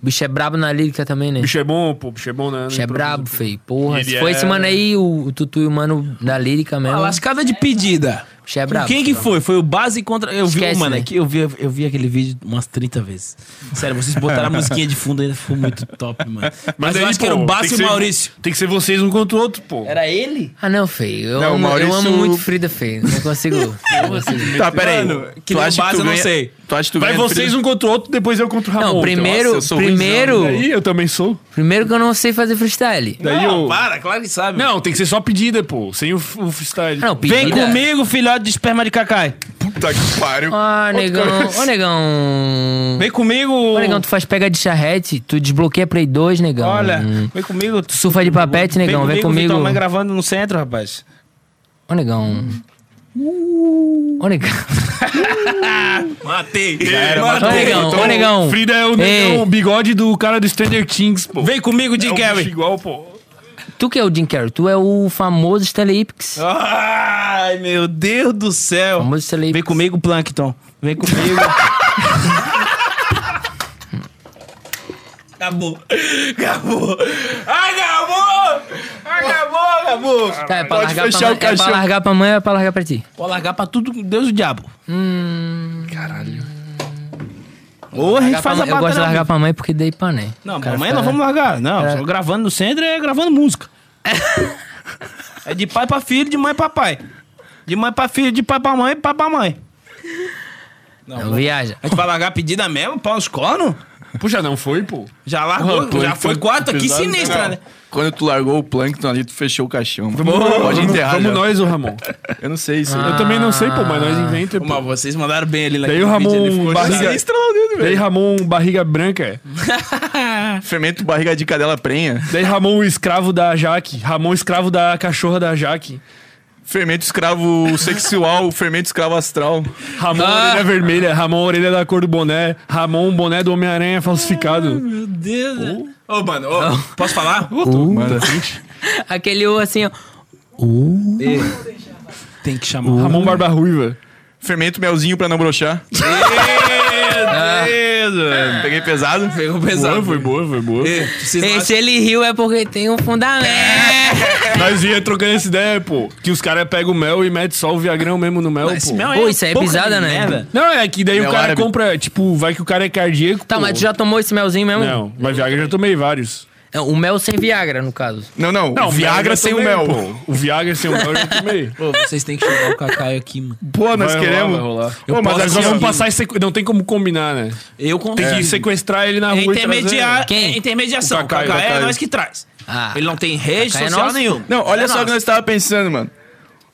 [SPEAKER 4] O bicho é brabo na lírica também, né? O
[SPEAKER 2] Bicho
[SPEAKER 4] bicho
[SPEAKER 2] é bom, pô. Bicho é bom, né?
[SPEAKER 4] é brabo, feio. Porra,
[SPEAKER 2] Ele
[SPEAKER 4] se foi esse
[SPEAKER 2] é-
[SPEAKER 4] mano aí, o, o Tutu e o mano da lírica mesmo.
[SPEAKER 3] Uma lascada de pedida.
[SPEAKER 4] O Xé é brabo.
[SPEAKER 3] Quem que foi? Foi o Base contra. Eu vi,
[SPEAKER 4] Esquece,
[SPEAKER 3] mano,
[SPEAKER 4] né?
[SPEAKER 3] aqui, eu, vi, eu vi aquele vídeo umas 30 vezes. Sério, vocês botaram a musiquinha de fundo ainda ficou muito top, mano. Mas,
[SPEAKER 2] Mas aí,
[SPEAKER 3] eu acho que era
[SPEAKER 2] pô,
[SPEAKER 3] o
[SPEAKER 2] tem
[SPEAKER 3] Base e
[SPEAKER 2] que
[SPEAKER 3] o
[SPEAKER 2] ser-
[SPEAKER 3] Maurício.
[SPEAKER 2] Tem que ser vocês um contra o outro, pô.
[SPEAKER 3] Era ele?
[SPEAKER 4] Ah, não, feio. Eu,
[SPEAKER 1] Não,
[SPEAKER 4] amo,
[SPEAKER 1] Maurício-
[SPEAKER 4] eu amo muito Frida Feio. Não consigo. não consigo.
[SPEAKER 1] Tá, peraí.
[SPEAKER 3] que nem o Baza, eu não sei.
[SPEAKER 1] Tu acha que tu
[SPEAKER 2] Vai
[SPEAKER 1] ganha do
[SPEAKER 2] vocês
[SPEAKER 1] Frida-
[SPEAKER 2] um contra o outro, depois eu
[SPEAKER 3] Tá
[SPEAKER 2] contra o Ramon.
[SPEAKER 3] então,
[SPEAKER 4] Não, primeiro,
[SPEAKER 1] eu sou
[SPEAKER 4] primeiro,
[SPEAKER 2] E aí, eu também sou.
[SPEAKER 4] primeiro que eu não sei fazer freestyle.
[SPEAKER 2] Daí eu...
[SPEAKER 3] para, claro que sabe.
[SPEAKER 2] Não, tem que ser só pedida, pô. Sem o, f- o freestyle.
[SPEAKER 4] Não, pedida.
[SPEAKER 3] Vem comigo, filhote de esperma de cacai.
[SPEAKER 1] Puta que pariu.
[SPEAKER 4] Ó, Ah, negão. Ô, negão.
[SPEAKER 3] Vem comigo.
[SPEAKER 4] Ô, negão, tu faz pega de charrete, tu desbloqueia Play 2, negão.
[SPEAKER 3] Olha, vem comigo.
[SPEAKER 4] Tu surfa de papete, negão. Vem comigo.
[SPEAKER 3] Tua mãe gravando no centro, rapaz.
[SPEAKER 4] Ô, negão. Ô, negão.
[SPEAKER 3] Matei.
[SPEAKER 4] Ô, negão. Ô, negão.
[SPEAKER 2] Frida é o
[SPEAKER 4] Ei.
[SPEAKER 2] negão, o bigode do cara do Stranger Things, pô.
[SPEAKER 3] Vem comigo, Jim
[SPEAKER 2] É um bicho
[SPEAKER 3] Carrey.
[SPEAKER 2] igual, pô.
[SPEAKER 4] Tu que é o Jim Carrey? Tu é o famoso Stanley Ipkiss.
[SPEAKER 3] Ai, meu Deus do céu.
[SPEAKER 4] Famoso Stanley
[SPEAKER 3] Vem
[SPEAKER 4] Ipkiss.
[SPEAKER 3] comigo, Plankton. Vem comigo. Acabou. Acabou. Acabou! Acabou, acabou.
[SPEAKER 4] Tá, é pra,
[SPEAKER 1] Pode
[SPEAKER 4] largar pra,
[SPEAKER 1] fechar
[SPEAKER 4] mãe,
[SPEAKER 1] o
[SPEAKER 4] é pra
[SPEAKER 1] caixão.
[SPEAKER 4] largar pra mãe ou é pra largar pra ti?
[SPEAKER 3] Vou largar pra tudo, Deus e o diabo.
[SPEAKER 4] Hum.
[SPEAKER 3] Ou a gente
[SPEAKER 4] largar pra
[SPEAKER 3] faz a
[SPEAKER 4] mãe- eu gosto de largar pra mãe porque daí pra né.
[SPEAKER 3] Não,
[SPEAKER 4] O cara
[SPEAKER 3] amanhã
[SPEAKER 4] fica-
[SPEAKER 3] nós vamos largar. Não,
[SPEAKER 4] cara-
[SPEAKER 3] só gravando no centro é gravando música. é de pai pra filho, de mãe pra pai. De mãe pra filho, de pai pra mãe, pai pra mãe.
[SPEAKER 4] Não, viaja.
[SPEAKER 3] A gente vai largar a pedida mesmo, pau nos cornos?
[SPEAKER 2] Pô, já não foi, pô.
[SPEAKER 3] Já largou,
[SPEAKER 1] Ah,
[SPEAKER 3] já Ah, foi quatro aqui sinistra, né?
[SPEAKER 1] Quando tu largou o Plankton ali, tu fechou o caixão. Pode enterrar.
[SPEAKER 2] Vamos
[SPEAKER 1] já.
[SPEAKER 2] nós, ô Ramon.
[SPEAKER 1] Eu não sei isso.
[SPEAKER 2] Eu também não sei, pô, mas
[SPEAKER 4] Ah,
[SPEAKER 2] nós inventa,
[SPEAKER 3] Mas
[SPEAKER 2] pô.
[SPEAKER 3] vocês mandaram bem ali naquele
[SPEAKER 2] Daí o Ramon
[SPEAKER 3] vídeo, ele ficou
[SPEAKER 2] barriga-
[SPEAKER 3] sinistro.
[SPEAKER 2] Daí Ramon, barriga branca. é.
[SPEAKER 1] né? Fermento barriga de cadela prenha.
[SPEAKER 2] Daí Ramon, o escravo da Jaque. Ramon, escravo da cachorra da Jaque.
[SPEAKER 1] Fermento escravo sexual, fermento escravo astral.
[SPEAKER 2] Ramon,
[SPEAKER 1] Ah.
[SPEAKER 2] orelha vermelha. Ramon, orelha da cor do boné. Ramon, boné do Homem-Aranha falsificado.
[SPEAKER 3] Meu Deus. né? Ô, mano, ô, posso falar?
[SPEAKER 1] Manda.
[SPEAKER 4] Aquele o assim, ó.
[SPEAKER 3] Tem que chamar o
[SPEAKER 2] Ramon, barba ruiva.
[SPEAKER 1] Fermento melzinho pra não brochar. Ah. Peguei pesado.
[SPEAKER 3] Pegou
[SPEAKER 2] Ah,
[SPEAKER 3] pesado.
[SPEAKER 1] Foi boa, foi boa.
[SPEAKER 3] Ei, vocês não
[SPEAKER 4] Ei,
[SPEAKER 3] acham-
[SPEAKER 4] se ele riu é porque tem um fundamento.
[SPEAKER 1] É.
[SPEAKER 2] Nós ia trocando essa ideia, pô. Que os caras pegam o mel e metem só o Viagrão mesmo no mel,
[SPEAKER 3] Esse
[SPEAKER 2] pô.
[SPEAKER 3] mel
[SPEAKER 4] Pô, isso aí é
[SPEAKER 3] pouca
[SPEAKER 4] pisada,
[SPEAKER 3] de
[SPEAKER 4] né?
[SPEAKER 3] merda.
[SPEAKER 2] Não, é que daí
[SPEAKER 1] Mel
[SPEAKER 2] o cara
[SPEAKER 1] árabe.
[SPEAKER 2] compra, tipo, vai que o cara é cardíaco.
[SPEAKER 4] Tá,
[SPEAKER 2] pô.
[SPEAKER 4] mas tu já tomou esse melzinho mesmo?
[SPEAKER 2] Não, mas Viagra eu já tomei vários.
[SPEAKER 4] É, O mel sem Viagra, no caso.
[SPEAKER 1] Não, não.
[SPEAKER 2] Não,
[SPEAKER 1] Viagra sem o mel.
[SPEAKER 2] O Viagra sem o mel eu já tomei.
[SPEAKER 3] Pô, vocês têm que chamar o Cacaio aqui, mano.
[SPEAKER 1] Pô, nós
[SPEAKER 2] Vai rolar,
[SPEAKER 1] queremos.
[SPEAKER 2] vai rolar. Pô,
[SPEAKER 1] Pô,
[SPEAKER 2] mas
[SPEAKER 1] mas
[SPEAKER 2] nós
[SPEAKER 1] assim,
[SPEAKER 2] vamos
[SPEAKER 1] ó, É.
[SPEAKER 2] passar e sequ... Não tem como combinar, né?
[SPEAKER 3] Eu conto.
[SPEAKER 2] Tem que sequestrar ele na rua e
[SPEAKER 3] Intermediar,
[SPEAKER 2] trazer.
[SPEAKER 4] Quem?
[SPEAKER 3] é Intermediação.
[SPEAKER 2] O
[SPEAKER 3] O
[SPEAKER 2] Cacai,
[SPEAKER 3] Cacai é
[SPEAKER 1] Cacai.
[SPEAKER 3] nós que traz.
[SPEAKER 4] Ah.
[SPEAKER 3] Ele não tem rede
[SPEAKER 4] Cacai é
[SPEAKER 3] social
[SPEAKER 4] nosso.
[SPEAKER 3] nenhuma.
[SPEAKER 1] Não, olha
[SPEAKER 3] É
[SPEAKER 1] só o
[SPEAKER 3] nosso.
[SPEAKER 1] que nós tava pensando, mano.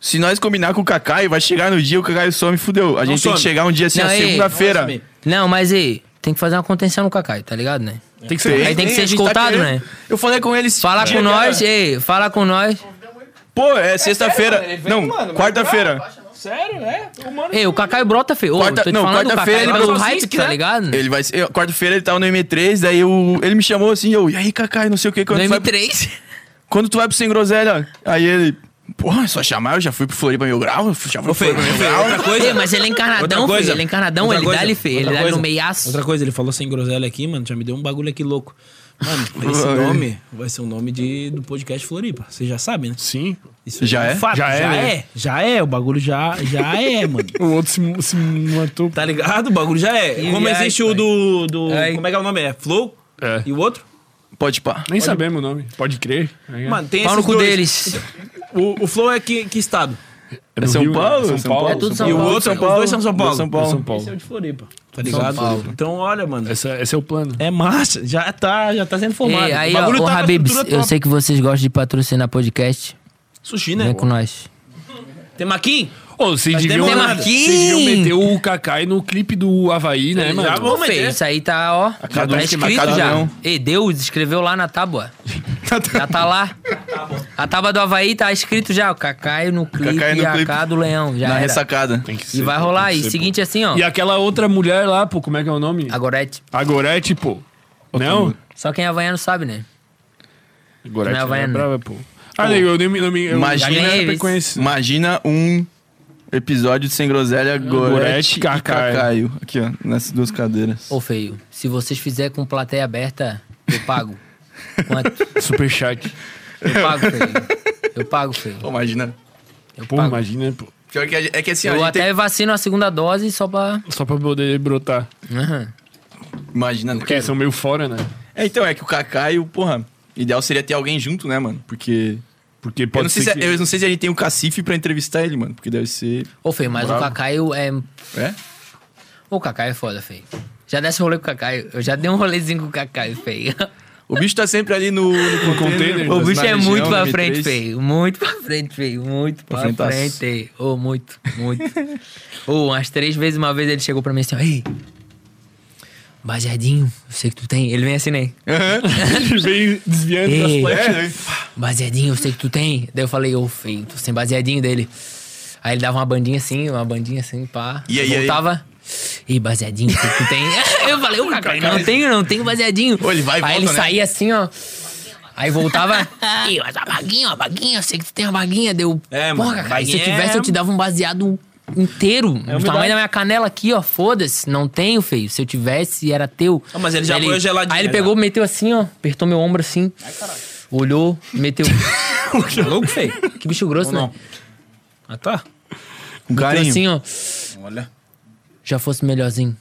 [SPEAKER 1] Se nós combinar com o Kakai, vai chegar no dia, o Kakai some, fudeu. A gente tem
[SPEAKER 3] some.
[SPEAKER 1] que chegar um dia assim,
[SPEAKER 4] Não,
[SPEAKER 1] ó,
[SPEAKER 4] ei,
[SPEAKER 1] segunda-feira.
[SPEAKER 3] não vai
[SPEAKER 4] Não, mas aí, tem que fazer uma contenção no Cacai, tá ligado, né?
[SPEAKER 2] Tem que ser.
[SPEAKER 4] Aí tem que ser
[SPEAKER 1] a gente
[SPEAKER 4] escoltado,
[SPEAKER 1] querendo.
[SPEAKER 4] né?
[SPEAKER 1] Eu falei com eles.
[SPEAKER 4] Fala com nós,
[SPEAKER 3] é?
[SPEAKER 4] ei, fala com nós.
[SPEAKER 1] Pô, é sexta-feira. não, quarta-feira.
[SPEAKER 4] Ei, o Cacai brota, feio. Ô,
[SPEAKER 1] Quarta-
[SPEAKER 4] tô te
[SPEAKER 1] não,
[SPEAKER 4] falando, o Cacai
[SPEAKER 1] quarta-feira ele
[SPEAKER 4] brota o
[SPEAKER 1] brota
[SPEAKER 4] hype,
[SPEAKER 3] sozinho,
[SPEAKER 4] tá
[SPEAKER 3] né?
[SPEAKER 4] ligado?
[SPEAKER 1] Ele vai ser. eu- Quarta-feira ele tava no M3, daí eu, ele me chamou assim, eu, e aí, Kakai, não sei o que.
[SPEAKER 4] No
[SPEAKER 1] Quando, tu vai,
[SPEAKER 4] M3.
[SPEAKER 1] quando tu vai pro Sem Groselha? Aí ele. Porra, é só chamar, eu já fui pro Floripa Mil Grau, eu já fui pro
[SPEAKER 3] Ô, Fê,
[SPEAKER 1] Floripa Mil
[SPEAKER 3] Fê,
[SPEAKER 1] Grau.
[SPEAKER 3] outra coisa.
[SPEAKER 4] Ei, mas ele é
[SPEAKER 3] Outra
[SPEAKER 4] encarnadão,
[SPEAKER 3] coisa.
[SPEAKER 4] filho. Ele é encarnadão,
[SPEAKER 3] Outra
[SPEAKER 4] ele
[SPEAKER 3] coisa.
[SPEAKER 4] dá ali, filho. Ele
[SPEAKER 3] Outra
[SPEAKER 4] dá ali no
[SPEAKER 3] coisa.
[SPEAKER 4] meiaço.
[SPEAKER 3] Outra coisa, ele falou sem groselha aqui, mano. Já me deu um bagulho aqui louco. Mano, esse
[SPEAKER 1] Vai.
[SPEAKER 3] nome vai ser o nome de, do podcast Floripa. Vocês já sabem, né?
[SPEAKER 2] Sim.
[SPEAKER 3] Isso
[SPEAKER 1] Já
[SPEAKER 3] um
[SPEAKER 1] é?
[SPEAKER 3] fato.
[SPEAKER 2] Já
[SPEAKER 3] Já,
[SPEAKER 2] é,
[SPEAKER 3] é,
[SPEAKER 2] né?
[SPEAKER 3] Já é. O bagulho já, já é, mano.
[SPEAKER 2] O outro se, se matou.
[SPEAKER 3] Tá ligado? O bagulho já é. Como
[SPEAKER 4] ai,
[SPEAKER 3] existe o
[SPEAKER 4] pai.
[SPEAKER 3] do. do
[SPEAKER 4] Ai.
[SPEAKER 3] como é que é o nome? É Flow?
[SPEAKER 2] É.
[SPEAKER 3] E o outro?
[SPEAKER 1] Pode pá.
[SPEAKER 2] Nem sabemos o nome. Pode crer.
[SPEAKER 3] Mano, tem
[SPEAKER 4] Pau no
[SPEAKER 3] esses
[SPEAKER 4] cu
[SPEAKER 3] dois.
[SPEAKER 4] deles.
[SPEAKER 3] O, o Flow é que, que estado?
[SPEAKER 1] É
[SPEAKER 2] no
[SPEAKER 1] São
[SPEAKER 2] Rio, né?
[SPEAKER 1] Paulo?
[SPEAKER 2] São Paulo.
[SPEAKER 4] É tudo São
[SPEAKER 3] E o
[SPEAKER 4] Paulo.
[SPEAKER 3] outro,
[SPEAKER 1] São
[SPEAKER 3] os
[SPEAKER 1] Paulo.
[SPEAKER 3] dois são São Paulo.
[SPEAKER 1] São Paulo.
[SPEAKER 2] São
[SPEAKER 3] Esse é
[SPEAKER 2] Paulo.
[SPEAKER 3] o de Floripa. Tá ligado? Então, olha, mano.
[SPEAKER 2] Esse é, esse é o plano.
[SPEAKER 3] É massa, já tá, já tá sendo formado.
[SPEAKER 4] Ei, aí,
[SPEAKER 3] o
[SPEAKER 4] ó,
[SPEAKER 3] bagulho
[SPEAKER 4] ô,
[SPEAKER 3] tá com a
[SPEAKER 4] Habibs,
[SPEAKER 3] estrutura
[SPEAKER 4] eu
[SPEAKER 3] top.
[SPEAKER 4] sei que vocês gostam de patrocinar podcast.
[SPEAKER 3] Sushi,
[SPEAKER 4] Vem
[SPEAKER 3] né?
[SPEAKER 4] com nós.
[SPEAKER 3] Tem maquinho?
[SPEAKER 2] Ô, vocês deviam,
[SPEAKER 3] tem
[SPEAKER 2] vocês deviam meter o Kakai no clipe do Havaí, né,
[SPEAKER 3] já
[SPEAKER 2] mano?
[SPEAKER 3] vou- Ô, mas
[SPEAKER 4] Feio,
[SPEAKER 3] é.
[SPEAKER 4] isso aí tá, ó. Já
[SPEAKER 1] Acadão,
[SPEAKER 4] tá escrito
[SPEAKER 1] acadão.
[SPEAKER 4] já. Ei, Deus escreveu lá na tábua. já tá lá. A tábua do Havaí tá escrito já, o Cacaio no clipe
[SPEAKER 1] Cacaio no
[SPEAKER 4] e a
[SPEAKER 1] clipe.
[SPEAKER 4] K do Leão. Já
[SPEAKER 1] Na
[SPEAKER 4] era.
[SPEAKER 1] ressacada.
[SPEAKER 2] Tem que
[SPEAKER 4] E
[SPEAKER 2] ser,
[SPEAKER 4] vai
[SPEAKER 2] tem
[SPEAKER 4] rolar.
[SPEAKER 2] que
[SPEAKER 4] E
[SPEAKER 2] ser,
[SPEAKER 4] seguinte assim, ó.
[SPEAKER 2] pô. E aquela outra mulher lá, pô, como é que é o nome?
[SPEAKER 4] Agorete.
[SPEAKER 2] Agorete, pô. Não?
[SPEAKER 4] Só quem é havaiano sabe, né?
[SPEAKER 2] Agorete
[SPEAKER 4] Não é
[SPEAKER 2] ela é
[SPEAKER 4] havaiana.
[SPEAKER 2] brava, pô. Ah, nego, eu nem me... Não me eu
[SPEAKER 1] Imagina-
[SPEAKER 2] eu
[SPEAKER 4] Eles.
[SPEAKER 2] reconheço.
[SPEAKER 1] Imagina um episódio de Sem Groselha, Gorete
[SPEAKER 2] Gorete
[SPEAKER 1] e
[SPEAKER 2] e Cacaio.
[SPEAKER 1] Cacaio. Aqui, ó, nessas duas cadeiras.
[SPEAKER 4] Ô, feio, se vocês fizerem com plateia aberta, eu pago. Quanto?
[SPEAKER 2] Superchat.
[SPEAKER 4] Eu pago, feio. Eu pago, feio.
[SPEAKER 1] Pô, imagina.
[SPEAKER 4] Eu
[SPEAKER 2] Pô,
[SPEAKER 4] pago.
[SPEAKER 2] imagina, pô.
[SPEAKER 10] Pior que a gente- é que assim, a
[SPEAKER 4] Eu
[SPEAKER 10] gente
[SPEAKER 4] até
[SPEAKER 10] tem-
[SPEAKER 4] vacino a segunda dose só pra.
[SPEAKER 2] Só pra poder brotar.
[SPEAKER 4] Aham.
[SPEAKER 1] Imagina, né?
[SPEAKER 2] Porque são meio fora, né?
[SPEAKER 1] É, então, é que o Kaká e o, porra, ideal seria ter alguém junto, né, mano? Porque.
[SPEAKER 2] Porque
[SPEAKER 1] Eu
[SPEAKER 2] pode
[SPEAKER 1] não, sei
[SPEAKER 2] ser.
[SPEAKER 1] se, é-
[SPEAKER 2] que-
[SPEAKER 1] eu não sei se a gente tem o Cacife pra entrevistar ele, mano. Porque deve ser.
[SPEAKER 4] Ô, feio, mas o Cacaio é.
[SPEAKER 1] É?
[SPEAKER 4] Ô, O Cacaio é foda, feio. Já desce rolê com o Cacaio. Eu já dei um rolezinho com o Cacaio, feio.
[SPEAKER 1] O bicho tá sempre ali no, no container. né?
[SPEAKER 2] container,
[SPEAKER 1] pô,
[SPEAKER 4] O bicho
[SPEAKER 1] na
[SPEAKER 4] é
[SPEAKER 1] região,
[SPEAKER 4] muito pra
[SPEAKER 1] na
[SPEAKER 4] frente,
[SPEAKER 1] M3.
[SPEAKER 4] feio. Muito pra frente, feio. Muito pra
[SPEAKER 1] frente, tá?
[SPEAKER 4] frente. Ô, muito, muito. Ô, umas três vezes, uma vez ele chegou pra mim assim, ó. Ei, Baseadinho, eu sei que tu tem. Ele vem assim, né?
[SPEAKER 2] Ele vem desviando das
[SPEAKER 4] Ei,
[SPEAKER 2] flechas.
[SPEAKER 4] baseadinho, eu sei que tu tem. Daí eu falei, ô, feio, tu sem baseadinho dele. Aí ele dava uma bandinha assim, uma bandinha assim, pá.
[SPEAKER 1] E aí, e aí?
[SPEAKER 4] voltava. Ih, baseadinho, eu sei que tu tem. eu falei, ô, Cacá, não tenho, não tenho baseadinho.
[SPEAKER 1] Ô, ele vai e
[SPEAKER 4] Aí ele
[SPEAKER 1] volta, né?
[SPEAKER 4] saía assim, ó. Aí voltava. Ih, mas a baguinha, a baguinha, eu sei que tu tem a baguinha. Deu.
[SPEAKER 3] É, mano,
[SPEAKER 4] Porra, Cacá, se eu
[SPEAKER 3] baguinha
[SPEAKER 4] tivesse,
[SPEAKER 3] é-
[SPEAKER 4] eu te dava um baseado
[SPEAKER 1] É
[SPEAKER 4] inteiro. o tamanho da minha canela aqui, ó. Foda-se. Não tenho, feio. Se eu tivesse, era teu.
[SPEAKER 3] Ah, mas ele já foi geladinho,
[SPEAKER 4] Aí ele
[SPEAKER 3] né?
[SPEAKER 4] pegou, meteu assim, ó. Apertou meu ombro assim. olhou, meteu.
[SPEAKER 3] Tá louco, feio?
[SPEAKER 4] que bicho grosso, né?
[SPEAKER 3] Ah, tá.
[SPEAKER 1] Com
[SPEAKER 4] Meteu
[SPEAKER 1] carinho.
[SPEAKER 4] assim, ó.
[SPEAKER 3] Olha.
[SPEAKER 4] Já fosse melhorzinho.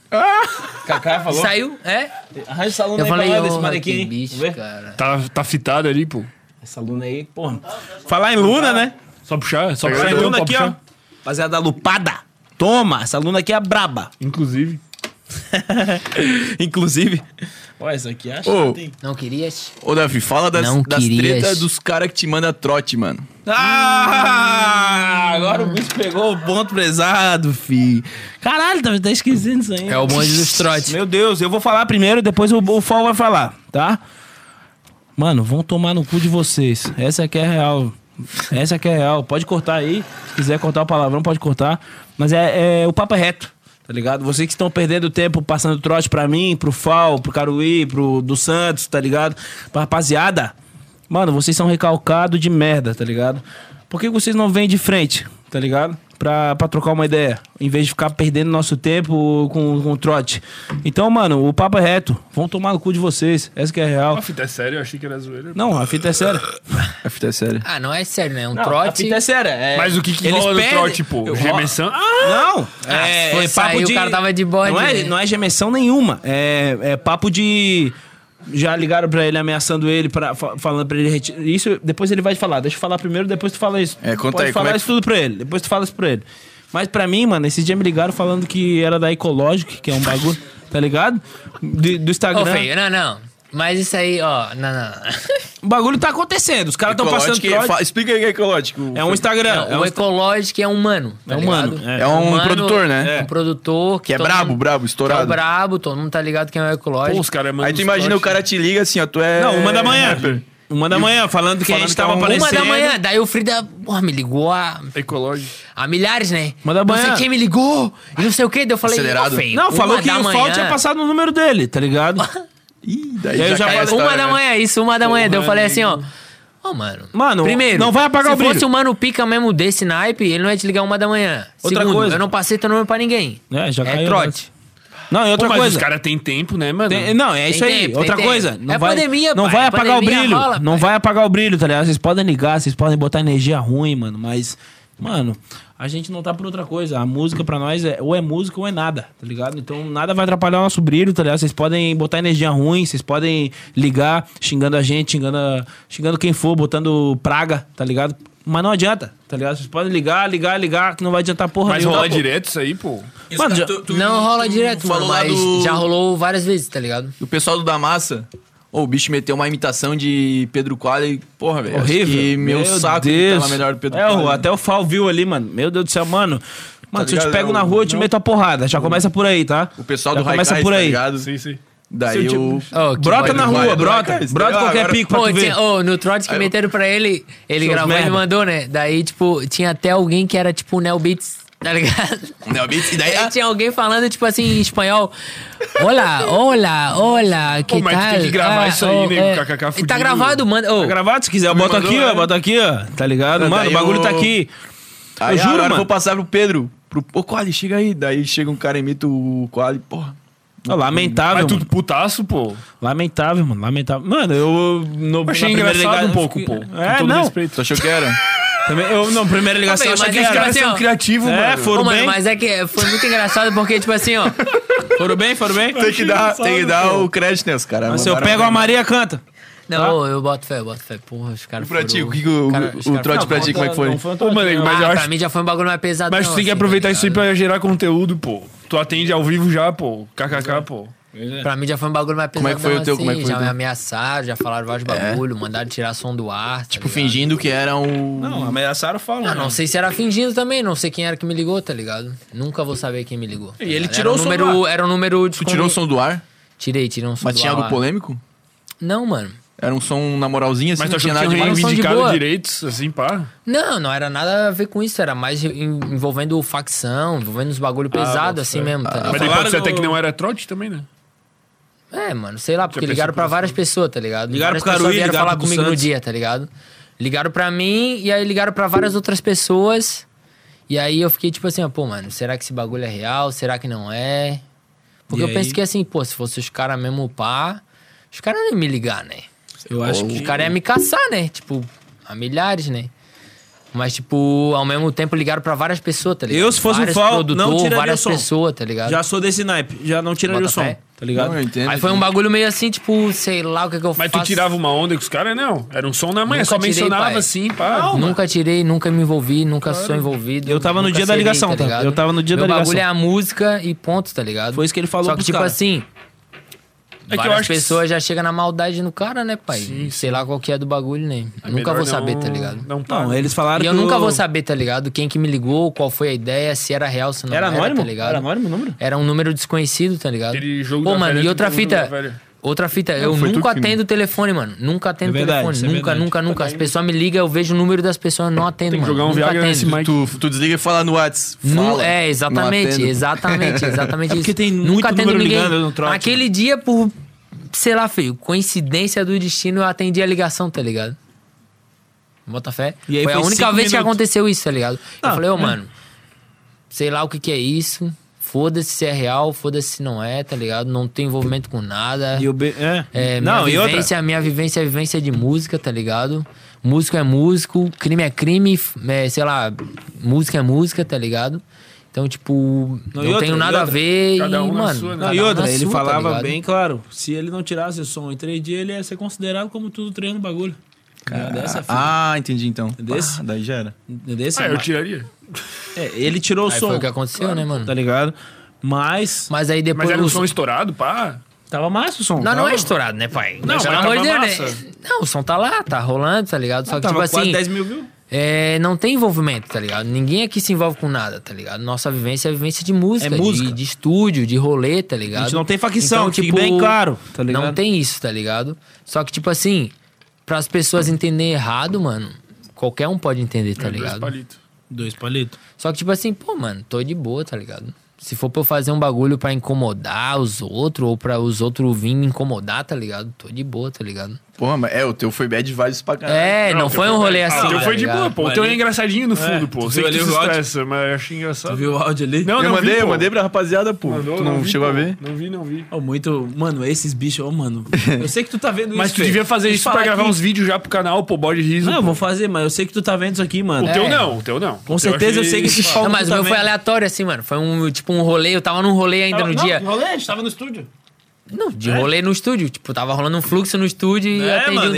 [SPEAKER 3] Cacá falou.
[SPEAKER 4] Saiu, é?
[SPEAKER 3] Arranja essa aluna
[SPEAKER 4] Eu
[SPEAKER 3] aí
[SPEAKER 4] falei,
[SPEAKER 3] pra lá desse
[SPEAKER 4] ó,
[SPEAKER 3] manequim,
[SPEAKER 4] que
[SPEAKER 3] hein?
[SPEAKER 4] bicho,
[SPEAKER 3] Vamos ver?
[SPEAKER 4] cara.
[SPEAKER 2] Tá, tá fitado ali, pô.
[SPEAKER 3] Essa aluna aí, porra. Falar em Luna, né?
[SPEAKER 2] Só puxar, só
[SPEAKER 3] Essa
[SPEAKER 2] puxar então,
[SPEAKER 3] aluna
[SPEAKER 2] só
[SPEAKER 3] aqui, ó.
[SPEAKER 2] puxar.
[SPEAKER 3] Rapaziada da Lupada. Toma, essa aluna aqui é braba.
[SPEAKER 2] Inclusive.
[SPEAKER 3] Inclusive. Ó, essa aqui é acha
[SPEAKER 1] Ô.
[SPEAKER 3] que tem.
[SPEAKER 4] Não querias?
[SPEAKER 1] Ô, Davi, fala das,
[SPEAKER 4] Não
[SPEAKER 1] das
[SPEAKER 4] querias.
[SPEAKER 1] tretas dos caras que te manda trote, mano.
[SPEAKER 3] Ah! Agora o bicho pegou o ponto prezado, fi. Caralho, tá, tá esquisito isso aí.
[SPEAKER 4] É o bonde dos trotes.
[SPEAKER 3] Meu Deus, eu vou falar primeiro, depois o, o Fal vai falar, tá? Mano, vão tomar no cu de vocês. Essa aqui é real. Essa aqui é real. Pode cortar aí. Se quiser cortar o palavrão, pode cortar. Mas é, é- o papo é reto, tá ligado? Vocês que estão perdendo tempo passando trote pra mim, pro Fal, pro Caruí, pro do Santos, tá ligado? Pra rapaziada. Mano, vocês são recalcados de merda, tá ligado? Por que que vocês não vêm de frente, tá ligado? Pra, pra trocar uma ideia, em vez de ficar perdendo nosso tempo com, com trote. Então, mano, o papo é reto. Vão tomar no cu de vocês. Essa que é a real.
[SPEAKER 2] A fita é séria, eu achei que era zoeira.
[SPEAKER 3] Não, a fita é séria.
[SPEAKER 1] A fita é séria.
[SPEAKER 4] Ah, não é sério, né? Um
[SPEAKER 3] Não, A
[SPEAKER 4] trote.
[SPEAKER 3] fita é séria. é-
[SPEAKER 2] Mas o que que
[SPEAKER 3] Eles
[SPEAKER 2] rola no
[SPEAKER 3] perdem-
[SPEAKER 2] trote, pô?
[SPEAKER 3] Eu-
[SPEAKER 2] Gemessão? Ah,
[SPEAKER 3] Não, é
[SPEAKER 4] Ah, se fosse sair, o cara tava de bode,
[SPEAKER 3] Não é,
[SPEAKER 4] né?
[SPEAKER 3] não é gemessão nenhuma. É, é papo de. Já ligaram pra ele, ameaçando ele, pra, fa- falando pra ele. reti- Isso, depois ele vai falar. Deixa eu falar primeiro, depois tu fala isso.
[SPEAKER 1] É, conta
[SPEAKER 3] Pode
[SPEAKER 1] aí, como
[SPEAKER 3] falar
[SPEAKER 1] é que-
[SPEAKER 3] isso tudo pra ele. Depois tu fala isso pra ele. Mas pra mim, mano, esses dias me ligaram falando que era da Ecologic, que é um bagulho, tá ligado? De- do
[SPEAKER 4] Ô, é-
[SPEAKER 3] Instagram.
[SPEAKER 4] feio, não, não. Mas isso aí, ó, não, não.
[SPEAKER 3] o bagulho tá acontecendo. Os caras tão passando.
[SPEAKER 1] Ecológico,
[SPEAKER 3] trote.
[SPEAKER 1] fa- Explica aí o que é ecológico.
[SPEAKER 3] É um Instagram. é um
[SPEAKER 4] o
[SPEAKER 3] Insta-
[SPEAKER 4] ecológico é humano. tá
[SPEAKER 3] É humano,
[SPEAKER 4] ligado?
[SPEAKER 3] é.
[SPEAKER 1] É um produtor, né?
[SPEAKER 4] Um produtor que.
[SPEAKER 1] Que é
[SPEAKER 4] todo
[SPEAKER 1] brabo,
[SPEAKER 4] mundo-
[SPEAKER 1] brabo,
[SPEAKER 4] Que é o
[SPEAKER 1] estourado.
[SPEAKER 4] brabo, todo mundo tá ligado que é um
[SPEAKER 2] pô,
[SPEAKER 4] ecológico.
[SPEAKER 2] os caras mandam
[SPEAKER 1] Aí tu
[SPEAKER 2] uns
[SPEAKER 1] imagina
[SPEAKER 2] trote.
[SPEAKER 1] o cara te liga assim, ó, tu é...
[SPEAKER 3] Não, uma da manhã.
[SPEAKER 1] rapper.
[SPEAKER 3] Uma da manhã, falando que a gente
[SPEAKER 1] que é
[SPEAKER 3] tava
[SPEAKER 1] um-
[SPEAKER 3] aparecendo.
[SPEAKER 4] Uma da manhã, daí o Frida, porra, me ligou ah, a,
[SPEAKER 2] Ecológico.
[SPEAKER 4] a milhares, né?
[SPEAKER 3] Uma da
[SPEAKER 4] Não
[SPEAKER 3] manhã.
[SPEAKER 4] sei quem me ligou, e não sei o quê, daí eu falei,
[SPEAKER 1] Acelerado.
[SPEAKER 4] "Ô, feio,
[SPEAKER 3] Não,
[SPEAKER 4] uma
[SPEAKER 3] falou que
[SPEAKER 4] da
[SPEAKER 3] o Fal
[SPEAKER 4] manhã,
[SPEAKER 3] tinha passado o número dele, tá ligado?
[SPEAKER 1] Ih, daí
[SPEAKER 3] E aí eu já
[SPEAKER 1] cai
[SPEAKER 3] falei,
[SPEAKER 1] a história,
[SPEAKER 4] É, Uma da
[SPEAKER 1] né?
[SPEAKER 4] manhã, isso, uma da manhã. Daí eu falei assim, ó. Ô, mano.
[SPEAKER 3] Mano,
[SPEAKER 4] primeiro,
[SPEAKER 3] não vai apagar
[SPEAKER 4] se
[SPEAKER 3] o brilho.
[SPEAKER 4] fosse um o mano pica mesmo desse naipe, ele não ia te ligar uma da manhã.
[SPEAKER 3] Outra
[SPEAKER 4] Segundo,
[SPEAKER 3] coisa.
[SPEAKER 4] eu não passei teu número pra ninguém.
[SPEAKER 3] É, já caiu
[SPEAKER 4] trote.
[SPEAKER 3] Não, e outra
[SPEAKER 2] Pô, mas os
[SPEAKER 3] coisa.
[SPEAKER 2] caras têm tempo, né, mano?
[SPEAKER 3] Tem- não, é
[SPEAKER 4] Tem
[SPEAKER 3] isso aí.
[SPEAKER 4] tempo, tem
[SPEAKER 3] outra
[SPEAKER 4] tempo.
[SPEAKER 3] coisa. Não
[SPEAKER 4] É
[SPEAKER 3] vai,
[SPEAKER 4] pandemia,
[SPEAKER 3] Não
[SPEAKER 4] pai,
[SPEAKER 3] vai
[SPEAKER 4] é
[SPEAKER 3] apagar o
[SPEAKER 4] pandemia,
[SPEAKER 3] brilho.
[SPEAKER 4] rola,
[SPEAKER 3] não
[SPEAKER 4] pai.
[SPEAKER 3] vai apagar o brilho, tá ligado? Vocês podem ligar, vocês podem botar energia ruim, mano. Mas, mano, a gente não tá por outra coisa. A música pra nós é ou é música ou é nada, tá ligado? Então nada vai atrapalhar o nosso brilho, tá ligado? Vocês podem botar energia ruim, vocês podem ligar xingando a gente, xingando, a- xingando quem for, botando praga, tá ligado? Mas não adianta, tá ligado? Vocês podem ligar, ligar, ligar, que não vai adiantar porra
[SPEAKER 2] Mas
[SPEAKER 3] nenhuma.
[SPEAKER 2] rolar
[SPEAKER 3] Pô,
[SPEAKER 2] direto isso aí, pô.
[SPEAKER 3] Mano,
[SPEAKER 1] tá,
[SPEAKER 3] já-
[SPEAKER 4] não rola direto, mano,
[SPEAKER 1] falou lá
[SPEAKER 4] mas
[SPEAKER 1] do-
[SPEAKER 4] já rolou várias vezes, tá ligado?
[SPEAKER 1] O pessoal do da massa... Ô, o bicho meteu uma imitação de Pedro Quadro e... Porra, velho. acho
[SPEAKER 3] Horrível.
[SPEAKER 1] que meu, saco que tava melhor do Pedro
[SPEAKER 3] é,
[SPEAKER 1] Quadro.
[SPEAKER 3] o, até o Fal viu ali, mano. Meu Deus do céu, mano. Mano, se eu te
[SPEAKER 1] ligado?
[SPEAKER 3] pego
[SPEAKER 1] É
[SPEAKER 3] na
[SPEAKER 1] o-
[SPEAKER 3] rua, eu te meto a porrada. Já começa por aí, tá?
[SPEAKER 1] O pessoal
[SPEAKER 3] já
[SPEAKER 1] do
[SPEAKER 3] começa
[SPEAKER 1] Raikais,
[SPEAKER 3] por
[SPEAKER 1] tá
[SPEAKER 3] aí.
[SPEAKER 1] ligado?
[SPEAKER 2] Sim, sim.
[SPEAKER 1] Daí o...
[SPEAKER 4] Ó, que
[SPEAKER 3] brota
[SPEAKER 4] boy
[SPEAKER 3] na
[SPEAKER 4] do
[SPEAKER 3] rua,
[SPEAKER 1] Vai,
[SPEAKER 3] brota.
[SPEAKER 1] vai,
[SPEAKER 3] Brota
[SPEAKER 1] vai,
[SPEAKER 3] qualquer
[SPEAKER 1] agora-
[SPEAKER 3] pico pra
[SPEAKER 4] Pô,
[SPEAKER 3] tu ver.
[SPEAKER 4] tinha, ô, no trote que meteram pra ele, ele
[SPEAKER 3] Seus
[SPEAKER 4] gravou e
[SPEAKER 3] merda.
[SPEAKER 4] mandou, né? Daí, tipo, tinha até alguém que era, tipo, Neo Beats, tá ligado?
[SPEAKER 1] Não, e
[SPEAKER 3] É,
[SPEAKER 1] daí...
[SPEAKER 4] Aí tinha alguém falando, tipo assim, em espanhol. Olá, olá, olá, que
[SPEAKER 2] Pô, mas tu
[SPEAKER 4] tal?
[SPEAKER 2] tem que gravar isso aí, nego,
[SPEAKER 4] é.
[SPEAKER 2] kkk
[SPEAKER 4] E tá
[SPEAKER 2] fudido.
[SPEAKER 4] gravado, manda. ô,
[SPEAKER 3] Tá gravado, se quiser, eu
[SPEAKER 1] Me
[SPEAKER 3] boto
[SPEAKER 1] mandou,
[SPEAKER 3] aqui, ó.
[SPEAKER 1] né?
[SPEAKER 3] Boto aqui, ó. Tá ligado?
[SPEAKER 1] Não,
[SPEAKER 3] Mano, o
[SPEAKER 1] daí
[SPEAKER 3] bagulho
[SPEAKER 1] eu-
[SPEAKER 3] tá aqui.
[SPEAKER 1] Aí,
[SPEAKER 3] eu juro,
[SPEAKER 1] agora eu
[SPEAKER 3] mano.
[SPEAKER 1] vou passar pro Pedro. Pro... Ô, Quali, chega aí. Daí chega um cara, imita o Quali. Porra.
[SPEAKER 3] Ó, lamentável,
[SPEAKER 2] Mas
[SPEAKER 3] mano.
[SPEAKER 2] tudo putaço, pô.
[SPEAKER 3] Lamentável, mano. Lamentável. Mano, eu... No,
[SPEAKER 2] Achei
[SPEAKER 3] na primeira
[SPEAKER 2] engraçado
[SPEAKER 3] ligada,
[SPEAKER 2] um pouco,
[SPEAKER 3] eu
[SPEAKER 2] pô.
[SPEAKER 3] fiquei-
[SPEAKER 2] Com
[SPEAKER 3] É,
[SPEAKER 2] todo
[SPEAKER 3] não.
[SPEAKER 2] respeito.
[SPEAKER 1] Tu achou que era?
[SPEAKER 3] Tá Também, eu, não, primeira ligação, eu
[SPEAKER 4] Também,
[SPEAKER 3] achei
[SPEAKER 4] mas
[SPEAKER 3] que
[SPEAKER 4] é
[SPEAKER 3] os
[SPEAKER 4] que
[SPEAKER 3] caras
[SPEAKER 4] assim,
[SPEAKER 3] são
[SPEAKER 4] ó.
[SPEAKER 3] criativos,
[SPEAKER 2] É,
[SPEAKER 3] mano.
[SPEAKER 4] Ô,
[SPEAKER 3] Foram
[SPEAKER 4] mano,
[SPEAKER 3] bem?
[SPEAKER 4] mas é que foi muito engraçado porque, tipo assim, ó.
[SPEAKER 3] Foram bem? Foram bem?
[SPEAKER 1] Tem que dar, tem que dar o crédito, né? Os caras.
[SPEAKER 3] Se eu
[SPEAKER 1] mandaram
[SPEAKER 3] pego a
[SPEAKER 1] bem.
[SPEAKER 3] Maria, canta.
[SPEAKER 4] Não, ô, eu boto fé, eu boto fé. Porra, os caras.
[SPEAKER 1] E pra ti,
[SPEAKER 4] foram-
[SPEAKER 1] o que que o-
[SPEAKER 4] cara-
[SPEAKER 1] o-
[SPEAKER 4] os
[SPEAKER 1] o
[SPEAKER 4] caras
[SPEAKER 1] trote
[SPEAKER 4] foram-
[SPEAKER 1] pra ti, como é que foi?
[SPEAKER 3] Não um
[SPEAKER 2] Ô,
[SPEAKER 3] fantasma.
[SPEAKER 2] mano,
[SPEAKER 4] Ah,
[SPEAKER 2] mas eu
[SPEAKER 4] pra
[SPEAKER 2] acho-
[SPEAKER 4] mim já foi um bagulho mais pesado.
[SPEAKER 2] Mas tu tem que aproveitar isso aí pra gerar conteúdo, pô. Tu atende ao vivo já, pô. KKK, pô.
[SPEAKER 4] Pra mim já foi um bagulho mais pesado.
[SPEAKER 1] Como é que foi o teu?
[SPEAKER 4] Assim,
[SPEAKER 1] Como é que foi
[SPEAKER 4] já
[SPEAKER 1] o
[SPEAKER 4] me
[SPEAKER 1] teu?
[SPEAKER 4] ameaçaram, já falaram vários bagulho, mandaram tirar som do ar. Tipo,
[SPEAKER 1] Fingindo que era um.
[SPEAKER 3] Não, ameaçaram falam.
[SPEAKER 4] Não, não sei se era fingindo também, não sei quem era que me ligou, tá ligado? Nunca vou saber quem me ligou.
[SPEAKER 3] E ele
[SPEAKER 4] Era
[SPEAKER 3] tirou
[SPEAKER 4] um
[SPEAKER 3] o som
[SPEAKER 4] número,
[SPEAKER 3] do
[SPEAKER 4] Era um número de.
[SPEAKER 1] Tu tirou o som do ar?
[SPEAKER 4] Tirei, tirei um som
[SPEAKER 1] Mas
[SPEAKER 4] do
[SPEAKER 1] tinha
[SPEAKER 4] ar
[SPEAKER 1] algo
[SPEAKER 4] lá.
[SPEAKER 1] polêmico?
[SPEAKER 4] Não, mano.
[SPEAKER 1] Era um som na moralzinha, assim,
[SPEAKER 2] Mas tu
[SPEAKER 1] não
[SPEAKER 2] achou que
[SPEAKER 1] tinha nada
[SPEAKER 2] tinha
[SPEAKER 1] demais.
[SPEAKER 4] demais. Só de
[SPEAKER 2] reivindicado
[SPEAKER 4] boa.
[SPEAKER 2] direitos, assim, pá?
[SPEAKER 4] Não, não era nada a ver com isso, era mais em- envolvendo facção, envolvendo uns bagulho
[SPEAKER 3] Ah,
[SPEAKER 4] pesado assim mesmo, tá
[SPEAKER 2] Mas daí
[SPEAKER 4] ligado?
[SPEAKER 3] falaram
[SPEAKER 2] pode ser até
[SPEAKER 3] do-
[SPEAKER 2] que não era trote também, né?
[SPEAKER 4] É, mano, sei lá, porque
[SPEAKER 2] pensou
[SPEAKER 4] ligaram pra
[SPEAKER 2] por
[SPEAKER 4] várias pessoas, tá ligado?
[SPEAKER 3] Ligaram
[SPEAKER 4] várias
[SPEAKER 3] pro Caruí,
[SPEAKER 4] pessoas vieram
[SPEAKER 3] ligaram
[SPEAKER 4] falar
[SPEAKER 3] pro
[SPEAKER 4] comigo no
[SPEAKER 3] Santos.
[SPEAKER 4] dia, tá ligado? Ligaram pra mim e aí ligaram pra várias outras pessoas. E aí eu fiquei tipo assim, ó, pô, mano, será que esse bagulho é real? Será que não é? Porque
[SPEAKER 3] E
[SPEAKER 4] eu penso
[SPEAKER 3] aí?
[SPEAKER 4] que assim, pô, se fosse os caras mesmo pá, os caras não iam me ligar, né?
[SPEAKER 3] Eu acho
[SPEAKER 4] Os
[SPEAKER 3] que...
[SPEAKER 4] caras iam me caçar, né? Tipo, a milhares, né? Mas, tipo, ao mesmo tempo ligaram pra várias pessoas, tá ligado?
[SPEAKER 3] Eu, se fosse um
[SPEAKER 4] várias
[SPEAKER 3] fal- não
[SPEAKER 4] produtor,
[SPEAKER 3] tiraria
[SPEAKER 4] várias
[SPEAKER 3] o som.
[SPEAKER 4] pessoas, tá ligado?
[SPEAKER 3] Já sou desse naipe, já não tiraria o
[SPEAKER 4] Bota
[SPEAKER 3] som,
[SPEAKER 4] fé.
[SPEAKER 3] tá ligado?
[SPEAKER 1] Não, eu entendo.
[SPEAKER 4] Aí foi um bagulho meio assim, tipo, sei lá o que, que eu
[SPEAKER 2] Mas
[SPEAKER 4] faço.
[SPEAKER 2] tu tirava uma onda com os caras, não. Era um som na manhã,
[SPEAKER 4] Nunca
[SPEAKER 2] só
[SPEAKER 4] tirei,
[SPEAKER 2] mencionava
[SPEAKER 4] pai.
[SPEAKER 2] assim, pá.
[SPEAKER 4] Nunca tirei, nunca me envolvi, nunca sou envolvido.
[SPEAKER 3] Eu tava no
[SPEAKER 4] nunca
[SPEAKER 3] dia da
[SPEAKER 4] serei,
[SPEAKER 3] ligação, tá?
[SPEAKER 4] ligado?
[SPEAKER 3] Eu tava no dia
[SPEAKER 4] Meu
[SPEAKER 3] da
[SPEAKER 4] bagulho é
[SPEAKER 3] ligação.
[SPEAKER 4] a música e ponto, tá ligado?
[SPEAKER 3] Foi isso que ele falou É
[SPEAKER 4] Só que,
[SPEAKER 3] pros
[SPEAKER 4] tipo
[SPEAKER 3] caras.
[SPEAKER 4] assim,
[SPEAKER 2] eu
[SPEAKER 4] várias
[SPEAKER 2] acho que-
[SPEAKER 4] pessoas já chegam na maldade no cara, né, pai? Sei lá qual que é do bagulho, né? nunca
[SPEAKER 2] Melhor
[SPEAKER 4] vou saber,
[SPEAKER 2] não-
[SPEAKER 4] tá ligado?
[SPEAKER 2] Não, tá.
[SPEAKER 3] Não, eles falaram
[SPEAKER 4] E eu
[SPEAKER 3] que
[SPEAKER 4] nunca
[SPEAKER 3] o-
[SPEAKER 4] vou saber, tá ligado? Quem que me ligou, qual foi a ideia, se era real, se não
[SPEAKER 3] Era
[SPEAKER 4] era,
[SPEAKER 3] anônimo?
[SPEAKER 4] tá ligado?
[SPEAKER 3] Era anônimo o número?
[SPEAKER 4] Era um número desconhecido, tá ligado?
[SPEAKER 2] Aquele jogo
[SPEAKER 4] Pô,
[SPEAKER 2] da
[SPEAKER 4] mano,
[SPEAKER 2] velha,
[SPEAKER 4] e outra
[SPEAKER 2] aquele jogo da
[SPEAKER 4] fita.
[SPEAKER 2] velha.
[SPEAKER 4] Outra fita, eu
[SPEAKER 1] foi tu
[SPEAKER 4] nunca
[SPEAKER 1] que me-
[SPEAKER 4] atendo o telefone, mano. Nunca atendo
[SPEAKER 3] É
[SPEAKER 4] o
[SPEAKER 3] verdade,
[SPEAKER 4] telefone.
[SPEAKER 3] isso é
[SPEAKER 4] nunca,
[SPEAKER 3] verdade.
[SPEAKER 4] nunca, nunca. As pessoas me ligam, eu vejo o número das pessoas, eu não atendo,
[SPEAKER 2] Tem que
[SPEAKER 4] mano.
[SPEAKER 2] jogar um
[SPEAKER 4] nunca
[SPEAKER 2] Viagra
[SPEAKER 4] atendo.
[SPEAKER 2] nesse mic.
[SPEAKER 1] Tu, tu desliga e fala no Whats.
[SPEAKER 4] Nu-
[SPEAKER 1] Fala,
[SPEAKER 4] é,
[SPEAKER 1] não
[SPEAKER 4] exatamente,
[SPEAKER 1] atendo.
[SPEAKER 4] exatamente, exatamente.
[SPEAKER 3] É porque
[SPEAKER 4] isso.
[SPEAKER 3] tem muito
[SPEAKER 4] Nunca atendo
[SPEAKER 3] número
[SPEAKER 4] ninguém.
[SPEAKER 3] ligando no trote.
[SPEAKER 4] Aquele dia, por, sei lá, feio, coincidência do destino, eu atendi a ligação, tá ligado? Bota fé.
[SPEAKER 3] E aí
[SPEAKER 4] foi, a
[SPEAKER 3] foi
[SPEAKER 4] única
[SPEAKER 3] cinco
[SPEAKER 4] vez que
[SPEAKER 3] minutos.
[SPEAKER 4] aconteceu isso, tá ligado?
[SPEAKER 3] Ah,
[SPEAKER 4] eu falei, ô,
[SPEAKER 3] é.
[SPEAKER 4] mano, sei lá o que que é isso. Foda-se se é real, foda-se se não é, tá ligado? Não tem envolvimento com nada.
[SPEAKER 3] E o B- é.
[SPEAKER 4] É, minha
[SPEAKER 3] não, e outra.
[SPEAKER 4] vivência, minha vivência é vivência de música, tá ligado? Músico é músico, crime é crime, f- é, sei lá, música é música, tá ligado? Então, tipo,
[SPEAKER 3] Não,
[SPEAKER 4] não,
[SPEAKER 3] e outra,
[SPEAKER 4] tenho
[SPEAKER 3] e
[SPEAKER 4] nada a
[SPEAKER 3] outra.
[SPEAKER 4] ver
[SPEAKER 2] Cada
[SPEAKER 4] e,
[SPEAKER 2] um na
[SPEAKER 4] mano...
[SPEAKER 2] sua, né?
[SPEAKER 3] Não,
[SPEAKER 4] cada
[SPEAKER 3] e
[SPEAKER 4] um
[SPEAKER 3] outra,
[SPEAKER 4] na
[SPEAKER 3] ele
[SPEAKER 4] sua, tá
[SPEAKER 3] falava
[SPEAKER 4] ligado?
[SPEAKER 3] bem claro, se ele não tirasse o som em três dias, ele ia ser considerado como tudo treino bagulho. Cara, dessa, filho.
[SPEAKER 1] Ah, entendi então.
[SPEAKER 3] Desse?
[SPEAKER 1] Ah, daí já era.
[SPEAKER 3] Desse,
[SPEAKER 2] Ah, eu
[SPEAKER 3] mas-
[SPEAKER 2] tiraria.
[SPEAKER 3] é, ele tirou o
[SPEAKER 4] Aí
[SPEAKER 3] som,
[SPEAKER 4] foi o que aconteceu, né, mano?
[SPEAKER 3] tá ligado? Mas
[SPEAKER 4] Mas aí depois...
[SPEAKER 2] Mas era um
[SPEAKER 4] o-
[SPEAKER 2] som estourado, pá.
[SPEAKER 3] tava massa o som.
[SPEAKER 4] Não, não é
[SPEAKER 3] tava.
[SPEAKER 4] estourado, né, pai?
[SPEAKER 2] Não, mas
[SPEAKER 4] pelo amor de
[SPEAKER 2] tava
[SPEAKER 4] Deus,
[SPEAKER 2] massa.
[SPEAKER 4] né? Não, o som tá lá, tá rolando, tá ligado? Só que,
[SPEAKER 3] Tava
[SPEAKER 4] tipo
[SPEAKER 3] quase
[SPEAKER 4] assim...
[SPEAKER 3] 10 mil views.
[SPEAKER 4] É, não tem envolvimento, tá ligado? Ninguém aqui se envolve com nada, tá ligado? Nossa vivência é vivência de música,
[SPEAKER 3] É música.
[SPEAKER 4] De, de estúdio, de rolê, tá ligado? Então, tipo,
[SPEAKER 3] A gente não tem facção, fique bem claro, tá ligado?
[SPEAKER 4] Não tem isso, tá ligado? Só que, tipo assim, pras pessoas entenderem errado, mano, qualquer um pode entender, tá
[SPEAKER 2] Dois
[SPEAKER 4] ligado?
[SPEAKER 2] palitos.
[SPEAKER 3] Dois palitos.
[SPEAKER 4] Só que, tipo assim, pô, mano, tô de boa, tá ligado? Se for pra eu fazer um bagulho pra incomodar os outros, ou pra os outros virem me incomodar, tá ligado? Tô de boa, tá ligado?
[SPEAKER 1] Porra, mas é, o teu foi bad vibes pra caralho.
[SPEAKER 4] É, não,
[SPEAKER 2] o teu
[SPEAKER 4] foi um rolê
[SPEAKER 2] Ah,
[SPEAKER 4] assim.
[SPEAKER 2] o teu
[SPEAKER 4] tá
[SPEAKER 2] foi de
[SPEAKER 4] ligado?
[SPEAKER 2] boa, pô. O teu é engraçadinho no fundo, pô.
[SPEAKER 3] tu
[SPEAKER 2] Sei
[SPEAKER 3] viu
[SPEAKER 2] que
[SPEAKER 3] ali
[SPEAKER 2] tu
[SPEAKER 3] o
[SPEAKER 2] se
[SPEAKER 3] áudio?
[SPEAKER 2] estressa, mas eu achei engraçado.
[SPEAKER 3] Tu viu o áudio ali?
[SPEAKER 2] Não,
[SPEAKER 1] Eu,
[SPEAKER 2] não
[SPEAKER 1] mandei,
[SPEAKER 2] vi,
[SPEAKER 1] eu
[SPEAKER 2] pô.
[SPEAKER 1] mandei pra rapaziada, pô.
[SPEAKER 2] Mandou,
[SPEAKER 1] tu não,
[SPEAKER 2] vi,
[SPEAKER 1] chegou
[SPEAKER 2] pô.
[SPEAKER 1] a ver?
[SPEAKER 2] Não vi, não vi.
[SPEAKER 3] Ô, muito. Mano, esses bichos, ô, mano. Eu sei que tu tá vendo
[SPEAKER 2] Mas
[SPEAKER 3] isso.
[SPEAKER 2] tu
[SPEAKER 3] Fê.
[SPEAKER 2] devia fazer
[SPEAKER 3] Deixa
[SPEAKER 2] isso
[SPEAKER 3] eu
[SPEAKER 2] pra
[SPEAKER 3] falar
[SPEAKER 2] gravar
[SPEAKER 3] aqui.
[SPEAKER 2] uns vídeos já pro canal, pô, bode riso.
[SPEAKER 3] Não,
[SPEAKER 2] pô.
[SPEAKER 3] eu vou fazer, mas eu sei que tu tá vendo isso aqui, mano.
[SPEAKER 2] O teu
[SPEAKER 4] É.
[SPEAKER 2] não, o teu não.
[SPEAKER 3] Com certeza eu sei que esse pau
[SPEAKER 4] Não,
[SPEAKER 3] no
[SPEAKER 4] mas
[SPEAKER 3] cu
[SPEAKER 4] o meu
[SPEAKER 3] Tipo, também.
[SPEAKER 4] foi aleatório, assim, mano. Foi um, tipo, um rolê. Eu tava num rolê ainda no
[SPEAKER 3] Não,
[SPEAKER 4] dia.
[SPEAKER 3] Rolê, a gente tava no estúdio.
[SPEAKER 4] Não, de rolê no estúdio. Tipo, tava rolando um fluxo no estúdio e eu atendi um
[SPEAKER 3] ele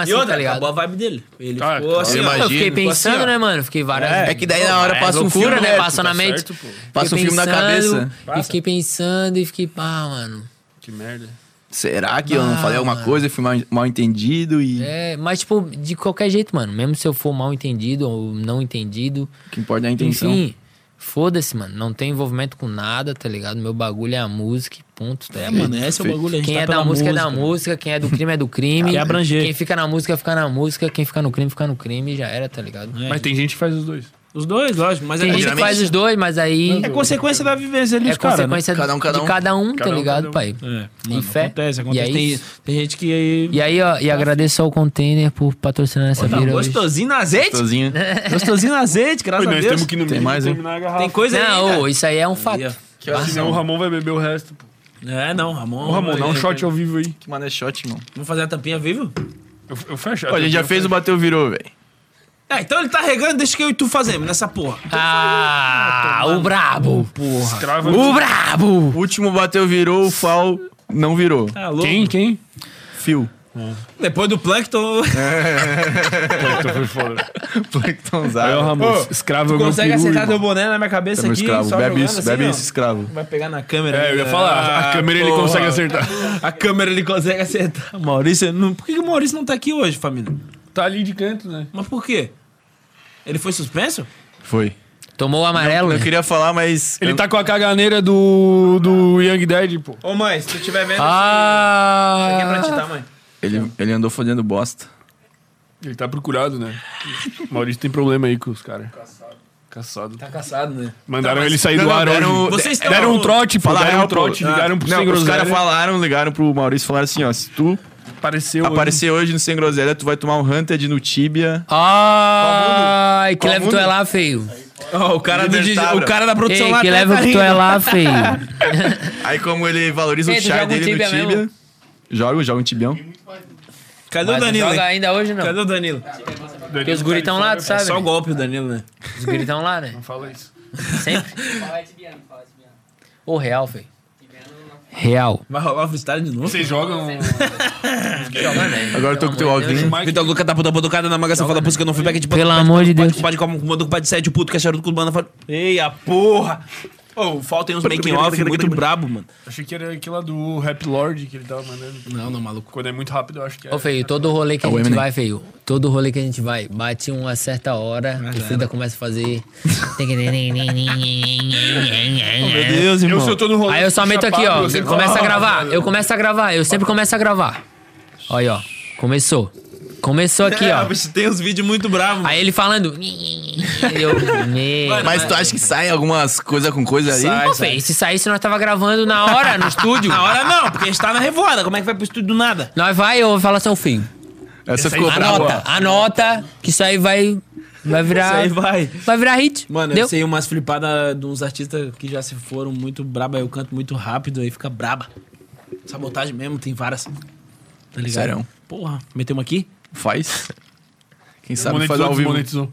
[SPEAKER 3] ligasse-
[SPEAKER 4] assim,
[SPEAKER 3] É, E outra,
[SPEAKER 4] tá
[SPEAKER 3] acabou a
[SPEAKER 4] ligado?
[SPEAKER 3] vibe dele. Ele
[SPEAKER 2] Ah,
[SPEAKER 3] ficou
[SPEAKER 2] claro.
[SPEAKER 3] assim, ó.
[SPEAKER 1] Imagina.
[SPEAKER 4] Eu fiquei
[SPEAKER 1] Imagino, tipo
[SPEAKER 4] pensando,
[SPEAKER 3] assim, ó.
[SPEAKER 4] né, mano? Fiquei várias.
[SPEAKER 1] É que daí na hora passa um filme,
[SPEAKER 4] né?
[SPEAKER 1] né?
[SPEAKER 4] Passa na
[SPEAKER 2] Tá
[SPEAKER 4] mente.
[SPEAKER 2] certo, pô.
[SPEAKER 1] Passa um
[SPEAKER 4] Fiquei
[SPEAKER 1] filme na
[SPEAKER 4] pensando,
[SPEAKER 1] cabeça.
[SPEAKER 4] E fiquei pensando e fiquei, pá, mano.
[SPEAKER 2] Que merda.
[SPEAKER 1] Será que eu não falei alguma coisa, fui mal, mal entendido e
[SPEAKER 4] É, mas, tipo, de qualquer jeito, mano. Mesmo se eu for mal entendido ou não entendido.
[SPEAKER 1] o que importa é a intenção?
[SPEAKER 4] Enfim, foda-se, mano. Não tem envolvimento com nada, tá ligado? Meu bagulho é a música e ponto, tá
[SPEAKER 3] É,
[SPEAKER 4] ligado?
[SPEAKER 3] mano, esse é o bagulho. A gente
[SPEAKER 4] Quem
[SPEAKER 3] tá
[SPEAKER 4] é
[SPEAKER 3] pela
[SPEAKER 4] da música, é da música, quem é do crime é do crime.
[SPEAKER 3] Quer abranger.
[SPEAKER 4] Quem fica na música fica na música, quem fica no crime fica no crime, já era, tá ligado?
[SPEAKER 3] É.
[SPEAKER 2] Mas tem gente que faz os dois.
[SPEAKER 3] Os dois, lógico. Mas
[SPEAKER 4] Tem gente que faz os dois, mas aí
[SPEAKER 3] É consequência da vivência ali,
[SPEAKER 4] é
[SPEAKER 3] dos caras. né?
[SPEAKER 4] consequência
[SPEAKER 1] Cada um, cada um.
[SPEAKER 4] de cada um,
[SPEAKER 2] Cada
[SPEAKER 4] tá
[SPEAKER 2] um,
[SPEAKER 4] ligado,
[SPEAKER 2] cada um.
[SPEAKER 4] pai?
[SPEAKER 3] É,
[SPEAKER 4] E
[SPEAKER 3] mano,
[SPEAKER 4] fé.
[SPEAKER 3] acontece,
[SPEAKER 4] E
[SPEAKER 3] acontece.
[SPEAKER 4] é
[SPEAKER 3] tem,
[SPEAKER 4] isso.
[SPEAKER 3] tem gente que aí.
[SPEAKER 4] E aí, ó, e agradeço ao container por patrocinar essa
[SPEAKER 3] Tá
[SPEAKER 4] bira hoje.
[SPEAKER 3] gostosinho no azeite?
[SPEAKER 1] Sozinho.
[SPEAKER 3] Gostosinho no azeite, graças
[SPEAKER 2] Oi,
[SPEAKER 3] a
[SPEAKER 2] nós
[SPEAKER 3] Deus.
[SPEAKER 2] temos que no
[SPEAKER 1] É. Tem
[SPEAKER 2] mínimo
[SPEAKER 1] mais, hein?
[SPEAKER 2] terminar a garrafa.
[SPEAKER 3] Tem coisa aí.
[SPEAKER 4] Não, ô, isso aí é um fato.
[SPEAKER 3] ó.
[SPEAKER 2] Senão o Ramon vai beber o resto, pô.
[SPEAKER 3] É, não, Ramon.
[SPEAKER 2] Ô, Ramon, dá um
[SPEAKER 3] é,
[SPEAKER 2] shot ao vivo aí.
[SPEAKER 1] Que mané shot, mano.
[SPEAKER 3] Vamos fazer a tampinha vivo?
[SPEAKER 2] Eu, eu fecho.
[SPEAKER 1] Ó, a gente já fez o bateu virou, velho.
[SPEAKER 3] É, então ele tá regando, deixa que eu e tu fazemos nessa porra.
[SPEAKER 4] Ah, o brabo, porra.
[SPEAKER 2] Escrava.
[SPEAKER 4] O brabo.
[SPEAKER 1] O último bateu, virou, o Fal não virou.
[SPEAKER 3] Tá louco.
[SPEAKER 2] Quem? Quem?
[SPEAKER 1] Fio.
[SPEAKER 3] Depois do Plankton,
[SPEAKER 1] Planktonzado.
[SPEAKER 2] Aí, ó, Ramos. Escravo é o grupo
[SPEAKER 3] consegue acertar
[SPEAKER 2] irmão.
[SPEAKER 3] teu boné na minha cabeça
[SPEAKER 1] Tamo
[SPEAKER 3] aqui,
[SPEAKER 1] escravo.
[SPEAKER 3] só
[SPEAKER 1] Bebe
[SPEAKER 3] jogando
[SPEAKER 1] isso,
[SPEAKER 3] assim,
[SPEAKER 1] bebe
[SPEAKER 3] ó.
[SPEAKER 1] isso, escravo.
[SPEAKER 3] Vai pegar na câmera.
[SPEAKER 2] É, eu ia
[SPEAKER 3] né?
[SPEAKER 2] falar.
[SPEAKER 3] Ah,
[SPEAKER 2] A câmera ele
[SPEAKER 3] porra.
[SPEAKER 2] consegue acertar.
[SPEAKER 3] A câmera ele consegue acertar. Maurício, não... por que que o Maurício não tá aqui hoje, família?
[SPEAKER 2] Tá ali de canto, né?
[SPEAKER 3] Mas por quê? Ele foi suspenso?
[SPEAKER 1] Foi.
[SPEAKER 4] Tomou o amarelo,
[SPEAKER 1] Eu
[SPEAKER 4] né?
[SPEAKER 1] queria falar, mas.
[SPEAKER 2] Ele tá com a caganeira do, do Young Dead, pô.
[SPEAKER 3] Ô mãe, se tu tiver vendo, isso aqui é pra
[SPEAKER 4] Ah.
[SPEAKER 3] te dar, mãe.
[SPEAKER 1] Ele, ele andou fazendo bosta.
[SPEAKER 2] Ele tá procurado, né? O Maurício tem problema aí com os caras. Caçado. Caçado.
[SPEAKER 3] Tá caçado, né?
[SPEAKER 2] Mandaram ele sair
[SPEAKER 1] Não,
[SPEAKER 2] do
[SPEAKER 1] não,
[SPEAKER 2] ar
[SPEAKER 1] deram-
[SPEAKER 2] hoje.
[SPEAKER 3] Vocês estão-
[SPEAKER 2] deram um trote, pô.
[SPEAKER 1] Falaram,
[SPEAKER 2] Deram um
[SPEAKER 1] pô. Ah,
[SPEAKER 2] trote, ligaram pro Sem
[SPEAKER 1] Não, os
[SPEAKER 2] Groselha.
[SPEAKER 1] caras falaram, ligaram pro Maurício e falaram assim: ó, se tu
[SPEAKER 2] Apareceu. né? hoje.
[SPEAKER 1] aparecer hoje no Sem Groselha, tu vai tomar um Hunted no Tibia.
[SPEAKER 4] Ai, que
[SPEAKER 1] Qual
[SPEAKER 4] leve tu
[SPEAKER 1] mundo?
[SPEAKER 4] é lá, feio.
[SPEAKER 3] Ó, o, cara tá, do, DJ
[SPEAKER 1] Libertaram.
[SPEAKER 3] o cara da produção
[SPEAKER 4] Ei,
[SPEAKER 3] lá
[SPEAKER 4] que
[SPEAKER 3] atrás
[SPEAKER 4] leve
[SPEAKER 3] tá
[SPEAKER 4] que tu
[SPEAKER 3] rindo.
[SPEAKER 4] é lá, feio.
[SPEAKER 1] Aí, como ele valoriza
[SPEAKER 4] Ei,
[SPEAKER 1] o
[SPEAKER 4] tu
[SPEAKER 1] char
[SPEAKER 4] joga um
[SPEAKER 1] dele no
[SPEAKER 4] Tibia
[SPEAKER 1] Tibia.
[SPEAKER 4] mesmo?
[SPEAKER 1] Joga, joga um Tibião.
[SPEAKER 3] Cadê o
[SPEAKER 4] Mas não
[SPEAKER 3] Danilo?
[SPEAKER 4] joga
[SPEAKER 3] hein?
[SPEAKER 4] ainda hoje, não.
[SPEAKER 3] Cadê o Danilo?
[SPEAKER 4] Porque os guris tão lá, tu sabe?
[SPEAKER 3] Só
[SPEAKER 4] né?
[SPEAKER 3] golpe o Danilo, né?
[SPEAKER 4] Os guris tão lá, né?
[SPEAKER 2] Fala isso.
[SPEAKER 4] Sempre. Ô, real, feio. Real.
[SPEAKER 3] Vai rolar o freestyle de novo?
[SPEAKER 2] Vocês jogam.
[SPEAKER 4] né?
[SPEAKER 1] Agora eu tô com o teu
[SPEAKER 4] um
[SPEAKER 1] óculos.
[SPEAKER 3] Vitor Luca tá puta batucada na magação, fala música no feedback de
[SPEAKER 4] Pelo amor de Deus.
[SPEAKER 3] Pode pode como manda com pai de sede puto, que é charuto com banda fala. Ei, a porra! Ô, faltem uns making off muito brabo, mano.
[SPEAKER 2] Achei que era aquela do Rap Lord que ele tava mandando.
[SPEAKER 3] Não, não, maluco.
[SPEAKER 2] Quando é muito rápido, eu acho que é.
[SPEAKER 4] Ô, feio, todo rolê que a gente vai, feio. Todo rolê que a gente vai, bate uma certa hora, o Frida começa a fazer.
[SPEAKER 3] Meu Deus,
[SPEAKER 2] Eu,
[SPEAKER 3] irmão.
[SPEAKER 2] se eu tô no rolê.
[SPEAKER 4] Aí eu só meto aqui, ó.
[SPEAKER 2] Você
[SPEAKER 4] Começa a gravar. Eu começo a gravar. Eu sempre começo a gravar. Olha, aí, ó. Começou. Começou aqui,
[SPEAKER 3] É,
[SPEAKER 4] ó.
[SPEAKER 3] bicho, tem uns vídeos muito bravos.
[SPEAKER 4] Aí ele falando. Eu, meu.
[SPEAKER 1] Mas tá tu acha que sai algumas coisas com coisa ali?
[SPEAKER 4] Pô, Fê, se saísse, nós tava gravando na hora, no estúdio.
[SPEAKER 3] Na hora não, porque a gente tá na revoada. Como é que vai pro estúdio do nada?
[SPEAKER 4] Nós vai, eu vou falar seu filho.
[SPEAKER 1] Essa ficou brava.
[SPEAKER 4] Anota, anota, que isso aí vai. Vai
[SPEAKER 3] Isso
[SPEAKER 4] virar.
[SPEAKER 3] aí vai.
[SPEAKER 4] Vai virar hit.
[SPEAKER 3] Mano,
[SPEAKER 4] Deu?
[SPEAKER 3] eu sei umas flipadas de uns artistas que já se foram muito braba, eu canto muito rápido, aí fica braba. Sabotagem mesmo, tem várias. Tá ligado?
[SPEAKER 1] Sério?
[SPEAKER 3] Porra, meteu uma aqui?
[SPEAKER 1] Faz. Quem sabe faz
[SPEAKER 2] Monetizou,
[SPEAKER 1] ao vivo.
[SPEAKER 2] monetizou.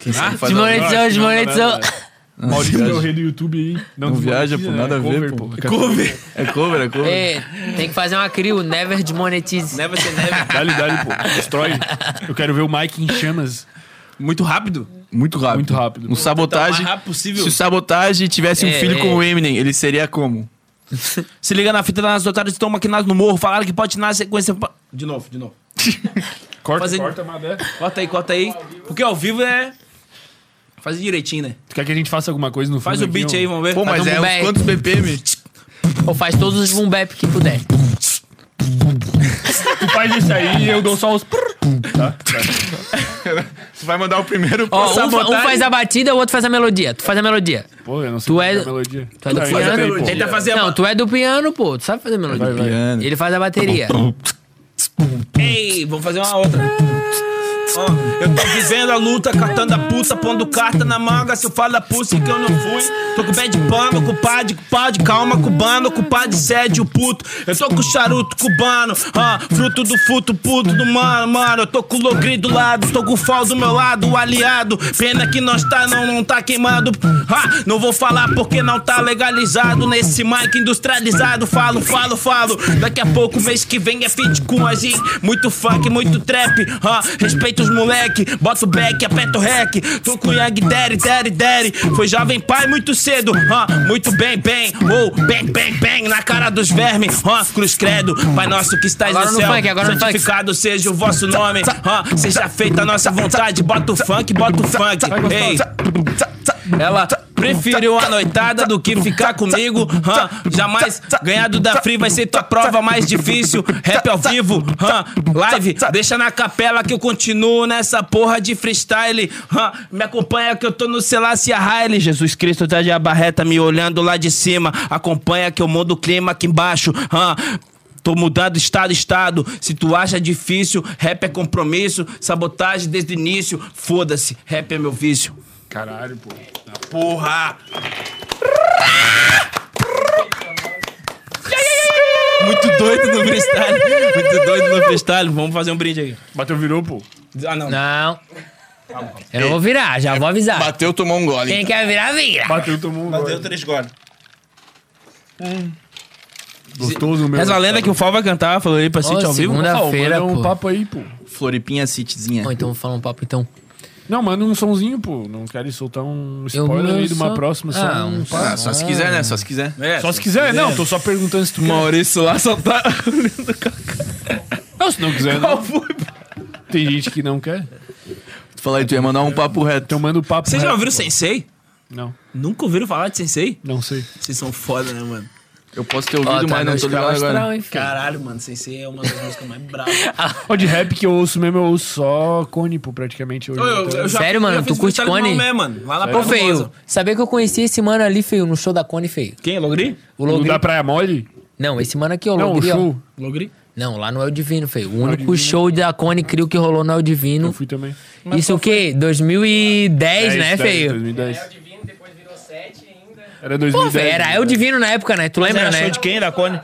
[SPEAKER 1] Quem sabe faz
[SPEAKER 2] Ah,
[SPEAKER 1] ao vivo.
[SPEAKER 4] Desmonetizou, desmonetizou.
[SPEAKER 2] Maurício é o rei do YouTube aí.
[SPEAKER 1] Não viaja, pô,
[SPEAKER 2] desmonetiza, né?
[SPEAKER 1] nada a ver,
[SPEAKER 2] Cover,
[SPEAKER 1] pô. Cover. É cover, é cover.
[SPEAKER 4] Ei, tem que fazer uma crio, never desmonetize.
[SPEAKER 3] Never say never.
[SPEAKER 2] Dá-lhe, dá-lhe, pô. Destrói. Eu quero ver o Mike em chamas.
[SPEAKER 3] Muito rápido?
[SPEAKER 1] Muito rápido.
[SPEAKER 2] Muito rápido.
[SPEAKER 1] Um sabotagem.
[SPEAKER 3] Tá mais rápido possível.
[SPEAKER 1] Se o sabotagem tivesse um
[SPEAKER 4] É,
[SPEAKER 1] filho
[SPEAKER 4] é.
[SPEAKER 1] com o Eminem, ele seria como?
[SPEAKER 3] Se liga na fita das otários estão maquinados no morro, falaram que pode tirar a sequência. pa- De novo, de novo.
[SPEAKER 2] Corta,
[SPEAKER 3] Fazer-
[SPEAKER 2] corta, Madé.
[SPEAKER 3] Corta aí, corta aí. Porque ao vivo é. Faz direitinho, né?
[SPEAKER 2] Tu quer que a gente faça alguma coisa no
[SPEAKER 3] Faz o
[SPEAKER 2] fundo
[SPEAKER 3] beat
[SPEAKER 2] aqui, ó?
[SPEAKER 3] aí, vamos ver.
[SPEAKER 1] Pô, mas
[SPEAKER 4] um
[SPEAKER 1] é uns
[SPEAKER 4] back.
[SPEAKER 1] quantos BPM?
[SPEAKER 4] Ou faz todos os boom bap que puder.
[SPEAKER 2] Tu faz isso aí e eu dou só os...
[SPEAKER 1] Tu vai mandar o primeiro
[SPEAKER 4] Ó, um, fa-
[SPEAKER 3] sabotagem.
[SPEAKER 4] um faz a batida, o outro faz a melodia. Tu faz a melodia.
[SPEAKER 2] Pô, eu não sei
[SPEAKER 4] Tu
[SPEAKER 2] fazer
[SPEAKER 4] é-
[SPEAKER 2] a melodia.
[SPEAKER 4] Tu é do
[SPEAKER 2] Aí, faz aí,
[SPEAKER 4] piano.
[SPEAKER 2] pô.
[SPEAKER 3] Tenta fazer a
[SPEAKER 4] Não,
[SPEAKER 3] ba-
[SPEAKER 4] tu é do piano, pô. Tu sabe fazer melodia.
[SPEAKER 1] piano.
[SPEAKER 4] Ele faz a bateria.
[SPEAKER 3] Ei, vamos fazer uma outra. Ó, eu tô vivendo a luta, catando a puta, pondo carta na manga. Se eu falo da pussy que eu não fui, tô com pé de pano, culpado de pá de calma, cubano, culpado de sede, o puto. Eu tô com charuto cubano, ah, fruto do futo, puto do mano, mano. Eu tô com o logri do lado, tô com o fal do meu lado, o aliado. Pena que nós tá, não, não tá queimado. Ah, não vou falar porque não tá legalizado nesse mic industrializado. Falo, falo, falo. Daqui a pouco, mês que vem é feat com a gente. Muito funk, muito trap. Ah, respeita os moleque. Bota o back, aperta o rec. Tô com Yang Daddy, Daddy, Daddy. Foi jovem pai muito cedo. Ah, muito bem, bem. Ou bang, bang, bang. Na cara dos vermes. Ah, cruz credo. Pai nosso que estás
[SPEAKER 4] Agora
[SPEAKER 3] no
[SPEAKER 4] no
[SPEAKER 3] céu.
[SPEAKER 4] funk, agora no funk.
[SPEAKER 3] santificado seja o vosso nome. Ah, seja feita a nossa vontade. Bota o funk, bota o funk. Ei. Ela preferiu a noitada do que ficar comigo. hã? Jamais ganhado da Free vai ser tua prova mais difícil. Rap ao vivo, hã? live, deixa na capela que eu continuo nessa porra de freestyle. hã? Me acompanha que eu tô no Selassie Haile. Jesus Cristo tá de abarreta me olhando lá de cima. Acompanha que eu mudo o clima aqui embaixo. hã? Tô mudando estado, estado. Se tu acha difícil, rap é compromisso. Sabotagem desde o início. Foda-se, rap é meu vício.
[SPEAKER 2] Caralho, pô.
[SPEAKER 3] Porra! Muito doido no freestyle. Muito doido no freestyle. Vamos fazer um brinde aí.
[SPEAKER 2] Bateu, virou, pô.
[SPEAKER 3] Ah, não.
[SPEAKER 4] Não. Eu não vou virar, já vou avisar.
[SPEAKER 1] Bateu, tomou um gole.
[SPEAKER 4] Quem quer virar, vira.
[SPEAKER 2] Bateu todo mundo.
[SPEAKER 3] Bateu três goles.
[SPEAKER 2] Gostoso mesmo.
[SPEAKER 3] Essa lenda é que o Fal vai cantar, falou aí pra
[SPEAKER 4] Ó,
[SPEAKER 3] City ao vivo.
[SPEAKER 4] Segunda-feira,
[SPEAKER 2] Manda um
[SPEAKER 4] pô.
[SPEAKER 2] papo aí, pô.
[SPEAKER 1] Floripinha Cityzinha.
[SPEAKER 4] Ó, então vou falar um papo, então.
[SPEAKER 2] Não, manda um sonzinho, pô. Não quero soltar um spoiler
[SPEAKER 4] não
[SPEAKER 2] aí de uma
[SPEAKER 4] sou-
[SPEAKER 2] próxima. Só,
[SPEAKER 4] Ah,
[SPEAKER 2] um
[SPEAKER 4] um
[SPEAKER 2] papo.
[SPEAKER 1] Ah, só se quiser, né? Só se quiser.
[SPEAKER 3] É,
[SPEAKER 2] só se quiser, não. Tô só perguntando se tu quer.
[SPEAKER 3] Maurício lá só tá olhando o cara.
[SPEAKER 2] Não, se não quiser, não. Tem gente que não quer.
[SPEAKER 1] Tu fala aí, tu ia mandar um papo reto.
[SPEAKER 2] Então manda o papo.
[SPEAKER 3] Vocês já
[SPEAKER 2] reto,
[SPEAKER 3] ouviram
[SPEAKER 2] pô.
[SPEAKER 3] Sensei?
[SPEAKER 2] Não,
[SPEAKER 3] Nunca ouviram falar de Sensei?
[SPEAKER 2] não sei.
[SPEAKER 3] Vocês são foda, né, mano?
[SPEAKER 1] Eu posso ter
[SPEAKER 4] Ó,
[SPEAKER 1] ouvido,
[SPEAKER 4] tá
[SPEAKER 1] mas não
[SPEAKER 4] no
[SPEAKER 1] tô
[SPEAKER 4] Astral
[SPEAKER 1] ligado agora.
[SPEAKER 4] Astral, hein, filho.
[SPEAKER 3] Caralho, mano, Sensei é uma das músicas mais bravas.
[SPEAKER 2] Ó, de rap que eu ouço mesmo, eu ouço só Cone, pô, praticamente. Hoje, Então,
[SPEAKER 4] Sério, mano? Tu
[SPEAKER 3] fiz
[SPEAKER 4] curte
[SPEAKER 3] freestyle
[SPEAKER 4] Cone?
[SPEAKER 3] no Maomé, mano, lá na
[SPEAKER 4] Ô,
[SPEAKER 3] Praia
[SPEAKER 4] feio,
[SPEAKER 3] Formosa.
[SPEAKER 4] sabia que eu conheci esse mano ali, feio, no show da Cone, feio.
[SPEAKER 3] Quem? Logri?
[SPEAKER 4] O
[SPEAKER 2] O
[SPEAKER 4] Logri...
[SPEAKER 2] da Praia Mole?
[SPEAKER 4] Não, esse mano aqui, ó,
[SPEAKER 2] Não, o
[SPEAKER 4] Logri, ó.
[SPEAKER 2] show.
[SPEAKER 3] Logri?
[SPEAKER 4] Não, lá não é o Divino, feio. O único show da Cone Crew que rolou no El
[SPEAKER 2] Eu
[SPEAKER 4] Divino.
[SPEAKER 2] fui também. É
[SPEAKER 4] Isso o quê?
[SPEAKER 3] É
[SPEAKER 4] 2010, né,
[SPEAKER 2] 10,
[SPEAKER 4] feio?
[SPEAKER 2] 2010.
[SPEAKER 11] Divino, É, depois virou 7 ainda.
[SPEAKER 2] Era
[SPEAKER 4] Pô,
[SPEAKER 2] 2010.
[SPEAKER 4] velho,
[SPEAKER 3] é
[SPEAKER 4] era El Divino na época, né? Tu lembra,
[SPEAKER 3] Era é, show
[SPEAKER 4] né?
[SPEAKER 3] de quem? Da Cone?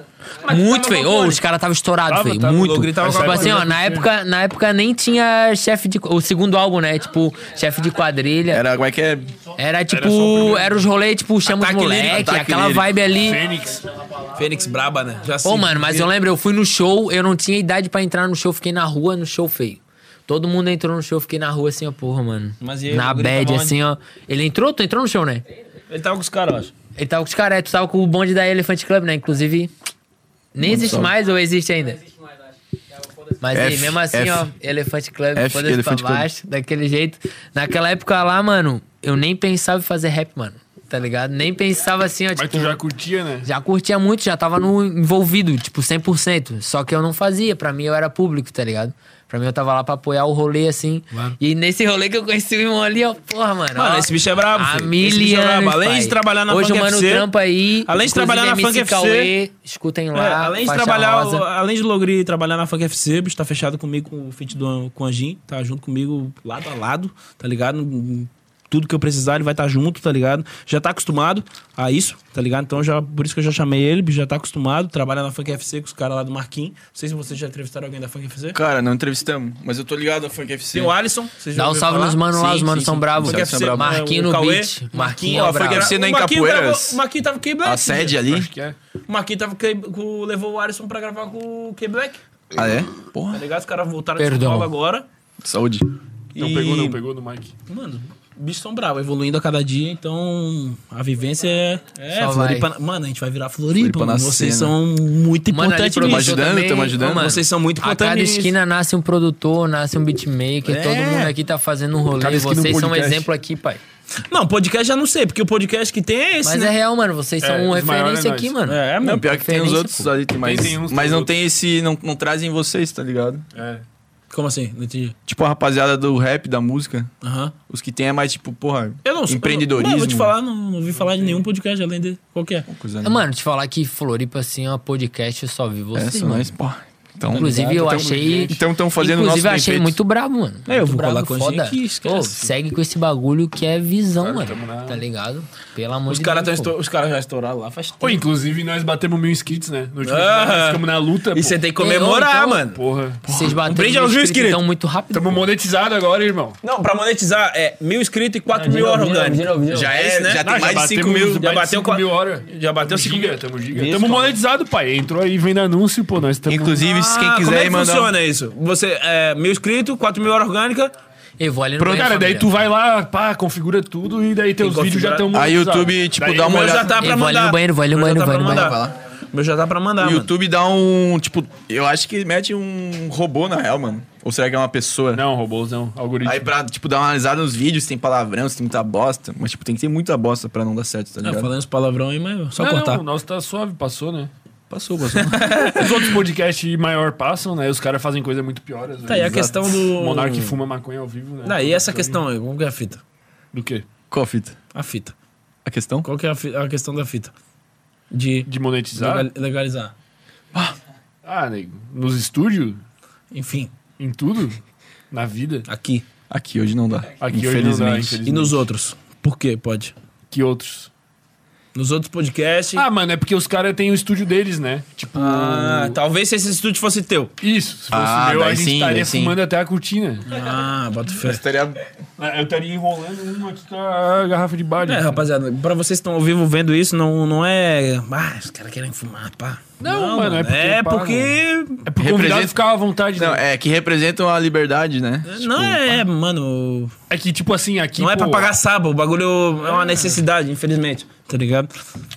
[SPEAKER 4] Muito, feio. Ô, os caras estavam estourados,
[SPEAKER 2] Tava,
[SPEAKER 4] feio.
[SPEAKER 2] tava,
[SPEAKER 4] Muito.
[SPEAKER 2] o Logri tava
[SPEAKER 4] Tipo
[SPEAKER 2] com a
[SPEAKER 4] assim, ó,
[SPEAKER 2] banda
[SPEAKER 4] na época, na época nem tinha chefe de... O segundo álbum, né? Tipo, chefe de quadrilha.
[SPEAKER 1] Era, como é que é?
[SPEAKER 4] Era tipo... Era os rolês, tipo, chama os
[SPEAKER 3] Ataque lírico,
[SPEAKER 4] moleque,
[SPEAKER 3] ataque
[SPEAKER 4] aquela
[SPEAKER 1] lírico.
[SPEAKER 4] vibe ali.
[SPEAKER 2] Fênix.
[SPEAKER 3] Fênix Braba, né? Já
[SPEAKER 4] Pô,
[SPEAKER 3] sei.
[SPEAKER 4] mano, mas eu lembro, eu fui no show, eu não tinha idade pra entrar no show, fiquei na rua no show feio. Todo mundo entrou no show, eu fiquei na rua assim, ó, porra, mano.
[SPEAKER 3] Mas e aí,
[SPEAKER 4] na
[SPEAKER 3] o Guri
[SPEAKER 4] bad,
[SPEAKER 3] tava
[SPEAKER 4] assim, ó. Ele entrou? Tu entrou no show, né?
[SPEAKER 3] Ele tava com os caras, eu acho.
[SPEAKER 4] Ele tava com os caras, tu tava com o bonde da Elephant Club, né? Inclusive, nem existe mais ou existe ainda?
[SPEAKER 2] é
[SPEAKER 4] Mas aí,
[SPEAKER 1] F,
[SPEAKER 4] mesmo assim,
[SPEAKER 1] F.
[SPEAKER 4] ó, Elefante Club,
[SPEAKER 1] F,
[SPEAKER 4] foda-se pra
[SPEAKER 1] Elefante Club.
[SPEAKER 4] baixo, daquele jeito. Naquela época lá, mano, eu nem pensava em fazer rap, mano. Tá ligado? Nem pensava assim, ó,
[SPEAKER 2] Mas
[SPEAKER 4] tipo,
[SPEAKER 2] tu já curtia, né?
[SPEAKER 4] já curtia muito, já tava no envolvido, tipo, 100%. Só que eu não fazia, pra mim eu era público, tá ligado? Pra mim eu tava lá pra apoiar o rolê, assim. E nesse rolê que eu conheci o irmão ali, ó, porra, mano.
[SPEAKER 3] Mano,
[SPEAKER 4] ó,
[SPEAKER 3] esse bicho é brabo,
[SPEAKER 4] Há
[SPEAKER 3] filho.
[SPEAKER 4] mil
[SPEAKER 3] Esse bicho é brabo.
[SPEAKER 4] anos,
[SPEAKER 3] Além
[SPEAKER 4] pai.
[SPEAKER 3] de trabalhar na
[SPEAKER 4] Hoje
[SPEAKER 3] Funk
[SPEAKER 4] o Mano
[SPEAKER 3] FC,
[SPEAKER 4] trampa aí.
[SPEAKER 3] além de
[SPEAKER 4] inclusive
[SPEAKER 3] trabalhar na
[SPEAKER 4] MC
[SPEAKER 3] Funk FC,
[SPEAKER 4] Cauê, escutem lá.
[SPEAKER 3] É, além de
[SPEAKER 4] faixa
[SPEAKER 3] trabalhar,
[SPEAKER 4] rosa.
[SPEAKER 3] o- além de Logri trabalhar na Funk FC, o bicho tá fechado comigo com o feat do com o Anjin, tá junto comigo lado a lado, tá ligado? Tudo que eu precisar, ele vai estar junto, tá ligado? Já tá acostumado a isso, tá ligado? Então, já, por isso que eu já chamei ele, bicho, já tá acostumado, trabalha na Funk FC com os caras lá do Marquinhos. Não sei se vocês já entrevistaram alguém da Funk FC.
[SPEAKER 1] Cara, não entrevistamos, mas eu tô ligado é a Funk FC.
[SPEAKER 3] Tem o Alisson. vocês já
[SPEAKER 4] Dá um
[SPEAKER 3] ouviram
[SPEAKER 4] salve
[SPEAKER 3] falar?
[SPEAKER 4] nos mano lá,
[SPEAKER 1] Sim,
[SPEAKER 4] os manos
[SPEAKER 1] sim,
[SPEAKER 4] são
[SPEAKER 1] sim.
[SPEAKER 4] bravos.
[SPEAKER 1] Funk FC é brabo.
[SPEAKER 4] Marquinho no beat. Marquinho,
[SPEAKER 3] Marquinho, ó,
[SPEAKER 4] ó,
[SPEAKER 3] foi
[SPEAKER 4] bravo. é
[SPEAKER 1] FC na
[SPEAKER 3] O Marquinho
[SPEAKER 1] Encapoeiras.
[SPEAKER 3] gravou- o Marquinho tava com o K-Black.
[SPEAKER 1] A sede ali?
[SPEAKER 2] Acho que é.
[SPEAKER 3] O Marquinho tava com o K- com- levou o Alisson pra gravar com o K-Black.
[SPEAKER 1] Ah, é?
[SPEAKER 3] Tá
[SPEAKER 1] Porra.
[SPEAKER 3] ligado? Os caras voltaram de
[SPEAKER 4] Perdão.
[SPEAKER 3] São Paulo agora.
[SPEAKER 1] Saúde.
[SPEAKER 2] Não
[SPEAKER 3] e...
[SPEAKER 2] pegou, não pegou no mic.
[SPEAKER 3] Mano, bichos são bravos, evoluindo a cada dia, então a vivência é. É,
[SPEAKER 4] Só
[SPEAKER 3] Floripa. Mano, a gente vai virar Floripa,
[SPEAKER 1] Floripa na
[SPEAKER 3] mano. Vocês
[SPEAKER 1] cena.
[SPEAKER 3] são muito
[SPEAKER 4] Mano, ali
[SPEAKER 3] importantes
[SPEAKER 4] pro-
[SPEAKER 1] Tamo
[SPEAKER 3] é nisso.
[SPEAKER 1] ajudando,
[SPEAKER 4] também,
[SPEAKER 1] tamo ajudando.
[SPEAKER 4] ô, mano.
[SPEAKER 3] Vocês são muito
[SPEAKER 4] A
[SPEAKER 3] importantes
[SPEAKER 4] cada
[SPEAKER 3] nisso.
[SPEAKER 4] esquina nasce um produtor, nasce um beatmaker,
[SPEAKER 3] É.
[SPEAKER 4] todo mundo aqui tá fazendo um
[SPEAKER 2] Cada
[SPEAKER 4] rolê.
[SPEAKER 2] esquina um
[SPEAKER 4] Vocês são um
[SPEAKER 2] podcast.
[SPEAKER 4] exemplo aqui, pai.
[SPEAKER 3] Não, podcast já não sei, porque o podcast que tem é esse,
[SPEAKER 4] Mas é
[SPEAKER 3] né?
[SPEAKER 4] real, mano. Vocês são
[SPEAKER 2] É,
[SPEAKER 4] um
[SPEAKER 2] os maiores
[SPEAKER 4] referência
[SPEAKER 2] é
[SPEAKER 4] aqui,
[SPEAKER 2] nós.
[SPEAKER 4] mano.
[SPEAKER 3] É,
[SPEAKER 1] Não,
[SPEAKER 3] mano.
[SPEAKER 1] pior que tem os
[SPEAKER 4] Referência,
[SPEAKER 1] outros
[SPEAKER 4] pô.
[SPEAKER 1] ali, mas,
[SPEAKER 2] tem uns,
[SPEAKER 1] mas
[SPEAKER 2] tem
[SPEAKER 1] não
[SPEAKER 2] outros.
[SPEAKER 1] tem esse. Não, não trazem vocês, tá ligado?
[SPEAKER 2] É.
[SPEAKER 3] Como assim? Não entendi.
[SPEAKER 1] Tipo a rapaziada do rap, da música.
[SPEAKER 3] Aham.
[SPEAKER 1] Os que tem é mais tipo, porra,
[SPEAKER 3] Eu não sou.
[SPEAKER 1] empreendedorismo.
[SPEAKER 3] Mano, eu vou te falar, não, não ouvi falar de nenhum podcast além de. Qual que é?
[SPEAKER 1] Coisa né?
[SPEAKER 4] Ah, Mano, te falar que Floripa, assim, é uma podcast, eu só vi
[SPEAKER 1] é,
[SPEAKER 4] vocês,
[SPEAKER 1] são
[SPEAKER 4] mano.
[SPEAKER 1] nós, porra. Então,
[SPEAKER 4] Inclusive, eu achei...
[SPEAKER 1] Então estão fazendo o nosso
[SPEAKER 4] Inclusive, eu
[SPEAKER 1] bem
[SPEAKER 4] achei
[SPEAKER 1] feito.
[SPEAKER 4] muito brabo, mano.
[SPEAKER 3] É, eu
[SPEAKER 4] Muito
[SPEAKER 3] vou
[SPEAKER 4] brabo,
[SPEAKER 3] colar com a gente
[SPEAKER 4] foda.
[SPEAKER 3] aqui, esquece.
[SPEAKER 4] Pô, segue com esse bagulho que é visão,
[SPEAKER 2] tamo na-
[SPEAKER 4] mano. Tá ligado? Pelo amor
[SPEAKER 3] Os
[SPEAKER 4] de
[SPEAKER 3] caras
[SPEAKER 4] Deus. pô.
[SPEAKER 3] cara já estouraram lá faz tempo.
[SPEAKER 2] Pô, inclusive nós batemos mil inscritos, né? No último
[SPEAKER 3] Ah.
[SPEAKER 2] episódio, nós ficamos na luta, pô.
[SPEAKER 3] E você tem que
[SPEAKER 4] Ei, ô,
[SPEAKER 3] comemorar,
[SPEAKER 4] então-
[SPEAKER 3] mano.
[SPEAKER 2] Porra.
[SPEAKER 4] Vocês bateram
[SPEAKER 3] brinde
[SPEAKER 4] no
[SPEAKER 3] ao juiz,
[SPEAKER 4] espírito,
[SPEAKER 3] querido.
[SPEAKER 4] então, muito rápido.
[SPEAKER 2] Tamo monetizado agora, irmão.
[SPEAKER 3] Não, pra monetizar é mil inscritos e quatro mil orgânicos. Já é, isso, né?
[SPEAKER 1] já tem
[SPEAKER 2] Ah,
[SPEAKER 1] mais de
[SPEAKER 2] batemos-
[SPEAKER 1] 5 mil.
[SPEAKER 2] Já bateu 5
[SPEAKER 3] com-
[SPEAKER 2] mil horas.
[SPEAKER 3] Já bateu
[SPEAKER 2] Tamo
[SPEAKER 3] cinco
[SPEAKER 2] giga,
[SPEAKER 3] mil.
[SPEAKER 2] tamo giga. Tamo monetizado, pai. Entrou aí, vem no anúncio, pô. Nós tamo...
[SPEAKER 1] Inclusive, se quem
[SPEAKER 3] Ah, como é
[SPEAKER 1] quiser
[SPEAKER 3] que
[SPEAKER 1] aí mandar.
[SPEAKER 3] funciona isso? Você é mil inscritos, 4 mil hora orgânica.
[SPEAKER 4] Eu vou ali no
[SPEAKER 2] Pronto,
[SPEAKER 4] banheiro,
[SPEAKER 2] cara, daí
[SPEAKER 4] família.
[SPEAKER 2] tu vai lá, pá, configura tudo e daí teus
[SPEAKER 3] Tem
[SPEAKER 2] vídeos já estão
[SPEAKER 1] Aí o YouTube, tipo, dá uma
[SPEAKER 3] meu já
[SPEAKER 1] olhada.
[SPEAKER 3] tá
[SPEAKER 4] Ei,
[SPEAKER 3] pra
[SPEAKER 4] vou ali
[SPEAKER 3] mandar.
[SPEAKER 4] no banheiro, vou ali no
[SPEAKER 3] Meu já
[SPEAKER 4] banheiro,
[SPEAKER 3] tá
[SPEAKER 4] vou ali
[SPEAKER 3] pra
[SPEAKER 4] no
[SPEAKER 3] mandar. Meu já tá pra mandar,
[SPEAKER 1] O
[SPEAKER 3] mano.
[SPEAKER 1] YouTube dá um. Tipo, eu acho que mete um robô na real, mano. Ou será que é uma pessoa?
[SPEAKER 2] Não, robôzão, algoritmo.
[SPEAKER 1] Aí pra, tipo, dar uma analisada nos vídeos, se tem palavrão, se tem muita bosta. Mas, tipo, tem que ter muita bosta pra não dar certo, tá
[SPEAKER 3] Ah,
[SPEAKER 1] ligado?
[SPEAKER 3] falando os palavrão aí, mas só
[SPEAKER 2] não,
[SPEAKER 3] cortar.
[SPEAKER 2] não, o nosso tá suave, passou, né?
[SPEAKER 1] Passou, passou.
[SPEAKER 2] Os outros podcasts maior passam, né? Os caras fazem coisa muito pior. Às
[SPEAKER 3] Tá, e a
[SPEAKER 2] vezes.
[SPEAKER 3] questão do-
[SPEAKER 2] Monark fuma maconha ao vivo, né?
[SPEAKER 3] Não, e essa questão aí, como que é a fita?
[SPEAKER 2] Do quê?
[SPEAKER 1] Qual a fita?
[SPEAKER 3] A fita.
[SPEAKER 1] A questão?
[SPEAKER 3] Qual que é a, fi- a questão da fita? De
[SPEAKER 2] De monetizar?
[SPEAKER 3] legal- legalizar.
[SPEAKER 2] Ah, nego. Nos estúdios?
[SPEAKER 3] Enfim,
[SPEAKER 2] Em tudo? Na vida?
[SPEAKER 3] aqui.
[SPEAKER 1] Aqui hoje não dá.
[SPEAKER 2] Aqui hoje não dá,
[SPEAKER 1] infelizmente.
[SPEAKER 2] infelizmente.
[SPEAKER 3] E nos outros? Por que pode?
[SPEAKER 2] Que outros?
[SPEAKER 3] Nos outros podcasts.
[SPEAKER 2] Ah, mano, é porque os caras têm o estúdio deles, né? Tipo,
[SPEAKER 3] Ah, talvez se esse estúdio fosse teu.
[SPEAKER 2] isso. Se fosse
[SPEAKER 1] Ah,
[SPEAKER 2] meu, a
[SPEAKER 1] daí
[SPEAKER 2] gente
[SPEAKER 1] sim,
[SPEAKER 2] estaria
[SPEAKER 1] daí sim.
[SPEAKER 2] fumando até a cortina.
[SPEAKER 3] Ah, bota fé.
[SPEAKER 1] Estaria
[SPEAKER 2] É, Eu estaria enrolando uma aqui com a garrafa de balde.
[SPEAKER 3] É, rapaziada, pra vocês que estão ao vivo vendo isso, não, não é. Ah, os caras querem fumar, pá.
[SPEAKER 2] Não, mano, é porque,
[SPEAKER 3] É
[SPEAKER 2] pá,
[SPEAKER 3] porque.
[SPEAKER 2] É pro convidado
[SPEAKER 1] Representa-
[SPEAKER 2] ficar à vontade,
[SPEAKER 1] Não,
[SPEAKER 2] né?
[SPEAKER 1] é que representam a liberdade, né?
[SPEAKER 3] Não é, mano.
[SPEAKER 2] É que, tipo assim, aqui.
[SPEAKER 3] não é
[SPEAKER 2] pô,
[SPEAKER 3] pra pagar sábado, o bagulho é uma necessidade, infelizmente. Tá ligado?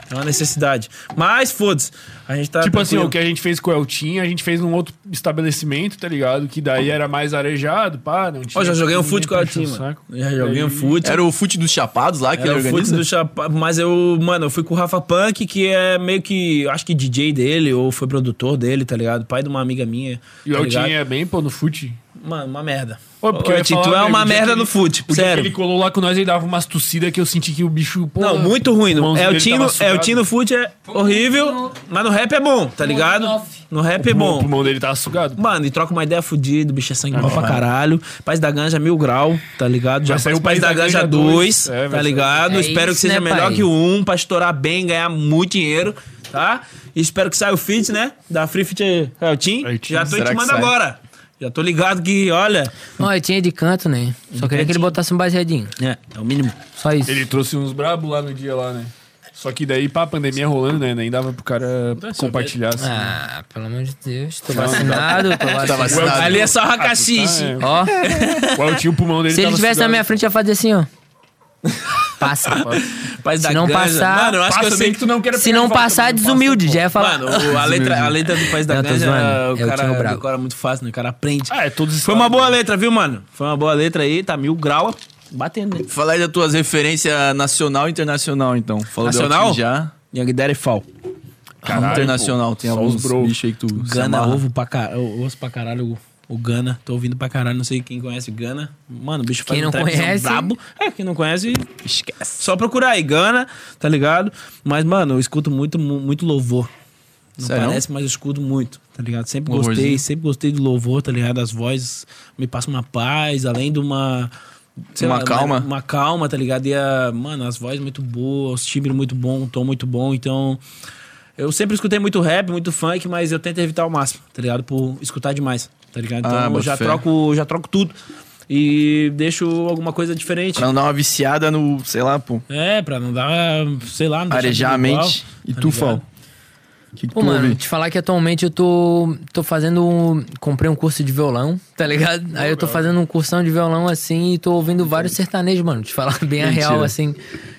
[SPEAKER 3] É uma necessidade. Mas foda-se. A gente tá.
[SPEAKER 2] Tipo assim,
[SPEAKER 3] tranquilo.
[SPEAKER 2] o que a gente fez com o Eltinho, a gente fez num outro estabelecimento, tá ligado? Que daí era mais arejado, pá, né? não tinha.
[SPEAKER 3] Ó, já joguei um
[SPEAKER 2] ninguém
[SPEAKER 3] fute com a
[SPEAKER 2] pra encher
[SPEAKER 3] Tim,
[SPEAKER 2] o
[SPEAKER 3] mano.
[SPEAKER 2] saco.
[SPEAKER 3] Já joguei um fute.
[SPEAKER 1] Era o fute dos chapados lá que
[SPEAKER 3] Era
[SPEAKER 1] ele
[SPEAKER 3] o fute
[SPEAKER 1] organiza?
[SPEAKER 3] do Chapa, mas eu, mano, eu fui com o Rafa Punk, que é meio que, acho que DJ dele, ou foi produtor dele, tá ligado? Pai de uma amiga minha.
[SPEAKER 2] E o
[SPEAKER 3] tá
[SPEAKER 2] Eltinho
[SPEAKER 3] ligado?
[SPEAKER 2] é bem, pô, no fute.
[SPEAKER 3] Mano, uma merda.
[SPEAKER 2] Ô, porque eu ia
[SPEAKER 3] Ô, Tito,
[SPEAKER 2] falar,
[SPEAKER 3] é
[SPEAKER 2] velho,
[SPEAKER 3] uma
[SPEAKER 2] o dia
[SPEAKER 3] merda
[SPEAKER 2] que
[SPEAKER 3] no
[SPEAKER 2] ele-
[SPEAKER 3] fute,
[SPEAKER 2] O dia que
[SPEAKER 3] sério.
[SPEAKER 2] ele colou lá com nós, ele dava umas tossidas que eu senti que o bicho. Pô,
[SPEAKER 3] Não, muito ruim.
[SPEAKER 2] o
[SPEAKER 3] No,
[SPEAKER 2] pãozinho
[SPEAKER 3] é o
[SPEAKER 2] dele
[SPEAKER 3] Tino,
[SPEAKER 2] tava
[SPEAKER 3] é o
[SPEAKER 2] sugado.
[SPEAKER 3] Tino Foot é horrível, mas no rap é bom, tá ligado?
[SPEAKER 4] nove.
[SPEAKER 3] No rap é
[SPEAKER 2] O
[SPEAKER 3] bom.
[SPEAKER 2] pulmão dele tava sugado.
[SPEAKER 3] Mano, e troca uma ideia fudida, o bicho é sangue
[SPEAKER 2] Ah,
[SPEAKER 3] mal pra caralho. Paz da Ganja mil grau, tá ligado? Já
[SPEAKER 2] Vai sair
[SPEAKER 3] saiu o Paz da Ganja 2,
[SPEAKER 2] É, vai
[SPEAKER 3] tá
[SPEAKER 2] sair.
[SPEAKER 3] ligado?
[SPEAKER 4] É
[SPEAKER 3] espero que
[SPEAKER 4] isso,
[SPEAKER 3] seja
[SPEAKER 4] né,
[SPEAKER 3] melhor
[SPEAKER 4] pai?
[SPEAKER 3] que o 1, pra estourar bem, ganhar muito dinheiro, tá? E espero que saia o fit, né? Da Free Fit é é o Tim.
[SPEAKER 2] É o Tim.
[SPEAKER 3] Já tô
[SPEAKER 1] Será que
[SPEAKER 3] intimando
[SPEAKER 1] sai?
[SPEAKER 3] agora. Já tô ligado que, olha.
[SPEAKER 4] Ó, eu tinha de canto, né? Só queria que ele botasse um baseadinho.
[SPEAKER 3] É, é o mínimo.
[SPEAKER 4] Só isso.
[SPEAKER 2] Ele trouxe uns brabo lá no dia lá, né? Só que daí, pá, a pandemia rolando, né? Nem dava pro cara compartilhar. Assim.
[SPEAKER 4] Ah, pelo amor de Deus. Tô vacinado, tô
[SPEAKER 1] Tá
[SPEAKER 4] vacinado.
[SPEAKER 1] vacinado.
[SPEAKER 3] Ali é só racaxixe.
[SPEAKER 2] Ah,
[SPEAKER 4] Ó,
[SPEAKER 2] é. Qual tinha o pulmão dele
[SPEAKER 4] se ele
[SPEAKER 2] tava
[SPEAKER 4] estivesse na
[SPEAKER 2] sugado.
[SPEAKER 4] minha frente, ia fazer assim, ó. Passa.
[SPEAKER 3] Paz da
[SPEAKER 4] Se não
[SPEAKER 3] Ganja.
[SPEAKER 4] passar-
[SPEAKER 3] Mano, eu acho que eu
[SPEAKER 2] Passa
[SPEAKER 3] sei
[SPEAKER 2] bem que tu não quer
[SPEAKER 4] Se não passar, é desumilde. Já ia falar.
[SPEAKER 3] Mano, o- a letra, a letra do País da
[SPEAKER 4] Não, tô
[SPEAKER 3] Ganja,
[SPEAKER 4] zoando.
[SPEAKER 3] É o
[SPEAKER 4] Eu tinha o
[SPEAKER 3] cara
[SPEAKER 4] brabo.
[SPEAKER 3] decora muito fácil, né? O cara aprende.
[SPEAKER 2] Ah, é todos
[SPEAKER 3] Foi uma boa letra, viu, mano? Foi uma boa letra aí, tá mil grau batendo, né?
[SPEAKER 1] Fala aí das tuas referências nacional e internacional, então. Fala do
[SPEAKER 3] Nacional?
[SPEAKER 1] Eltinho já.
[SPEAKER 3] Young Daddy Fall.
[SPEAKER 1] Caralho, internacional, tem
[SPEAKER 2] só os
[SPEAKER 1] alguns
[SPEAKER 2] bro.
[SPEAKER 1] bichos aí que tu se
[SPEAKER 3] Gana,
[SPEAKER 1] amarra.
[SPEAKER 3] ovo pra caralho, osso pra caralho, o, o Gana. Tô ouvindo pra caralho, não sei quem conhece Gana. Mano, o bicho faz
[SPEAKER 4] Quem
[SPEAKER 3] um
[SPEAKER 4] não
[SPEAKER 3] trapzão
[SPEAKER 4] conhece-
[SPEAKER 3] brabo. É, quem não conhece, esquece. Só procurar aí, Gana, tá ligado? Mas, mano, eu escuto muito, mu- muito louvor. Não
[SPEAKER 1] Sério?
[SPEAKER 3] parece, mas eu escuto muito, tá ligado? Sempre gostei,
[SPEAKER 1] Louvorzinho.
[SPEAKER 3] sempre gostei do louvor, tá ligado? As vozes me passam uma paz, além de uma... sei
[SPEAKER 1] Uma calma.
[SPEAKER 3] Uma, uma calma, tá ligado? E, a, mano, as vozes muito boas, os timbres muito bom, o tom muito bom, então... Eu sempre escutei muito rap, muito funk, mas eu tento evitar ao máximo, tá ligado? Por escutar demais, tá ligado? Então
[SPEAKER 1] Ah,
[SPEAKER 3] eu
[SPEAKER 1] bota
[SPEAKER 3] já
[SPEAKER 1] fé.
[SPEAKER 3] troco, já troco tudo. E deixo alguma coisa diferente.
[SPEAKER 1] Pra não dar uma viciada no, sei lá, pô,
[SPEAKER 3] É, pra não dar, sei lá, não deixar
[SPEAKER 1] arejar a
[SPEAKER 3] tudo igual,
[SPEAKER 1] mente. E
[SPEAKER 3] tá
[SPEAKER 1] tu,
[SPEAKER 3] ligado?
[SPEAKER 1] Fal? O que, que
[SPEAKER 4] Pô,
[SPEAKER 1] tu
[SPEAKER 4] mano,
[SPEAKER 1] ouve?
[SPEAKER 4] te falar que atualmente eu tô, tô fazendo. um- Comprei um curso de violão, tá ligado? Aí eu tô fazendo um cursão de violão assim e tô ouvindo vários sertanejos, mano. Te falar bem a real, assim.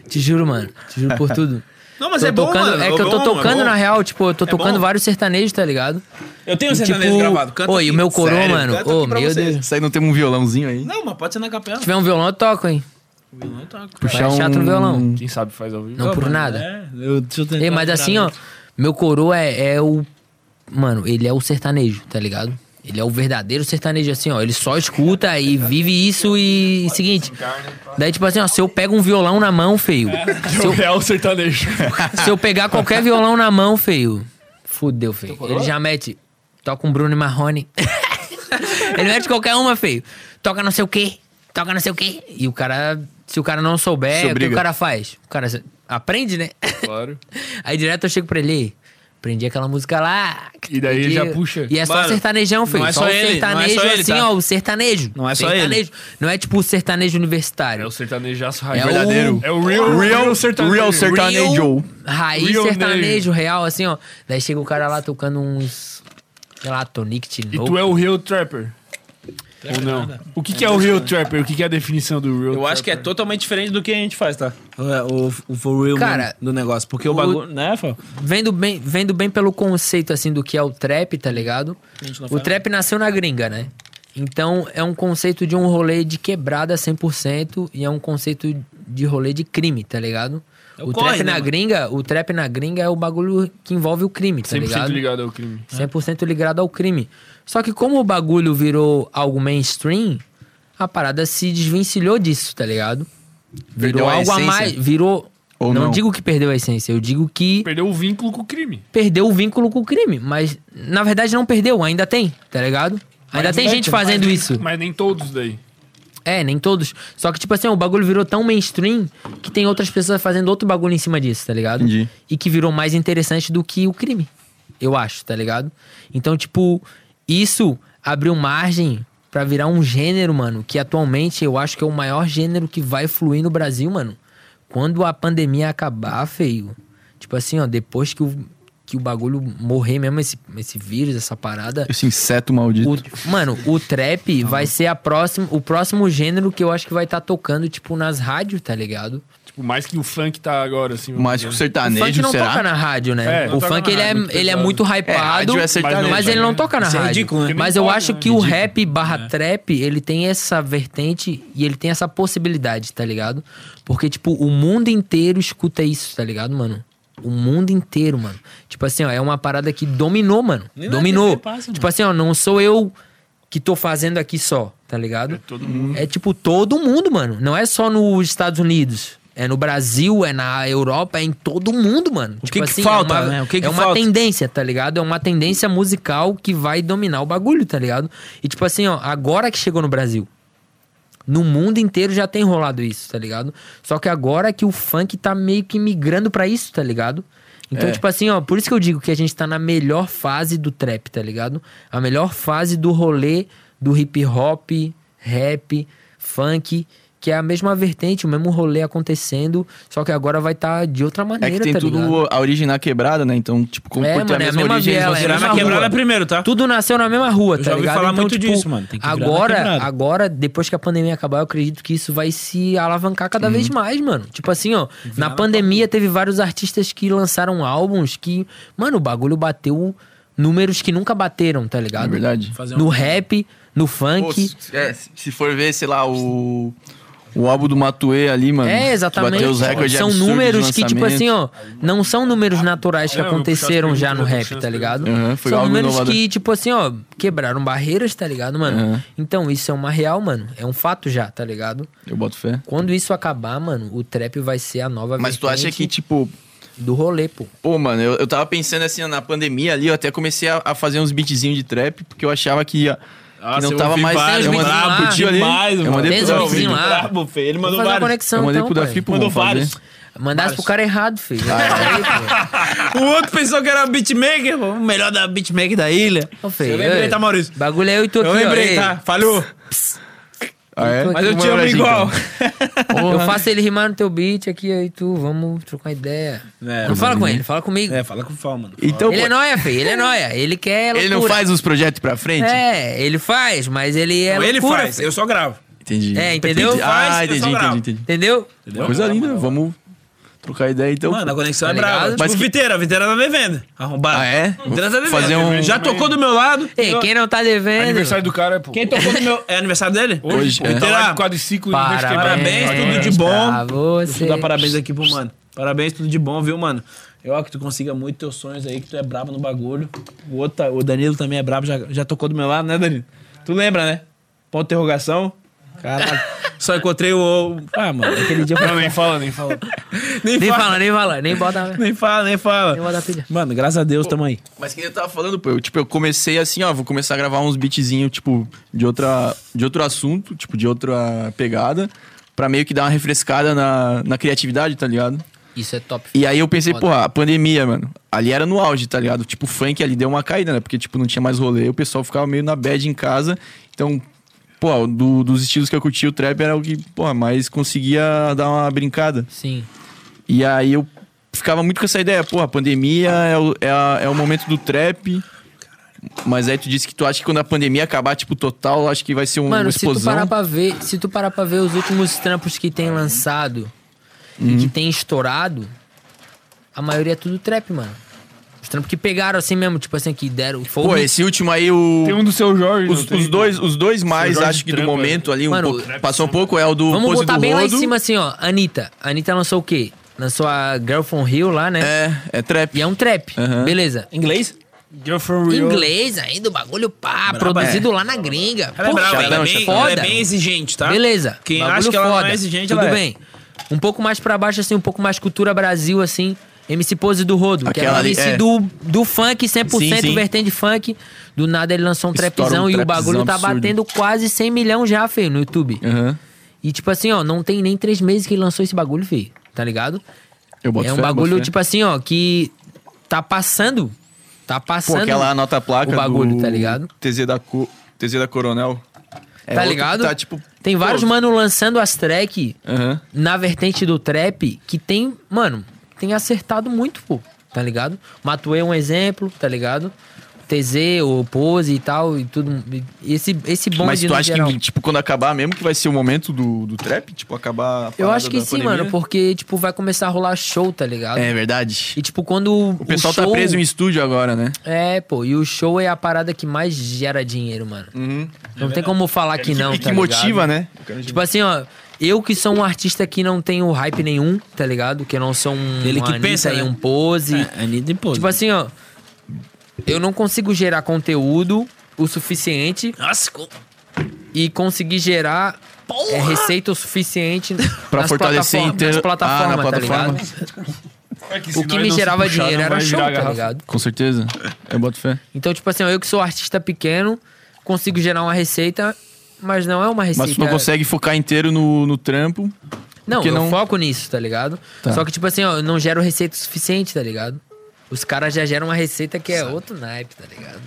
[SPEAKER 4] Te juro, mano. Te juro por tudo.
[SPEAKER 3] Não, mas
[SPEAKER 4] Tô
[SPEAKER 3] é bom,
[SPEAKER 4] tocando-
[SPEAKER 3] mano.
[SPEAKER 4] É que eu tô
[SPEAKER 3] bom,
[SPEAKER 4] tocando
[SPEAKER 3] é bom.
[SPEAKER 4] na real, tipo, eu tô tocando
[SPEAKER 3] bom.
[SPEAKER 4] vários sertanejos, tá ligado?
[SPEAKER 3] Eu tenho
[SPEAKER 4] E, tipo,
[SPEAKER 3] um sertanejo gravado. Canta
[SPEAKER 4] Pô, e
[SPEAKER 3] aqui.
[SPEAKER 4] o meu coroa,
[SPEAKER 3] Sério,
[SPEAKER 4] mano.
[SPEAKER 3] canta
[SPEAKER 4] Ô,
[SPEAKER 3] aqui pra
[SPEAKER 4] meu
[SPEAKER 3] vocês.
[SPEAKER 4] Deus.
[SPEAKER 1] Isso aí não tem um violãozinho aí?
[SPEAKER 3] Não, mas pode ser na capela.
[SPEAKER 4] Se tiver um violão, eu toco, hein?
[SPEAKER 1] Puxar
[SPEAKER 4] Vai chato no violão.
[SPEAKER 2] Quem sabe faz ao vivo.
[SPEAKER 4] Não por nada.
[SPEAKER 3] um É, eu, deixa eu tentar
[SPEAKER 4] Ei, mas
[SPEAKER 3] tirar
[SPEAKER 4] assim, ó, meu coroa é, é o. Mano, ele é o sertanejo, tá ligado? Ele é o verdadeiro sertanejo, assim, ó. Ele só escuta e vive isso e. Seguinte. Daí, tipo assim, ó, se eu pego um violão na mão, feio. Se eu,
[SPEAKER 2] Real É sertanejo.
[SPEAKER 4] se eu pegar qualquer violão na mão, feio. Fudeu, feio. Ele já mete. Toca um Bruno e Marrone. ele mete qualquer uma, feio. Toca não sei o quê. Toca não sei o quê. E o cara. Se o cara não souber,
[SPEAKER 1] Se
[SPEAKER 4] o que o
[SPEAKER 1] obriga.
[SPEAKER 4] cara faz? O cara aprende, né?
[SPEAKER 2] Claro.
[SPEAKER 4] Aí direto eu chego pra ele, aprendi aquela música lá.
[SPEAKER 2] E daí ele já puxa.
[SPEAKER 4] E é só
[SPEAKER 3] Mano,
[SPEAKER 4] sertanejão, filho.
[SPEAKER 3] não é
[SPEAKER 4] só,
[SPEAKER 3] só
[SPEAKER 4] o
[SPEAKER 3] ele, não é
[SPEAKER 4] sertanejo,
[SPEAKER 3] só ele,
[SPEAKER 4] assim,
[SPEAKER 3] tá?
[SPEAKER 4] ó, o sertanejo.
[SPEAKER 3] Não é só
[SPEAKER 4] sertanejo. Não é tipo o sertanejo universitário.
[SPEAKER 2] É o sertanejaço
[SPEAKER 4] É
[SPEAKER 2] raiz.
[SPEAKER 4] o-
[SPEAKER 1] Verdadeiro.
[SPEAKER 2] É o real,
[SPEAKER 1] Real
[SPEAKER 2] sertanejo.
[SPEAKER 1] Real sertanejo. sertanejo.
[SPEAKER 4] Raiz
[SPEAKER 2] Real
[SPEAKER 4] sertanejo, real, assim, ó. Daí chega o cara lá tocando uns. Sei lá, Tonic
[SPEAKER 2] E
[SPEAKER 4] Tinoco.
[SPEAKER 2] tu é o real trapper. Ou não? O que, que é o real trapper? O que, que é a definição do real
[SPEAKER 3] Eu acho que é totalmente diferente do que a gente faz, tá? O, o, o for real
[SPEAKER 4] Cara,
[SPEAKER 3] mesmo do negócio. Porque o, bagulho. Né, Fal?
[SPEAKER 4] Vendo bem, vendo bem pelo conceito, assim, do que é o trap, tá ligado? O trap nasceu na gringa, né? Então, é um conceito de um rolê de quebrada 100% e é um conceito de rolê de crime, tá ligado?
[SPEAKER 3] É o
[SPEAKER 4] o
[SPEAKER 3] corre,
[SPEAKER 4] trap
[SPEAKER 3] né,
[SPEAKER 4] na
[SPEAKER 3] mano?
[SPEAKER 4] gringa, o trap na gringa é o bagulho que envolve o crime, tá
[SPEAKER 2] 100%
[SPEAKER 4] ligado?
[SPEAKER 2] ligado ao crime.
[SPEAKER 3] né?
[SPEAKER 4] 100% ligado ao crime. Só que como o bagulho virou algo mainstream, a parada se desvencilhou disso, tá ligado?
[SPEAKER 1] Perdeu
[SPEAKER 4] Virou
[SPEAKER 1] a
[SPEAKER 4] algo a
[SPEAKER 1] essência.
[SPEAKER 4] mais, virou
[SPEAKER 1] Ou
[SPEAKER 4] não
[SPEAKER 1] não.
[SPEAKER 4] digo que perdeu a essência, eu digo que
[SPEAKER 2] Perdeu o vínculo com o crime.
[SPEAKER 4] perdeu o vínculo com o crime. Mas, na verdade, não perdeu, ainda tem, tá ligado? Ainda tem gente fazendo isso.
[SPEAKER 2] Mas nem todos daí.
[SPEAKER 4] É, nem todos. Só que, tipo assim, o bagulho virou tão mainstream que tem outras pessoas fazendo outro bagulho em cima disso, tá ligado?
[SPEAKER 1] Entendi.
[SPEAKER 4] E que virou mais interessante do que o crime, eu acho, tá ligado? Então, tipo, isso abriu margem pra virar um gênero, mano, que atualmente eu acho que é o maior gênero que vai fluir no Brasil, mano. Quando a pandemia acabar, feio. Tipo assim, ó, depois que o, que o bagulho morrer mesmo, esse, esse vírus, essa parada.
[SPEAKER 1] Esse inseto maldito.
[SPEAKER 4] O- mano, o trap vai ser a próxima, o próximo gênero que eu acho que vai estar tocando, tipo, nas rádios, tá ligado?
[SPEAKER 2] Tipo, mais que o funk tá agora, assim. vamos
[SPEAKER 1] Mas
[SPEAKER 2] dizer.
[SPEAKER 1] o
[SPEAKER 4] O funk
[SPEAKER 1] sertanejo,
[SPEAKER 4] não
[SPEAKER 1] Ah, será?
[SPEAKER 4] toca na rádio, né?
[SPEAKER 2] É, não
[SPEAKER 4] o
[SPEAKER 2] toca
[SPEAKER 4] funk,
[SPEAKER 2] na
[SPEAKER 4] ele é,
[SPEAKER 2] rádio, muito
[SPEAKER 4] ele é
[SPEAKER 2] pesado.
[SPEAKER 4] muito
[SPEAKER 1] É,
[SPEAKER 4] hypado,
[SPEAKER 1] rádio é sertanejo,
[SPEAKER 4] mas ele né? não toca na
[SPEAKER 3] Isso é
[SPEAKER 4] rádio.
[SPEAKER 3] ridículo, né?
[SPEAKER 4] Mas
[SPEAKER 2] Não
[SPEAKER 4] eu
[SPEAKER 2] pode,
[SPEAKER 4] acho
[SPEAKER 2] né?
[SPEAKER 4] que o rap barra
[SPEAKER 5] É.
[SPEAKER 4] trap, ele tem essa vertente e ele tem essa possibilidade, tá ligado? Porque, tipo, o mundo inteiro escuta isso, tá ligado, mano? O mundo inteiro, mano. Tipo assim, ó, é uma parada que dominou, mano.
[SPEAKER 5] Nem na
[SPEAKER 4] dominou.
[SPEAKER 5] TV passa, mano.
[SPEAKER 4] tipo assim, ó, não sou eu que tô fazendo aqui só, tá ligado? É todo mundo. É tipo todo mundo, mano. Não é só nos Estados Unidos. É no Brasil, é na Europa, é em todo mundo, mano.
[SPEAKER 5] que que falta, né? O que que
[SPEAKER 4] Tipo é uma
[SPEAKER 5] falta?
[SPEAKER 4] tendência, tá ligado? É uma tendência musical que vai dominar o bagulho, tá ligado? E tipo assim, ó, agora que chegou no Brasil. No mundo inteiro já tem rolado isso, tá ligado? Só que agora que o funk tá meio que migrando pra isso, tá ligado? Então,
[SPEAKER 5] É.
[SPEAKER 4] tipo assim, ó, por isso que eu digo que a gente tá na melhor fase do trap, tá ligado? A melhor fase do rolê do hip hop, rap, funk, que é a mesma vertente, o mesmo rolê acontecendo, só que agora vai tá de outra
[SPEAKER 1] É
[SPEAKER 4] maneira,
[SPEAKER 1] que tem
[SPEAKER 4] tá
[SPEAKER 1] tudo
[SPEAKER 4] ligado?
[SPEAKER 1] a origem na quebrada, né? Então, tipo, como
[SPEAKER 4] É,
[SPEAKER 1] por ter
[SPEAKER 4] mano, é a
[SPEAKER 1] a mesma
[SPEAKER 4] mesma
[SPEAKER 1] origem, eles
[SPEAKER 4] viela,
[SPEAKER 1] vão
[SPEAKER 4] é
[SPEAKER 1] ser
[SPEAKER 4] a
[SPEAKER 5] Virar
[SPEAKER 1] a mesma
[SPEAKER 5] na
[SPEAKER 4] mesma
[SPEAKER 1] rua.
[SPEAKER 5] quebrada primeiro, tá?
[SPEAKER 4] Tudo nasceu na mesma rua,
[SPEAKER 5] Eu
[SPEAKER 4] tá
[SPEAKER 5] já ouvi
[SPEAKER 4] ligado?
[SPEAKER 5] falar
[SPEAKER 4] então,
[SPEAKER 5] muito
[SPEAKER 4] tipo,
[SPEAKER 5] disso, mano. Tem que virar na
[SPEAKER 4] agora,
[SPEAKER 5] quebrada.
[SPEAKER 4] agora, depois que a pandemia acabar, eu acredito que isso vai se alavancar cada vez mais, mano. Tipo assim, ó, na pandemia teve vários artistas que lançaram álbuns que, mano, o bagulho bateu números que nunca bateram, tá ligado?
[SPEAKER 1] É verdade.
[SPEAKER 5] Fazer
[SPEAKER 4] No
[SPEAKER 5] um-
[SPEAKER 4] rap, no
[SPEAKER 1] Pô,
[SPEAKER 4] funk.
[SPEAKER 1] se- é, se for ver, sei lá, o. O álbum do Matuê ali, mano. que
[SPEAKER 4] É, exatamente.
[SPEAKER 1] Tipo, Bateu os recordes
[SPEAKER 4] são
[SPEAKER 1] absurdos de
[SPEAKER 4] números que, tipo
[SPEAKER 1] lançamento.
[SPEAKER 4] assim, ó, não são
[SPEAKER 3] Ah,
[SPEAKER 4] números naturais que
[SPEAKER 2] Não, eu vou puxar as
[SPEAKER 4] aconteceram já no
[SPEAKER 2] perguntas,
[SPEAKER 4] rap,
[SPEAKER 2] vou puxar
[SPEAKER 4] tá
[SPEAKER 2] as
[SPEAKER 4] ligado?
[SPEAKER 1] Aham, foi
[SPEAKER 4] são
[SPEAKER 1] algo
[SPEAKER 4] números
[SPEAKER 1] inovador.
[SPEAKER 4] que, tipo assim, ó, quebraram barreiras, tá ligado, mano?
[SPEAKER 1] Aham.
[SPEAKER 4] Então, isso é uma real, mano. É um fato já, tá ligado?
[SPEAKER 1] Eu boto fé.
[SPEAKER 4] Quando isso acabar, mano, o trap vai ser a nova
[SPEAKER 1] Mas tu acha que,
[SPEAKER 4] vertente
[SPEAKER 1] tipo,
[SPEAKER 4] do rolê, pô.
[SPEAKER 1] Pô, mano, eu, eu tava pensando assim, na pandemia ali, eu até comecei a, a fazer uns beatzinhos de trap, porque eu achava que, ia- que
[SPEAKER 3] Nossa,
[SPEAKER 1] não
[SPEAKER 3] eu
[SPEAKER 1] tava
[SPEAKER 3] Ah, ouvi
[SPEAKER 1] mais...
[SPEAKER 3] vários,
[SPEAKER 1] eu mandei
[SPEAKER 4] brabo
[SPEAKER 1] pro tio ali,
[SPEAKER 3] demais,
[SPEAKER 1] eu
[SPEAKER 3] mano.
[SPEAKER 1] mandei
[SPEAKER 4] Tem
[SPEAKER 1] pro
[SPEAKER 4] uns
[SPEAKER 1] Dafi,
[SPEAKER 4] beatzinhos lá.
[SPEAKER 3] Brabo, filho. Ele
[SPEAKER 4] Vamos
[SPEAKER 3] mandou
[SPEAKER 4] fazer uma
[SPEAKER 3] vários.
[SPEAKER 4] conexão,
[SPEAKER 1] eu mandei
[SPEAKER 4] então,
[SPEAKER 1] pro Dafi,
[SPEAKER 4] pai.
[SPEAKER 1] pô,
[SPEAKER 3] Mandou
[SPEAKER 1] vamos fazer.
[SPEAKER 3] vários.
[SPEAKER 4] Mandasse pro cara errado, filho. Aí,
[SPEAKER 3] O outro pensou que era beatmaker, pô, o melhor da beatmaker da ilha.
[SPEAKER 4] pô. Ô, filho,
[SPEAKER 3] Eu lembrei,
[SPEAKER 4] ei,
[SPEAKER 3] tá, Maurício?
[SPEAKER 4] Bagulho é eu e tu aqui,
[SPEAKER 3] Eu
[SPEAKER 4] ó,
[SPEAKER 3] lembrei,
[SPEAKER 4] ei.
[SPEAKER 3] tá? Falhou.
[SPEAKER 1] Ah, é?
[SPEAKER 4] Mas
[SPEAKER 3] Mas eu te amo igual.
[SPEAKER 4] Eu faço ele rimar no teu beat aqui, aí tu, vamos trocar ideia.
[SPEAKER 3] É,
[SPEAKER 4] não fala com ele, fala comigo.
[SPEAKER 3] É, fala com o Fal, mano.
[SPEAKER 1] Então,
[SPEAKER 4] ele
[SPEAKER 1] pô,
[SPEAKER 4] é nóia, filho, ele é nóia. Ele quer
[SPEAKER 1] ele
[SPEAKER 4] loucura.
[SPEAKER 1] não faz os projetos pra frente?
[SPEAKER 4] É, ele faz, mas ele é
[SPEAKER 3] Não, ele
[SPEAKER 4] loucura,
[SPEAKER 3] faz,
[SPEAKER 4] filho.
[SPEAKER 3] eu só gravo.
[SPEAKER 1] Entendi.
[SPEAKER 4] É, entendeu?
[SPEAKER 1] Entendi.
[SPEAKER 3] Faz,
[SPEAKER 1] Ah,
[SPEAKER 3] eu só
[SPEAKER 1] entendi,
[SPEAKER 3] gravo.
[SPEAKER 1] entendi, entendi.
[SPEAKER 4] Entendeu?
[SPEAKER 3] Entendeu?
[SPEAKER 1] Coisa linda, vamos trocar ideia então.
[SPEAKER 3] Mano, a conexão
[SPEAKER 4] Tá
[SPEAKER 3] é brava.
[SPEAKER 4] ligado?
[SPEAKER 3] Tipo,
[SPEAKER 1] Mas que-
[SPEAKER 3] Viteira, Viteira tá devendo. Arrombado.
[SPEAKER 1] Ah, é?
[SPEAKER 3] Viteira tá devendo.
[SPEAKER 1] Fazer um-
[SPEAKER 3] Já tocou do meu lado.
[SPEAKER 4] Ei, quem não tá devendo?
[SPEAKER 2] Aniversário do cara, pô.
[SPEAKER 3] Quem tocou do meu... É aniversário dele?
[SPEAKER 1] Hoje,
[SPEAKER 2] Ele
[SPEAKER 1] é.
[SPEAKER 2] tá lá
[SPEAKER 3] Terá.
[SPEAKER 2] de quadriciclo
[SPEAKER 4] Parabéns,
[SPEAKER 3] Parabéns, tá tudo de
[SPEAKER 4] pra
[SPEAKER 3] bom. Deixa
[SPEAKER 4] você.
[SPEAKER 3] eu dar parabéns aqui pro mano. Parabéns, tudo de bom, viu, mano? Eu ó, que tu consiga muito teus sonhos aí, que tu é brabo no bagulho. O outro, tá- o Danilo também é brabo, já, já tocou do meu lado, né, Danilo? Tu lembra, né? Ponto de interrogação. Caralho. Só encontrei o. Ah, mano, aquele dia.
[SPEAKER 2] Não, nem fala, nem fala.
[SPEAKER 3] nem,
[SPEAKER 4] Nem
[SPEAKER 3] fala,
[SPEAKER 4] fala, nem fala, nem bota.
[SPEAKER 3] nem fala, nem fala.
[SPEAKER 4] Eu vou dar pilha.
[SPEAKER 3] Mano, graças a Deus, tamo aí.
[SPEAKER 1] Mas quem eu tava falando, pô, eu, tipo, eu comecei assim, ó, vou começar a gravar uns beatzinhos, tipo, de, outra, de outro assunto, tipo, de outra pegada, pra meio que dar uma refrescada na, na criatividade, tá ligado?
[SPEAKER 4] Isso é top.
[SPEAKER 1] E aí eu pensei,
[SPEAKER 4] Foda.
[SPEAKER 1] pô, a pandemia, mano, ali era no auge, tá ligado? Tipo, o funk ali deu uma caída, né? Porque, tipo, não tinha mais rolê, o pessoal ficava meio na bad em casa, então... Pô, do- dos estilos que eu curti, o trap era o que, pô, mais conseguia dar uma brincada.
[SPEAKER 4] Sim.
[SPEAKER 1] E aí eu ficava muito com essa ideia, pô, a pandemia é o, é a- é o momento do trap. Mas aí tu disse que tu acha que quando a pandemia acabar, tipo, total, acho que vai ser um- uma
[SPEAKER 4] Mano, se tu
[SPEAKER 1] explosão.
[SPEAKER 4] parar pra ver, se tu parar pra ver os últimos trampos que tem lançado e
[SPEAKER 3] Uhum.
[SPEAKER 4] que tem estourado, a maioria é tudo trap, mano. Os trampos que pegaram assim mesmo, tipo assim, que deram fogo.
[SPEAKER 1] Pô, esse último aí, o.
[SPEAKER 2] Tem um do seu Jorge.
[SPEAKER 1] Os,
[SPEAKER 2] não tem?
[SPEAKER 1] os dois, os dois mais,
[SPEAKER 2] Jorge
[SPEAKER 1] acho que do
[SPEAKER 2] Trampa.
[SPEAKER 1] momento ali, um
[SPEAKER 4] Mano,
[SPEAKER 1] pouco- passou um pouco, é o do
[SPEAKER 4] Vamos
[SPEAKER 1] Pose
[SPEAKER 4] botar
[SPEAKER 1] do
[SPEAKER 4] bem lá em
[SPEAKER 1] Rodo.
[SPEAKER 4] cima assim, ó. Anitta. Anitta lançou o quê? Lançou a Girl from Hill lá, né?
[SPEAKER 1] É, é trap.
[SPEAKER 4] E é um trap.
[SPEAKER 1] Aham.
[SPEAKER 4] Beleza.
[SPEAKER 3] Inglês?
[SPEAKER 2] Girl from Rio.
[SPEAKER 4] Inglês ainda, o bagulho pá, produzido lá na gringa.
[SPEAKER 3] Ela é
[SPEAKER 4] Pô,
[SPEAKER 3] brava, ela é,
[SPEAKER 1] chatão,
[SPEAKER 3] bem,
[SPEAKER 1] chatão.
[SPEAKER 3] ela é
[SPEAKER 4] foda.
[SPEAKER 3] bem exigente, tá?
[SPEAKER 4] Beleza.
[SPEAKER 3] Quem
[SPEAKER 4] Bagulho
[SPEAKER 3] acha que ela não
[SPEAKER 4] foda.
[SPEAKER 3] é exigente,
[SPEAKER 4] Tudo
[SPEAKER 3] ela é.
[SPEAKER 4] bem. Um pouco mais pra baixo, assim, um pouco mais cultura Brasil, assim. MC Pose do Rodo, que era
[SPEAKER 1] Aquela ali,
[SPEAKER 4] MC
[SPEAKER 1] é.
[SPEAKER 4] do, do funk, 100%
[SPEAKER 1] Sim, sim.
[SPEAKER 4] vertente funk. Do nada ele lançou um
[SPEAKER 1] Estoura um
[SPEAKER 4] trapzão e o
[SPEAKER 1] trapzão
[SPEAKER 4] bagulho tá
[SPEAKER 1] absurdo.
[SPEAKER 4] batendo quase 100 milhões já, feio, no YouTube.
[SPEAKER 1] Aham.
[SPEAKER 4] E tipo assim, ó, não tem nem três meses que ele lançou esse bagulho, feio, tá ligado?
[SPEAKER 1] Eu boto
[SPEAKER 4] é um
[SPEAKER 1] fé, eu boto
[SPEAKER 4] bagulho,
[SPEAKER 1] fé.
[SPEAKER 4] tipo assim, ó, que tá passando. Tá
[SPEAKER 1] Pô,
[SPEAKER 4] passando.
[SPEAKER 1] aquela nota placa
[SPEAKER 4] o bagulho,
[SPEAKER 1] do
[SPEAKER 4] tá ligado?
[SPEAKER 1] TZ da, Co... TZ da Coronel. É
[SPEAKER 4] tá
[SPEAKER 1] outro que
[SPEAKER 4] ligado?
[SPEAKER 1] Tá, tipo...
[SPEAKER 4] tem vários
[SPEAKER 1] pô,
[SPEAKER 4] mano lançando as track
[SPEAKER 1] Aham.
[SPEAKER 4] na vertente do trap que tem, mano, tem acertado muito, pô, tá ligado? Matuei é um exemplo, tá ligado? TZ, o Pose e tal, e tudo. e Esse, esse bonde
[SPEAKER 1] Mas tu
[SPEAKER 4] no
[SPEAKER 1] acha
[SPEAKER 4] geral.
[SPEAKER 1] que, tipo, quando acabar mesmo que vai ser o momento do, do trap? Tipo, acabar a
[SPEAKER 4] Eu
[SPEAKER 1] parada
[SPEAKER 4] acho que
[SPEAKER 1] da
[SPEAKER 4] sim,
[SPEAKER 1] pandemia?
[SPEAKER 4] mano, porque, tipo, vai começar a rolar show, tá ligado?
[SPEAKER 1] É verdade.
[SPEAKER 4] E, tipo, quando.
[SPEAKER 1] O pessoal tá preso em estúdio agora, né?
[SPEAKER 4] É, pô, e o show é a parada que mais gera dinheiro, mano.
[SPEAKER 1] Uhum.
[SPEAKER 2] É
[SPEAKER 4] Não tem como falar
[SPEAKER 2] tipo,
[SPEAKER 4] que não,
[SPEAKER 1] e que
[SPEAKER 4] tá ligado?
[SPEAKER 1] motiva, né?
[SPEAKER 4] Tipo assim, ó, eu que sou um artista que não tenho hype nenhum, tá ligado? Que eu não sou um
[SPEAKER 5] Ele que
[SPEAKER 4] Anitta
[SPEAKER 5] pensa,
[SPEAKER 4] e
[SPEAKER 5] né?
[SPEAKER 4] um pose.
[SPEAKER 5] É, Anitta e Pose.
[SPEAKER 4] Tipo assim, ó, eu não consigo gerar conteúdo o suficiente
[SPEAKER 5] Nossa, co-
[SPEAKER 4] e conseguir gerar é, receita o suficiente
[SPEAKER 1] Pra
[SPEAKER 4] nas
[SPEAKER 1] fortalecer
[SPEAKER 4] plataformas,
[SPEAKER 1] inteiro-
[SPEAKER 4] nas
[SPEAKER 1] Ah,
[SPEAKER 4] plataformas,
[SPEAKER 1] na
[SPEAKER 4] tá
[SPEAKER 1] plataforma.
[SPEAKER 4] ligado?
[SPEAKER 2] É que
[SPEAKER 4] O
[SPEAKER 2] se
[SPEAKER 4] que
[SPEAKER 2] nós
[SPEAKER 4] me
[SPEAKER 2] não se
[SPEAKER 4] gerava
[SPEAKER 2] puxar,
[SPEAKER 4] dinheiro
[SPEAKER 2] não
[SPEAKER 4] era
[SPEAKER 2] vai
[SPEAKER 4] show,
[SPEAKER 2] virar
[SPEAKER 4] tá
[SPEAKER 2] garrafa.
[SPEAKER 4] ligado?
[SPEAKER 1] Com certeza. Eu boto fé.
[SPEAKER 4] Então, tipo assim, ó, eu que sou artista pequeno, consigo gerar uma receita, mas não é uma receita.
[SPEAKER 1] Mas tu não consegue focar inteiro no, no trampo.
[SPEAKER 4] Não,
[SPEAKER 1] porque
[SPEAKER 4] eu
[SPEAKER 1] não-
[SPEAKER 4] foco nisso, tá ligado?
[SPEAKER 1] Tá.
[SPEAKER 4] Só que, tipo assim, ó, eu não gero receita o suficiente, tá ligado? Os caras já geram uma receita que é outro naipe, tá ligado?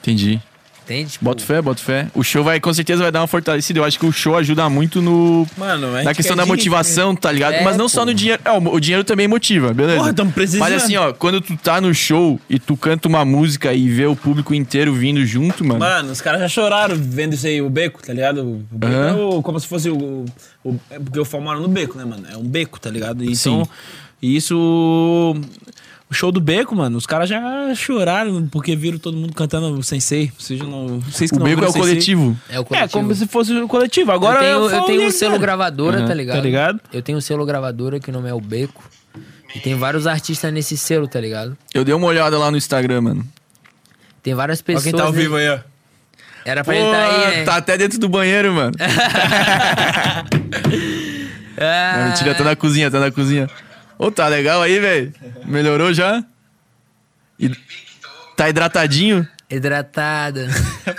[SPEAKER 1] Entendi.
[SPEAKER 4] Entende? Tipo,
[SPEAKER 1] Boto fé, boto fé. O show vai, com certeza, vai dar uma fortalecida. Eu acho que o show ajuda muito no.
[SPEAKER 3] Mano, a gente né?
[SPEAKER 1] Na questão
[SPEAKER 3] quer
[SPEAKER 1] da
[SPEAKER 3] dinheiro.
[SPEAKER 1] motivação, tá ligado?
[SPEAKER 4] É,
[SPEAKER 1] Mas não só
[SPEAKER 4] pô.
[SPEAKER 1] no dinheiro. É, o o dinheiro também motiva, beleza?
[SPEAKER 3] Porra, tamo precisando.
[SPEAKER 1] Mas assim, ó, quando tu tá no show e tu canta uma música e vê o público inteiro vindo junto, mano.
[SPEAKER 3] Mano, os caras já choraram vendo isso aí, o beco, tá ligado? O beco
[SPEAKER 1] Aham.
[SPEAKER 3] é o- como se fosse o, o- É porque eu formaram no beco, né, mano? É um beco, tá ligado? Então,
[SPEAKER 1] Sim.
[SPEAKER 3] isso. O show do beco, mano, os caras já choraram porque viram todo mundo cantando o sensei. Vocês, não, vocês que
[SPEAKER 1] o
[SPEAKER 3] não
[SPEAKER 1] beco é
[SPEAKER 3] viram
[SPEAKER 1] o
[SPEAKER 3] Sensei.
[SPEAKER 1] coletivo.
[SPEAKER 4] é o
[SPEAKER 3] É,
[SPEAKER 4] coletivo.
[SPEAKER 3] como se fosse o coletivo. Agora
[SPEAKER 4] eu tenho,
[SPEAKER 3] foi
[SPEAKER 4] eu tenho um
[SPEAKER 3] Lil,
[SPEAKER 4] selo
[SPEAKER 3] né?
[SPEAKER 4] gravadora,
[SPEAKER 1] Uhum.
[SPEAKER 4] tá ligado?
[SPEAKER 3] Tá ligado?
[SPEAKER 4] Eu tenho um selo gravadora que o nome é o Beco. E tem vários artistas nesse selo, tá ligado?
[SPEAKER 1] Eu dei uma olhada lá no Instagram, mano.
[SPEAKER 4] Tem várias pessoas. né?
[SPEAKER 3] tá aí, ó.
[SPEAKER 4] Era pra ele tá aí, né?
[SPEAKER 1] tá até dentro do banheiro, mano.
[SPEAKER 4] Ah,
[SPEAKER 1] Não, mentira, tá na cozinha, tá na cozinha. Ô, tá legal aí, velho. Melhorou já? E- Tá hidratadinho?
[SPEAKER 4] hidratada.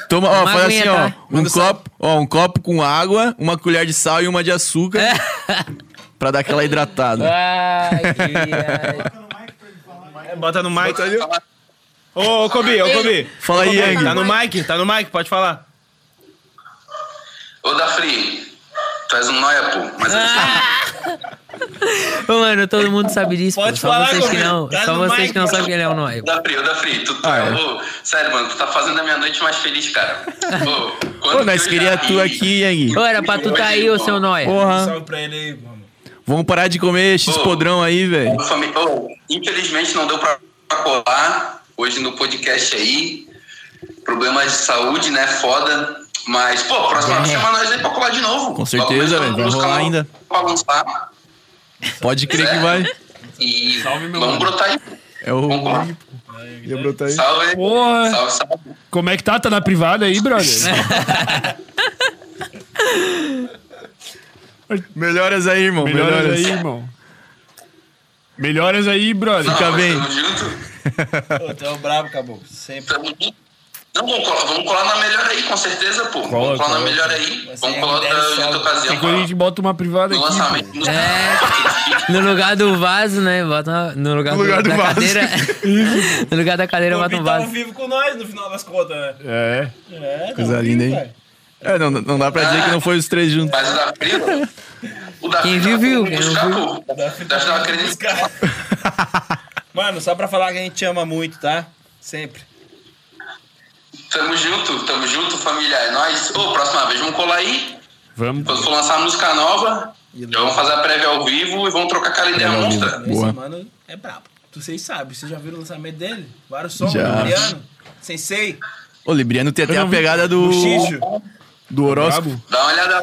[SPEAKER 1] Toma, ó,
[SPEAKER 4] Uma
[SPEAKER 1] faz
[SPEAKER 4] aguinha,
[SPEAKER 1] assim, ó.
[SPEAKER 4] tá?
[SPEAKER 1] Um copo, ó, um copo com água, uma colher de sal e uma de açúcar. pra dar aquela
[SPEAKER 4] É.
[SPEAKER 1] hidratada.
[SPEAKER 4] Ai, que- ai.
[SPEAKER 3] Bota no mic. Ô, ô, Kobe, ô, Kobe.
[SPEAKER 1] Fala aí, Yang.
[SPEAKER 3] Tá no mic, tá no mic, pode falar.
[SPEAKER 12] Ô, Dafri, tu és um noia, pô. Mas
[SPEAKER 1] É.
[SPEAKER 4] Ô, Mano, todo mundo sabe disso.
[SPEAKER 3] Pode
[SPEAKER 4] pô. Só
[SPEAKER 3] falar,
[SPEAKER 4] vocês que
[SPEAKER 3] Gabriel.
[SPEAKER 4] não,
[SPEAKER 3] Tá
[SPEAKER 4] só
[SPEAKER 3] no
[SPEAKER 4] vocês
[SPEAKER 3] mic,
[SPEAKER 4] que não
[SPEAKER 3] mano.
[SPEAKER 4] sabem que ele é o Noé.
[SPEAKER 12] Dafri, ô, Dafri, tu tá...
[SPEAKER 1] Ah, é.
[SPEAKER 12] ô, sério, mano, tu tá fazendo a minha noite mais feliz, cara. Ô, quando
[SPEAKER 1] Pô, nós
[SPEAKER 12] que eu
[SPEAKER 1] queria
[SPEAKER 12] já
[SPEAKER 1] tu
[SPEAKER 12] ri?
[SPEAKER 1] aqui, Yang.
[SPEAKER 4] Ô, era pra tu tá aí, ô seu Noé.
[SPEAKER 1] Porra.
[SPEAKER 3] pra ele aí, mano.
[SPEAKER 1] Vamos parar de comer esses
[SPEAKER 12] Ô.
[SPEAKER 1] podrão aí, velho.
[SPEAKER 12] Ô, fami- ô, infelizmente não deu pra pra colar hoje no podcast aí. Problemas de saúde, né? Foda. Mas, pô, próxima vez chama nós aí pra colar de novo.
[SPEAKER 1] É. Com certeza,
[SPEAKER 12] Logo
[SPEAKER 1] velho,
[SPEAKER 12] mesmo,
[SPEAKER 1] vai
[SPEAKER 12] música
[SPEAKER 1] rolar
[SPEAKER 12] nova
[SPEAKER 1] ainda.
[SPEAKER 12] Pra lançar.
[SPEAKER 1] Pode crer que vai.
[SPEAKER 12] E vamos brotar aí.
[SPEAKER 1] É o.
[SPEAKER 12] Vamos colar.
[SPEAKER 1] Ia brotar aí.
[SPEAKER 12] Salve.
[SPEAKER 2] Porra.
[SPEAKER 12] Salve, salve.
[SPEAKER 2] Como é que tá? Tá na privada aí, brother?
[SPEAKER 1] Melhoras aí, irmão. Melhoras,
[SPEAKER 2] Melhoras aí, irmão. Melhoras aí, brother.
[SPEAKER 1] Fica
[SPEAKER 12] Não,
[SPEAKER 1] bem.
[SPEAKER 12] Tamo junto.
[SPEAKER 3] Tão é brabo, acabou. Sempre.
[SPEAKER 12] Tamo junto. Não, vamos colar, vamos colar na melhor aí, com certeza, pô. vamos colar na melhor aí.
[SPEAKER 3] é
[SPEAKER 12] Vamos colar outra, de outra ocasião.
[SPEAKER 2] Quando a gente bota uma privada
[SPEAKER 12] No
[SPEAKER 2] aqui.
[SPEAKER 12] lançamento. no-
[SPEAKER 4] É. No lugar do vaso, né? Bota uma- no lugar,
[SPEAKER 1] No lugar
[SPEAKER 4] do, da
[SPEAKER 1] do vaso.
[SPEAKER 4] cadeira. no lugar da cadeira, bota um vaso.
[SPEAKER 3] vivo com nós no final das contas, né?
[SPEAKER 2] É.
[SPEAKER 1] Coisa linda, hein? É, não, não dá pra dizer que não foi os três juntos.
[SPEAKER 12] Mas o da Frida. O da
[SPEAKER 4] Quem
[SPEAKER 12] Frida
[SPEAKER 4] viu, viu. Quem não
[SPEAKER 12] buscar,
[SPEAKER 4] viu.
[SPEAKER 12] pô. O da Frida tava querendo buscar.
[SPEAKER 3] Mano, só pra falar que a gente te ama muito, tá? Sempre.
[SPEAKER 12] Tamo junto, tamo junto, família. É nóis. Ô, próxima vez vamos colar aí.
[SPEAKER 2] Vamos.
[SPEAKER 12] Quando for lançar música nova, já vamos fazer a prévia ao vivo e vamos trocar aquela ideia monstra.
[SPEAKER 2] Ah,
[SPEAKER 1] Boa.
[SPEAKER 3] Esse mano é brabo. Tu Vocês sabem, vocês já viram o lançamento dele? Vários sons,
[SPEAKER 1] Já.
[SPEAKER 3] Mariano, Sensei,
[SPEAKER 1] Ô, Libriano tem até a pegada do.
[SPEAKER 3] Xixo.
[SPEAKER 1] Do horóscopo.
[SPEAKER 12] Dá uma olhada lá,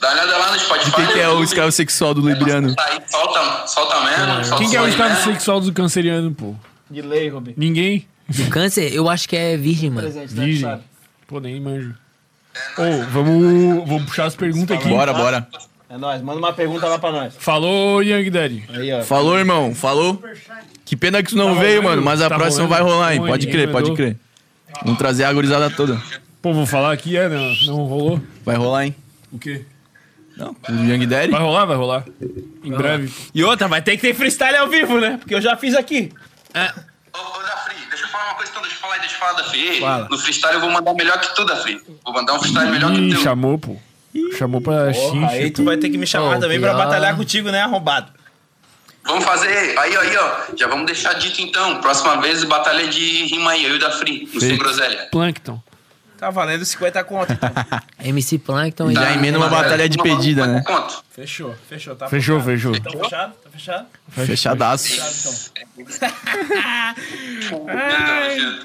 [SPEAKER 12] dá uma olhada lá no Spotify.
[SPEAKER 1] Quem que é o
[SPEAKER 12] YouTube.
[SPEAKER 1] escravo sexual do Libriano?
[SPEAKER 12] Tá aí, solta, solta mesmo. solta
[SPEAKER 2] Quem que é o
[SPEAKER 12] aí né?
[SPEAKER 2] estado
[SPEAKER 12] mesmo.
[SPEAKER 2] sexual do canceriano, pô?
[SPEAKER 3] Delay, Robin.
[SPEAKER 2] Ninguém?
[SPEAKER 4] Do câncer, eu acho que é virgem, mano.
[SPEAKER 7] tá
[SPEAKER 2] É, Virgem. Pô, nem manjo. Ô, vamos, vamos puxar as perguntas aqui.
[SPEAKER 1] Bora, bora.
[SPEAKER 13] É nóis, manda uma pergunta lá pra nós.
[SPEAKER 2] Falou, Young Daddy.
[SPEAKER 13] Aí, ó.
[SPEAKER 1] Falou, irmão. Falou. Que pena que tu não
[SPEAKER 2] Tá
[SPEAKER 1] veio,
[SPEAKER 2] rolando,
[SPEAKER 1] mano. Mas a
[SPEAKER 2] tá
[SPEAKER 1] próxima
[SPEAKER 2] rolando.
[SPEAKER 1] vai rolar, hein? Pode
[SPEAKER 2] Oi,
[SPEAKER 1] crer, pode
[SPEAKER 2] mandou.
[SPEAKER 1] crer. Vamos trazer a gurizada toda.
[SPEAKER 2] Pô, vou falar aqui, é, não, não rolou.
[SPEAKER 1] Vai rolar, hein?
[SPEAKER 2] O quê?
[SPEAKER 1] Não, o Young Daddy.
[SPEAKER 2] Vai rolar, vai rolar. Em breve.
[SPEAKER 3] E outra, vai ter que ter freestyle ao vivo, né? Porque eu já fiz aqui.
[SPEAKER 12] Ô, ô Dafri, deixa eu falar uma coisa então, deixa eu falar, deixa eu falar, Dafri. No freestyle eu vou mandar melhor que tu, Dafri. Vou mandar um freestyle melhor que
[SPEAKER 2] Ih,
[SPEAKER 12] o teu.
[SPEAKER 2] chamou, pô. Chamou pra
[SPEAKER 3] Aí
[SPEAKER 2] xincha.
[SPEAKER 3] tu vai ter que me chamar
[SPEAKER 4] Ô,
[SPEAKER 3] também
[SPEAKER 4] pior.
[SPEAKER 3] pra batalhar contigo, né, arrombado?
[SPEAKER 12] Vamos fazer. Aí, ó, aí, ó. Já vamos deixar dito então. Próxima vez, batalha de rima aí, eu e o Dafri, no Sem Groselha.
[SPEAKER 2] Plankton.
[SPEAKER 3] Tá valendo 50 conto, então.
[SPEAKER 4] MC Plankton é e...
[SPEAKER 1] Já emenda uma batalha de pedida, né?
[SPEAKER 12] Conto.
[SPEAKER 3] Fechou, fechou, tá?
[SPEAKER 2] Fechou, fechou.
[SPEAKER 3] Tá fechado? Tá fechado?
[SPEAKER 1] Fechadaço.
[SPEAKER 2] Tá,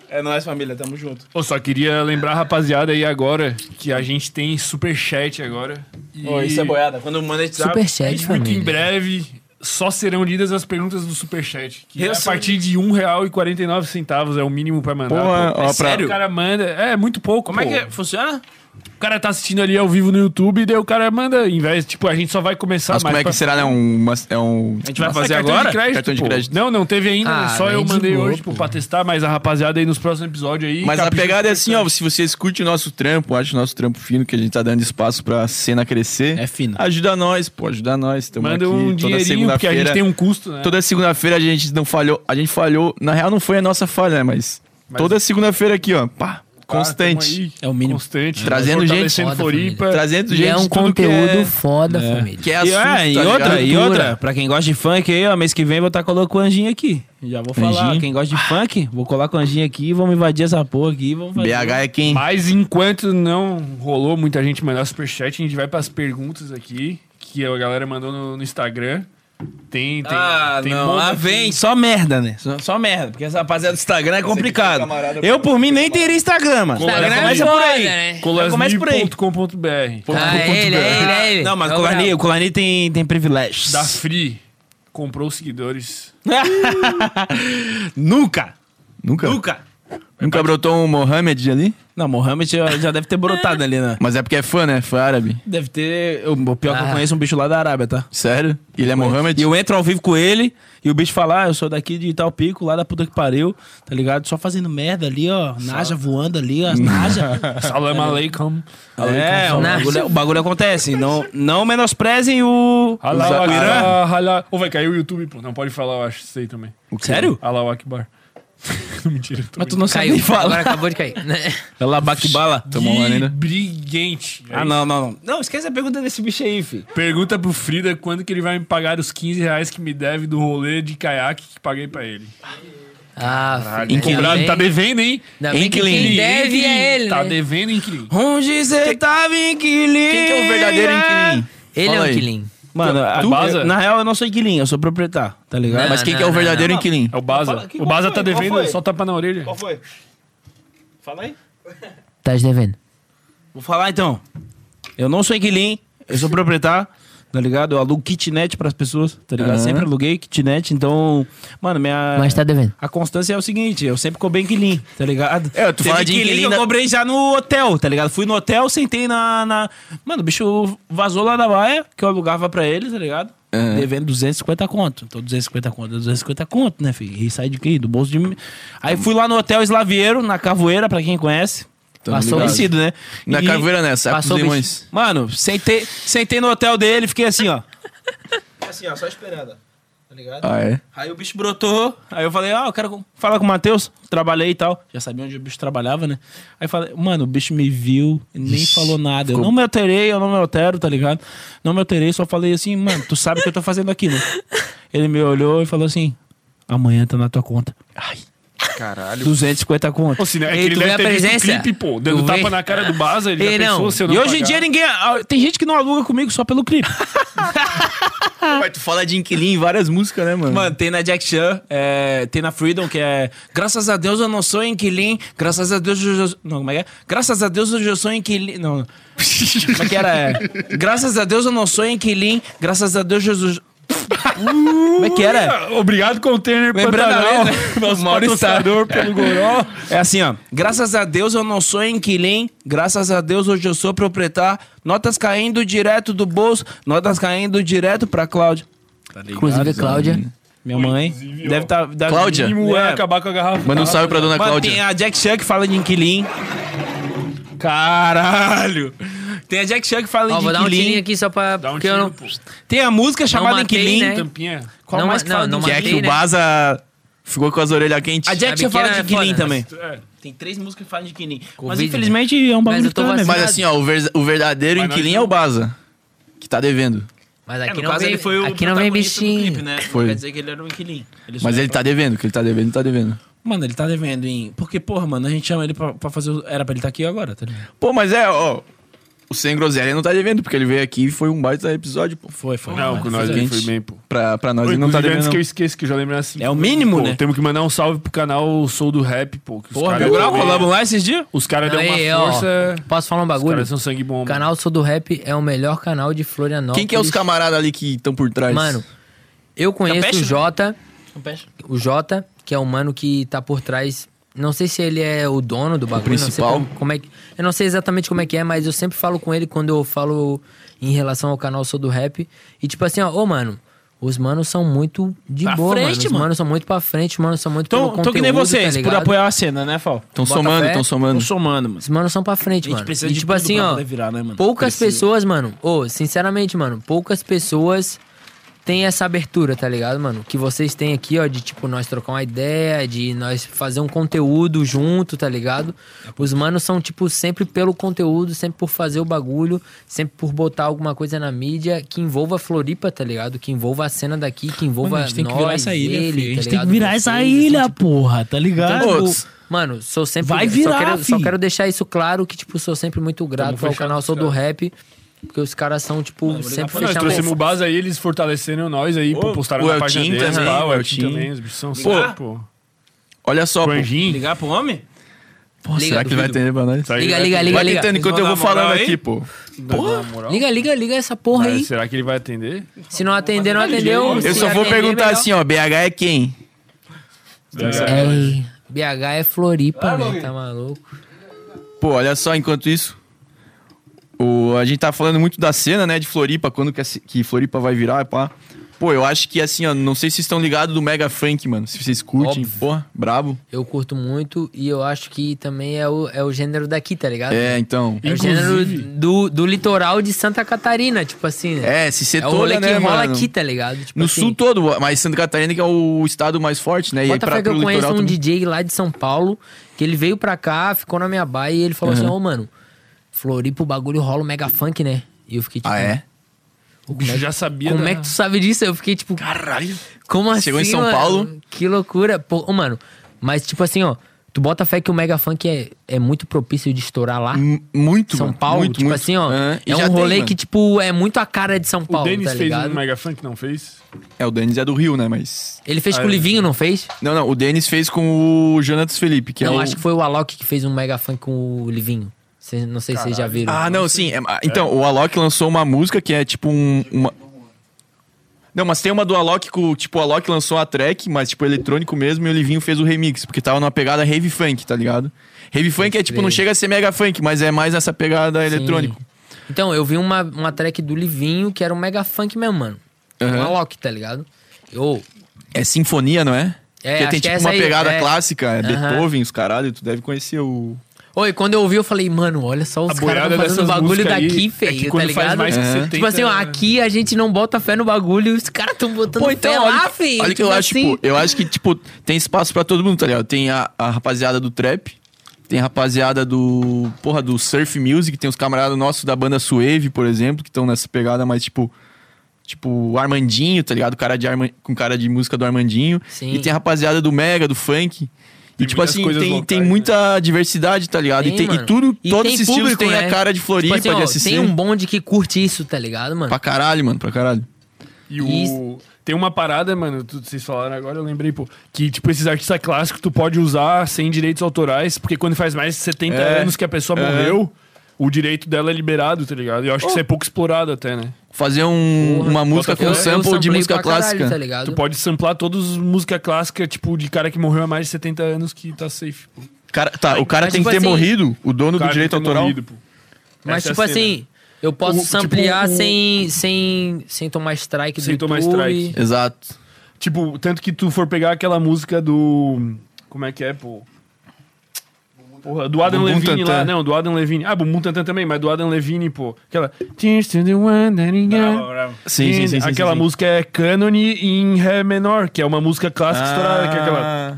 [SPEAKER 3] É nóis, família, tamo junto.
[SPEAKER 2] Ô, só queria lembrar, rapaziada, aí agora, que a gente tem superchat agora. E
[SPEAKER 3] Ô, isso é boiada. Quando monetizar.
[SPEAKER 4] um Superchat,
[SPEAKER 2] Muito em
[SPEAKER 4] família.
[SPEAKER 2] breve, só serão lidas as perguntas do superchat. Que é a
[SPEAKER 3] Esse-
[SPEAKER 2] partir de R$1,49 é o mínimo pra mandar.
[SPEAKER 1] Porra,
[SPEAKER 2] pô.
[SPEAKER 1] ó, pra-
[SPEAKER 2] O cara manda... É, muito pouco,
[SPEAKER 3] Como é
[SPEAKER 2] pô.
[SPEAKER 3] que é? funciona?
[SPEAKER 2] O cara tá assistindo ali ao vivo no YouTube, daí o cara manda, em vez... Tipo, a gente só vai começar
[SPEAKER 1] Mas
[SPEAKER 2] mais...
[SPEAKER 1] como é
[SPEAKER 2] pra-
[SPEAKER 1] que será, né? Um, mas- é um...
[SPEAKER 3] A gente vai
[SPEAKER 2] Nossa,
[SPEAKER 3] fazer
[SPEAKER 2] cartão
[SPEAKER 3] agora?
[SPEAKER 2] De crédito,
[SPEAKER 1] Cartão de
[SPEAKER 2] pô.
[SPEAKER 1] crédito.
[SPEAKER 2] Não, não teve ainda, né?
[SPEAKER 4] Ah,
[SPEAKER 2] só eu
[SPEAKER 4] nem de
[SPEAKER 2] mandei
[SPEAKER 4] boa,
[SPEAKER 2] hoje, pô, pra testar, mas a rapaziada aí nos próximos episódios aí...
[SPEAKER 1] Mas a
[SPEAKER 2] capricha
[SPEAKER 1] pegada é assim, ó.
[SPEAKER 2] bastante.
[SPEAKER 1] Se vocês curtem o nosso trampo, acham o nosso trampo fino, que a gente tá dando espaço pra cena crescer.
[SPEAKER 5] É fino.
[SPEAKER 1] Ajuda nós, pô. Ajuda nós. Estamos aqui
[SPEAKER 2] Manda um
[SPEAKER 1] toda
[SPEAKER 2] dinheirinho, porque a gente
[SPEAKER 1] segunda-feira.
[SPEAKER 2] tem um custo, né?
[SPEAKER 1] Toda segunda-feira a gente não falhou. A gente falhou. Na real, não foi a nossa falha, né? Mas, toda segunda-feira aqui, ó. Pá, constante.
[SPEAKER 2] Tá, Tamo aí,
[SPEAKER 5] É o mínimo.
[SPEAKER 2] Constante. tá
[SPEAKER 1] Trazendo gente.
[SPEAKER 2] fortalecendo
[SPEAKER 4] Foda,
[SPEAKER 2] Floripa.
[SPEAKER 4] família.
[SPEAKER 1] Trazendo
[SPEAKER 4] E
[SPEAKER 1] gente.
[SPEAKER 4] é um
[SPEAKER 1] tudo que
[SPEAKER 4] conteúdo
[SPEAKER 1] é,
[SPEAKER 4] foda, família.
[SPEAKER 1] que é
[SPEAKER 3] E,
[SPEAKER 1] assunto,
[SPEAKER 3] ah, e
[SPEAKER 1] tá
[SPEAKER 3] outra,
[SPEAKER 1] ligado?
[SPEAKER 3] e
[SPEAKER 4] Cultura.
[SPEAKER 3] outra, pra quem gosta de funk aí, ó, mês que vem vou estar colocando o anjinho aqui. Já vou falar,
[SPEAKER 1] Anjinho.
[SPEAKER 3] quem gosta de funk, vou colar com o anjinho aqui, vamos invadir essa porra aqui, vamos fazer.
[SPEAKER 1] BH é quem?
[SPEAKER 2] Mas enquanto não rolou muita gente mandar superchat, a gente vai pras perguntas aqui, que a galera mandou no, no Instagram. Tem, tem,
[SPEAKER 3] Ah,
[SPEAKER 2] tem
[SPEAKER 3] não,
[SPEAKER 2] bomba
[SPEAKER 3] lá
[SPEAKER 2] aqui.
[SPEAKER 3] vem, só merda, né? Só, só merda, porque essa rapaziada do Instagram é complicado.
[SPEAKER 1] camarada-
[SPEAKER 3] Eu, por mim, nem teria Instagram, mano.
[SPEAKER 2] Instagram
[SPEAKER 3] Já
[SPEAKER 2] é
[SPEAKER 3] começa por
[SPEAKER 4] foda,
[SPEAKER 3] aí.
[SPEAKER 4] né?
[SPEAKER 3] Já começa por aí.
[SPEAKER 2] Colasni.com.br.
[SPEAKER 4] Ah, é ele, é ele, é ele.
[SPEAKER 3] Não, mas
[SPEAKER 4] É
[SPEAKER 3] o
[SPEAKER 4] o
[SPEAKER 3] Colarni, o
[SPEAKER 4] brabo.
[SPEAKER 3] Colarni tem, tem privilégios.
[SPEAKER 2] Da Free. Comprou os seguidores.
[SPEAKER 3] Nunca,
[SPEAKER 1] Nunca. Nunca,
[SPEAKER 3] nunca.
[SPEAKER 1] brotou um Mohamed ali?
[SPEAKER 3] Não, Mohamed já já deve ter brotado ali, né?
[SPEAKER 1] Mas é porque é fã, né? Fã árabe.
[SPEAKER 3] Deve ter. eu- O pior que eu
[SPEAKER 4] Ah.
[SPEAKER 3] conheço é um bicho lá da Arábia, tá?
[SPEAKER 1] Sério? Ele é
[SPEAKER 3] E
[SPEAKER 1] Mohamed?
[SPEAKER 3] eu entro ao vivo com ele e o bicho fala: ah, eu sou daqui de tal pico, lá da puta que pariu, tá ligado? Só fazendo merda ali, ó. Naja voando ali, ó. Naja.
[SPEAKER 2] Salam aleikum.
[SPEAKER 3] é, o
[SPEAKER 4] Naja.
[SPEAKER 3] bagulho, o bagulho acontece. Não, não menosprezem o.
[SPEAKER 2] Alá,
[SPEAKER 3] o Irã.
[SPEAKER 2] alá, alá. Ô, vai cair o YouTube, pô. Não pode falar, eu acho. Sei também.
[SPEAKER 3] Sério?
[SPEAKER 2] Alá, o Akbar. não, mentira.
[SPEAKER 1] Ah,
[SPEAKER 2] Tô
[SPEAKER 3] Mas tu não sabe
[SPEAKER 4] Caiu,
[SPEAKER 3] nem
[SPEAKER 4] agora
[SPEAKER 3] falar.
[SPEAKER 4] acabou de cair. Né?
[SPEAKER 3] Ela bala.
[SPEAKER 1] Tomou lá ainda.
[SPEAKER 2] Brigante.
[SPEAKER 3] Ah, não, não, não. Não, esquece a pergunta desse bicho aí, fi.
[SPEAKER 2] Pergunta pro Frida quando que ele vai me pagar os 15 reais que me deve do rolê de caiaque que paguei pra ele.
[SPEAKER 4] Ah,
[SPEAKER 2] Em
[SPEAKER 4] filho, ainda bem-
[SPEAKER 2] tá devendo, hein?
[SPEAKER 4] ainda bem que
[SPEAKER 2] Inquilino.
[SPEAKER 4] quem deve é ele,
[SPEAKER 2] Tá
[SPEAKER 4] né?
[SPEAKER 2] devendo, inquilino.
[SPEAKER 3] Onde você
[SPEAKER 4] tá,
[SPEAKER 3] tava, inquilino?
[SPEAKER 1] Quem que é o verdadeiro inquilino?
[SPEAKER 4] Ele
[SPEAKER 1] Fala
[SPEAKER 4] é o
[SPEAKER 1] aí.
[SPEAKER 4] Quilim.
[SPEAKER 3] Mano, a-
[SPEAKER 2] Tu- Baza?
[SPEAKER 3] eu- na real eu não sou inquilinho, eu sou proprietário, tá ligado?
[SPEAKER 4] Não,
[SPEAKER 1] Mas quem que é o verdadeiro inquilino?
[SPEAKER 2] É o Baza.
[SPEAKER 13] Fala, que-
[SPEAKER 2] O Baza
[SPEAKER 13] qual
[SPEAKER 2] tá
[SPEAKER 13] foi? Qual
[SPEAKER 2] devendo
[SPEAKER 13] foi?
[SPEAKER 2] só tapa na orelha.
[SPEAKER 13] Qual foi? Fala aí.
[SPEAKER 4] Tá te devendo.
[SPEAKER 3] Vou falar então. Eu não sou inquilino, eu sou proprietário, tá ligado? Eu alugo kitnet pras pessoas, tá ligado?
[SPEAKER 1] Aham.
[SPEAKER 3] Sempre aluguei kitnet, então. Mano, minha.
[SPEAKER 4] Mas tá devendo.
[SPEAKER 3] A constância é o seguinte, eu sempre cobrei inquilinho, tá ligado?
[SPEAKER 1] É, tu
[SPEAKER 3] Teve
[SPEAKER 1] fala de inquilino-
[SPEAKER 3] Eu cobrei já no hotel, tá ligado? Fui no hotel, sentei na. na- Mano, o bicho vazou lá da baia, que eu alugava pra ele, tá ligado?
[SPEAKER 1] É.
[SPEAKER 3] Devendo 250 conto. Então 250 conto, é 250 conto, né, filho? E sai de quem? Do bolso de mim. Aí fui lá no hotel Eslavieiro, na Cavoeira, pra quem conhece.
[SPEAKER 1] Tô
[SPEAKER 3] Passou
[SPEAKER 1] ligado.
[SPEAKER 3] conhecido, né?
[SPEAKER 1] Na
[SPEAKER 3] E-
[SPEAKER 1] caveira, né? Saco dos
[SPEAKER 4] Passou o bicho.
[SPEAKER 1] limões.
[SPEAKER 3] Mano, sentei, sentei no hotel dele, fiquei assim, ó. Assim, ó, só esperando, tá ligado?
[SPEAKER 1] Ah, é?
[SPEAKER 3] Aí o bicho brotou. Aí eu falei, ah, eu quero falar com o Matheus. Trabalhei e tal. Já sabia onde o bicho trabalhava, né? Aí falei, mano, o bicho me viu e nem falou nada. Eu não me alterei, eu não me altero, tá ligado? Não me alterei, só falei assim, mano, tu sabe o que eu tô fazendo aqui, né? Ele me olhou e falou assim, amanhã tá na tua conta. Ai. Caralho. 250
[SPEAKER 2] Ô,
[SPEAKER 3] contas.
[SPEAKER 2] Cine, é
[SPEAKER 4] Ei,
[SPEAKER 2] que ele
[SPEAKER 4] tu
[SPEAKER 2] deve
[SPEAKER 4] vê
[SPEAKER 2] ter
[SPEAKER 4] a
[SPEAKER 2] visto o
[SPEAKER 4] presença?
[SPEAKER 2] clipe, pô. Dando
[SPEAKER 4] Tu
[SPEAKER 2] tapa
[SPEAKER 4] vê?
[SPEAKER 2] na cara do Baza, ele já
[SPEAKER 4] Ei,
[SPEAKER 2] pensou
[SPEAKER 4] não.
[SPEAKER 2] se eu não
[SPEAKER 3] E hoje em
[SPEAKER 2] pagar.
[SPEAKER 3] dia ninguém. ah, Tem gente que não aluga comigo só pelo clipe.
[SPEAKER 1] Mas tu fala de inquilino em várias músicas, né, mano?
[SPEAKER 3] Mano, tem na Jack Chan, é, tem na Freedom, que é. Graças a Deus eu não sou inquilin. Graças a Deus eu. já- Não, como é que é? Graças a Deus hoje eu sou inquilin. Não. não. como é que era? É, graças a Deus eu não sou inquilin. Graças a Deus Jesus. Como é que era?
[SPEAKER 2] Ah,
[SPEAKER 3] né?
[SPEAKER 2] Obrigado, container
[SPEAKER 3] Lembrando a
[SPEAKER 4] né?
[SPEAKER 2] Pantanal.
[SPEAKER 3] lenda,
[SPEAKER 2] Nosso
[SPEAKER 3] o Mauro sabe.
[SPEAKER 2] patrocinador pelo Goró.
[SPEAKER 3] É assim, ó. Graças a Deus eu não sou inquilim. Graças a Deus hoje eu sou proprietário. Notas caindo direto do bolso. Notas caindo direto pra Cláudia.
[SPEAKER 4] Inclusive, Cláudia.
[SPEAKER 3] Minha mãe. Deve estar. Tá,
[SPEAKER 1] Cláudia?
[SPEAKER 2] Mínimo é acabar com a garrafa.
[SPEAKER 1] Manda um salve pra dona
[SPEAKER 3] Mano,
[SPEAKER 1] Cláudia.
[SPEAKER 3] tem a Jack Chan que fala de inquilim. Caralho! Tem a Jack Chan que fala
[SPEAKER 4] Ó,
[SPEAKER 3] de
[SPEAKER 4] vou dar um
[SPEAKER 3] inquilim.
[SPEAKER 4] tirinho aqui só pra.
[SPEAKER 2] Dá um
[SPEAKER 4] porque eu não.
[SPEAKER 2] tiro, pô.
[SPEAKER 3] Tem a música chamada
[SPEAKER 4] matei,
[SPEAKER 3] Inquilim.
[SPEAKER 4] né?
[SPEAKER 2] Tampinha.
[SPEAKER 3] Qual
[SPEAKER 4] Não,
[SPEAKER 3] mais
[SPEAKER 4] não,
[SPEAKER 3] fala de
[SPEAKER 4] não
[SPEAKER 1] Que é
[SPEAKER 4] matei,
[SPEAKER 1] que o
[SPEAKER 4] né?
[SPEAKER 1] Baza ficou com as orelhas quentes.
[SPEAKER 3] A Jack
[SPEAKER 4] Sabe
[SPEAKER 3] Chan
[SPEAKER 4] que
[SPEAKER 3] fala
[SPEAKER 4] era
[SPEAKER 3] de inquilim
[SPEAKER 4] foda,
[SPEAKER 3] também.
[SPEAKER 4] né?
[SPEAKER 2] É.
[SPEAKER 3] Tem três músicas que falam de inquilim. Mas
[SPEAKER 4] Covid, né?
[SPEAKER 3] infelizmente é um
[SPEAKER 4] Mas
[SPEAKER 3] bagulho
[SPEAKER 4] eu
[SPEAKER 3] que
[SPEAKER 4] tô
[SPEAKER 3] tá na minha
[SPEAKER 1] Mas
[SPEAKER 4] vacinado.
[SPEAKER 3] vida.
[SPEAKER 1] assim, ó, o, ver- o verdadeiro
[SPEAKER 2] Mas nós
[SPEAKER 1] inquilinho é
[SPEAKER 2] não-
[SPEAKER 1] o Baza, que tá devendo.
[SPEAKER 4] Mas
[SPEAKER 3] É,
[SPEAKER 4] aqui
[SPEAKER 3] no
[SPEAKER 4] não
[SPEAKER 3] caso
[SPEAKER 4] vem.
[SPEAKER 3] ele foi o
[SPEAKER 4] aqui não vem
[SPEAKER 3] protagonista do
[SPEAKER 4] bichinho.
[SPEAKER 3] clipe, né?
[SPEAKER 1] Foi.
[SPEAKER 3] Quer dizer que ele era um inquilim. Ele só
[SPEAKER 1] Mas
[SPEAKER 3] era
[SPEAKER 1] ele tá devendo, que ele tá devendo, ele tá devendo.
[SPEAKER 5] Mano, ele tá devendo em. Porque, porra, mano, a gente chama ele pra, pra fazer. o- Era pra ele estar aqui agora, tá ligado?
[SPEAKER 1] Pô, mas é, ó, o Sem Groselha não tá devendo, porque ele veio aqui e foi um baita episódio, pô.
[SPEAKER 5] Foi, foi.
[SPEAKER 2] Não, com
[SPEAKER 4] é
[SPEAKER 2] nós
[SPEAKER 1] foi
[SPEAKER 2] ele
[SPEAKER 1] quente.
[SPEAKER 2] foi bem, pô.
[SPEAKER 1] Pra, pra nós
[SPEAKER 2] Pô,
[SPEAKER 1] ele não tá
[SPEAKER 2] inclusive,
[SPEAKER 1] devendo.
[SPEAKER 2] antes
[SPEAKER 1] não.
[SPEAKER 2] que eu esqueça que eu já lembrei assim.
[SPEAKER 5] É o mínimo,
[SPEAKER 2] pô,
[SPEAKER 5] né?
[SPEAKER 2] Temos que mandar um salve pro canal Sou do Rap, pô. que os
[SPEAKER 5] Porra,
[SPEAKER 2] caras-
[SPEAKER 5] meu grau,
[SPEAKER 3] Colamos lá esses dias?
[SPEAKER 2] Os caras dão
[SPEAKER 4] Aí,
[SPEAKER 2] uma
[SPEAKER 4] ó,
[SPEAKER 2] força.
[SPEAKER 4] Posso falar um
[SPEAKER 2] Os
[SPEAKER 4] bagulho?
[SPEAKER 2] caras são sangue bom.
[SPEAKER 4] O
[SPEAKER 2] mano.
[SPEAKER 4] canal Sou do Rap é o melhor canal de Florianópolis.
[SPEAKER 1] Quem que é os camaradas ali que estão por trás?
[SPEAKER 4] Mano, eu conheço
[SPEAKER 3] Campeche,
[SPEAKER 4] o
[SPEAKER 3] né?
[SPEAKER 4] Jota. O Jota, que é o mano que tá por trás. Não sei se ele é o dono do bagulho. não sei
[SPEAKER 1] principal?
[SPEAKER 4] como- como é que- eu não sei exatamente como é que é, mas eu sempre falo com ele quando eu falo em relação ao canal Sou do Rap. E tipo assim, ó, ô mano, os manos são muito de
[SPEAKER 5] Pra
[SPEAKER 4] boa, mano.
[SPEAKER 5] frente,
[SPEAKER 4] Os
[SPEAKER 5] mano.
[SPEAKER 4] manos são muito pra frente, os manos são muito
[SPEAKER 5] Então,
[SPEAKER 4] pelo
[SPEAKER 5] então que nem
[SPEAKER 4] conteúdo,
[SPEAKER 5] vocês,
[SPEAKER 4] tá
[SPEAKER 5] por
[SPEAKER 4] ligado?
[SPEAKER 5] apoiar a cena, né, Fal?
[SPEAKER 1] Estão
[SPEAKER 4] bota
[SPEAKER 1] somando,
[SPEAKER 4] fé.
[SPEAKER 1] estão somando.
[SPEAKER 5] Tô somando, mano.
[SPEAKER 4] Os manos são pra frente,
[SPEAKER 5] A gente
[SPEAKER 4] mano.
[SPEAKER 5] precisa
[SPEAKER 4] E,
[SPEAKER 5] de
[SPEAKER 4] tipo
[SPEAKER 5] tudo
[SPEAKER 4] assim,
[SPEAKER 5] pra
[SPEAKER 4] ó.
[SPEAKER 5] poder virar, né, mano?
[SPEAKER 4] Poucas
[SPEAKER 5] Precisa.
[SPEAKER 4] pessoas, mano. Ô, sinceramente, mano, poucas pessoas têm essa abertura, tá ligado, mano? Que vocês têm aqui, ó, de tipo, nós trocar uma ideia, de nós fazer um conteúdo junto, tá ligado? Os manos são, tipo, sempre pelo conteúdo, sempre por fazer o bagulho, sempre por botar alguma coisa na mídia que envolva a Floripa, tá ligado? Que envolva a cena daqui, que envolva
[SPEAKER 5] Mano, a gente tem que virar
[SPEAKER 4] nós,
[SPEAKER 5] essa ilha,
[SPEAKER 4] ele,
[SPEAKER 5] filho. A gente
[SPEAKER 4] tá
[SPEAKER 5] tem que
[SPEAKER 4] ligado?
[SPEAKER 5] virar essa
[SPEAKER 4] Vocês, assim,
[SPEAKER 5] ilha, porra, tá ligado?
[SPEAKER 1] Outros.
[SPEAKER 4] Mano, sou sempre.
[SPEAKER 5] Vai
[SPEAKER 4] só
[SPEAKER 5] virar,
[SPEAKER 4] quero, só
[SPEAKER 5] fi.
[SPEAKER 4] quero deixar isso claro que, tipo, sou sempre muito grato ao canal Sou do Rap. Porque os caras são, tipo, sempre
[SPEAKER 2] Pô, nós
[SPEAKER 4] fechados.
[SPEAKER 2] trouxemos o Baza aí, eles fortalecendo nós aí, pô, postaram
[SPEAKER 1] o
[SPEAKER 4] é
[SPEAKER 2] na página
[SPEAKER 1] Eltim
[SPEAKER 2] deles,
[SPEAKER 1] também,
[SPEAKER 2] lá,
[SPEAKER 1] o
[SPEAKER 2] o Eltim
[SPEAKER 1] Eltim.
[SPEAKER 2] também, os bichos
[SPEAKER 4] Ah,
[SPEAKER 2] são
[SPEAKER 1] Pô,
[SPEAKER 2] sempre, pô.
[SPEAKER 1] Olha só, pô.
[SPEAKER 2] O
[SPEAKER 5] tipo,
[SPEAKER 2] Anjinho,
[SPEAKER 3] Ligar pro homem?
[SPEAKER 1] Pô, será que ele vai atender pra nós?
[SPEAKER 2] isso aí,
[SPEAKER 4] Liga,
[SPEAKER 2] né?
[SPEAKER 4] liga, liga,
[SPEAKER 1] Vai
[SPEAKER 4] liga.
[SPEAKER 1] tentando enquanto eu
[SPEAKER 3] vão
[SPEAKER 1] vou
[SPEAKER 3] dar moral
[SPEAKER 1] falando
[SPEAKER 3] aí?
[SPEAKER 1] aqui, pô.
[SPEAKER 2] Porra, na moral.
[SPEAKER 4] Liga, liga, liga essa porra
[SPEAKER 2] Mas
[SPEAKER 4] aí.
[SPEAKER 2] será que ele vai atender?
[SPEAKER 4] Se não atender, não atendeu.
[SPEAKER 1] Eu
[SPEAKER 4] Se
[SPEAKER 1] só vou
[SPEAKER 4] Tipo atender,
[SPEAKER 1] perguntar
[SPEAKER 4] melhor.
[SPEAKER 1] assim, ó, BH é quem?
[SPEAKER 4] É, BH é Floripa, né? Tá maluco?
[SPEAKER 1] Pô, olha só, enquanto isso, o, a gente tá falando muito da cena, né, de Floripa, quando que, a ci- que Floripa vai virar, pá. Pô, eu acho que assim, ó, não sei se vocês estão ligados do Mega Funk, mano. Se vocês curtem,
[SPEAKER 4] Óbvio.
[SPEAKER 1] porra, brabo.
[SPEAKER 4] Eu curto muito e eu acho que também é o, é o gênero daqui, tá ligado?
[SPEAKER 1] É, então.
[SPEAKER 4] É o gênero do, do litoral de Santa Catarina, tipo assim, né?
[SPEAKER 1] É, se você
[SPEAKER 4] o rolê
[SPEAKER 1] toda, né,
[SPEAKER 4] que rola
[SPEAKER 1] mano?
[SPEAKER 4] aqui, tá ligado? Tipo
[SPEAKER 1] no
[SPEAKER 4] assim,
[SPEAKER 1] sul todo, mas Santa Catarina que é o estado mais forte, né?
[SPEAKER 4] Bota fé que eu
[SPEAKER 1] pro
[SPEAKER 4] conheço um
[SPEAKER 1] também.
[SPEAKER 4] DJ lá de São Paulo, que ele veio pra cá, ficou na minha baia e ele falou assim, ô mano, Floripa, o bagulho rola o mega funk, né? E eu fiquei tipo,
[SPEAKER 1] Ah, é?
[SPEAKER 2] O bicho já sabia,
[SPEAKER 4] como
[SPEAKER 2] né?
[SPEAKER 4] é que tu sabe disso? Eu fiquei tipo,
[SPEAKER 1] Caralho.
[SPEAKER 4] como assim,
[SPEAKER 1] Chegou em São
[SPEAKER 4] mano?
[SPEAKER 1] Paulo?
[SPEAKER 4] Que loucura. Pô, ô, mano, mas tipo assim, ó, tu bota fé que o mega funk é, é muito propício de estourar lá.
[SPEAKER 1] M- muito,
[SPEAKER 4] São
[SPEAKER 1] mano.
[SPEAKER 4] Paulo,
[SPEAKER 1] muito,
[SPEAKER 4] tipo
[SPEAKER 1] muito.
[SPEAKER 4] assim, ó,
[SPEAKER 1] Aham. E
[SPEAKER 4] é
[SPEAKER 1] já
[SPEAKER 4] um
[SPEAKER 1] tem,
[SPEAKER 4] rolê
[SPEAKER 1] mano.
[SPEAKER 4] que tipo, é muito a cara de São
[SPEAKER 2] O
[SPEAKER 4] Paulo,
[SPEAKER 2] Denis
[SPEAKER 4] tá
[SPEAKER 2] fez
[SPEAKER 4] ligado?
[SPEAKER 2] um Mega Funk, não fez?
[SPEAKER 1] É, o Denis é do Rio, né? Mas.
[SPEAKER 4] Ele fez
[SPEAKER 2] Ah,
[SPEAKER 4] com o
[SPEAKER 2] é.
[SPEAKER 4] Livinho, não fez?
[SPEAKER 1] Não, não. O Denis fez com o Jonatas Felipe, que
[SPEAKER 4] não,
[SPEAKER 1] é o.
[SPEAKER 4] acho que foi o Alok que fez um mega funk com o Livinho. Cê- não sei se vocês já viram.
[SPEAKER 1] Ah, não, sim. é- ah, então, o Alok lançou uma música que é tipo um. Uma... Não, mas tem uma do Alok com. Tipo, o Alok lançou a track, mas tipo eletrônico mesmo, e o Livinho fez o remix, porque tava numa pegada rave funk, tá ligado? Rave funk é tipo, não
[SPEAKER 4] crer.
[SPEAKER 1] chega a ser mega funk, mas é mais essa pegada eletrônico.
[SPEAKER 4] Então, eu vi uma, uma track do Livinho que era um mega funk mesmo, mano.
[SPEAKER 1] Aham.
[SPEAKER 4] Um Alok, tá ligado? Eu,
[SPEAKER 1] É sinfonia, não é?
[SPEAKER 4] É,
[SPEAKER 1] Porque
[SPEAKER 4] acho
[SPEAKER 1] tem
[SPEAKER 4] que é
[SPEAKER 1] tipo
[SPEAKER 4] essa
[SPEAKER 1] uma
[SPEAKER 4] aí,
[SPEAKER 1] pegada
[SPEAKER 4] é.
[SPEAKER 1] clássica, é
[SPEAKER 4] Aham.
[SPEAKER 1] Beethoven, os caralho, tu deve conhecer o.
[SPEAKER 4] Oi, quando eu ouvi, eu falei, mano, olha só os
[SPEAKER 2] A
[SPEAKER 4] caras
[SPEAKER 2] boiada
[SPEAKER 4] tão fazendo
[SPEAKER 2] dessas
[SPEAKER 4] bagulho
[SPEAKER 2] músicas aí
[SPEAKER 4] daqui,
[SPEAKER 2] é
[SPEAKER 4] feio,
[SPEAKER 2] que
[SPEAKER 4] tá
[SPEAKER 2] quando
[SPEAKER 4] ligado?
[SPEAKER 2] faz mais que
[SPEAKER 1] Aham.
[SPEAKER 2] 70,
[SPEAKER 4] Tipo assim, ó,
[SPEAKER 2] né?
[SPEAKER 4] aqui a gente não bota fé no bagulho e os caras tão botando
[SPEAKER 1] Pô,
[SPEAKER 4] fé
[SPEAKER 1] então, olha,
[SPEAKER 4] lá, feio.
[SPEAKER 1] olha que eu
[SPEAKER 4] tipo
[SPEAKER 1] acho,
[SPEAKER 4] assim.
[SPEAKER 1] pô, eu acho que, tipo, tem espaço pra todo mundo, tá ligado? Tem a, a rapaziada do trap, tem a rapaziada do, porra, do surf music, tem os camaradas nossos da banda Suave, por exemplo, que estão nessa pegada mais, tipo, tipo, o Armandinho, tá ligado? Cara de Arma- com cara de música do Armandinho.
[SPEAKER 4] Sim.
[SPEAKER 1] E tem a rapaziada do Mega, do funk. E,
[SPEAKER 2] Tem
[SPEAKER 1] tipo
[SPEAKER 2] muitas
[SPEAKER 1] assim,
[SPEAKER 2] coisas
[SPEAKER 1] tem,
[SPEAKER 2] locais,
[SPEAKER 1] tem
[SPEAKER 2] né?
[SPEAKER 1] muita diversidade, tá ligado?
[SPEAKER 4] Tem,
[SPEAKER 1] e, tem, e
[SPEAKER 4] mano.
[SPEAKER 1] tudo,
[SPEAKER 4] E
[SPEAKER 1] todos
[SPEAKER 4] tem
[SPEAKER 1] esses estilos
[SPEAKER 4] público,
[SPEAKER 1] tem
[SPEAKER 4] né?
[SPEAKER 1] a cara de
[SPEAKER 4] Tipo
[SPEAKER 1] Floripa,
[SPEAKER 4] assim, ó,
[SPEAKER 1] de SC.
[SPEAKER 4] tem um bonde que curte isso, tá ligado, mano?
[SPEAKER 1] Pra caralho, mano, pra caralho.
[SPEAKER 2] E o... Tem uma parada, mano, tudo que vocês falaram agora, eu lembrei, pô, que, tipo, esses artistas clássicos tu pode usar sem direitos autorais, porque quando faz mais de 70
[SPEAKER 1] É.
[SPEAKER 2] anos que a pessoa
[SPEAKER 1] É.
[SPEAKER 2] morreu, o direito dela é liberado, tá ligado? E eu acho que isso é pouco explorado até, né?
[SPEAKER 1] fazer um- uma música com
[SPEAKER 4] Eu- eu
[SPEAKER 1] sample de
[SPEAKER 4] samplei
[SPEAKER 1] música
[SPEAKER 4] pra caralho,
[SPEAKER 1] clássica. Tipo,
[SPEAKER 4] tá ligado?
[SPEAKER 2] Tu pode samplar todas as músicas clássicas, tipo, de cara que morreu há mais de 70 anos que tá safe. pô.
[SPEAKER 1] Cara, tá, o cara
[SPEAKER 4] Mas,
[SPEAKER 1] tem
[SPEAKER 4] tipo
[SPEAKER 1] que ter
[SPEAKER 4] assim,
[SPEAKER 1] morrido, o dono do
[SPEAKER 2] cara
[SPEAKER 1] direito
[SPEAKER 2] tem que ter
[SPEAKER 1] autoral.
[SPEAKER 2] morrido, pô.
[SPEAKER 4] Mas,
[SPEAKER 2] Essa é
[SPEAKER 4] tipo
[SPEAKER 2] a cena.
[SPEAKER 4] assim, eu posso
[SPEAKER 1] O- tipo,
[SPEAKER 4] samplear
[SPEAKER 1] o-
[SPEAKER 4] sem, sem, sem tomar strike do
[SPEAKER 2] Sem tomar
[SPEAKER 4] YouTube.
[SPEAKER 2] strike.
[SPEAKER 1] Exato.
[SPEAKER 2] Tipo, tanto que tu for pegar aquela música do. Como é que é, pô? Porra, do Adam
[SPEAKER 1] Bumbum
[SPEAKER 2] Levine
[SPEAKER 1] Tantan.
[SPEAKER 2] lá, não, do Adam Levine. Ah, Bumbum Tantan também, mas do Adam Levine, pô. Aquela. Tears to the one that he got.
[SPEAKER 13] Bravo, bravo.
[SPEAKER 1] Sim, sim, sim. sim,
[SPEAKER 2] Aquela
[SPEAKER 1] sim, sim.
[SPEAKER 2] música é cânone em Ré menor, que é uma música clássica estourada, que é aquela.
[SPEAKER 1] Ah.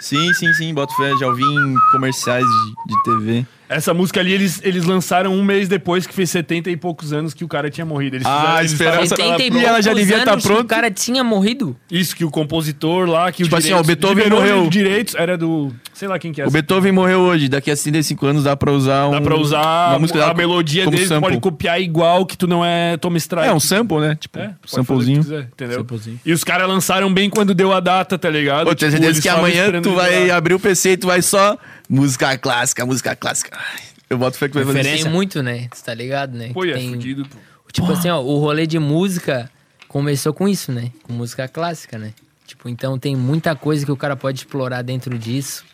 [SPEAKER 1] Sim, sim, sim, boto fé. Já ouvi em comerciais de, de TV.
[SPEAKER 2] Essa música ali eles, eles lançaram um mês depois que fez 70 e poucos anos que o cara tinha morrido. Eles
[SPEAKER 1] Ah,
[SPEAKER 2] fizeram- eles
[SPEAKER 1] espera-
[SPEAKER 2] estavam-
[SPEAKER 4] 80 e
[SPEAKER 1] E ela já
[SPEAKER 4] poucos
[SPEAKER 1] devia tá
[SPEAKER 4] anos que O
[SPEAKER 1] pronta.
[SPEAKER 4] cara tinha morrido?
[SPEAKER 2] Isso, que o compositor lá, que
[SPEAKER 1] Tipo
[SPEAKER 2] o
[SPEAKER 1] assim, ó, o Beethoven
[SPEAKER 2] liberou
[SPEAKER 1] morreu.
[SPEAKER 2] os direitos, era do. Sei lá quem que é.
[SPEAKER 1] O Beethoven morreu hoje, daqui a 35 anos dá pra usar um.
[SPEAKER 2] Dá pra usar
[SPEAKER 1] uma música
[SPEAKER 2] a
[SPEAKER 1] dela
[SPEAKER 2] melodia
[SPEAKER 1] como
[SPEAKER 2] dele, tu
[SPEAKER 1] sample.
[SPEAKER 2] pode copiar igual que tu não é Tom Strike.
[SPEAKER 1] É, um sample, né? Tipo,
[SPEAKER 2] É, pode fazer o que
[SPEAKER 1] samplezinho.
[SPEAKER 2] quiser, entendeu?
[SPEAKER 5] Samplezinho.
[SPEAKER 2] E os caras lançaram bem quando deu a data, tá ligado?
[SPEAKER 1] Pô,
[SPEAKER 2] Tipo,
[SPEAKER 1] tenho certeza
[SPEAKER 2] eles
[SPEAKER 1] que
[SPEAKER 2] estavam
[SPEAKER 1] amanhã
[SPEAKER 2] esperando
[SPEAKER 1] tu
[SPEAKER 2] ele
[SPEAKER 1] vai
[SPEAKER 2] lá.
[SPEAKER 1] abrir o PC e tu vai só. Música clássica, música clássica. Ai, Eu boto fé que tu vai fazer
[SPEAKER 4] Tem
[SPEAKER 1] isso.
[SPEAKER 4] muito, né? Tu tá ligado, né?
[SPEAKER 2] Pô,
[SPEAKER 4] Que
[SPEAKER 2] e é
[SPEAKER 4] tem-
[SPEAKER 2] fudido, pô.
[SPEAKER 4] Tipo assim, ó, o rolê de música começou com isso, né? Com música clássica, né? Tipo, então tem muita coisa que o cara pode explorar dentro disso.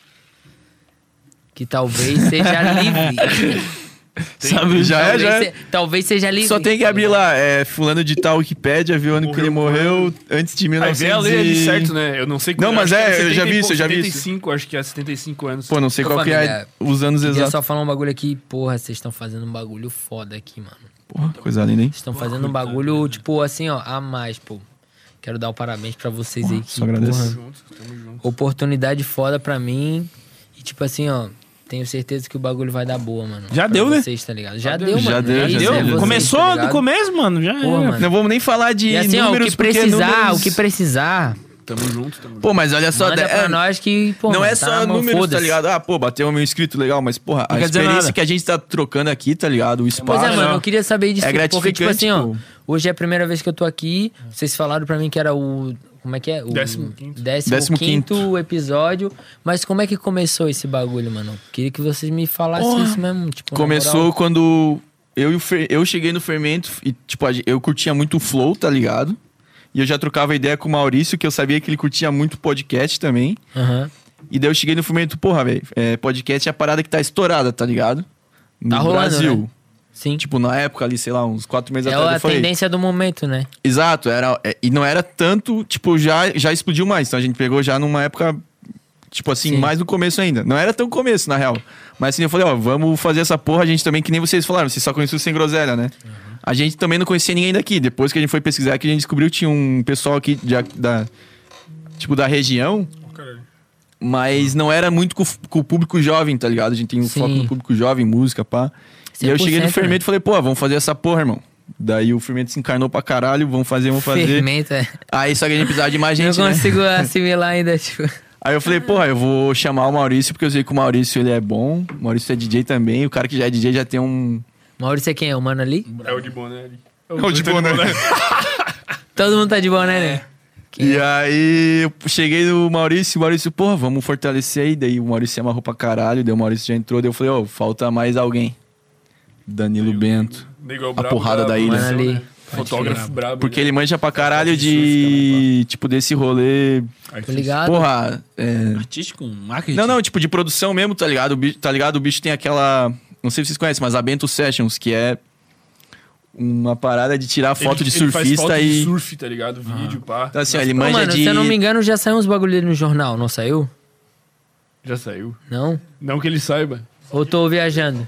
[SPEAKER 4] Que talvez seja livre.
[SPEAKER 1] Sabe? Já é,
[SPEAKER 4] talvez,
[SPEAKER 1] já
[SPEAKER 4] se-
[SPEAKER 1] é.
[SPEAKER 4] talvez seja livre.
[SPEAKER 1] Só tem que abrir lá, é, fulano de tal Wikipédia, viu o ano que ele morreu, antes de
[SPEAKER 2] Aí
[SPEAKER 1] 1900
[SPEAKER 2] vê a lei
[SPEAKER 1] e-
[SPEAKER 2] ali certo, né? Eu não sei
[SPEAKER 1] Não,
[SPEAKER 2] quando-
[SPEAKER 1] mas
[SPEAKER 2] acho que
[SPEAKER 1] é, eu já
[SPEAKER 2] 70 e
[SPEAKER 1] vi isso, eu já vi isso.
[SPEAKER 2] 75, acho que é 75 anos.
[SPEAKER 1] Pô, não sei
[SPEAKER 4] Ô,
[SPEAKER 1] qual que é
[SPEAKER 4] família,
[SPEAKER 1] os anos
[SPEAKER 4] Queria
[SPEAKER 1] exatos.
[SPEAKER 4] só falar um bagulho aqui. Porra, vocês estão fazendo um bagulho foda aqui, mano.
[SPEAKER 1] Porra, coisa linda, hein?
[SPEAKER 4] Vocês estão fazendo um bagulho,
[SPEAKER 1] né,
[SPEAKER 4] tipo, assim, ó, a mais, pô. Quero dar o parabéns pra vocês aí. Que,
[SPEAKER 1] só agradeço.
[SPEAKER 4] porra, Oportunidade foda pra mim. E, tipo assim, ó, tenho certeza que o bagulho vai dar boa, mano.
[SPEAKER 3] Já
[SPEAKER 4] Pra
[SPEAKER 3] deu, né?
[SPEAKER 4] Vocês, tá ligado? Já deu,
[SPEAKER 1] Já
[SPEAKER 4] mano.
[SPEAKER 1] deu,
[SPEAKER 4] É
[SPEAKER 1] já
[SPEAKER 4] isso,
[SPEAKER 1] deu.
[SPEAKER 4] é vocês,
[SPEAKER 3] Começou
[SPEAKER 4] tá
[SPEAKER 3] do
[SPEAKER 4] ligado?
[SPEAKER 3] começo, mano. Já
[SPEAKER 4] Porra,
[SPEAKER 3] era.
[SPEAKER 4] mano.
[SPEAKER 1] Não vamos nem falar de
[SPEAKER 4] E assim, ó, o
[SPEAKER 1] números,
[SPEAKER 4] que
[SPEAKER 1] porque é
[SPEAKER 4] precisar,
[SPEAKER 1] números-
[SPEAKER 4] o que precisar,
[SPEAKER 1] Pô, mas olha só,
[SPEAKER 4] manda
[SPEAKER 1] é,
[SPEAKER 4] pra nós que, pô,
[SPEAKER 1] não
[SPEAKER 4] mano, tá
[SPEAKER 1] é só
[SPEAKER 4] na mão,
[SPEAKER 1] números, tá
[SPEAKER 4] foda-se.
[SPEAKER 1] ligado? Ah, pô, bateu um inscrito legal, mas porra, a
[SPEAKER 3] quer dizer
[SPEAKER 1] experiência
[SPEAKER 3] nada.
[SPEAKER 1] que a gente tá trocando aqui, tá ligado? O espaço.
[SPEAKER 4] Pois é, mano, eu queria saber disso.
[SPEAKER 1] É
[SPEAKER 4] porque, tipo
[SPEAKER 1] gratificante,
[SPEAKER 4] assim, ó,
[SPEAKER 1] pô. Hum.
[SPEAKER 4] hoje é a primeira vez que eu tô aqui. Vocês falaram pra mim que era o. Como é que é? O
[SPEAKER 2] Décimo quinto.
[SPEAKER 4] décimo
[SPEAKER 1] Décimo
[SPEAKER 4] quinto
[SPEAKER 1] quinto.
[SPEAKER 4] episódio. Mas como é que começou esse bagulho, mano? Queria que vocês me falassem isso mesmo. Tipo, na
[SPEAKER 1] Começou
[SPEAKER 4] moral.
[SPEAKER 1] quando eu, e o Fer- eu cheguei no Fermento e, tipo, a gen- eu curtia muito o Flow, tá ligado? E eu já trocava ideia com o Maurício, que eu sabia que ele curtia muito podcast também.
[SPEAKER 4] Aham.
[SPEAKER 1] E daí eu cheguei no Fermento, porra, velho, é, podcast é a parada que tá estourada, tá ligado? No
[SPEAKER 4] Tá rolando,
[SPEAKER 1] Brasil.
[SPEAKER 4] né? Sim.
[SPEAKER 1] Tipo, na época ali, sei lá, uns quatro meses
[SPEAKER 4] é
[SPEAKER 1] atrás,
[SPEAKER 4] a
[SPEAKER 1] eu falei...
[SPEAKER 4] tendência do momento, né?
[SPEAKER 1] Exato, era, é, e não era tanto, tipo, já, já explodiu mais. Então a gente pegou já numa época, tipo assim,
[SPEAKER 4] Sim.
[SPEAKER 1] mais no começo ainda. Não era tão começo, na real. Mas assim, eu falei, ó, vamos fazer essa porra, a gente também, que nem vocês falaram, vocês só conheciam sem groselha, né?
[SPEAKER 4] Uhum.
[SPEAKER 1] A gente também não conhecia ninguém daqui. Depois que a gente foi pesquisar, que a gente descobriu que tinha um pessoal aqui de, da, tipo, da região. Mas não era muito com, com o público jovem, tá ligado? A gente tem um
[SPEAKER 4] Uhum. Sim.
[SPEAKER 1] foco no público jovem, música, pá. E aí eu cheguei no
[SPEAKER 4] 100%,
[SPEAKER 1] fermento e falei, pô, vamos fazer essa porra, irmão. Daí o fermento se encarnou pra caralho, vamos fazer, vamos fazer.
[SPEAKER 4] Fermenta.
[SPEAKER 1] Aí só que a gente precisava de mais gente,
[SPEAKER 4] não
[SPEAKER 1] né?
[SPEAKER 4] consigo assimilar ainda, tipo.
[SPEAKER 1] Aí eu falei, porra, eu vou chamar o Maurício, porque eu sei que o Maurício ele é bom. O Maurício é DJ também. O cara que já é DJ já tem um.
[SPEAKER 4] Maurício é quem? É o mano ali?
[SPEAKER 2] É o de boné ali.
[SPEAKER 1] É o de bom, né?
[SPEAKER 4] Todo mundo tá de boné,
[SPEAKER 1] É.
[SPEAKER 4] né?
[SPEAKER 1] E aí eu cheguei no Maurício, e o Maurício, porra, vamos fortalecer aí. Daí o Maurício se amarrou pra caralho, daí o Maurício já entrou, daí eu falei, ó, falta mais alguém. Danilo Bento.
[SPEAKER 2] Nego é o
[SPEAKER 1] A porrada da ilha.
[SPEAKER 4] Mano ali.
[SPEAKER 2] né? Fotógrafo brabo. né?
[SPEAKER 1] Porque ele manja pra caralho de. Tipo, desse rolê.
[SPEAKER 4] Tô ligado?
[SPEAKER 1] Porra, é,
[SPEAKER 5] Artístico, marketing.
[SPEAKER 1] Não, não, tipo, de produção mesmo, tá ligado? O bicho, tá ligado? O bicho tem aquela. Não sei se vocês conhecem, mas a Bento Sessions, que é uma parada de tirar foto
[SPEAKER 2] Ele-
[SPEAKER 1] de
[SPEAKER 2] ele faz
[SPEAKER 1] surfista
[SPEAKER 2] foto de
[SPEAKER 1] e.
[SPEAKER 2] surf, tá ligado? Vídeo, pá.
[SPEAKER 1] Então, assim, ó, ele
[SPEAKER 4] Ô,
[SPEAKER 1] manja
[SPEAKER 4] mano,
[SPEAKER 1] de.
[SPEAKER 4] se eu não me engano, já saiu uns bagulho no jornal, não saiu?
[SPEAKER 2] Já saiu.
[SPEAKER 4] Não?
[SPEAKER 2] Não que ele saiba.
[SPEAKER 4] Ou tô viajando?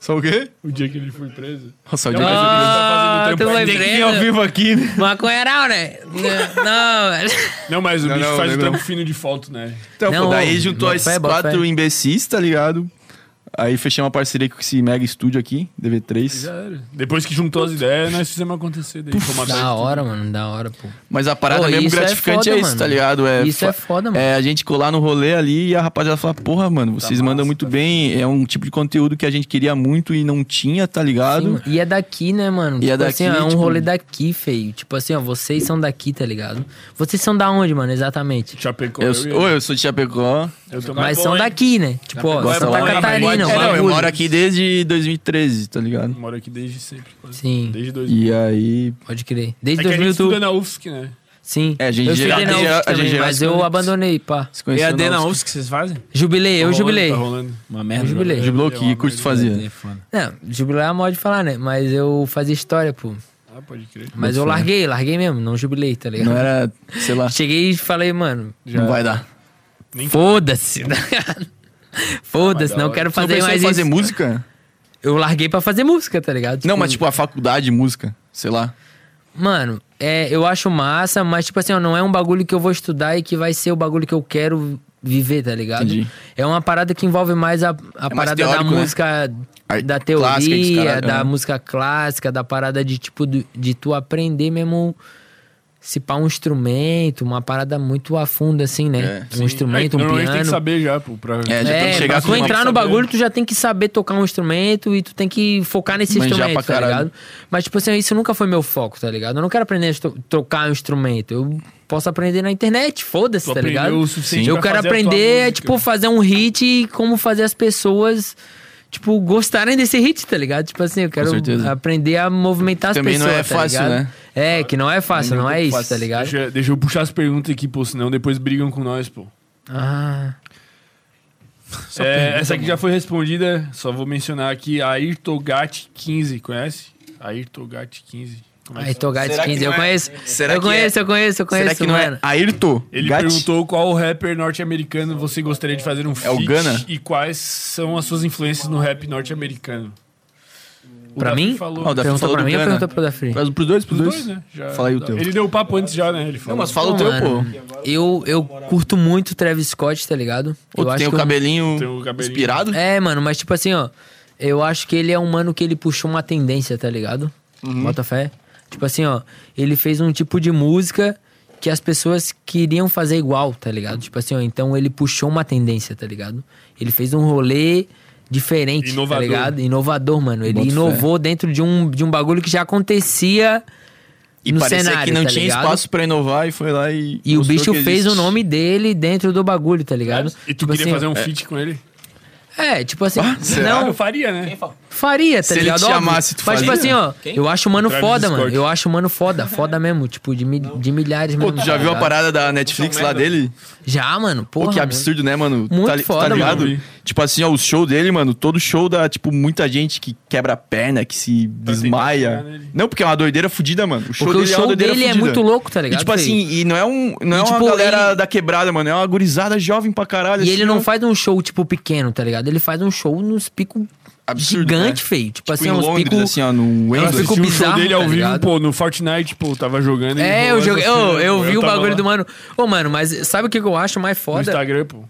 [SPEAKER 1] Só o quê?
[SPEAKER 2] O dia que ele foi preso.
[SPEAKER 1] Nossa, o
[SPEAKER 2] Não,
[SPEAKER 1] Diego-
[SPEAKER 2] mas o que ele tá fazendo
[SPEAKER 4] tu
[SPEAKER 2] trampo
[SPEAKER 4] vai
[SPEAKER 2] aqui.
[SPEAKER 4] preso?
[SPEAKER 1] vivo aqui, né?
[SPEAKER 4] Maconheiral, né? Não, não, velho.
[SPEAKER 2] Não, mas o
[SPEAKER 1] Não,
[SPEAKER 2] bicho
[SPEAKER 1] não,
[SPEAKER 2] faz o
[SPEAKER 1] não,
[SPEAKER 2] trampo fino de foto, né?
[SPEAKER 1] Então,
[SPEAKER 4] Não,
[SPEAKER 1] pô, daí
[SPEAKER 4] ô,
[SPEAKER 1] juntou
[SPEAKER 4] bota
[SPEAKER 1] esses
[SPEAKER 4] fé, bota
[SPEAKER 1] quatro
[SPEAKER 4] fé.
[SPEAKER 1] imbecis, tá ligado? Aí fechamos uma parceria com esse mega estúdio aqui, DV3.
[SPEAKER 2] Já era. Depois que juntou as ideias, nós fizemos acontecer. Daí, foi uma
[SPEAKER 4] Da hora, mano, da hora, pô.
[SPEAKER 1] Mas a parada
[SPEAKER 4] Pô,
[SPEAKER 1] mesmo
[SPEAKER 4] isso é
[SPEAKER 1] gratificante é,
[SPEAKER 4] foda,
[SPEAKER 1] isso,
[SPEAKER 4] mano.
[SPEAKER 1] tá ligado? É,
[SPEAKER 4] Isso é foda, mano. Tá
[SPEAKER 1] É a gente colar no rolê ali e a rapaziada falar, porra, mano, vocês mandam muito bem. É um tipo de conteúdo que a gente queria muito e não tinha, tá ligado?
[SPEAKER 4] Sim, mano. e é daqui, né, mano?
[SPEAKER 1] E é daqui,
[SPEAKER 4] assim, ó, é um
[SPEAKER 1] tipo-
[SPEAKER 4] rolê daqui, feio. Tipo assim, ó, vocês são daqui, tá ligado? Vocês são da onde, mano, exatamente?
[SPEAKER 2] Chapecó.
[SPEAKER 1] Eu,
[SPEAKER 2] eu ia-
[SPEAKER 1] ou eu sou de Chapecó.
[SPEAKER 4] Mas são daqui, né? Tipo, ó,
[SPEAKER 1] Gosta
[SPEAKER 4] Santa
[SPEAKER 1] lá, mas
[SPEAKER 4] Catarina.
[SPEAKER 1] pode-
[SPEAKER 4] um
[SPEAKER 1] É, não, eu
[SPEAKER 4] bagulho.
[SPEAKER 1] moro aqui desde 2013, tá ligado?
[SPEAKER 2] Moro aqui desde sempre. quase.
[SPEAKER 4] Sim,
[SPEAKER 2] Desde dois
[SPEAKER 1] E aí.
[SPEAKER 4] pode crer.
[SPEAKER 2] É
[SPEAKER 4] Desde
[SPEAKER 2] que a gente
[SPEAKER 4] 2000 tu...
[SPEAKER 2] estuda na UFSC, né?
[SPEAKER 4] Sim.
[SPEAKER 1] É, a gente
[SPEAKER 4] eu
[SPEAKER 1] gera-
[SPEAKER 4] estudei na
[SPEAKER 1] gera-
[SPEAKER 4] UFSC
[SPEAKER 1] a gente
[SPEAKER 4] também,
[SPEAKER 1] gera
[SPEAKER 4] mas eu
[SPEAKER 1] conexões.
[SPEAKER 4] abandonei, pá.
[SPEAKER 1] Se conheceu
[SPEAKER 5] EAD
[SPEAKER 1] na
[SPEAKER 5] na
[SPEAKER 1] UFSC.
[SPEAKER 5] UFSC que vocês fazem?
[SPEAKER 4] Jubilei, eu
[SPEAKER 2] Tá rolando,
[SPEAKER 4] jubilei. É,
[SPEAKER 2] Tá rolando.
[SPEAKER 5] Uma merda.
[SPEAKER 4] jubilei.
[SPEAKER 1] Jubilou, que curso tu
[SPEAKER 5] É,
[SPEAKER 3] né?
[SPEAKER 1] fazia?
[SPEAKER 3] Tá
[SPEAKER 4] Não, jubilei é a moda de falar, né? Mas eu fazia história, pô.
[SPEAKER 2] Ah, pode crer.
[SPEAKER 4] Mas eu larguei, larguei mesmo, não jubilei, tá ligado?
[SPEAKER 1] Não é? era, sei lá,
[SPEAKER 4] Cheguei e falei, mano,
[SPEAKER 1] não vai dar.
[SPEAKER 4] foda-se. tá ligado? Foda-se, não quero
[SPEAKER 1] Tu não
[SPEAKER 4] fazer
[SPEAKER 1] pensou em
[SPEAKER 4] mais
[SPEAKER 1] fazer
[SPEAKER 4] isso.
[SPEAKER 1] música?
[SPEAKER 4] Eu larguei pra fazer música, tá ligado?
[SPEAKER 1] Não, mas tipo a faculdade de música, sei lá.
[SPEAKER 4] Mano, é, eu acho massa, mas, tipo assim, ó, não é um bagulho que eu vou estudar e que vai ser o bagulho que eu quero viver, tá ligado?
[SPEAKER 1] Entendi.
[SPEAKER 4] É uma parada que envolve mais a, a parada
[SPEAKER 1] teórico,
[SPEAKER 4] da
[SPEAKER 1] né?
[SPEAKER 4] música,
[SPEAKER 1] Ar-
[SPEAKER 4] da
[SPEAKER 1] clássica, esses
[SPEAKER 4] teoria,
[SPEAKER 1] caralho,
[SPEAKER 4] da
[SPEAKER 1] né?
[SPEAKER 4] música clássica, da parada de, tipo, do- de tu aprender mesmo. Se pá um instrumento, uma parada muito a fundo, assim, né?
[SPEAKER 1] É,
[SPEAKER 4] um instrumento, um
[SPEAKER 2] Normalmente tem que
[SPEAKER 4] piano.
[SPEAKER 2] saber já, pô. Pra...
[SPEAKER 1] É, já tem
[SPEAKER 4] É,
[SPEAKER 1] que chegar
[SPEAKER 4] pra
[SPEAKER 1] com
[SPEAKER 4] tu
[SPEAKER 1] uma-
[SPEAKER 4] entrar no
[SPEAKER 2] saber.
[SPEAKER 4] bagulho, tu já tem que saber tocar um instrumento e tu tem que focar nesse
[SPEAKER 1] Manjar
[SPEAKER 4] instrumento,
[SPEAKER 1] pra
[SPEAKER 4] tá
[SPEAKER 1] caralho.
[SPEAKER 4] ligado? Mas, tipo assim, isso nunca foi meu foco, tá ligado? Eu não quero aprender a esto- tocar um instrumento. Eu posso aprender na internet, foda-se,
[SPEAKER 2] Tu
[SPEAKER 4] tá
[SPEAKER 2] aprendeu
[SPEAKER 4] ligado?
[SPEAKER 2] o suficiente
[SPEAKER 4] Eu
[SPEAKER 2] pra
[SPEAKER 4] quero
[SPEAKER 2] fazer a tua
[SPEAKER 4] aprender,
[SPEAKER 2] música.
[SPEAKER 4] tipo, fazer um hit e como fazer as pessoas. Tipo, gostarem desse hit, tá ligado? Tipo assim, eu quero
[SPEAKER 1] certeza.
[SPEAKER 4] aprender a movimentar as
[SPEAKER 1] Também
[SPEAKER 4] pessoas.
[SPEAKER 1] não é
[SPEAKER 4] tá
[SPEAKER 1] fácil,
[SPEAKER 4] ligado?
[SPEAKER 1] né?
[SPEAKER 4] É, que não é fácil, não é isso,
[SPEAKER 1] fácil.
[SPEAKER 4] tá ligado?
[SPEAKER 2] Deixa, deixa eu puxar as perguntas aqui, pô, senão depois brigam com nós, pô.
[SPEAKER 4] Ah.
[SPEAKER 2] É,
[SPEAKER 4] tá
[SPEAKER 2] essa aqui já foi respondida, só vou mencionar aqui. Ayrton Gatti 15, conhece? Ayrton Gatti 15. Como é que-
[SPEAKER 4] Aí, Togats
[SPEAKER 1] Será que
[SPEAKER 4] 15, eu
[SPEAKER 1] não é-
[SPEAKER 4] conheço.
[SPEAKER 1] Será
[SPEAKER 4] eu
[SPEAKER 1] que é-
[SPEAKER 4] conheço, eu conheço, eu conheço,
[SPEAKER 1] Será que não é
[SPEAKER 4] mano.
[SPEAKER 1] Ayrton?
[SPEAKER 2] Ele
[SPEAKER 1] Gatti?
[SPEAKER 2] perguntou qual rapper norte-americano você gostaria de fazer um feat
[SPEAKER 1] É o Ghana?
[SPEAKER 2] e quais são as suas influências no rap norte-americano. O
[SPEAKER 4] Pra
[SPEAKER 2] Davi
[SPEAKER 4] mim?
[SPEAKER 2] Falou.
[SPEAKER 1] Ah, o Davi
[SPEAKER 4] Perguntou
[SPEAKER 1] falou
[SPEAKER 4] pra
[SPEAKER 1] do
[SPEAKER 4] mim ou
[SPEAKER 1] Ghana.
[SPEAKER 4] perguntou pro Dafri?
[SPEAKER 1] Faz pros dois, pros
[SPEAKER 2] Os
[SPEAKER 1] dois?
[SPEAKER 2] dois, né? Já-
[SPEAKER 1] Fala aí o teu.
[SPEAKER 2] Ele deu o papo antes já, né? Ele falou.
[SPEAKER 1] Não, mas fala o teu,
[SPEAKER 4] Então, mano,
[SPEAKER 1] pô.
[SPEAKER 4] Eu, eu curto muito Travis Scott, tá ligado?
[SPEAKER 1] Ou
[SPEAKER 4] eu
[SPEAKER 1] tu tem o
[SPEAKER 4] que eu-
[SPEAKER 1] cabelinho,
[SPEAKER 2] Tem o cabelinho.
[SPEAKER 1] inspirado?
[SPEAKER 4] É, mano, mas tipo assim, ó. Eu acho que ele é um mano que ele puxou uma tendência, tá ligado?
[SPEAKER 1] Uhum.
[SPEAKER 4] Bota fé. Tipo assim, ó. Ele fez um tipo de música que as pessoas queriam fazer igual, tá ligado? Tipo assim, ó. Então ele puxou uma tendência, tá ligado? Ele fez um rolê diferente,
[SPEAKER 2] Inovador.
[SPEAKER 4] tá ligado? Inovador, mano. Ele
[SPEAKER 1] Bota fé.
[SPEAKER 4] inovou dentro de um, de um bagulho que já acontecia
[SPEAKER 1] E
[SPEAKER 4] no
[SPEAKER 1] parecia
[SPEAKER 4] cenário,
[SPEAKER 1] que não
[SPEAKER 4] tá
[SPEAKER 1] tinha
[SPEAKER 4] ligado?
[SPEAKER 1] espaço pra inovar e foi lá e.
[SPEAKER 4] E o
[SPEAKER 1] mostrou
[SPEAKER 4] bicho
[SPEAKER 1] que
[SPEAKER 4] fez
[SPEAKER 1] existe.
[SPEAKER 4] o nome dele dentro do bagulho, tá ligado?
[SPEAKER 2] E tu
[SPEAKER 4] Tipo
[SPEAKER 2] queria
[SPEAKER 4] assim,
[SPEAKER 2] fazer um feat com ele?
[SPEAKER 4] É, tipo assim,
[SPEAKER 1] será?
[SPEAKER 2] Ah,
[SPEAKER 4] não
[SPEAKER 2] eu faria, né?
[SPEAKER 4] faria, tá
[SPEAKER 1] um- Se ele
[SPEAKER 4] ligado?
[SPEAKER 1] te
[SPEAKER 4] Óbvio.
[SPEAKER 1] chamasse, tu
[SPEAKER 4] Mas tipo assim,
[SPEAKER 1] faria?
[SPEAKER 4] ó, eu acho o mano
[SPEAKER 2] Travis
[SPEAKER 4] foda, mano.
[SPEAKER 2] Scott.
[SPEAKER 4] Eu acho o mano foda, foda mesmo, tipo, de, mi- de milhares
[SPEAKER 1] Pô,
[SPEAKER 4] mesmo.
[SPEAKER 1] tu já
[SPEAKER 4] tá
[SPEAKER 1] viu a
[SPEAKER 4] ligado?
[SPEAKER 1] parada da Netflix lá dele?
[SPEAKER 4] Já, mano, porra.
[SPEAKER 1] Pô, que
[SPEAKER 4] mano.
[SPEAKER 1] absurdo, né, mano?
[SPEAKER 4] Muito
[SPEAKER 1] tá, li- tu
[SPEAKER 4] foda,
[SPEAKER 1] tá ligado?
[SPEAKER 2] mano.
[SPEAKER 1] Tipo assim, ó, o show dele, mano, todo show dá, tipo, muita gente que quebra a perna, que se desmaia.
[SPEAKER 2] Tá chegar nele.
[SPEAKER 1] Não, porque é uma doideira fudida, mano. O show
[SPEAKER 4] Porque o
[SPEAKER 1] dele é uma
[SPEAKER 4] show
[SPEAKER 1] doideira
[SPEAKER 4] dele é
[SPEAKER 1] fudida.
[SPEAKER 4] muito louco, tá ligado?
[SPEAKER 1] E, tipo
[SPEAKER 4] Fê?
[SPEAKER 1] assim, e não é, um, não é
[SPEAKER 4] E, tipo,
[SPEAKER 1] uma galera
[SPEAKER 4] ele-
[SPEAKER 1] da quebrada, mano. É uma gurizada jovem pra caralho.
[SPEAKER 4] E
[SPEAKER 1] assim,
[SPEAKER 4] ele não
[SPEAKER 1] ó.
[SPEAKER 4] faz um show, tipo, pequeno, tá ligado? Ele faz um show nos picos
[SPEAKER 1] Absurdo,
[SPEAKER 4] gigante,
[SPEAKER 1] né?
[SPEAKER 4] feio. Tipo, assim,
[SPEAKER 1] em
[SPEAKER 4] uns
[SPEAKER 1] Londres,
[SPEAKER 4] picos.
[SPEAKER 1] assim, ó, no
[SPEAKER 2] Eu
[SPEAKER 1] Wembley.
[SPEAKER 4] fico
[SPEAKER 2] assisti um show
[SPEAKER 4] bizarro,
[SPEAKER 2] dele ao
[SPEAKER 4] tá
[SPEAKER 2] vivo,
[SPEAKER 4] ligado?
[SPEAKER 2] pô, no Fortnite, pô, tava jogando. e
[SPEAKER 4] É, eu
[SPEAKER 2] rolou
[SPEAKER 4] joguei.
[SPEAKER 2] essa cena,
[SPEAKER 4] Eu, eu
[SPEAKER 1] assim,
[SPEAKER 2] pô,
[SPEAKER 4] vi o
[SPEAKER 2] tava
[SPEAKER 4] bagulho
[SPEAKER 2] lá
[SPEAKER 4] do mano. Ô, mano, mas sabe o que que eu acho mais
[SPEAKER 2] No
[SPEAKER 4] foda?
[SPEAKER 2] Instagram, pô.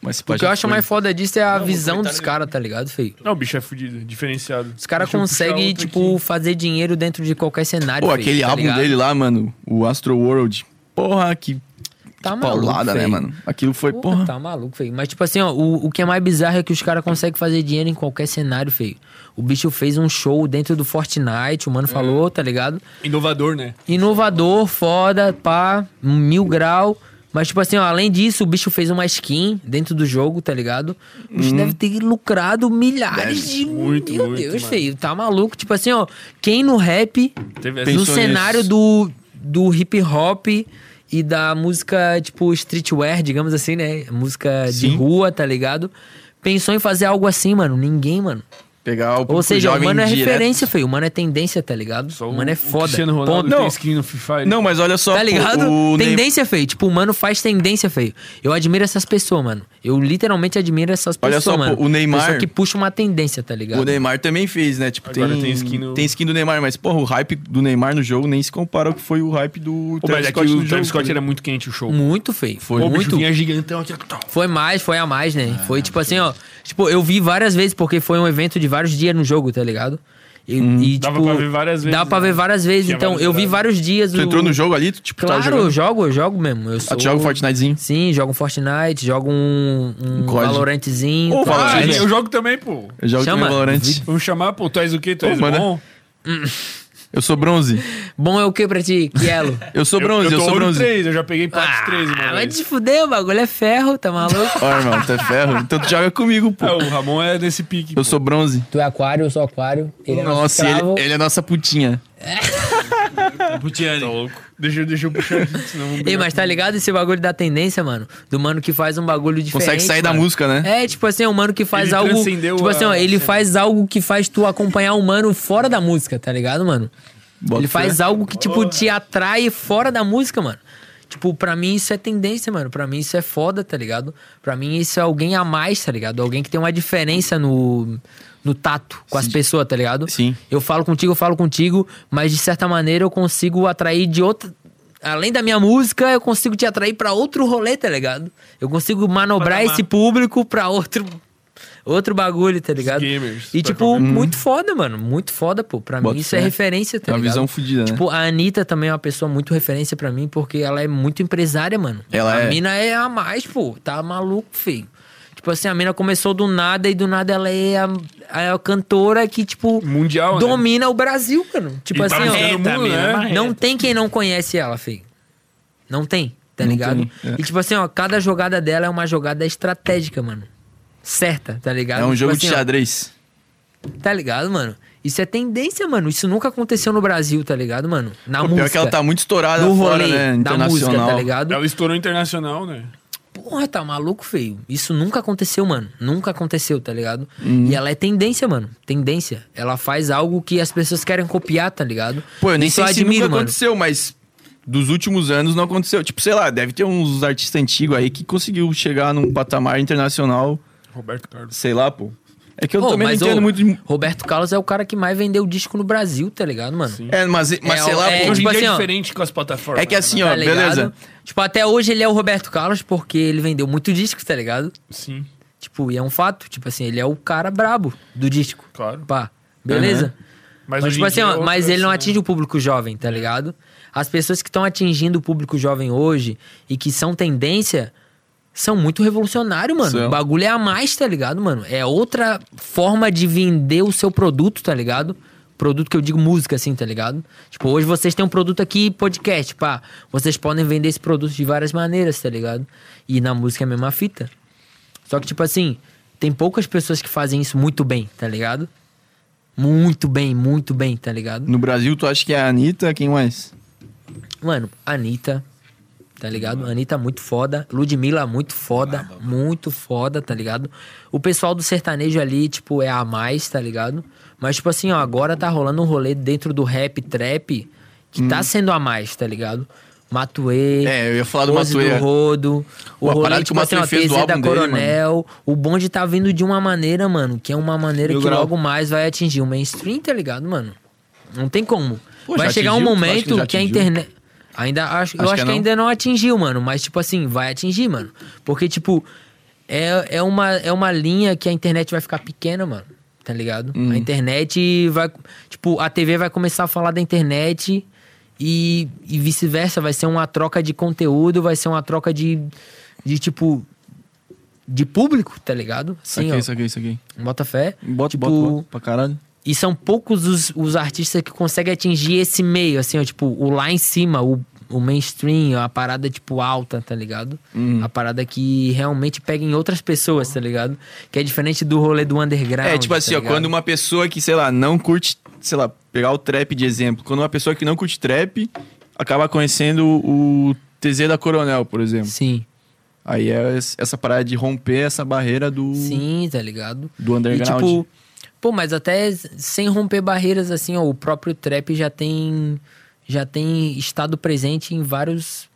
[SPEAKER 1] Mas
[SPEAKER 4] O que eu acho mais foda disso é a visão dos caras, tá ligado, feio?
[SPEAKER 2] Não, o bicho é fudido, é diferenciado.
[SPEAKER 4] Os caras conseguem, tipo, fazer dinheiro dentro de qualquer cenário.
[SPEAKER 1] Pô,
[SPEAKER 4] feio,
[SPEAKER 1] aquele
[SPEAKER 4] tá
[SPEAKER 1] álbum
[SPEAKER 4] ligado?
[SPEAKER 1] dele lá, mano, o Astro World. Porra, que
[SPEAKER 4] Tá maluco,
[SPEAKER 1] paulada, né,
[SPEAKER 4] feio.
[SPEAKER 1] mano? Aquilo foi,
[SPEAKER 4] Porra,
[SPEAKER 1] porra.
[SPEAKER 4] Tá maluco, feio. Mas, tipo assim, ó, o, o que é mais bizarro é que os caras conseguem fazer dinheiro em qualquer cenário, feio. O bicho fez um show dentro do Fortnite, o mano falou, tá ligado?
[SPEAKER 2] Inovador, né?
[SPEAKER 4] Inovador, foda, pá, um mil grau. Mas, tipo assim, ó, além disso, o bicho fez uma skin dentro do jogo, tá ligado? O bicho deve ter lucrado milhares de.
[SPEAKER 2] Uhum. muito,
[SPEAKER 4] Meu
[SPEAKER 2] muito,
[SPEAKER 4] Deus,
[SPEAKER 2] mano.
[SPEAKER 4] feio. Tá maluco. Tipo assim, ó, quem no rap
[SPEAKER 2] Teve
[SPEAKER 1] Pensou
[SPEAKER 4] no
[SPEAKER 1] nisso.
[SPEAKER 4] cenário do, do hip hop e da música, tipo, streetwear, digamos assim, né? Música de
[SPEAKER 1] Sim.
[SPEAKER 4] rua, tá ligado? Pensou em fazer algo assim, mano? Ninguém, mano.
[SPEAKER 1] Pegar o
[SPEAKER 4] Ou
[SPEAKER 1] público
[SPEAKER 4] seja, o
[SPEAKER 1] jovem
[SPEAKER 4] mano é
[SPEAKER 1] direto.
[SPEAKER 4] referência, feio. O mano é tendência, tá ligado?
[SPEAKER 2] Tipo, Só
[SPEAKER 4] o mano é
[SPEAKER 2] O
[SPEAKER 4] foda.
[SPEAKER 2] Cristiano Ronaldo
[SPEAKER 4] Ponto.
[SPEAKER 2] tem
[SPEAKER 1] Não.
[SPEAKER 2] skin no Free Fire.
[SPEAKER 1] Não, mas olha só,
[SPEAKER 4] Tá
[SPEAKER 1] pô,
[SPEAKER 4] ligado?
[SPEAKER 1] o Ney-
[SPEAKER 4] tendência, feio. Tipo, o mano faz tendência, feio. Eu admiro essas pessoas, mano. Eu literalmente admiro essas
[SPEAKER 1] Olha
[SPEAKER 4] pessoas,
[SPEAKER 1] só, pô,
[SPEAKER 4] mano.
[SPEAKER 1] o Neymar-
[SPEAKER 4] Pessoa que puxa uma tendência, tá ligado?
[SPEAKER 1] O Neymar também fez, né? Tipo,
[SPEAKER 2] Agora
[SPEAKER 1] tem,
[SPEAKER 2] tem skin no-
[SPEAKER 1] tem skin do Neymar, mas, porra, o hype do Neymar no jogo nem se compara ao que foi o hype do
[SPEAKER 2] Pô,
[SPEAKER 1] Travis
[SPEAKER 2] mas é que
[SPEAKER 1] Scott no
[SPEAKER 2] o
[SPEAKER 1] jogo. tá
[SPEAKER 2] Travis
[SPEAKER 4] né?
[SPEAKER 2] Scott era muito quente o show.
[SPEAKER 4] Muito feio.
[SPEAKER 2] Pô,
[SPEAKER 4] Foi
[SPEAKER 2] o bicho
[SPEAKER 4] muito.
[SPEAKER 2] vinha gigantão aqui. tal.
[SPEAKER 4] Foi mais, foi a mais, né?
[SPEAKER 1] Ah,
[SPEAKER 4] foi tipo assim, ó. Tipo, eu vi várias vezes, porque foi um evento de vários dias no jogo, tá ligado? E,
[SPEAKER 1] Uhum.
[SPEAKER 4] e,
[SPEAKER 2] Dava
[SPEAKER 4] tipo,
[SPEAKER 2] pra ver várias vezes,
[SPEAKER 4] Dava pra
[SPEAKER 2] né?
[SPEAKER 4] ver várias vezes.
[SPEAKER 2] Tinha
[SPEAKER 4] então,
[SPEAKER 2] vários
[SPEAKER 4] eu vi
[SPEAKER 2] horários.
[SPEAKER 4] vários dias.
[SPEAKER 1] Tu entrou no jogo ali, tu, tipo, tava
[SPEAKER 4] Claro, eu
[SPEAKER 1] jogando.
[SPEAKER 4] jogo, eu jogo mesmo. Eu sou...
[SPEAKER 1] Ah, tu joga o Fortnitezinho.
[SPEAKER 4] Sim, jogo um Fortnite, jogo um, um
[SPEAKER 1] COD.
[SPEAKER 4] Valorantezinho.
[SPEAKER 1] Ô,
[SPEAKER 4] tá
[SPEAKER 1] Valorant.
[SPEAKER 4] ligado?
[SPEAKER 2] Ah, eu jogo também, pô.
[SPEAKER 1] Eu jogo
[SPEAKER 4] Chama-
[SPEAKER 1] também Valorant.
[SPEAKER 4] né?
[SPEAKER 2] Vamos chamar, pô, tu és o quê? Tu
[SPEAKER 1] Ô,
[SPEAKER 2] és
[SPEAKER 1] mano.
[SPEAKER 2] bom?
[SPEAKER 1] Eu sou bronze.
[SPEAKER 4] Bom é o que pra ti, Kielo?
[SPEAKER 1] Eu sou bronze, eu,
[SPEAKER 2] tô
[SPEAKER 1] sou
[SPEAKER 2] ouro
[SPEAKER 1] bronze.
[SPEAKER 2] três, eu já peguei parte 3,
[SPEAKER 4] Ah,
[SPEAKER 2] mano.
[SPEAKER 1] é
[SPEAKER 4] vai te fuder, o bagulho é ferro, tá maluco?
[SPEAKER 1] Ó, irmão, tu é ferro. Então tu joga comigo, pô.
[SPEAKER 2] É, o Ramon é nesse pique.
[SPEAKER 1] Eu sou bronze.
[SPEAKER 4] tu é aquário, eu sou aquário. Ele é nosso
[SPEAKER 1] Nossa, ele,
[SPEAKER 4] escravo.
[SPEAKER 1] ele é nossa putinha.
[SPEAKER 3] Tá
[SPEAKER 2] Deixa, eu- deixa eu puxar aqui, senão eu vou
[SPEAKER 1] é
[SPEAKER 4] Ei,
[SPEAKER 2] brigar
[SPEAKER 4] mas tá ligado esse bagulho da tendência, mano? Do mano que faz um bagulho diferente.
[SPEAKER 1] Consegue sair da
[SPEAKER 4] mano.
[SPEAKER 1] música, né?
[SPEAKER 4] É, tipo assim, é um mano que faz
[SPEAKER 2] Ele
[SPEAKER 4] algo.
[SPEAKER 2] transcendeu
[SPEAKER 4] Tipo assim, ó,
[SPEAKER 2] a-
[SPEAKER 4] ele faz algo que faz tu acompanhar um mano fora da música, tá ligado, mano?
[SPEAKER 1] Bota
[SPEAKER 4] ele
[SPEAKER 1] fé.
[SPEAKER 4] faz algo que, tipo, te atrai fora da música, mano. Tipo, pra mim isso é tendência, mano. Pra mim isso é foda, tá ligado? Pra mim isso é alguém a mais, tá ligado? Alguém que tem uma diferença no, no tato com as pessoas, tá ligado?
[SPEAKER 1] Sim.
[SPEAKER 4] Eu falo contigo, eu falo contigo, mas de certa maneira eu consigo atrair de outra. Além da minha música, eu consigo te atrair pra outro rolê, tá ligado? Eu consigo manobrar esse público pra outro. Outro bagulho, tá ligado?
[SPEAKER 2] gamers,
[SPEAKER 4] e,
[SPEAKER 2] pra
[SPEAKER 4] tipo, muito foda, mano. Muito foda, pô. Pra
[SPEAKER 1] Uhum. Bota
[SPEAKER 4] mim, isso
[SPEAKER 1] fé.
[SPEAKER 4] é referência, tá
[SPEAKER 1] É uma
[SPEAKER 4] ligado?
[SPEAKER 1] visão fodida, né?
[SPEAKER 4] Tipo, a Anitta também é uma pessoa muito referência pra mim, porque ela é muito empresária, mano.
[SPEAKER 1] Ela
[SPEAKER 4] a
[SPEAKER 1] é.
[SPEAKER 4] mina é a mais, pô. Tá maluco, filho. Tipo assim, a mina começou do nada e do nada ela é a, a cantora que, tipo,
[SPEAKER 2] Mundial, né?
[SPEAKER 4] domina o Brasil, mano. Tipo
[SPEAKER 2] E tá
[SPEAKER 4] assim, ó,
[SPEAKER 2] fazendo mundo, né?
[SPEAKER 4] não tem quem não conhece ela, filho. Não tem, tá ligado?
[SPEAKER 1] tem, é.
[SPEAKER 4] E tipo assim, ó, cada jogada dela é uma jogada estratégica, mano. Certa, tá ligado?
[SPEAKER 1] É um
[SPEAKER 4] Tipo
[SPEAKER 1] jogo de
[SPEAKER 4] assim, ó,
[SPEAKER 1] xadrez.
[SPEAKER 4] Tá ligado, mano? Isso é tendência, mano. Isso nunca aconteceu no Brasil, tá ligado, mano? Na
[SPEAKER 1] Pô,
[SPEAKER 4] música.
[SPEAKER 1] Pior que ela tá muito estourada
[SPEAKER 4] no
[SPEAKER 1] fora,
[SPEAKER 4] rolê
[SPEAKER 1] né?
[SPEAKER 4] da música,
[SPEAKER 1] Internacional.
[SPEAKER 4] tá ligado?
[SPEAKER 2] Ela É estourou internacional, né?
[SPEAKER 4] Porra, tá maluco, feio. Isso nunca aconteceu, mano. Nunca aconteceu, tá ligado?
[SPEAKER 1] Uhum.
[SPEAKER 4] E ela é tendência, mano. Tendência. Ela faz algo que as pessoas querem copiar, tá ligado?
[SPEAKER 1] Pô, eu nem
[SPEAKER 4] Isso
[SPEAKER 1] sei
[SPEAKER 4] eu
[SPEAKER 1] se
[SPEAKER 4] admiro,
[SPEAKER 1] nunca
[SPEAKER 4] mano.
[SPEAKER 1] aconteceu, mas dos últimos anos não aconteceu. Tipo, sei lá, deve ter uns artistas antigos aí que conseguiu chegar num patamar internacional,
[SPEAKER 2] Roberto Carlos.
[SPEAKER 1] sei lá, pô. É que eu
[SPEAKER 4] Ô,
[SPEAKER 1] também não
[SPEAKER 4] mas,
[SPEAKER 1] entendo
[SPEAKER 4] ô,
[SPEAKER 1] muito de...
[SPEAKER 4] Roberto Carlos é o cara que mais vendeu disco no Brasil, tá ligado, mano?
[SPEAKER 1] É, mas, mas
[SPEAKER 4] É,
[SPEAKER 1] sei lá,
[SPEAKER 4] é,
[SPEAKER 1] pô.
[SPEAKER 2] Hoje
[SPEAKER 4] tipo
[SPEAKER 2] em dia
[SPEAKER 4] assim,
[SPEAKER 2] é
[SPEAKER 4] ó.
[SPEAKER 2] diferente com as plataformas.
[SPEAKER 1] É que assim,
[SPEAKER 2] né?
[SPEAKER 1] ó,
[SPEAKER 4] Tá ligado?
[SPEAKER 1] beleza.
[SPEAKER 4] Tipo, até hoje ele é o Roberto Carlos porque ele vendeu muito disco, tá ligado?
[SPEAKER 2] Sim.
[SPEAKER 4] Tipo, e é um fato. Tipo assim, ele é o cara brabo do disco.
[SPEAKER 2] Claro.
[SPEAKER 4] Pá, beleza? Mas,
[SPEAKER 2] hoje
[SPEAKER 4] tipo
[SPEAKER 2] em
[SPEAKER 4] assim,
[SPEAKER 2] dia é
[SPEAKER 4] ó,
[SPEAKER 2] outra, É.
[SPEAKER 4] mas ele não
[SPEAKER 2] assim,
[SPEAKER 4] atinge o público jovem, tá ligado? As pessoas que estão atingindo o público jovem hoje e que são tendência são muito revolucionários, mano.
[SPEAKER 1] São.
[SPEAKER 4] O bagulho é a mais, tá ligado, mano? É outra forma de vender o seu produto, tá ligado? Produto que eu digo música, assim, tá ligado? Tipo, hoje vocês têm um produto aqui, podcast, pá. Vocês podem vender esse produto de várias maneiras, tá ligado? E na música é a mesma fita. Só que, tipo assim, tem poucas pessoas que fazem isso muito bem, tá ligado? Muito bem, muito bem, tá ligado?
[SPEAKER 1] No Brasil, tu acha que é a Anitta, quem mais?
[SPEAKER 4] Mano, Anitta, tá ligado? Anitta muito foda. Ludmilla muito foda. Muito foda, tá ligado? O pessoal do sertanejo ali, tipo, é a mais, tá ligado? Mas, tipo assim, ó, agora tá rolando um rolê dentro do rap trap que tá sendo a mais, tá ligado? Matuê.
[SPEAKER 1] Hum. É, eu ia falar do
[SPEAKER 4] Rose
[SPEAKER 1] Matuê.
[SPEAKER 4] do Rodo. O
[SPEAKER 1] Pô, a parada
[SPEAKER 4] rolê,
[SPEAKER 1] que
[SPEAKER 4] tipo
[SPEAKER 1] o
[SPEAKER 4] assim, ó,
[SPEAKER 1] Matuê fez do
[SPEAKER 4] TZ da
[SPEAKER 1] álbum dele,
[SPEAKER 4] Coronel. O bonde tá vindo de uma maneira, mano, que é uma maneira
[SPEAKER 1] Mil
[SPEAKER 4] que
[SPEAKER 1] grau.
[SPEAKER 4] logo mais vai atingir o mainstream, tá ligado, mano? Não tem como.
[SPEAKER 1] Pô,
[SPEAKER 4] vai
[SPEAKER 1] já
[SPEAKER 4] chegar um
[SPEAKER 1] atingiu? Tu acha que
[SPEAKER 4] momento
[SPEAKER 1] já
[SPEAKER 4] que, a
[SPEAKER 1] atingiu?
[SPEAKER 4] internet. Né? Ainda acho, eu
[SPEAKER 1] Acho
[SPEAKER 4] acho
[SPEAKER 1] que
[SPEAKER 4] que,
[SPEAKER 1] não.
[SPEAKER 4] ainda não atingiu, mano. Mas, tipo assim, vai atingir, mano. Porque, tipo, é, é, uma, é uma linha que a internet vai ficar pequena, mano. Tá ligado?
[SPEAKER 1] Uhum.
[SPEAKER 4] A internet vai. Tipo, a TV vai começar a falar da internet e, e vice-versa. Vai ser uma troca de conteúdo, vai ser uma troca de. De tipo. De público, tá ligado? Sim, ó.
[SPEAKER 1] isso aqui, isso aqui.
[SPEAKER 4] Bota fé.
[SPEAKER 1] Bota,
[SPEAKER 4] tipo,
[SPEAKER 1] bota, bota, pra caralho.
[SPEAKER 4] e são poucos os, os artistas que conseguem atingir esse meio, assim, ó, tipo, o lá em cima, o, o mainstream, a parada, tipo, alta, tá ligado?
[SPEAKER 1] Uhum.
[SPEAKER 4] A parada que realmente pega em outras pessoas, tá ligado? Que é diferente do rolê do underground.
[SPEAKER 1] É, tipo assim,
[SPEAKER 4] tá
[SPEAKER 1] ó, quando uma pessoa que, sei lá, não curte, sei lá, pegar o trap de exemplo, quando uma pessoa que não curte trap acaba conhecendo o TZ da Coronel, por exemplo.
[SPEAKER 4] Sim,
[SPEAKER 1] Aí é es- essa parada de romper essa barreira do,
[SPEAKER 4] sim, tá ligado?
[SPEAKER 1] do underground.
[SPEAKER 4] E, tipo, pô, mas até sem romper barreiras, assim, ó, o próprio trap já tem. Já tem estado presente em vários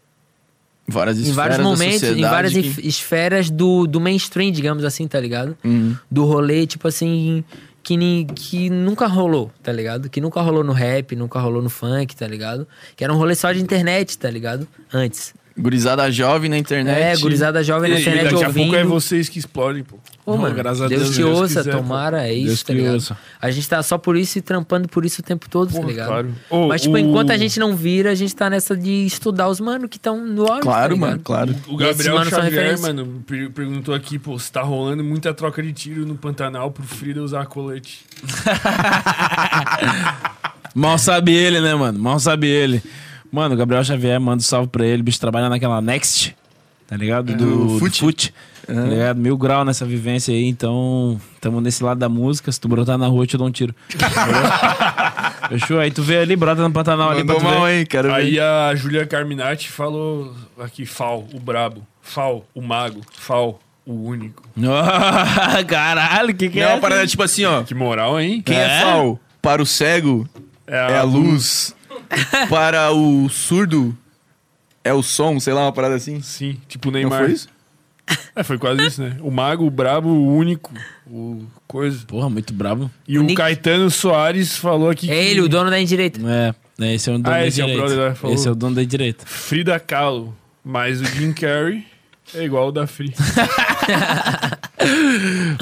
[SPEAKER 1] várias
[SPEAKER 4] em vários
[SPEAKER 1] esferas da
[SPEAKER 4] momentos, em
[SPEAKER 1] sociedade
[SPEAKER 4] várias
[SPEAKER 1] que-
[SPEAKER 4] inf- esferas do, do mainstream, digamos assim, tá ligado?
[SPEAKER 2] Uhum.
[SPEAKER 4] Do rolê, tipo assim, que, ni- que nunca rolou, tá ligado? Que nunca rolou no rap, nunca rolou no funk, tá ligado? Que era um rolê só de internet, tá ligado? Antes.
[SPEAKER 1] Gurizada jovem na internet.
[SPEAKER 4] É, gurizada jovem na
[SPEAKER 2] E
[SPEAKER 4] internet
[SPEAKER 2] daqui a pouco é
[SPEAKER 4] ouvindo.
[SPEAKER 2] vocês que explodem, pô.
[SPEAKER 4] Ô, mano,
[SPEAKER 2] graças a
[SPEAKER 4] Deus,
[SPEAKER 2] Deus,
[SPEAKER 4] te
[SPEAKER 2] Deus
[SPEAKER 4] ouça,
[SPEAKER 2] quiser, pô.
[SPEAKER 4] tomara, é isso,
[SPEAKER 5] Deus
[SPEAKER 4] tá
[SPEAKER 5] que
[SPEAKER 4] ligado?
[SPEAKER 5] ouça.
[SPEAKER 4] A gente tá só por isso e trampando por isso o tempo todo, tá
[SPEAKER 2] Porra,
[SPEAKER 4] ligado?
[SPEAKER 2] claro. Ô,
[SPEAKER 4] Mas, tipo,
[SPEAKER 2] o-
[SPEAKER 4] enquanto a gente não vira, a gente tá nessa de estudar os mano que estão no auge,
[SPEAKER 1] Claro,
[SPEAKER 4] tá
[SPEAKER 1] mano,
[SPEAKER 4] ligado?
[SPEAKER 1] claro.
[SPEAKER 2] O
[SPEAKER 4] E esses
[SPEAKER 2] Gabriel
[SPEAKER 4] manos são
[SPEAKER 2] Xavier,
[SPEAKER 4] referência.
[SPEAKER 2] mano, per- perguntou aqui, pô, se tá rolando muita troca de tiro no Pantanal pro Frida usar colete.
[SPEAKER 3] Mal sabe ele, né, mano? Mal sabe ele. Mano, o Gabriel Xavier manda um salve pra ele. O bicho trabalha naquela Next, tá
[SPEAKER 5] É,
[SPEAKER 3] ligado? Do, do fute. Tá ligado? Mil grau nessa vivência aí, então tamo nesse lado da música. Se tu brotar na rua, eu te dou um tiro. Fechou? Aí tu vê ali, brota no Pantanal ali pra
[SPEAKER 1] Mandou
[SPEAKER 3] tu
[SPEAKER 1] mal,
[SPEAKER 3] ver.
[SPEAKER 1] hein? Quero ver.
[SPEAKER 2] Aí a Julia Carminati falou aqui, Fal, o brabo. Fal, o mago. Fal, o único.
[SPEAKER 3] Caralho, que que
[SPEAKER 1] Não,
[SPEAKER 3] é?
[SPEAKER 1] é uma parada tipo assim, ó.
[SPEAKER 2] Que moral, hein?
[SPEAKER 1] Quem é,
[SPEAKER 3] É?
[SPEAKER 1] fal para o cego é a luz. para o surdo é o som, sei lá, uma parada assim.
[SPEAKER 2] Sim, tipo o
[SPEAKER 1] Não
[SPEAKER 2] Neymar.
[SPEAKER 1] foi isso?
[SPEAKER 2] É, foi quase isso, né? O mago, o brabo, o único, o coisa.
[SPEAKER 3] Porra, muito brabo.
[SPEAKER 2] E o,
[SPEAKER 4] Nick-
[SPEAKER 2] Caetano Soares falou aqui
[SPEAKER 4] É ele, o dono da indireita.
[SPEAKER 3] É, né, esse é o dono
[SPEAKER 2] Ah,
[SPEAKER 3] da
[SPEAKER 2] esse é o
[SPEAKER 3] direita.
[SPEAKER 2] brother, né? Falou.
[SPEAKER 3] esse é o dono da direita.
[SPEAKER 2] Frida Kahlo, mas o Jim Carrey é igual o da Frida.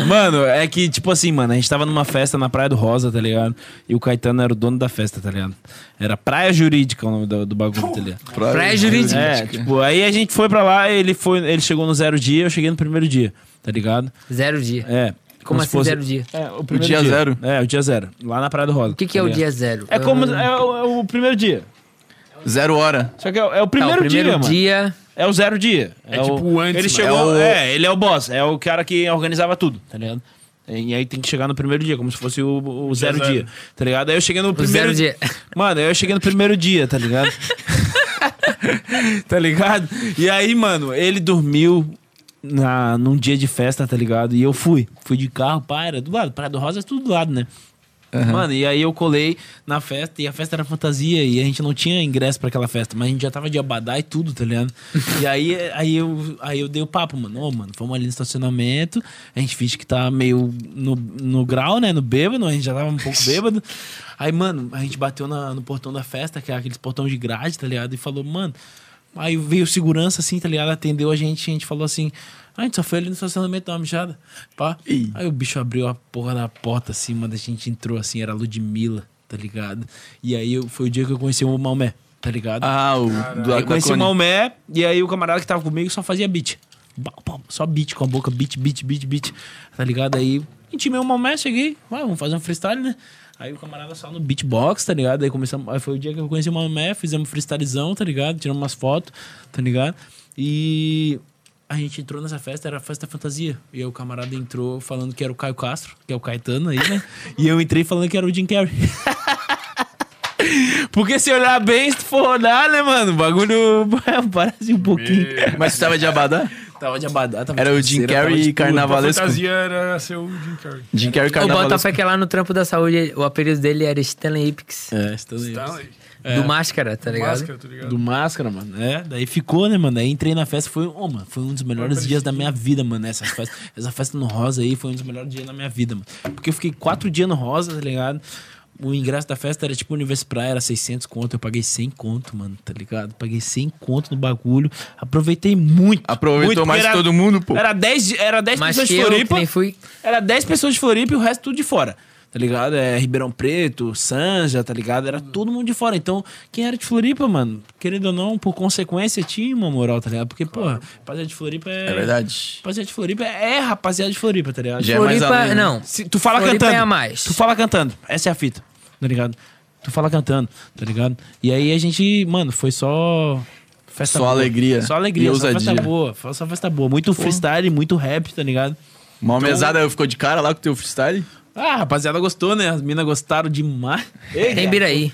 [SPEAKER 3] Mano, é que, tipo assim, mano, a gente tava numa festa na Praia do Rosa, tá ligado? E o Caetano era o dono da festa, tá ligado? Era Praia Jurídica o nome do, do bagulho, tá ligado?
[SPEAKER 4] Pré-jurídico.
[SPEAKER 3] É, tipo, aí a gente foi pra lá, ele foi, ele chegou no zero dia, eu cheguei no primeiro dia, tá ligado?
[SPEAKER 4] Zero dia.
[SPEAKER 3] É.
[SPEAKER 4] Como
[SPEAKER 3] se
[SPEAKER 4] assim zero dia?
[SPEAKER 3] É, o primeiro
[SPEAKER 1] dia zero.
[SPEAKER 3] É, o dia zero, lá na Praia do Rosa.
[SPEAKER 4] O que, que é
[SPEAKER 3] tá
[SPEAKER 4] o
[SPEAKER 3] ligado?
[SPEAKER 4] dia Ah. zero? Hum. Tá,
[SPEAKER 3] É
[SPEAKER 4] Eu
[SPEAKER 3] como,
[SPEAKER 4] não-
[SPEAKER 3] é o, é o primeiro dia.
[SPEAKER 1] Zero hora.
[SPEAKER 3] Só que é, o- é o
[SPEAKER 4] Tá,
[SPEAKER 3] primeiro,
[SPEAKER 4] o primeiro
[SPEAKER 3] dia, mano.
[SPEAKER 4] dia.
[SPEAKER 3] É o zero dia. É,
[SPEAKER 2] tipo o antes,
[SPEAKER 3] Ele
[SPEAKER 2] mano.
[SPEAKER 3] chegou. É,
[SPEAKER 1] É o-
[SPEAKER 3] ele é o boss. É o cara que organizava tudo, tá ligado? E aí tem que chegar no primeiro dia, como se fosse o, o zero
[SPEAKER 2] zero.
[SPEAKER 3] dia, tá ligado? Aí eu cheguei no primeiro
[SPEAKER 4] zero dia.
[SPEAKER 3] Mano, aí eu cheguei no primeiro dia, tá ligado? tá ligado? E aí, mano, ele dormiu na, num dia de festa, tá ligado? E eu fui. Fui de carro, pá, era do lado. Praia do Rosa é tudo do lado, né? Mano, e aí eu colei na festa e a festa era fantasia e a gente não tinha ingresso pra aquela festa, mas a gente já tava de abadá e tudo, tá ligado? e aí, aí, eu, aí eu dei o papo, mano. Ô, mano, fomos ali no estacionamento, a gente finge que tá meio no, no grau, né? No bêbado, a gente já tava um pouco bêbado. Aí, mano, a gente bateu na- no portão da festa, que é aqueles portão de grade, tá ligado? E falou, mano. Aí veio segurança, assim, tá ligado? Atendeu a gente e a gente falou assim: "Ah, a gente só foi ali no estacionamento dar uma mijada. Pá. Aí o bicho abriu a porra da porta, assim, mano. A gente entrou assim, era a Ludmilla, tá ligado? E aí eu- foi o dia que eu conheci o Maomé, tá ligado?
[SPEAKER 1] Ah, o do
[SPEAKER 3] eu conheci o
[SPEAKER 1] Arcacone.
[SPEAKER 3] Maomé e aí o camarada que tava comigo só fazia beat. Bau, bau, Só beat com a boca, beat, beat, beat, beat. Tá ligado? Aí intimei o Maomé, cheguei, "Ué, vamos fazer um freestyle, né? Aí o camarada só no beatbox, tá ligado? Aí começamos. Aí foi o dia que eu conheci o Maomé, fizemos freestylezão, tá ligado? Tiramos umas fotos, tá ligado? E a gente entrou nessa festa, era a festa fantasia. E aí o camarada entrou falando que era o Caio Castro, que é o Caetano aí, né? e eu entrei falando que era o Jim Carrey. Porque se olhar bem, se tu for olhar, né, mano? O bagulho parece um pouquinho.
[SPEAKER 1] Mas tu tava de Abadá?
[SPEAKER 3] Tava de abadá, tava
[SPEAKER 1] Era
[SPEAKER 3] de
[SPEAKER 1] o Jim
[SPEAKER 3] pulseira, tava de
[SPEAKER 1] Carrey
[SPEAKER 3] tudo.
[SPEAKER 2] A
[SPEAKER 1] carnavalesco.
[SPEAKER 2] fantasia era ser o Jim Carrey.
[SPEAKER 4] Tá
[SPEAKER 1] Jim Carrey
[SPEAKER 4] O
[SPEAKER 1] carnavalesco.
[SPEAKER 4] Botafé que é lá no trampo da saúde, o apelido dele era Stanley Ipix.
[SPEAKER 3] É, Stanley.
[SPEAKER 2] Tá, aí,
[SPEAKER 4] Do Máscara, tá ligado?
[SPEAKER 2] máscara, tá ligado?
[SPEAKER 3] Do máscara, mano. É, daí ficou, né, mano? Aí entrei na festa, foi, oh, mano, foi um dos melhores dias da minha vida, mano. Essa festa, essa festa no Rosa aí foi um dos melhores dias da minha vida, mano. Porque eu fiquei quatro dias no Rosa, tá ligado? O ingresso da festa era tipo Universo Praia, era 600 conto. Eu paguei 100 conto, mano, tá ligado? Paguei 100 conto no bagulho. Aproveitei muito.
[SPEAKER 1] Aproveitou
[SPEAKER 3] muito, porque
[SPEAKER 1] mais que
[SPEAKER 3] era-
[SPEAKER 1] todo mundo, pô.
[SPEAKER 3] Era 10, era 10
[SPEAKER 4] Mas
[SPEAKER 3] pessoas
[SPEAKER 4] que
[SPEAKER 3] de
[SPEAKER 4] eu que
[SPEAKER 3] Floripa.
[SPEAKER 4] nem fui.
[SPEAKER 3] Era 10 pessoas de Floripa e o resto tudo de fora. Tá ligado? É Ribeirão Preto, Sanja, tá ligado? Era todo mundo de fora. Então, quem era de Floripa, mano, querendo ou não, por consequência, tinha uma moral, tá ligado? Porque, porra, rapaziada de Floripa é.
[SPEAKER 1] É verdade.
[SPEAKER 3] Rapaziada de Floripa é, é rapaziada de Floripa, tá ligado?
[SPEAKER 1] Já é mais
[SPEAKER 4] Floripa,
[SPEAKER 1] além, né?
[SPEAKER 4] não.
[SPEAKER 3] Se- tu fala
[SPEAKER 4] Floripa
[SPEAKER 3] cantando.
[SPEAKER 4] é a mais.
[SPEAKER 3] Tu fala cantando. Essa é a fita, tá ligado? Tu fala cantando, tá ligado? E aí a gente, mano, foi só. Festa
[SPEAKER 1] Só
[SPEAKER 3] boa.
[SPEAKER 1] alegria
[SPEAKER 3] Só alegria,
[SPEAKER 1] e
[SPEAKER 3] só festa
[SPEAKER 1] ousadia.
[SPEAKER 3] boa. Só festa boa. Muito freestyle, muito rap, tá ligado?
[SPEAKER 1] Uma mesada ficou de cara lá com o teu freestyle?
[SPEAKER 3] Ah, rapaziada gostou, né? As minas gostaram demais.
[SPEAKER 4] Tem é Biraí.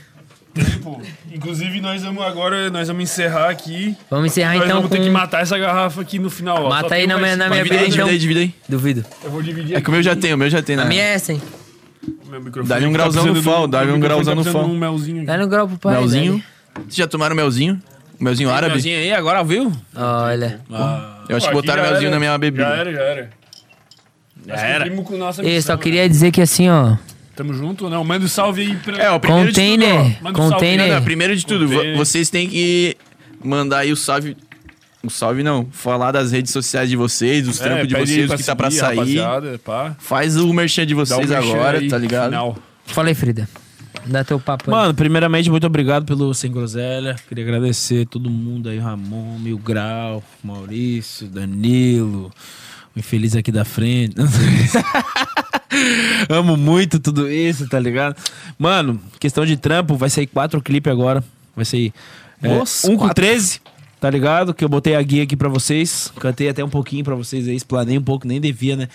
[SPEAKER 2] Tipo, inclusive, nós vamos agora, nós vamos encerrar aqui.
[SPEAKER 4] Vamos encerrar
[SPEAKER 2] nós
[SPEAKER 4] então
[SPEAKER 2] vamos
[SPEAKER 4] com...
[SPEAKER 2] ter que matar essa garrafa aqui no final. ó. Só
[SPEAKER 4] Mata
[SPEAKER 2] tem
[SPEAKER 4] aí na
[SPEAKER 2] mais-
[SPEAKER 4] minha, na minha
[SPEAKER 1] Divide
[SPEAKER 4] bira,
[SPEAKER 1] aí,
[SPEAKER 4] então.
[SPEAKER 1] divide aí, divide aí.
[SPEAKER 4] Duvido.
[SPEAKER 2] Eu vou dividir
[SPEAKER 1] É que o meu já tem, o meu já tem, né?
[SPEAKER 4] A minha é essa, hein?
[SPEAKER 2] Meu microfone
[SPEAKER 1] Dá-lhe um
[SPEAKER 2] que
[SPEAKER 1] grauzão no
[SPEAKER 2] precisando de um-
[SPEAKER 1] fal, dá-lhe um
[SPEAKER 2] meu microfone
[SPEAKER 1] grauzão no
[SPEAKER 2] precisando
[SPEAKER 1] fal.
[SPEAKER 2] de um melzinho aqui.
[SPEAKER 4] Dá no grau pro pai,
[SPEAKER 1] Melzinho.
[SPEAKER 4] velho.
[SPEAKER 1] Vocês já tomaram melzinho? O melzinho árabe?
[SPEAKER 3] Melzinho aí, agora viu?
[SPEAKER 4] Olha.
[SPEAKER 1] Eu acho
[SPEAKER 2] Pô,
[SPEAKER 1] que
[SPEAKER 2] aqui
[SPEAKER 1] botaram
[SPEAKER 2] já
[SPEAKER 1] melzinho
[SPEAKER 2] era,
[SPEAKER 1] na minha
[SPEAKER 2] Já
[SPEAKER 1] bebida.
[SPEAKER 2] era, já era. Já
[SPEAKER 3] era.
[SPEAKER 2] Com nossa
[SPEAKER 4] Eu só
[SPEAKER 2] missão, né?
[SPEAKER 4] queria dizer que assim, ó...
[SPEAKER 2] Tamo junto, né? Manda um salve aí pra...
[SPEAKER 1] É, o primeiro
[SPEAKER 4] Container.
[SPEAKER 1] de tudo.
[SPEAKER 2] Manda um
[SPEAKER 1] ó. Não,
[SPEAKER 4] Container.
[SPEAKER 1] primeiro de tudo, vo-
[SPEAKER 2] Container.
[SPEAKER 1] vocês têm que mandar aí o salve. O salve não. Falar das redes sociais de vocês, dos
[SPEAKER 2] É,
[SPEAKER 1] trampos de
[SPEAKER 2] pede aí
[SPEAKER 1] vocês, o que tá pra
[SPEAKER 2] seguir,
[SPEAKER 1] sair.
[SPEAKER 2] rapaziada, pá.
[SPEAKER 1] Faz o merchan de
[SPEAKER 2] Dá um
[SPEAKER 1] vocês
[SPEAKER 2] merchan
[SPEAKER 1] agora,
[SPEAKER 2] aí,
[SPEAKER 1] tá ligado?
[SPEAKER 2] Final.
[SPEAKER 4] Fala aí, Frida. Dá teu papo aí.
[SPEAKER 3] Mano, primeiramente, muito obrigado pelo Sem Groselha. Queria agradecer todo mundo aí, Ramon, Mil Grau, Maurício, Danilo, o infeliz aqui da frente. Amo muito tudo isso, tá ligado? Mano, questão de trampo, vai sair quatro clipes agora. Vai sair é,
[SPEAKER 5] Nossa,
[SPEAKER 3] um com
[SPEAKER 5] quatro.
[SPEAKER 3] 13, tá ligado? Que eu botei a guia aqui pra vocês. Cantei até um pouquinho pra vocês aí, explanei um pouco, nem devia, né?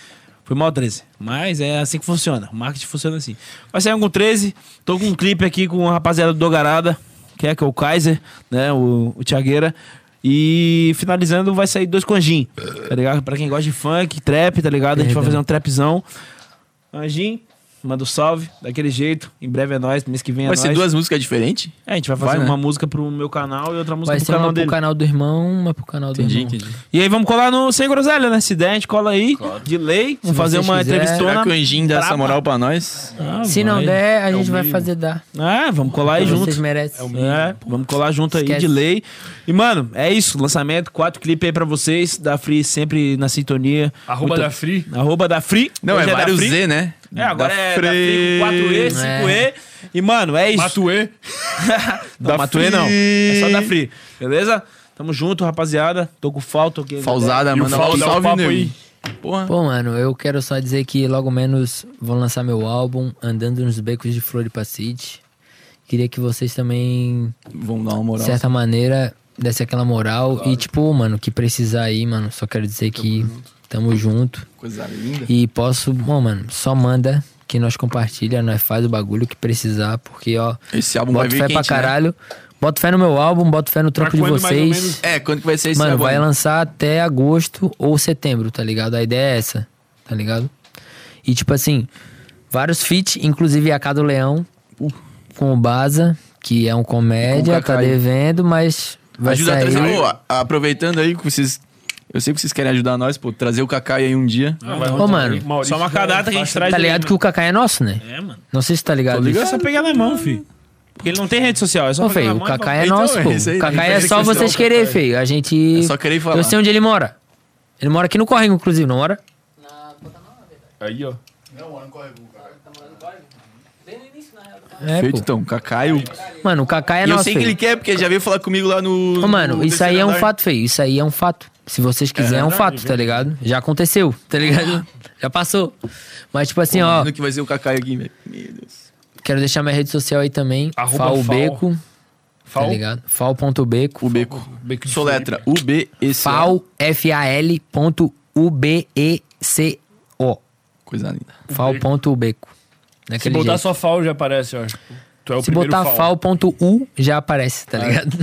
[SPEAKER 3] Foi mal 13. Mas é assim que funciona. O marketing funciona assim. Vai sair um com 13. Tô com um clipe aqui com a rapaziada do Dogarada, que é, que é o Kaiser, né? O, o Thiagueira. E finalizando, vai sair dois com Anjin, tá ligado? Pra quem gosta de funk, trap, tá ligado? A gente vai
[SPEAKER 5] Verdade.
[SPEAKER 3] fazer um trapzão. Anjin, manda um salve, daquele jeito. Em breve é nóis, mês que vem é
[SPEAKER 1] Vai
[SPEAKER 3] nóis.
[SPEAKER 1] ser duas músicas diferentes?
[SPEAKER 3] É, a gente vai fazer
[SPEAKER 1] Vai, né?
[SPEAKER 3] uma música pro meu canal e outra música
[SPEAKER 4] Vai
[SPEAKER 3] pro
[SPEAKER 4] ser uma
[SPEAKER 3] canal
[SPEAKER 4] pro
[SPEAKER 3] dele.
[SPEAKER 4] canal do irmão, uma pro canal do
[SPEAKER 1] Entendi,
[SPEAKER 4] irmão.
[SPEAKER 1] entendi.
[SPEAKER 3] E aí vamos colar no Sem Groselha, né? Se der, a gente cola aí, de lei. Vamos
[SPEAKER 4] Se
[SPEAKER 3] fazer
[SPEAKER 4] vocês
[SPEAKER 3] uma
[SPEAKER 4] quiserem.
[SPEAKER 1] Será
[SPEAKER 3] entrevistona.
[SPEAKER 1] que o Anjinho dá essa
[SPEAKER 3] braba.
[SPEAKER 1] moral pra nós?
[SPEAKER 3] Ah,
[SPEAKER 4] Se não
[SPEAKER 3] vai.
[SPEAKER 4] der, a gente vai
[SPEAKER 3] mínimo.
[SPEAKER 4] fazer dar.
[SPEAKER 3] Ah, vamos colar aí junto.
[SPEAKER 4] Vocês merecem.
[SPEAKER 3] É, vamos colar junto aí,
[SPEAKER 4] Esquece.
[SPEAKER 3] de lei. E, mano, é isso. Lançamento, quatro clipes aí pra vocês. Da Free sempre na sintonia.
[SPEAKER 2] Arroba da Free.
[SPEAKER 3] Arroba da Free.
[SPEAKER 1] Não,
[SPEAKER 3] Hoje
[SPEAKER 1] é, vários
[SPEAKER 3] da Free.
[SPEAKER 1] Z, né?
[SPEAKER 3] É, agora
[SPEAKER 1] Da É.
[SPEAKER 3] é da
[SPEAKER 1] Frei.
[SPEAKER 3] Free com 4E, 5E. E, mano, é isso.
[SPEAKER 2] Matuê.
[SPEAKER 3] Não,
[SPEAKER 1] Da
[SPEAKER 3] Matuê não.
[SPEAKER 1] Free.
[SPEAKER 3] É só da Free. Beleza? Tamo junto, rapaziada. Tô com falta. ok?
[SPEAKER 1] Falsada,
[SPEAKER 2] E o
[SPEAKER 1] manda
[SPEAKER 2] Fal
[SPEAKER 1] um
[SPEAKER 2] dá o
[SPEAKER 1] salve,
[SPEAKER 2] papo
[SPEAKER 1] nego.
[SPEAKER 2] aí.
[SPEAKER 1] Porra.
[SPEAKER 4] Pô, mano, eu quero só dizer que logo menos vou lançar meu álbum Andando nos Becos de Floripa City. Queria que vocês também,
[SPEAKER 1] Vamos dar uma
[SPEAKER 4] de
[SPEAKER 1] moral.
[SPEAKER 4] certa maneira, dessem aquela moral. E tipo, mano, que precisar aí, mano, só quero dizer que tamo junto.
[SPEAKER 1] Coisa linda.
[SPEAKER 4] E posso, bom, mano, só manda que nós compartilha, nós faz o bagulho que precisar, porque ó,
[SPEAKER 1] Esse álbum vai
[SPEAKER 4] boto
[SPEAKER 1] vir
[SPEAKER 4] fé
[SPEAKER 1] quente,
[SPEAKER 4] pra
[SPEAKER 1] né? Tá
[SPEAKER 4] caralho. Boto fé no meu álbum, boto fé no trampo de
[SPEAKER 2] quando, mais ou
[SPEAKER 4] vocês.
[SPEAKER 2] menos?
[SPEAKER 1] É, quando que vai ser esse
[SPEAKER 4] Mano,
[SPEAKER 1] álbum?
[SPEAKER 4] vai lançar até agosto ou setembro, tá ligado? A ideia é essa, tá ligado? E tipo assim, vários feats, inclusive a Cado Leão com o Baza, que é um
[SPEAKER 1] E Uh. com
[SPEAKER 4] comédia,
[SPEAKER 1] o
[SPEAKER 4] tá
[SPEAKER 1] Kakai.
[SPEAKER 4] devendo, mas vai
[SPEAKER 1] Ajuda a
[SPEAKER 4] sair.
[SPEAKER 1] trazer. Pô, a- aproveitando aí que vocês. Eu sei que vocês querem ajudar nós, pô, trazer o Kakai aí um dia.
[SPEAKER 4] Ô, mano,
[SPEAKER 3] Só uma
[SPEAKER 2] né?
[SPEAKER 3] cadata que a gente traz.
[SPEAKER 4] tá ligado que o Kakai é nosso, né?
[SPEAKER 3] É, mano.
[SPEAKER 4] Não sei se tá ligado.
[SPEAKER 3] É só pegar na mão, filho. Porque ele não tem rede social. É só
[SPEAKER 4] Ô,
[SPEAKER 3] pegar na
[SPEAKER 4] feio, o
[SPEAKER 3] mão e
[SPEAKER 4] Kakai é
[SPEAKER 1] Então,
[SPEAKER 4] nosso,
[SPEAKER 1] é
[SPEAKER 4] pô.
[SPEAKER 1] isso aí,
[SPEAKER 4] O Kakai é
[SPEAKER 1] tem que
[SPEAKER 4] só
[SPEAKER 1] registrar
[SPEAKER 4] vocês
[SPEAKER 1] o
[SPEAKER 4] querem, feio. A gente.
[SPEAKER 1] É só querer falar.
[SPEAKER 4] Eu sei onde ele mora. Ele mora aqui no Corrego, inclusive, não mora?
[SPEAKER 2] Aí, ó.
[SPEAKER 4] É,
[SPEAKER 1] Feito,
[SPEAKER 4] pô.
[SPEAKER 1] então. Kakai. o-
[SPEAKER 4] Mano, o Kakai é
[SPEAKER 1] e eu
[SPEAKER 4] nosso.
[SPEAKER 1] sei que
[SPEAKER 4] feio.
[SPEAKER 1] ele quer, porque ele já veio falar comigo lá no.
[SPEAKER 4] Ô, mano,
[SPEAKER 1] no
[SPEAKER 4] isso aí é
[SPEAKER 1] terceiro
[SPEAKER 4] um
[SPEAKER 1] andar.
[SPEAKER 4] fato, feio. Isso aí é um fato. Se vocês quiserem, é um fato, tá ligado? Já aconteceu, tá ligado? Já passou. Mas, tipo assim, ó,
[SPEAKER 1] Imagina que vai ser o Kakai aqui, velho. Meu Deus.
[SPEAKER 4] quero deixar minha rede social aí também.
[SPEAKER 2] Arroba
[SPEAKER 4] Fal
[SPEAKER 2] Fal.
[SPEAKER 4] Beco, tá
[SPEAKER 2] Fal.
[SPEAKER 4] ligado? Fal.beco.
[SPEAKER 1] O beco.
[SPEAKER 2] Beco de
[SPEAKER 1] Soletra. U B E C. O.
[SPEAKER 4] Fal, F-A-L, ponto U-B-E-C-O.
[SPEAKER 1] Coisa linda.
[SPEAKER 4] Fal.beco.
[SPEAKER 2] Se
[SPEAKER 4] Daquele
[SPEAKER 2] botar
[SPEAKER 4] jeito.
[SPEAKER 2] só FAL já aparece, ó. Tu é o
[SPEAKER 4] Se
[SPEAKER 2] primeiro
[SPEAKER 4] botar
[SPEAKER 2] FAL.
[SPEAKER 4] fal.u, já aparece, tá ligado?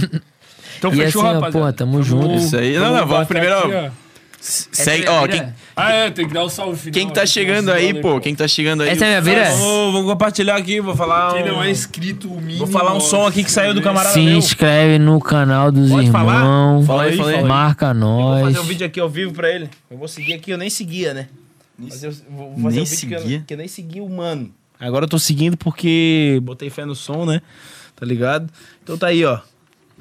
[SPEAKER 2] Então
[SPEAKER 4] e assim,
[SPEAKER 2] fechou,
[SPEAKER 4] ó,
[SPEAKER 2] rapaziada.
[SPEAKER 4] porra, tamo junto.
[SPEAKER 1] Isso aí. Não, não, vamos
[SPEAKER 2] bater
[SPEAKER 1] primeiro.
[SPEAKER 2] aqui,
[SPEAKER 1] ó, Segue. Ó,
[SPEAKER 4] vira?
[SPEAKER 1] quem,
[SPEAKER 2] ó. Ah, é, tem que dar o salve final.
[SPEAKER 1] quem que tá
[SPEAKER 2] aqui,
[SPEAKER 1] chegando
[SPEAKER 2] senão
[SPEAKER 1] aí,
[SPEAKER 2] valeu,
[SPEAKER 1] pô? Quem que tá chegando aí?
[SPEAKER 4] Essa é a minha vira?
[SPEAKER 3] Vou, vou compartilhar aqui, vou falar.
[SPEAKER 2] Quem
[SPEAKER 3] um-
[SPEAKER 2] não é inscrito, o mínimo.
[SPEAKER 3] Vou falar um som aqui que saiu do camarada
[SPEAKER 4] Se
[SPEAKER 3] meu.
[SPEAKER 4] inscreve no canal dos
[SPEAKER 3] Pode falar?
[SPEAKER 4] irmãos.
[SPEAKER 1] Fala aí, fala aí.
[SPEAKER 4] Marca
[SPEAKER 3] Vou
[SPEAKER 4] nós.
[SPEAKER 3] fazer um vídeo aqui ao vivo pra ele. Eu vou seguir aqui, eu nem seguia, né? Mas eu vou fazer
[SPEAKER 1] nem
[SPEAKER 3] um vídeo que eu-
[SPEAKER 1] seguia?
[SPEAKER 3] que eu nem segui o mano. Agora eu tô seguindo porque botei fé no som, né? Tá ligado? Então tá aí, ó.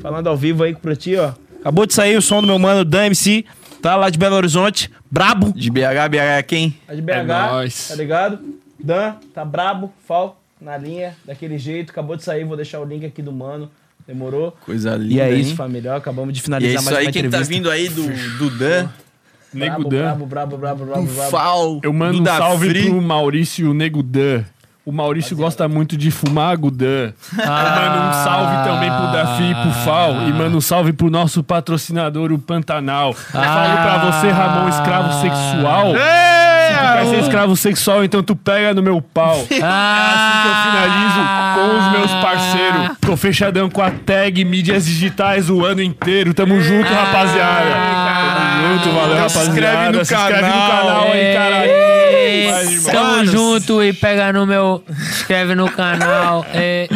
[SPEAKER 3] Falando ao vivo aí pra ti, ó. Acabou de sair o som do meu mano, Dan MC, tá lá de Belo Horizonte, brabo.
[SPEAKER 1] De BH, BH é quem?
[SPEAKER 3] Tá de BH, tá ligado? Dan, tá brabo, Fal, na linha, é daquele jeito. Acabou de sair, vou deixar o link aqui do mano. Demorou?
[SPEAKER 1] Coisa linda.
[SPEAKER 3] E é
[SPEAKER 1] hein?
[SPEAKER 3] isso, família. ó, Acabamos de
[SPEAKER 1] E é
[SPEAKER 3] finalizar
[SPEAKER 1] isso
[SPEAKER 3] mais uma
[SPEAKER 1] aí, quem tá
[SPEAKER 3] entrevista.
[SPEAKER 1] vindo aí do, do Dan,
[SPEAKER 2] Nego
[SPEAKER 3] Brabo,
[SPEAKER 2] Dan.
[SPEAKER 3] brabo, brabo, brabo, brabo,
[SPEAKER 1] do
[SPEAKER 3] brabo.
[SPEAKER 1] Fal,
[SPEAKER 2] Eu mando
[SPEAKER 1] do
[SPEAKER 2] um
[SPEAKER 1] Da
[SPEAKER 2] salve
[SPEAKER 1] Free.
[SPEAKER 2] pro Maurício Nego Dan. O Maurício gosta muito de fumar agudã. Eu mando um
[SPEAKER 4] Ah.
[SPEAKER 2] salve também pro Dafi e pro Fal. E mando um salve pro nosso patrocinador, o Pantanal.
[SPEAKER 4] Ah.
[SPEAKER 2] Falo pra você, Ramon, escravo sexual. Se tu quer ser escravo sexual, então tu pega no meu pau. que
[SPEAKER 4] Ah,
[SPEAKER 2] eu finalizo com os meus parceiros. Tô fechadão com a tag mídias digitais o ano inteiro. Tamo junto, rapaziada. Tamo junto, valeu,
[SPEAKER 1] Ah, Se
[SPEAKER 2] rapaziada.
[SPEAKER 1] inscreve no
[SPEAKER 2] Se inscreve no
[SPEAKER 1] canal.
[SPEAKER 2] canal aí, caralho. Vai, irmão.
[SPEAKER 4] Tamo junto e pega no meu. Inscreve no canal. É.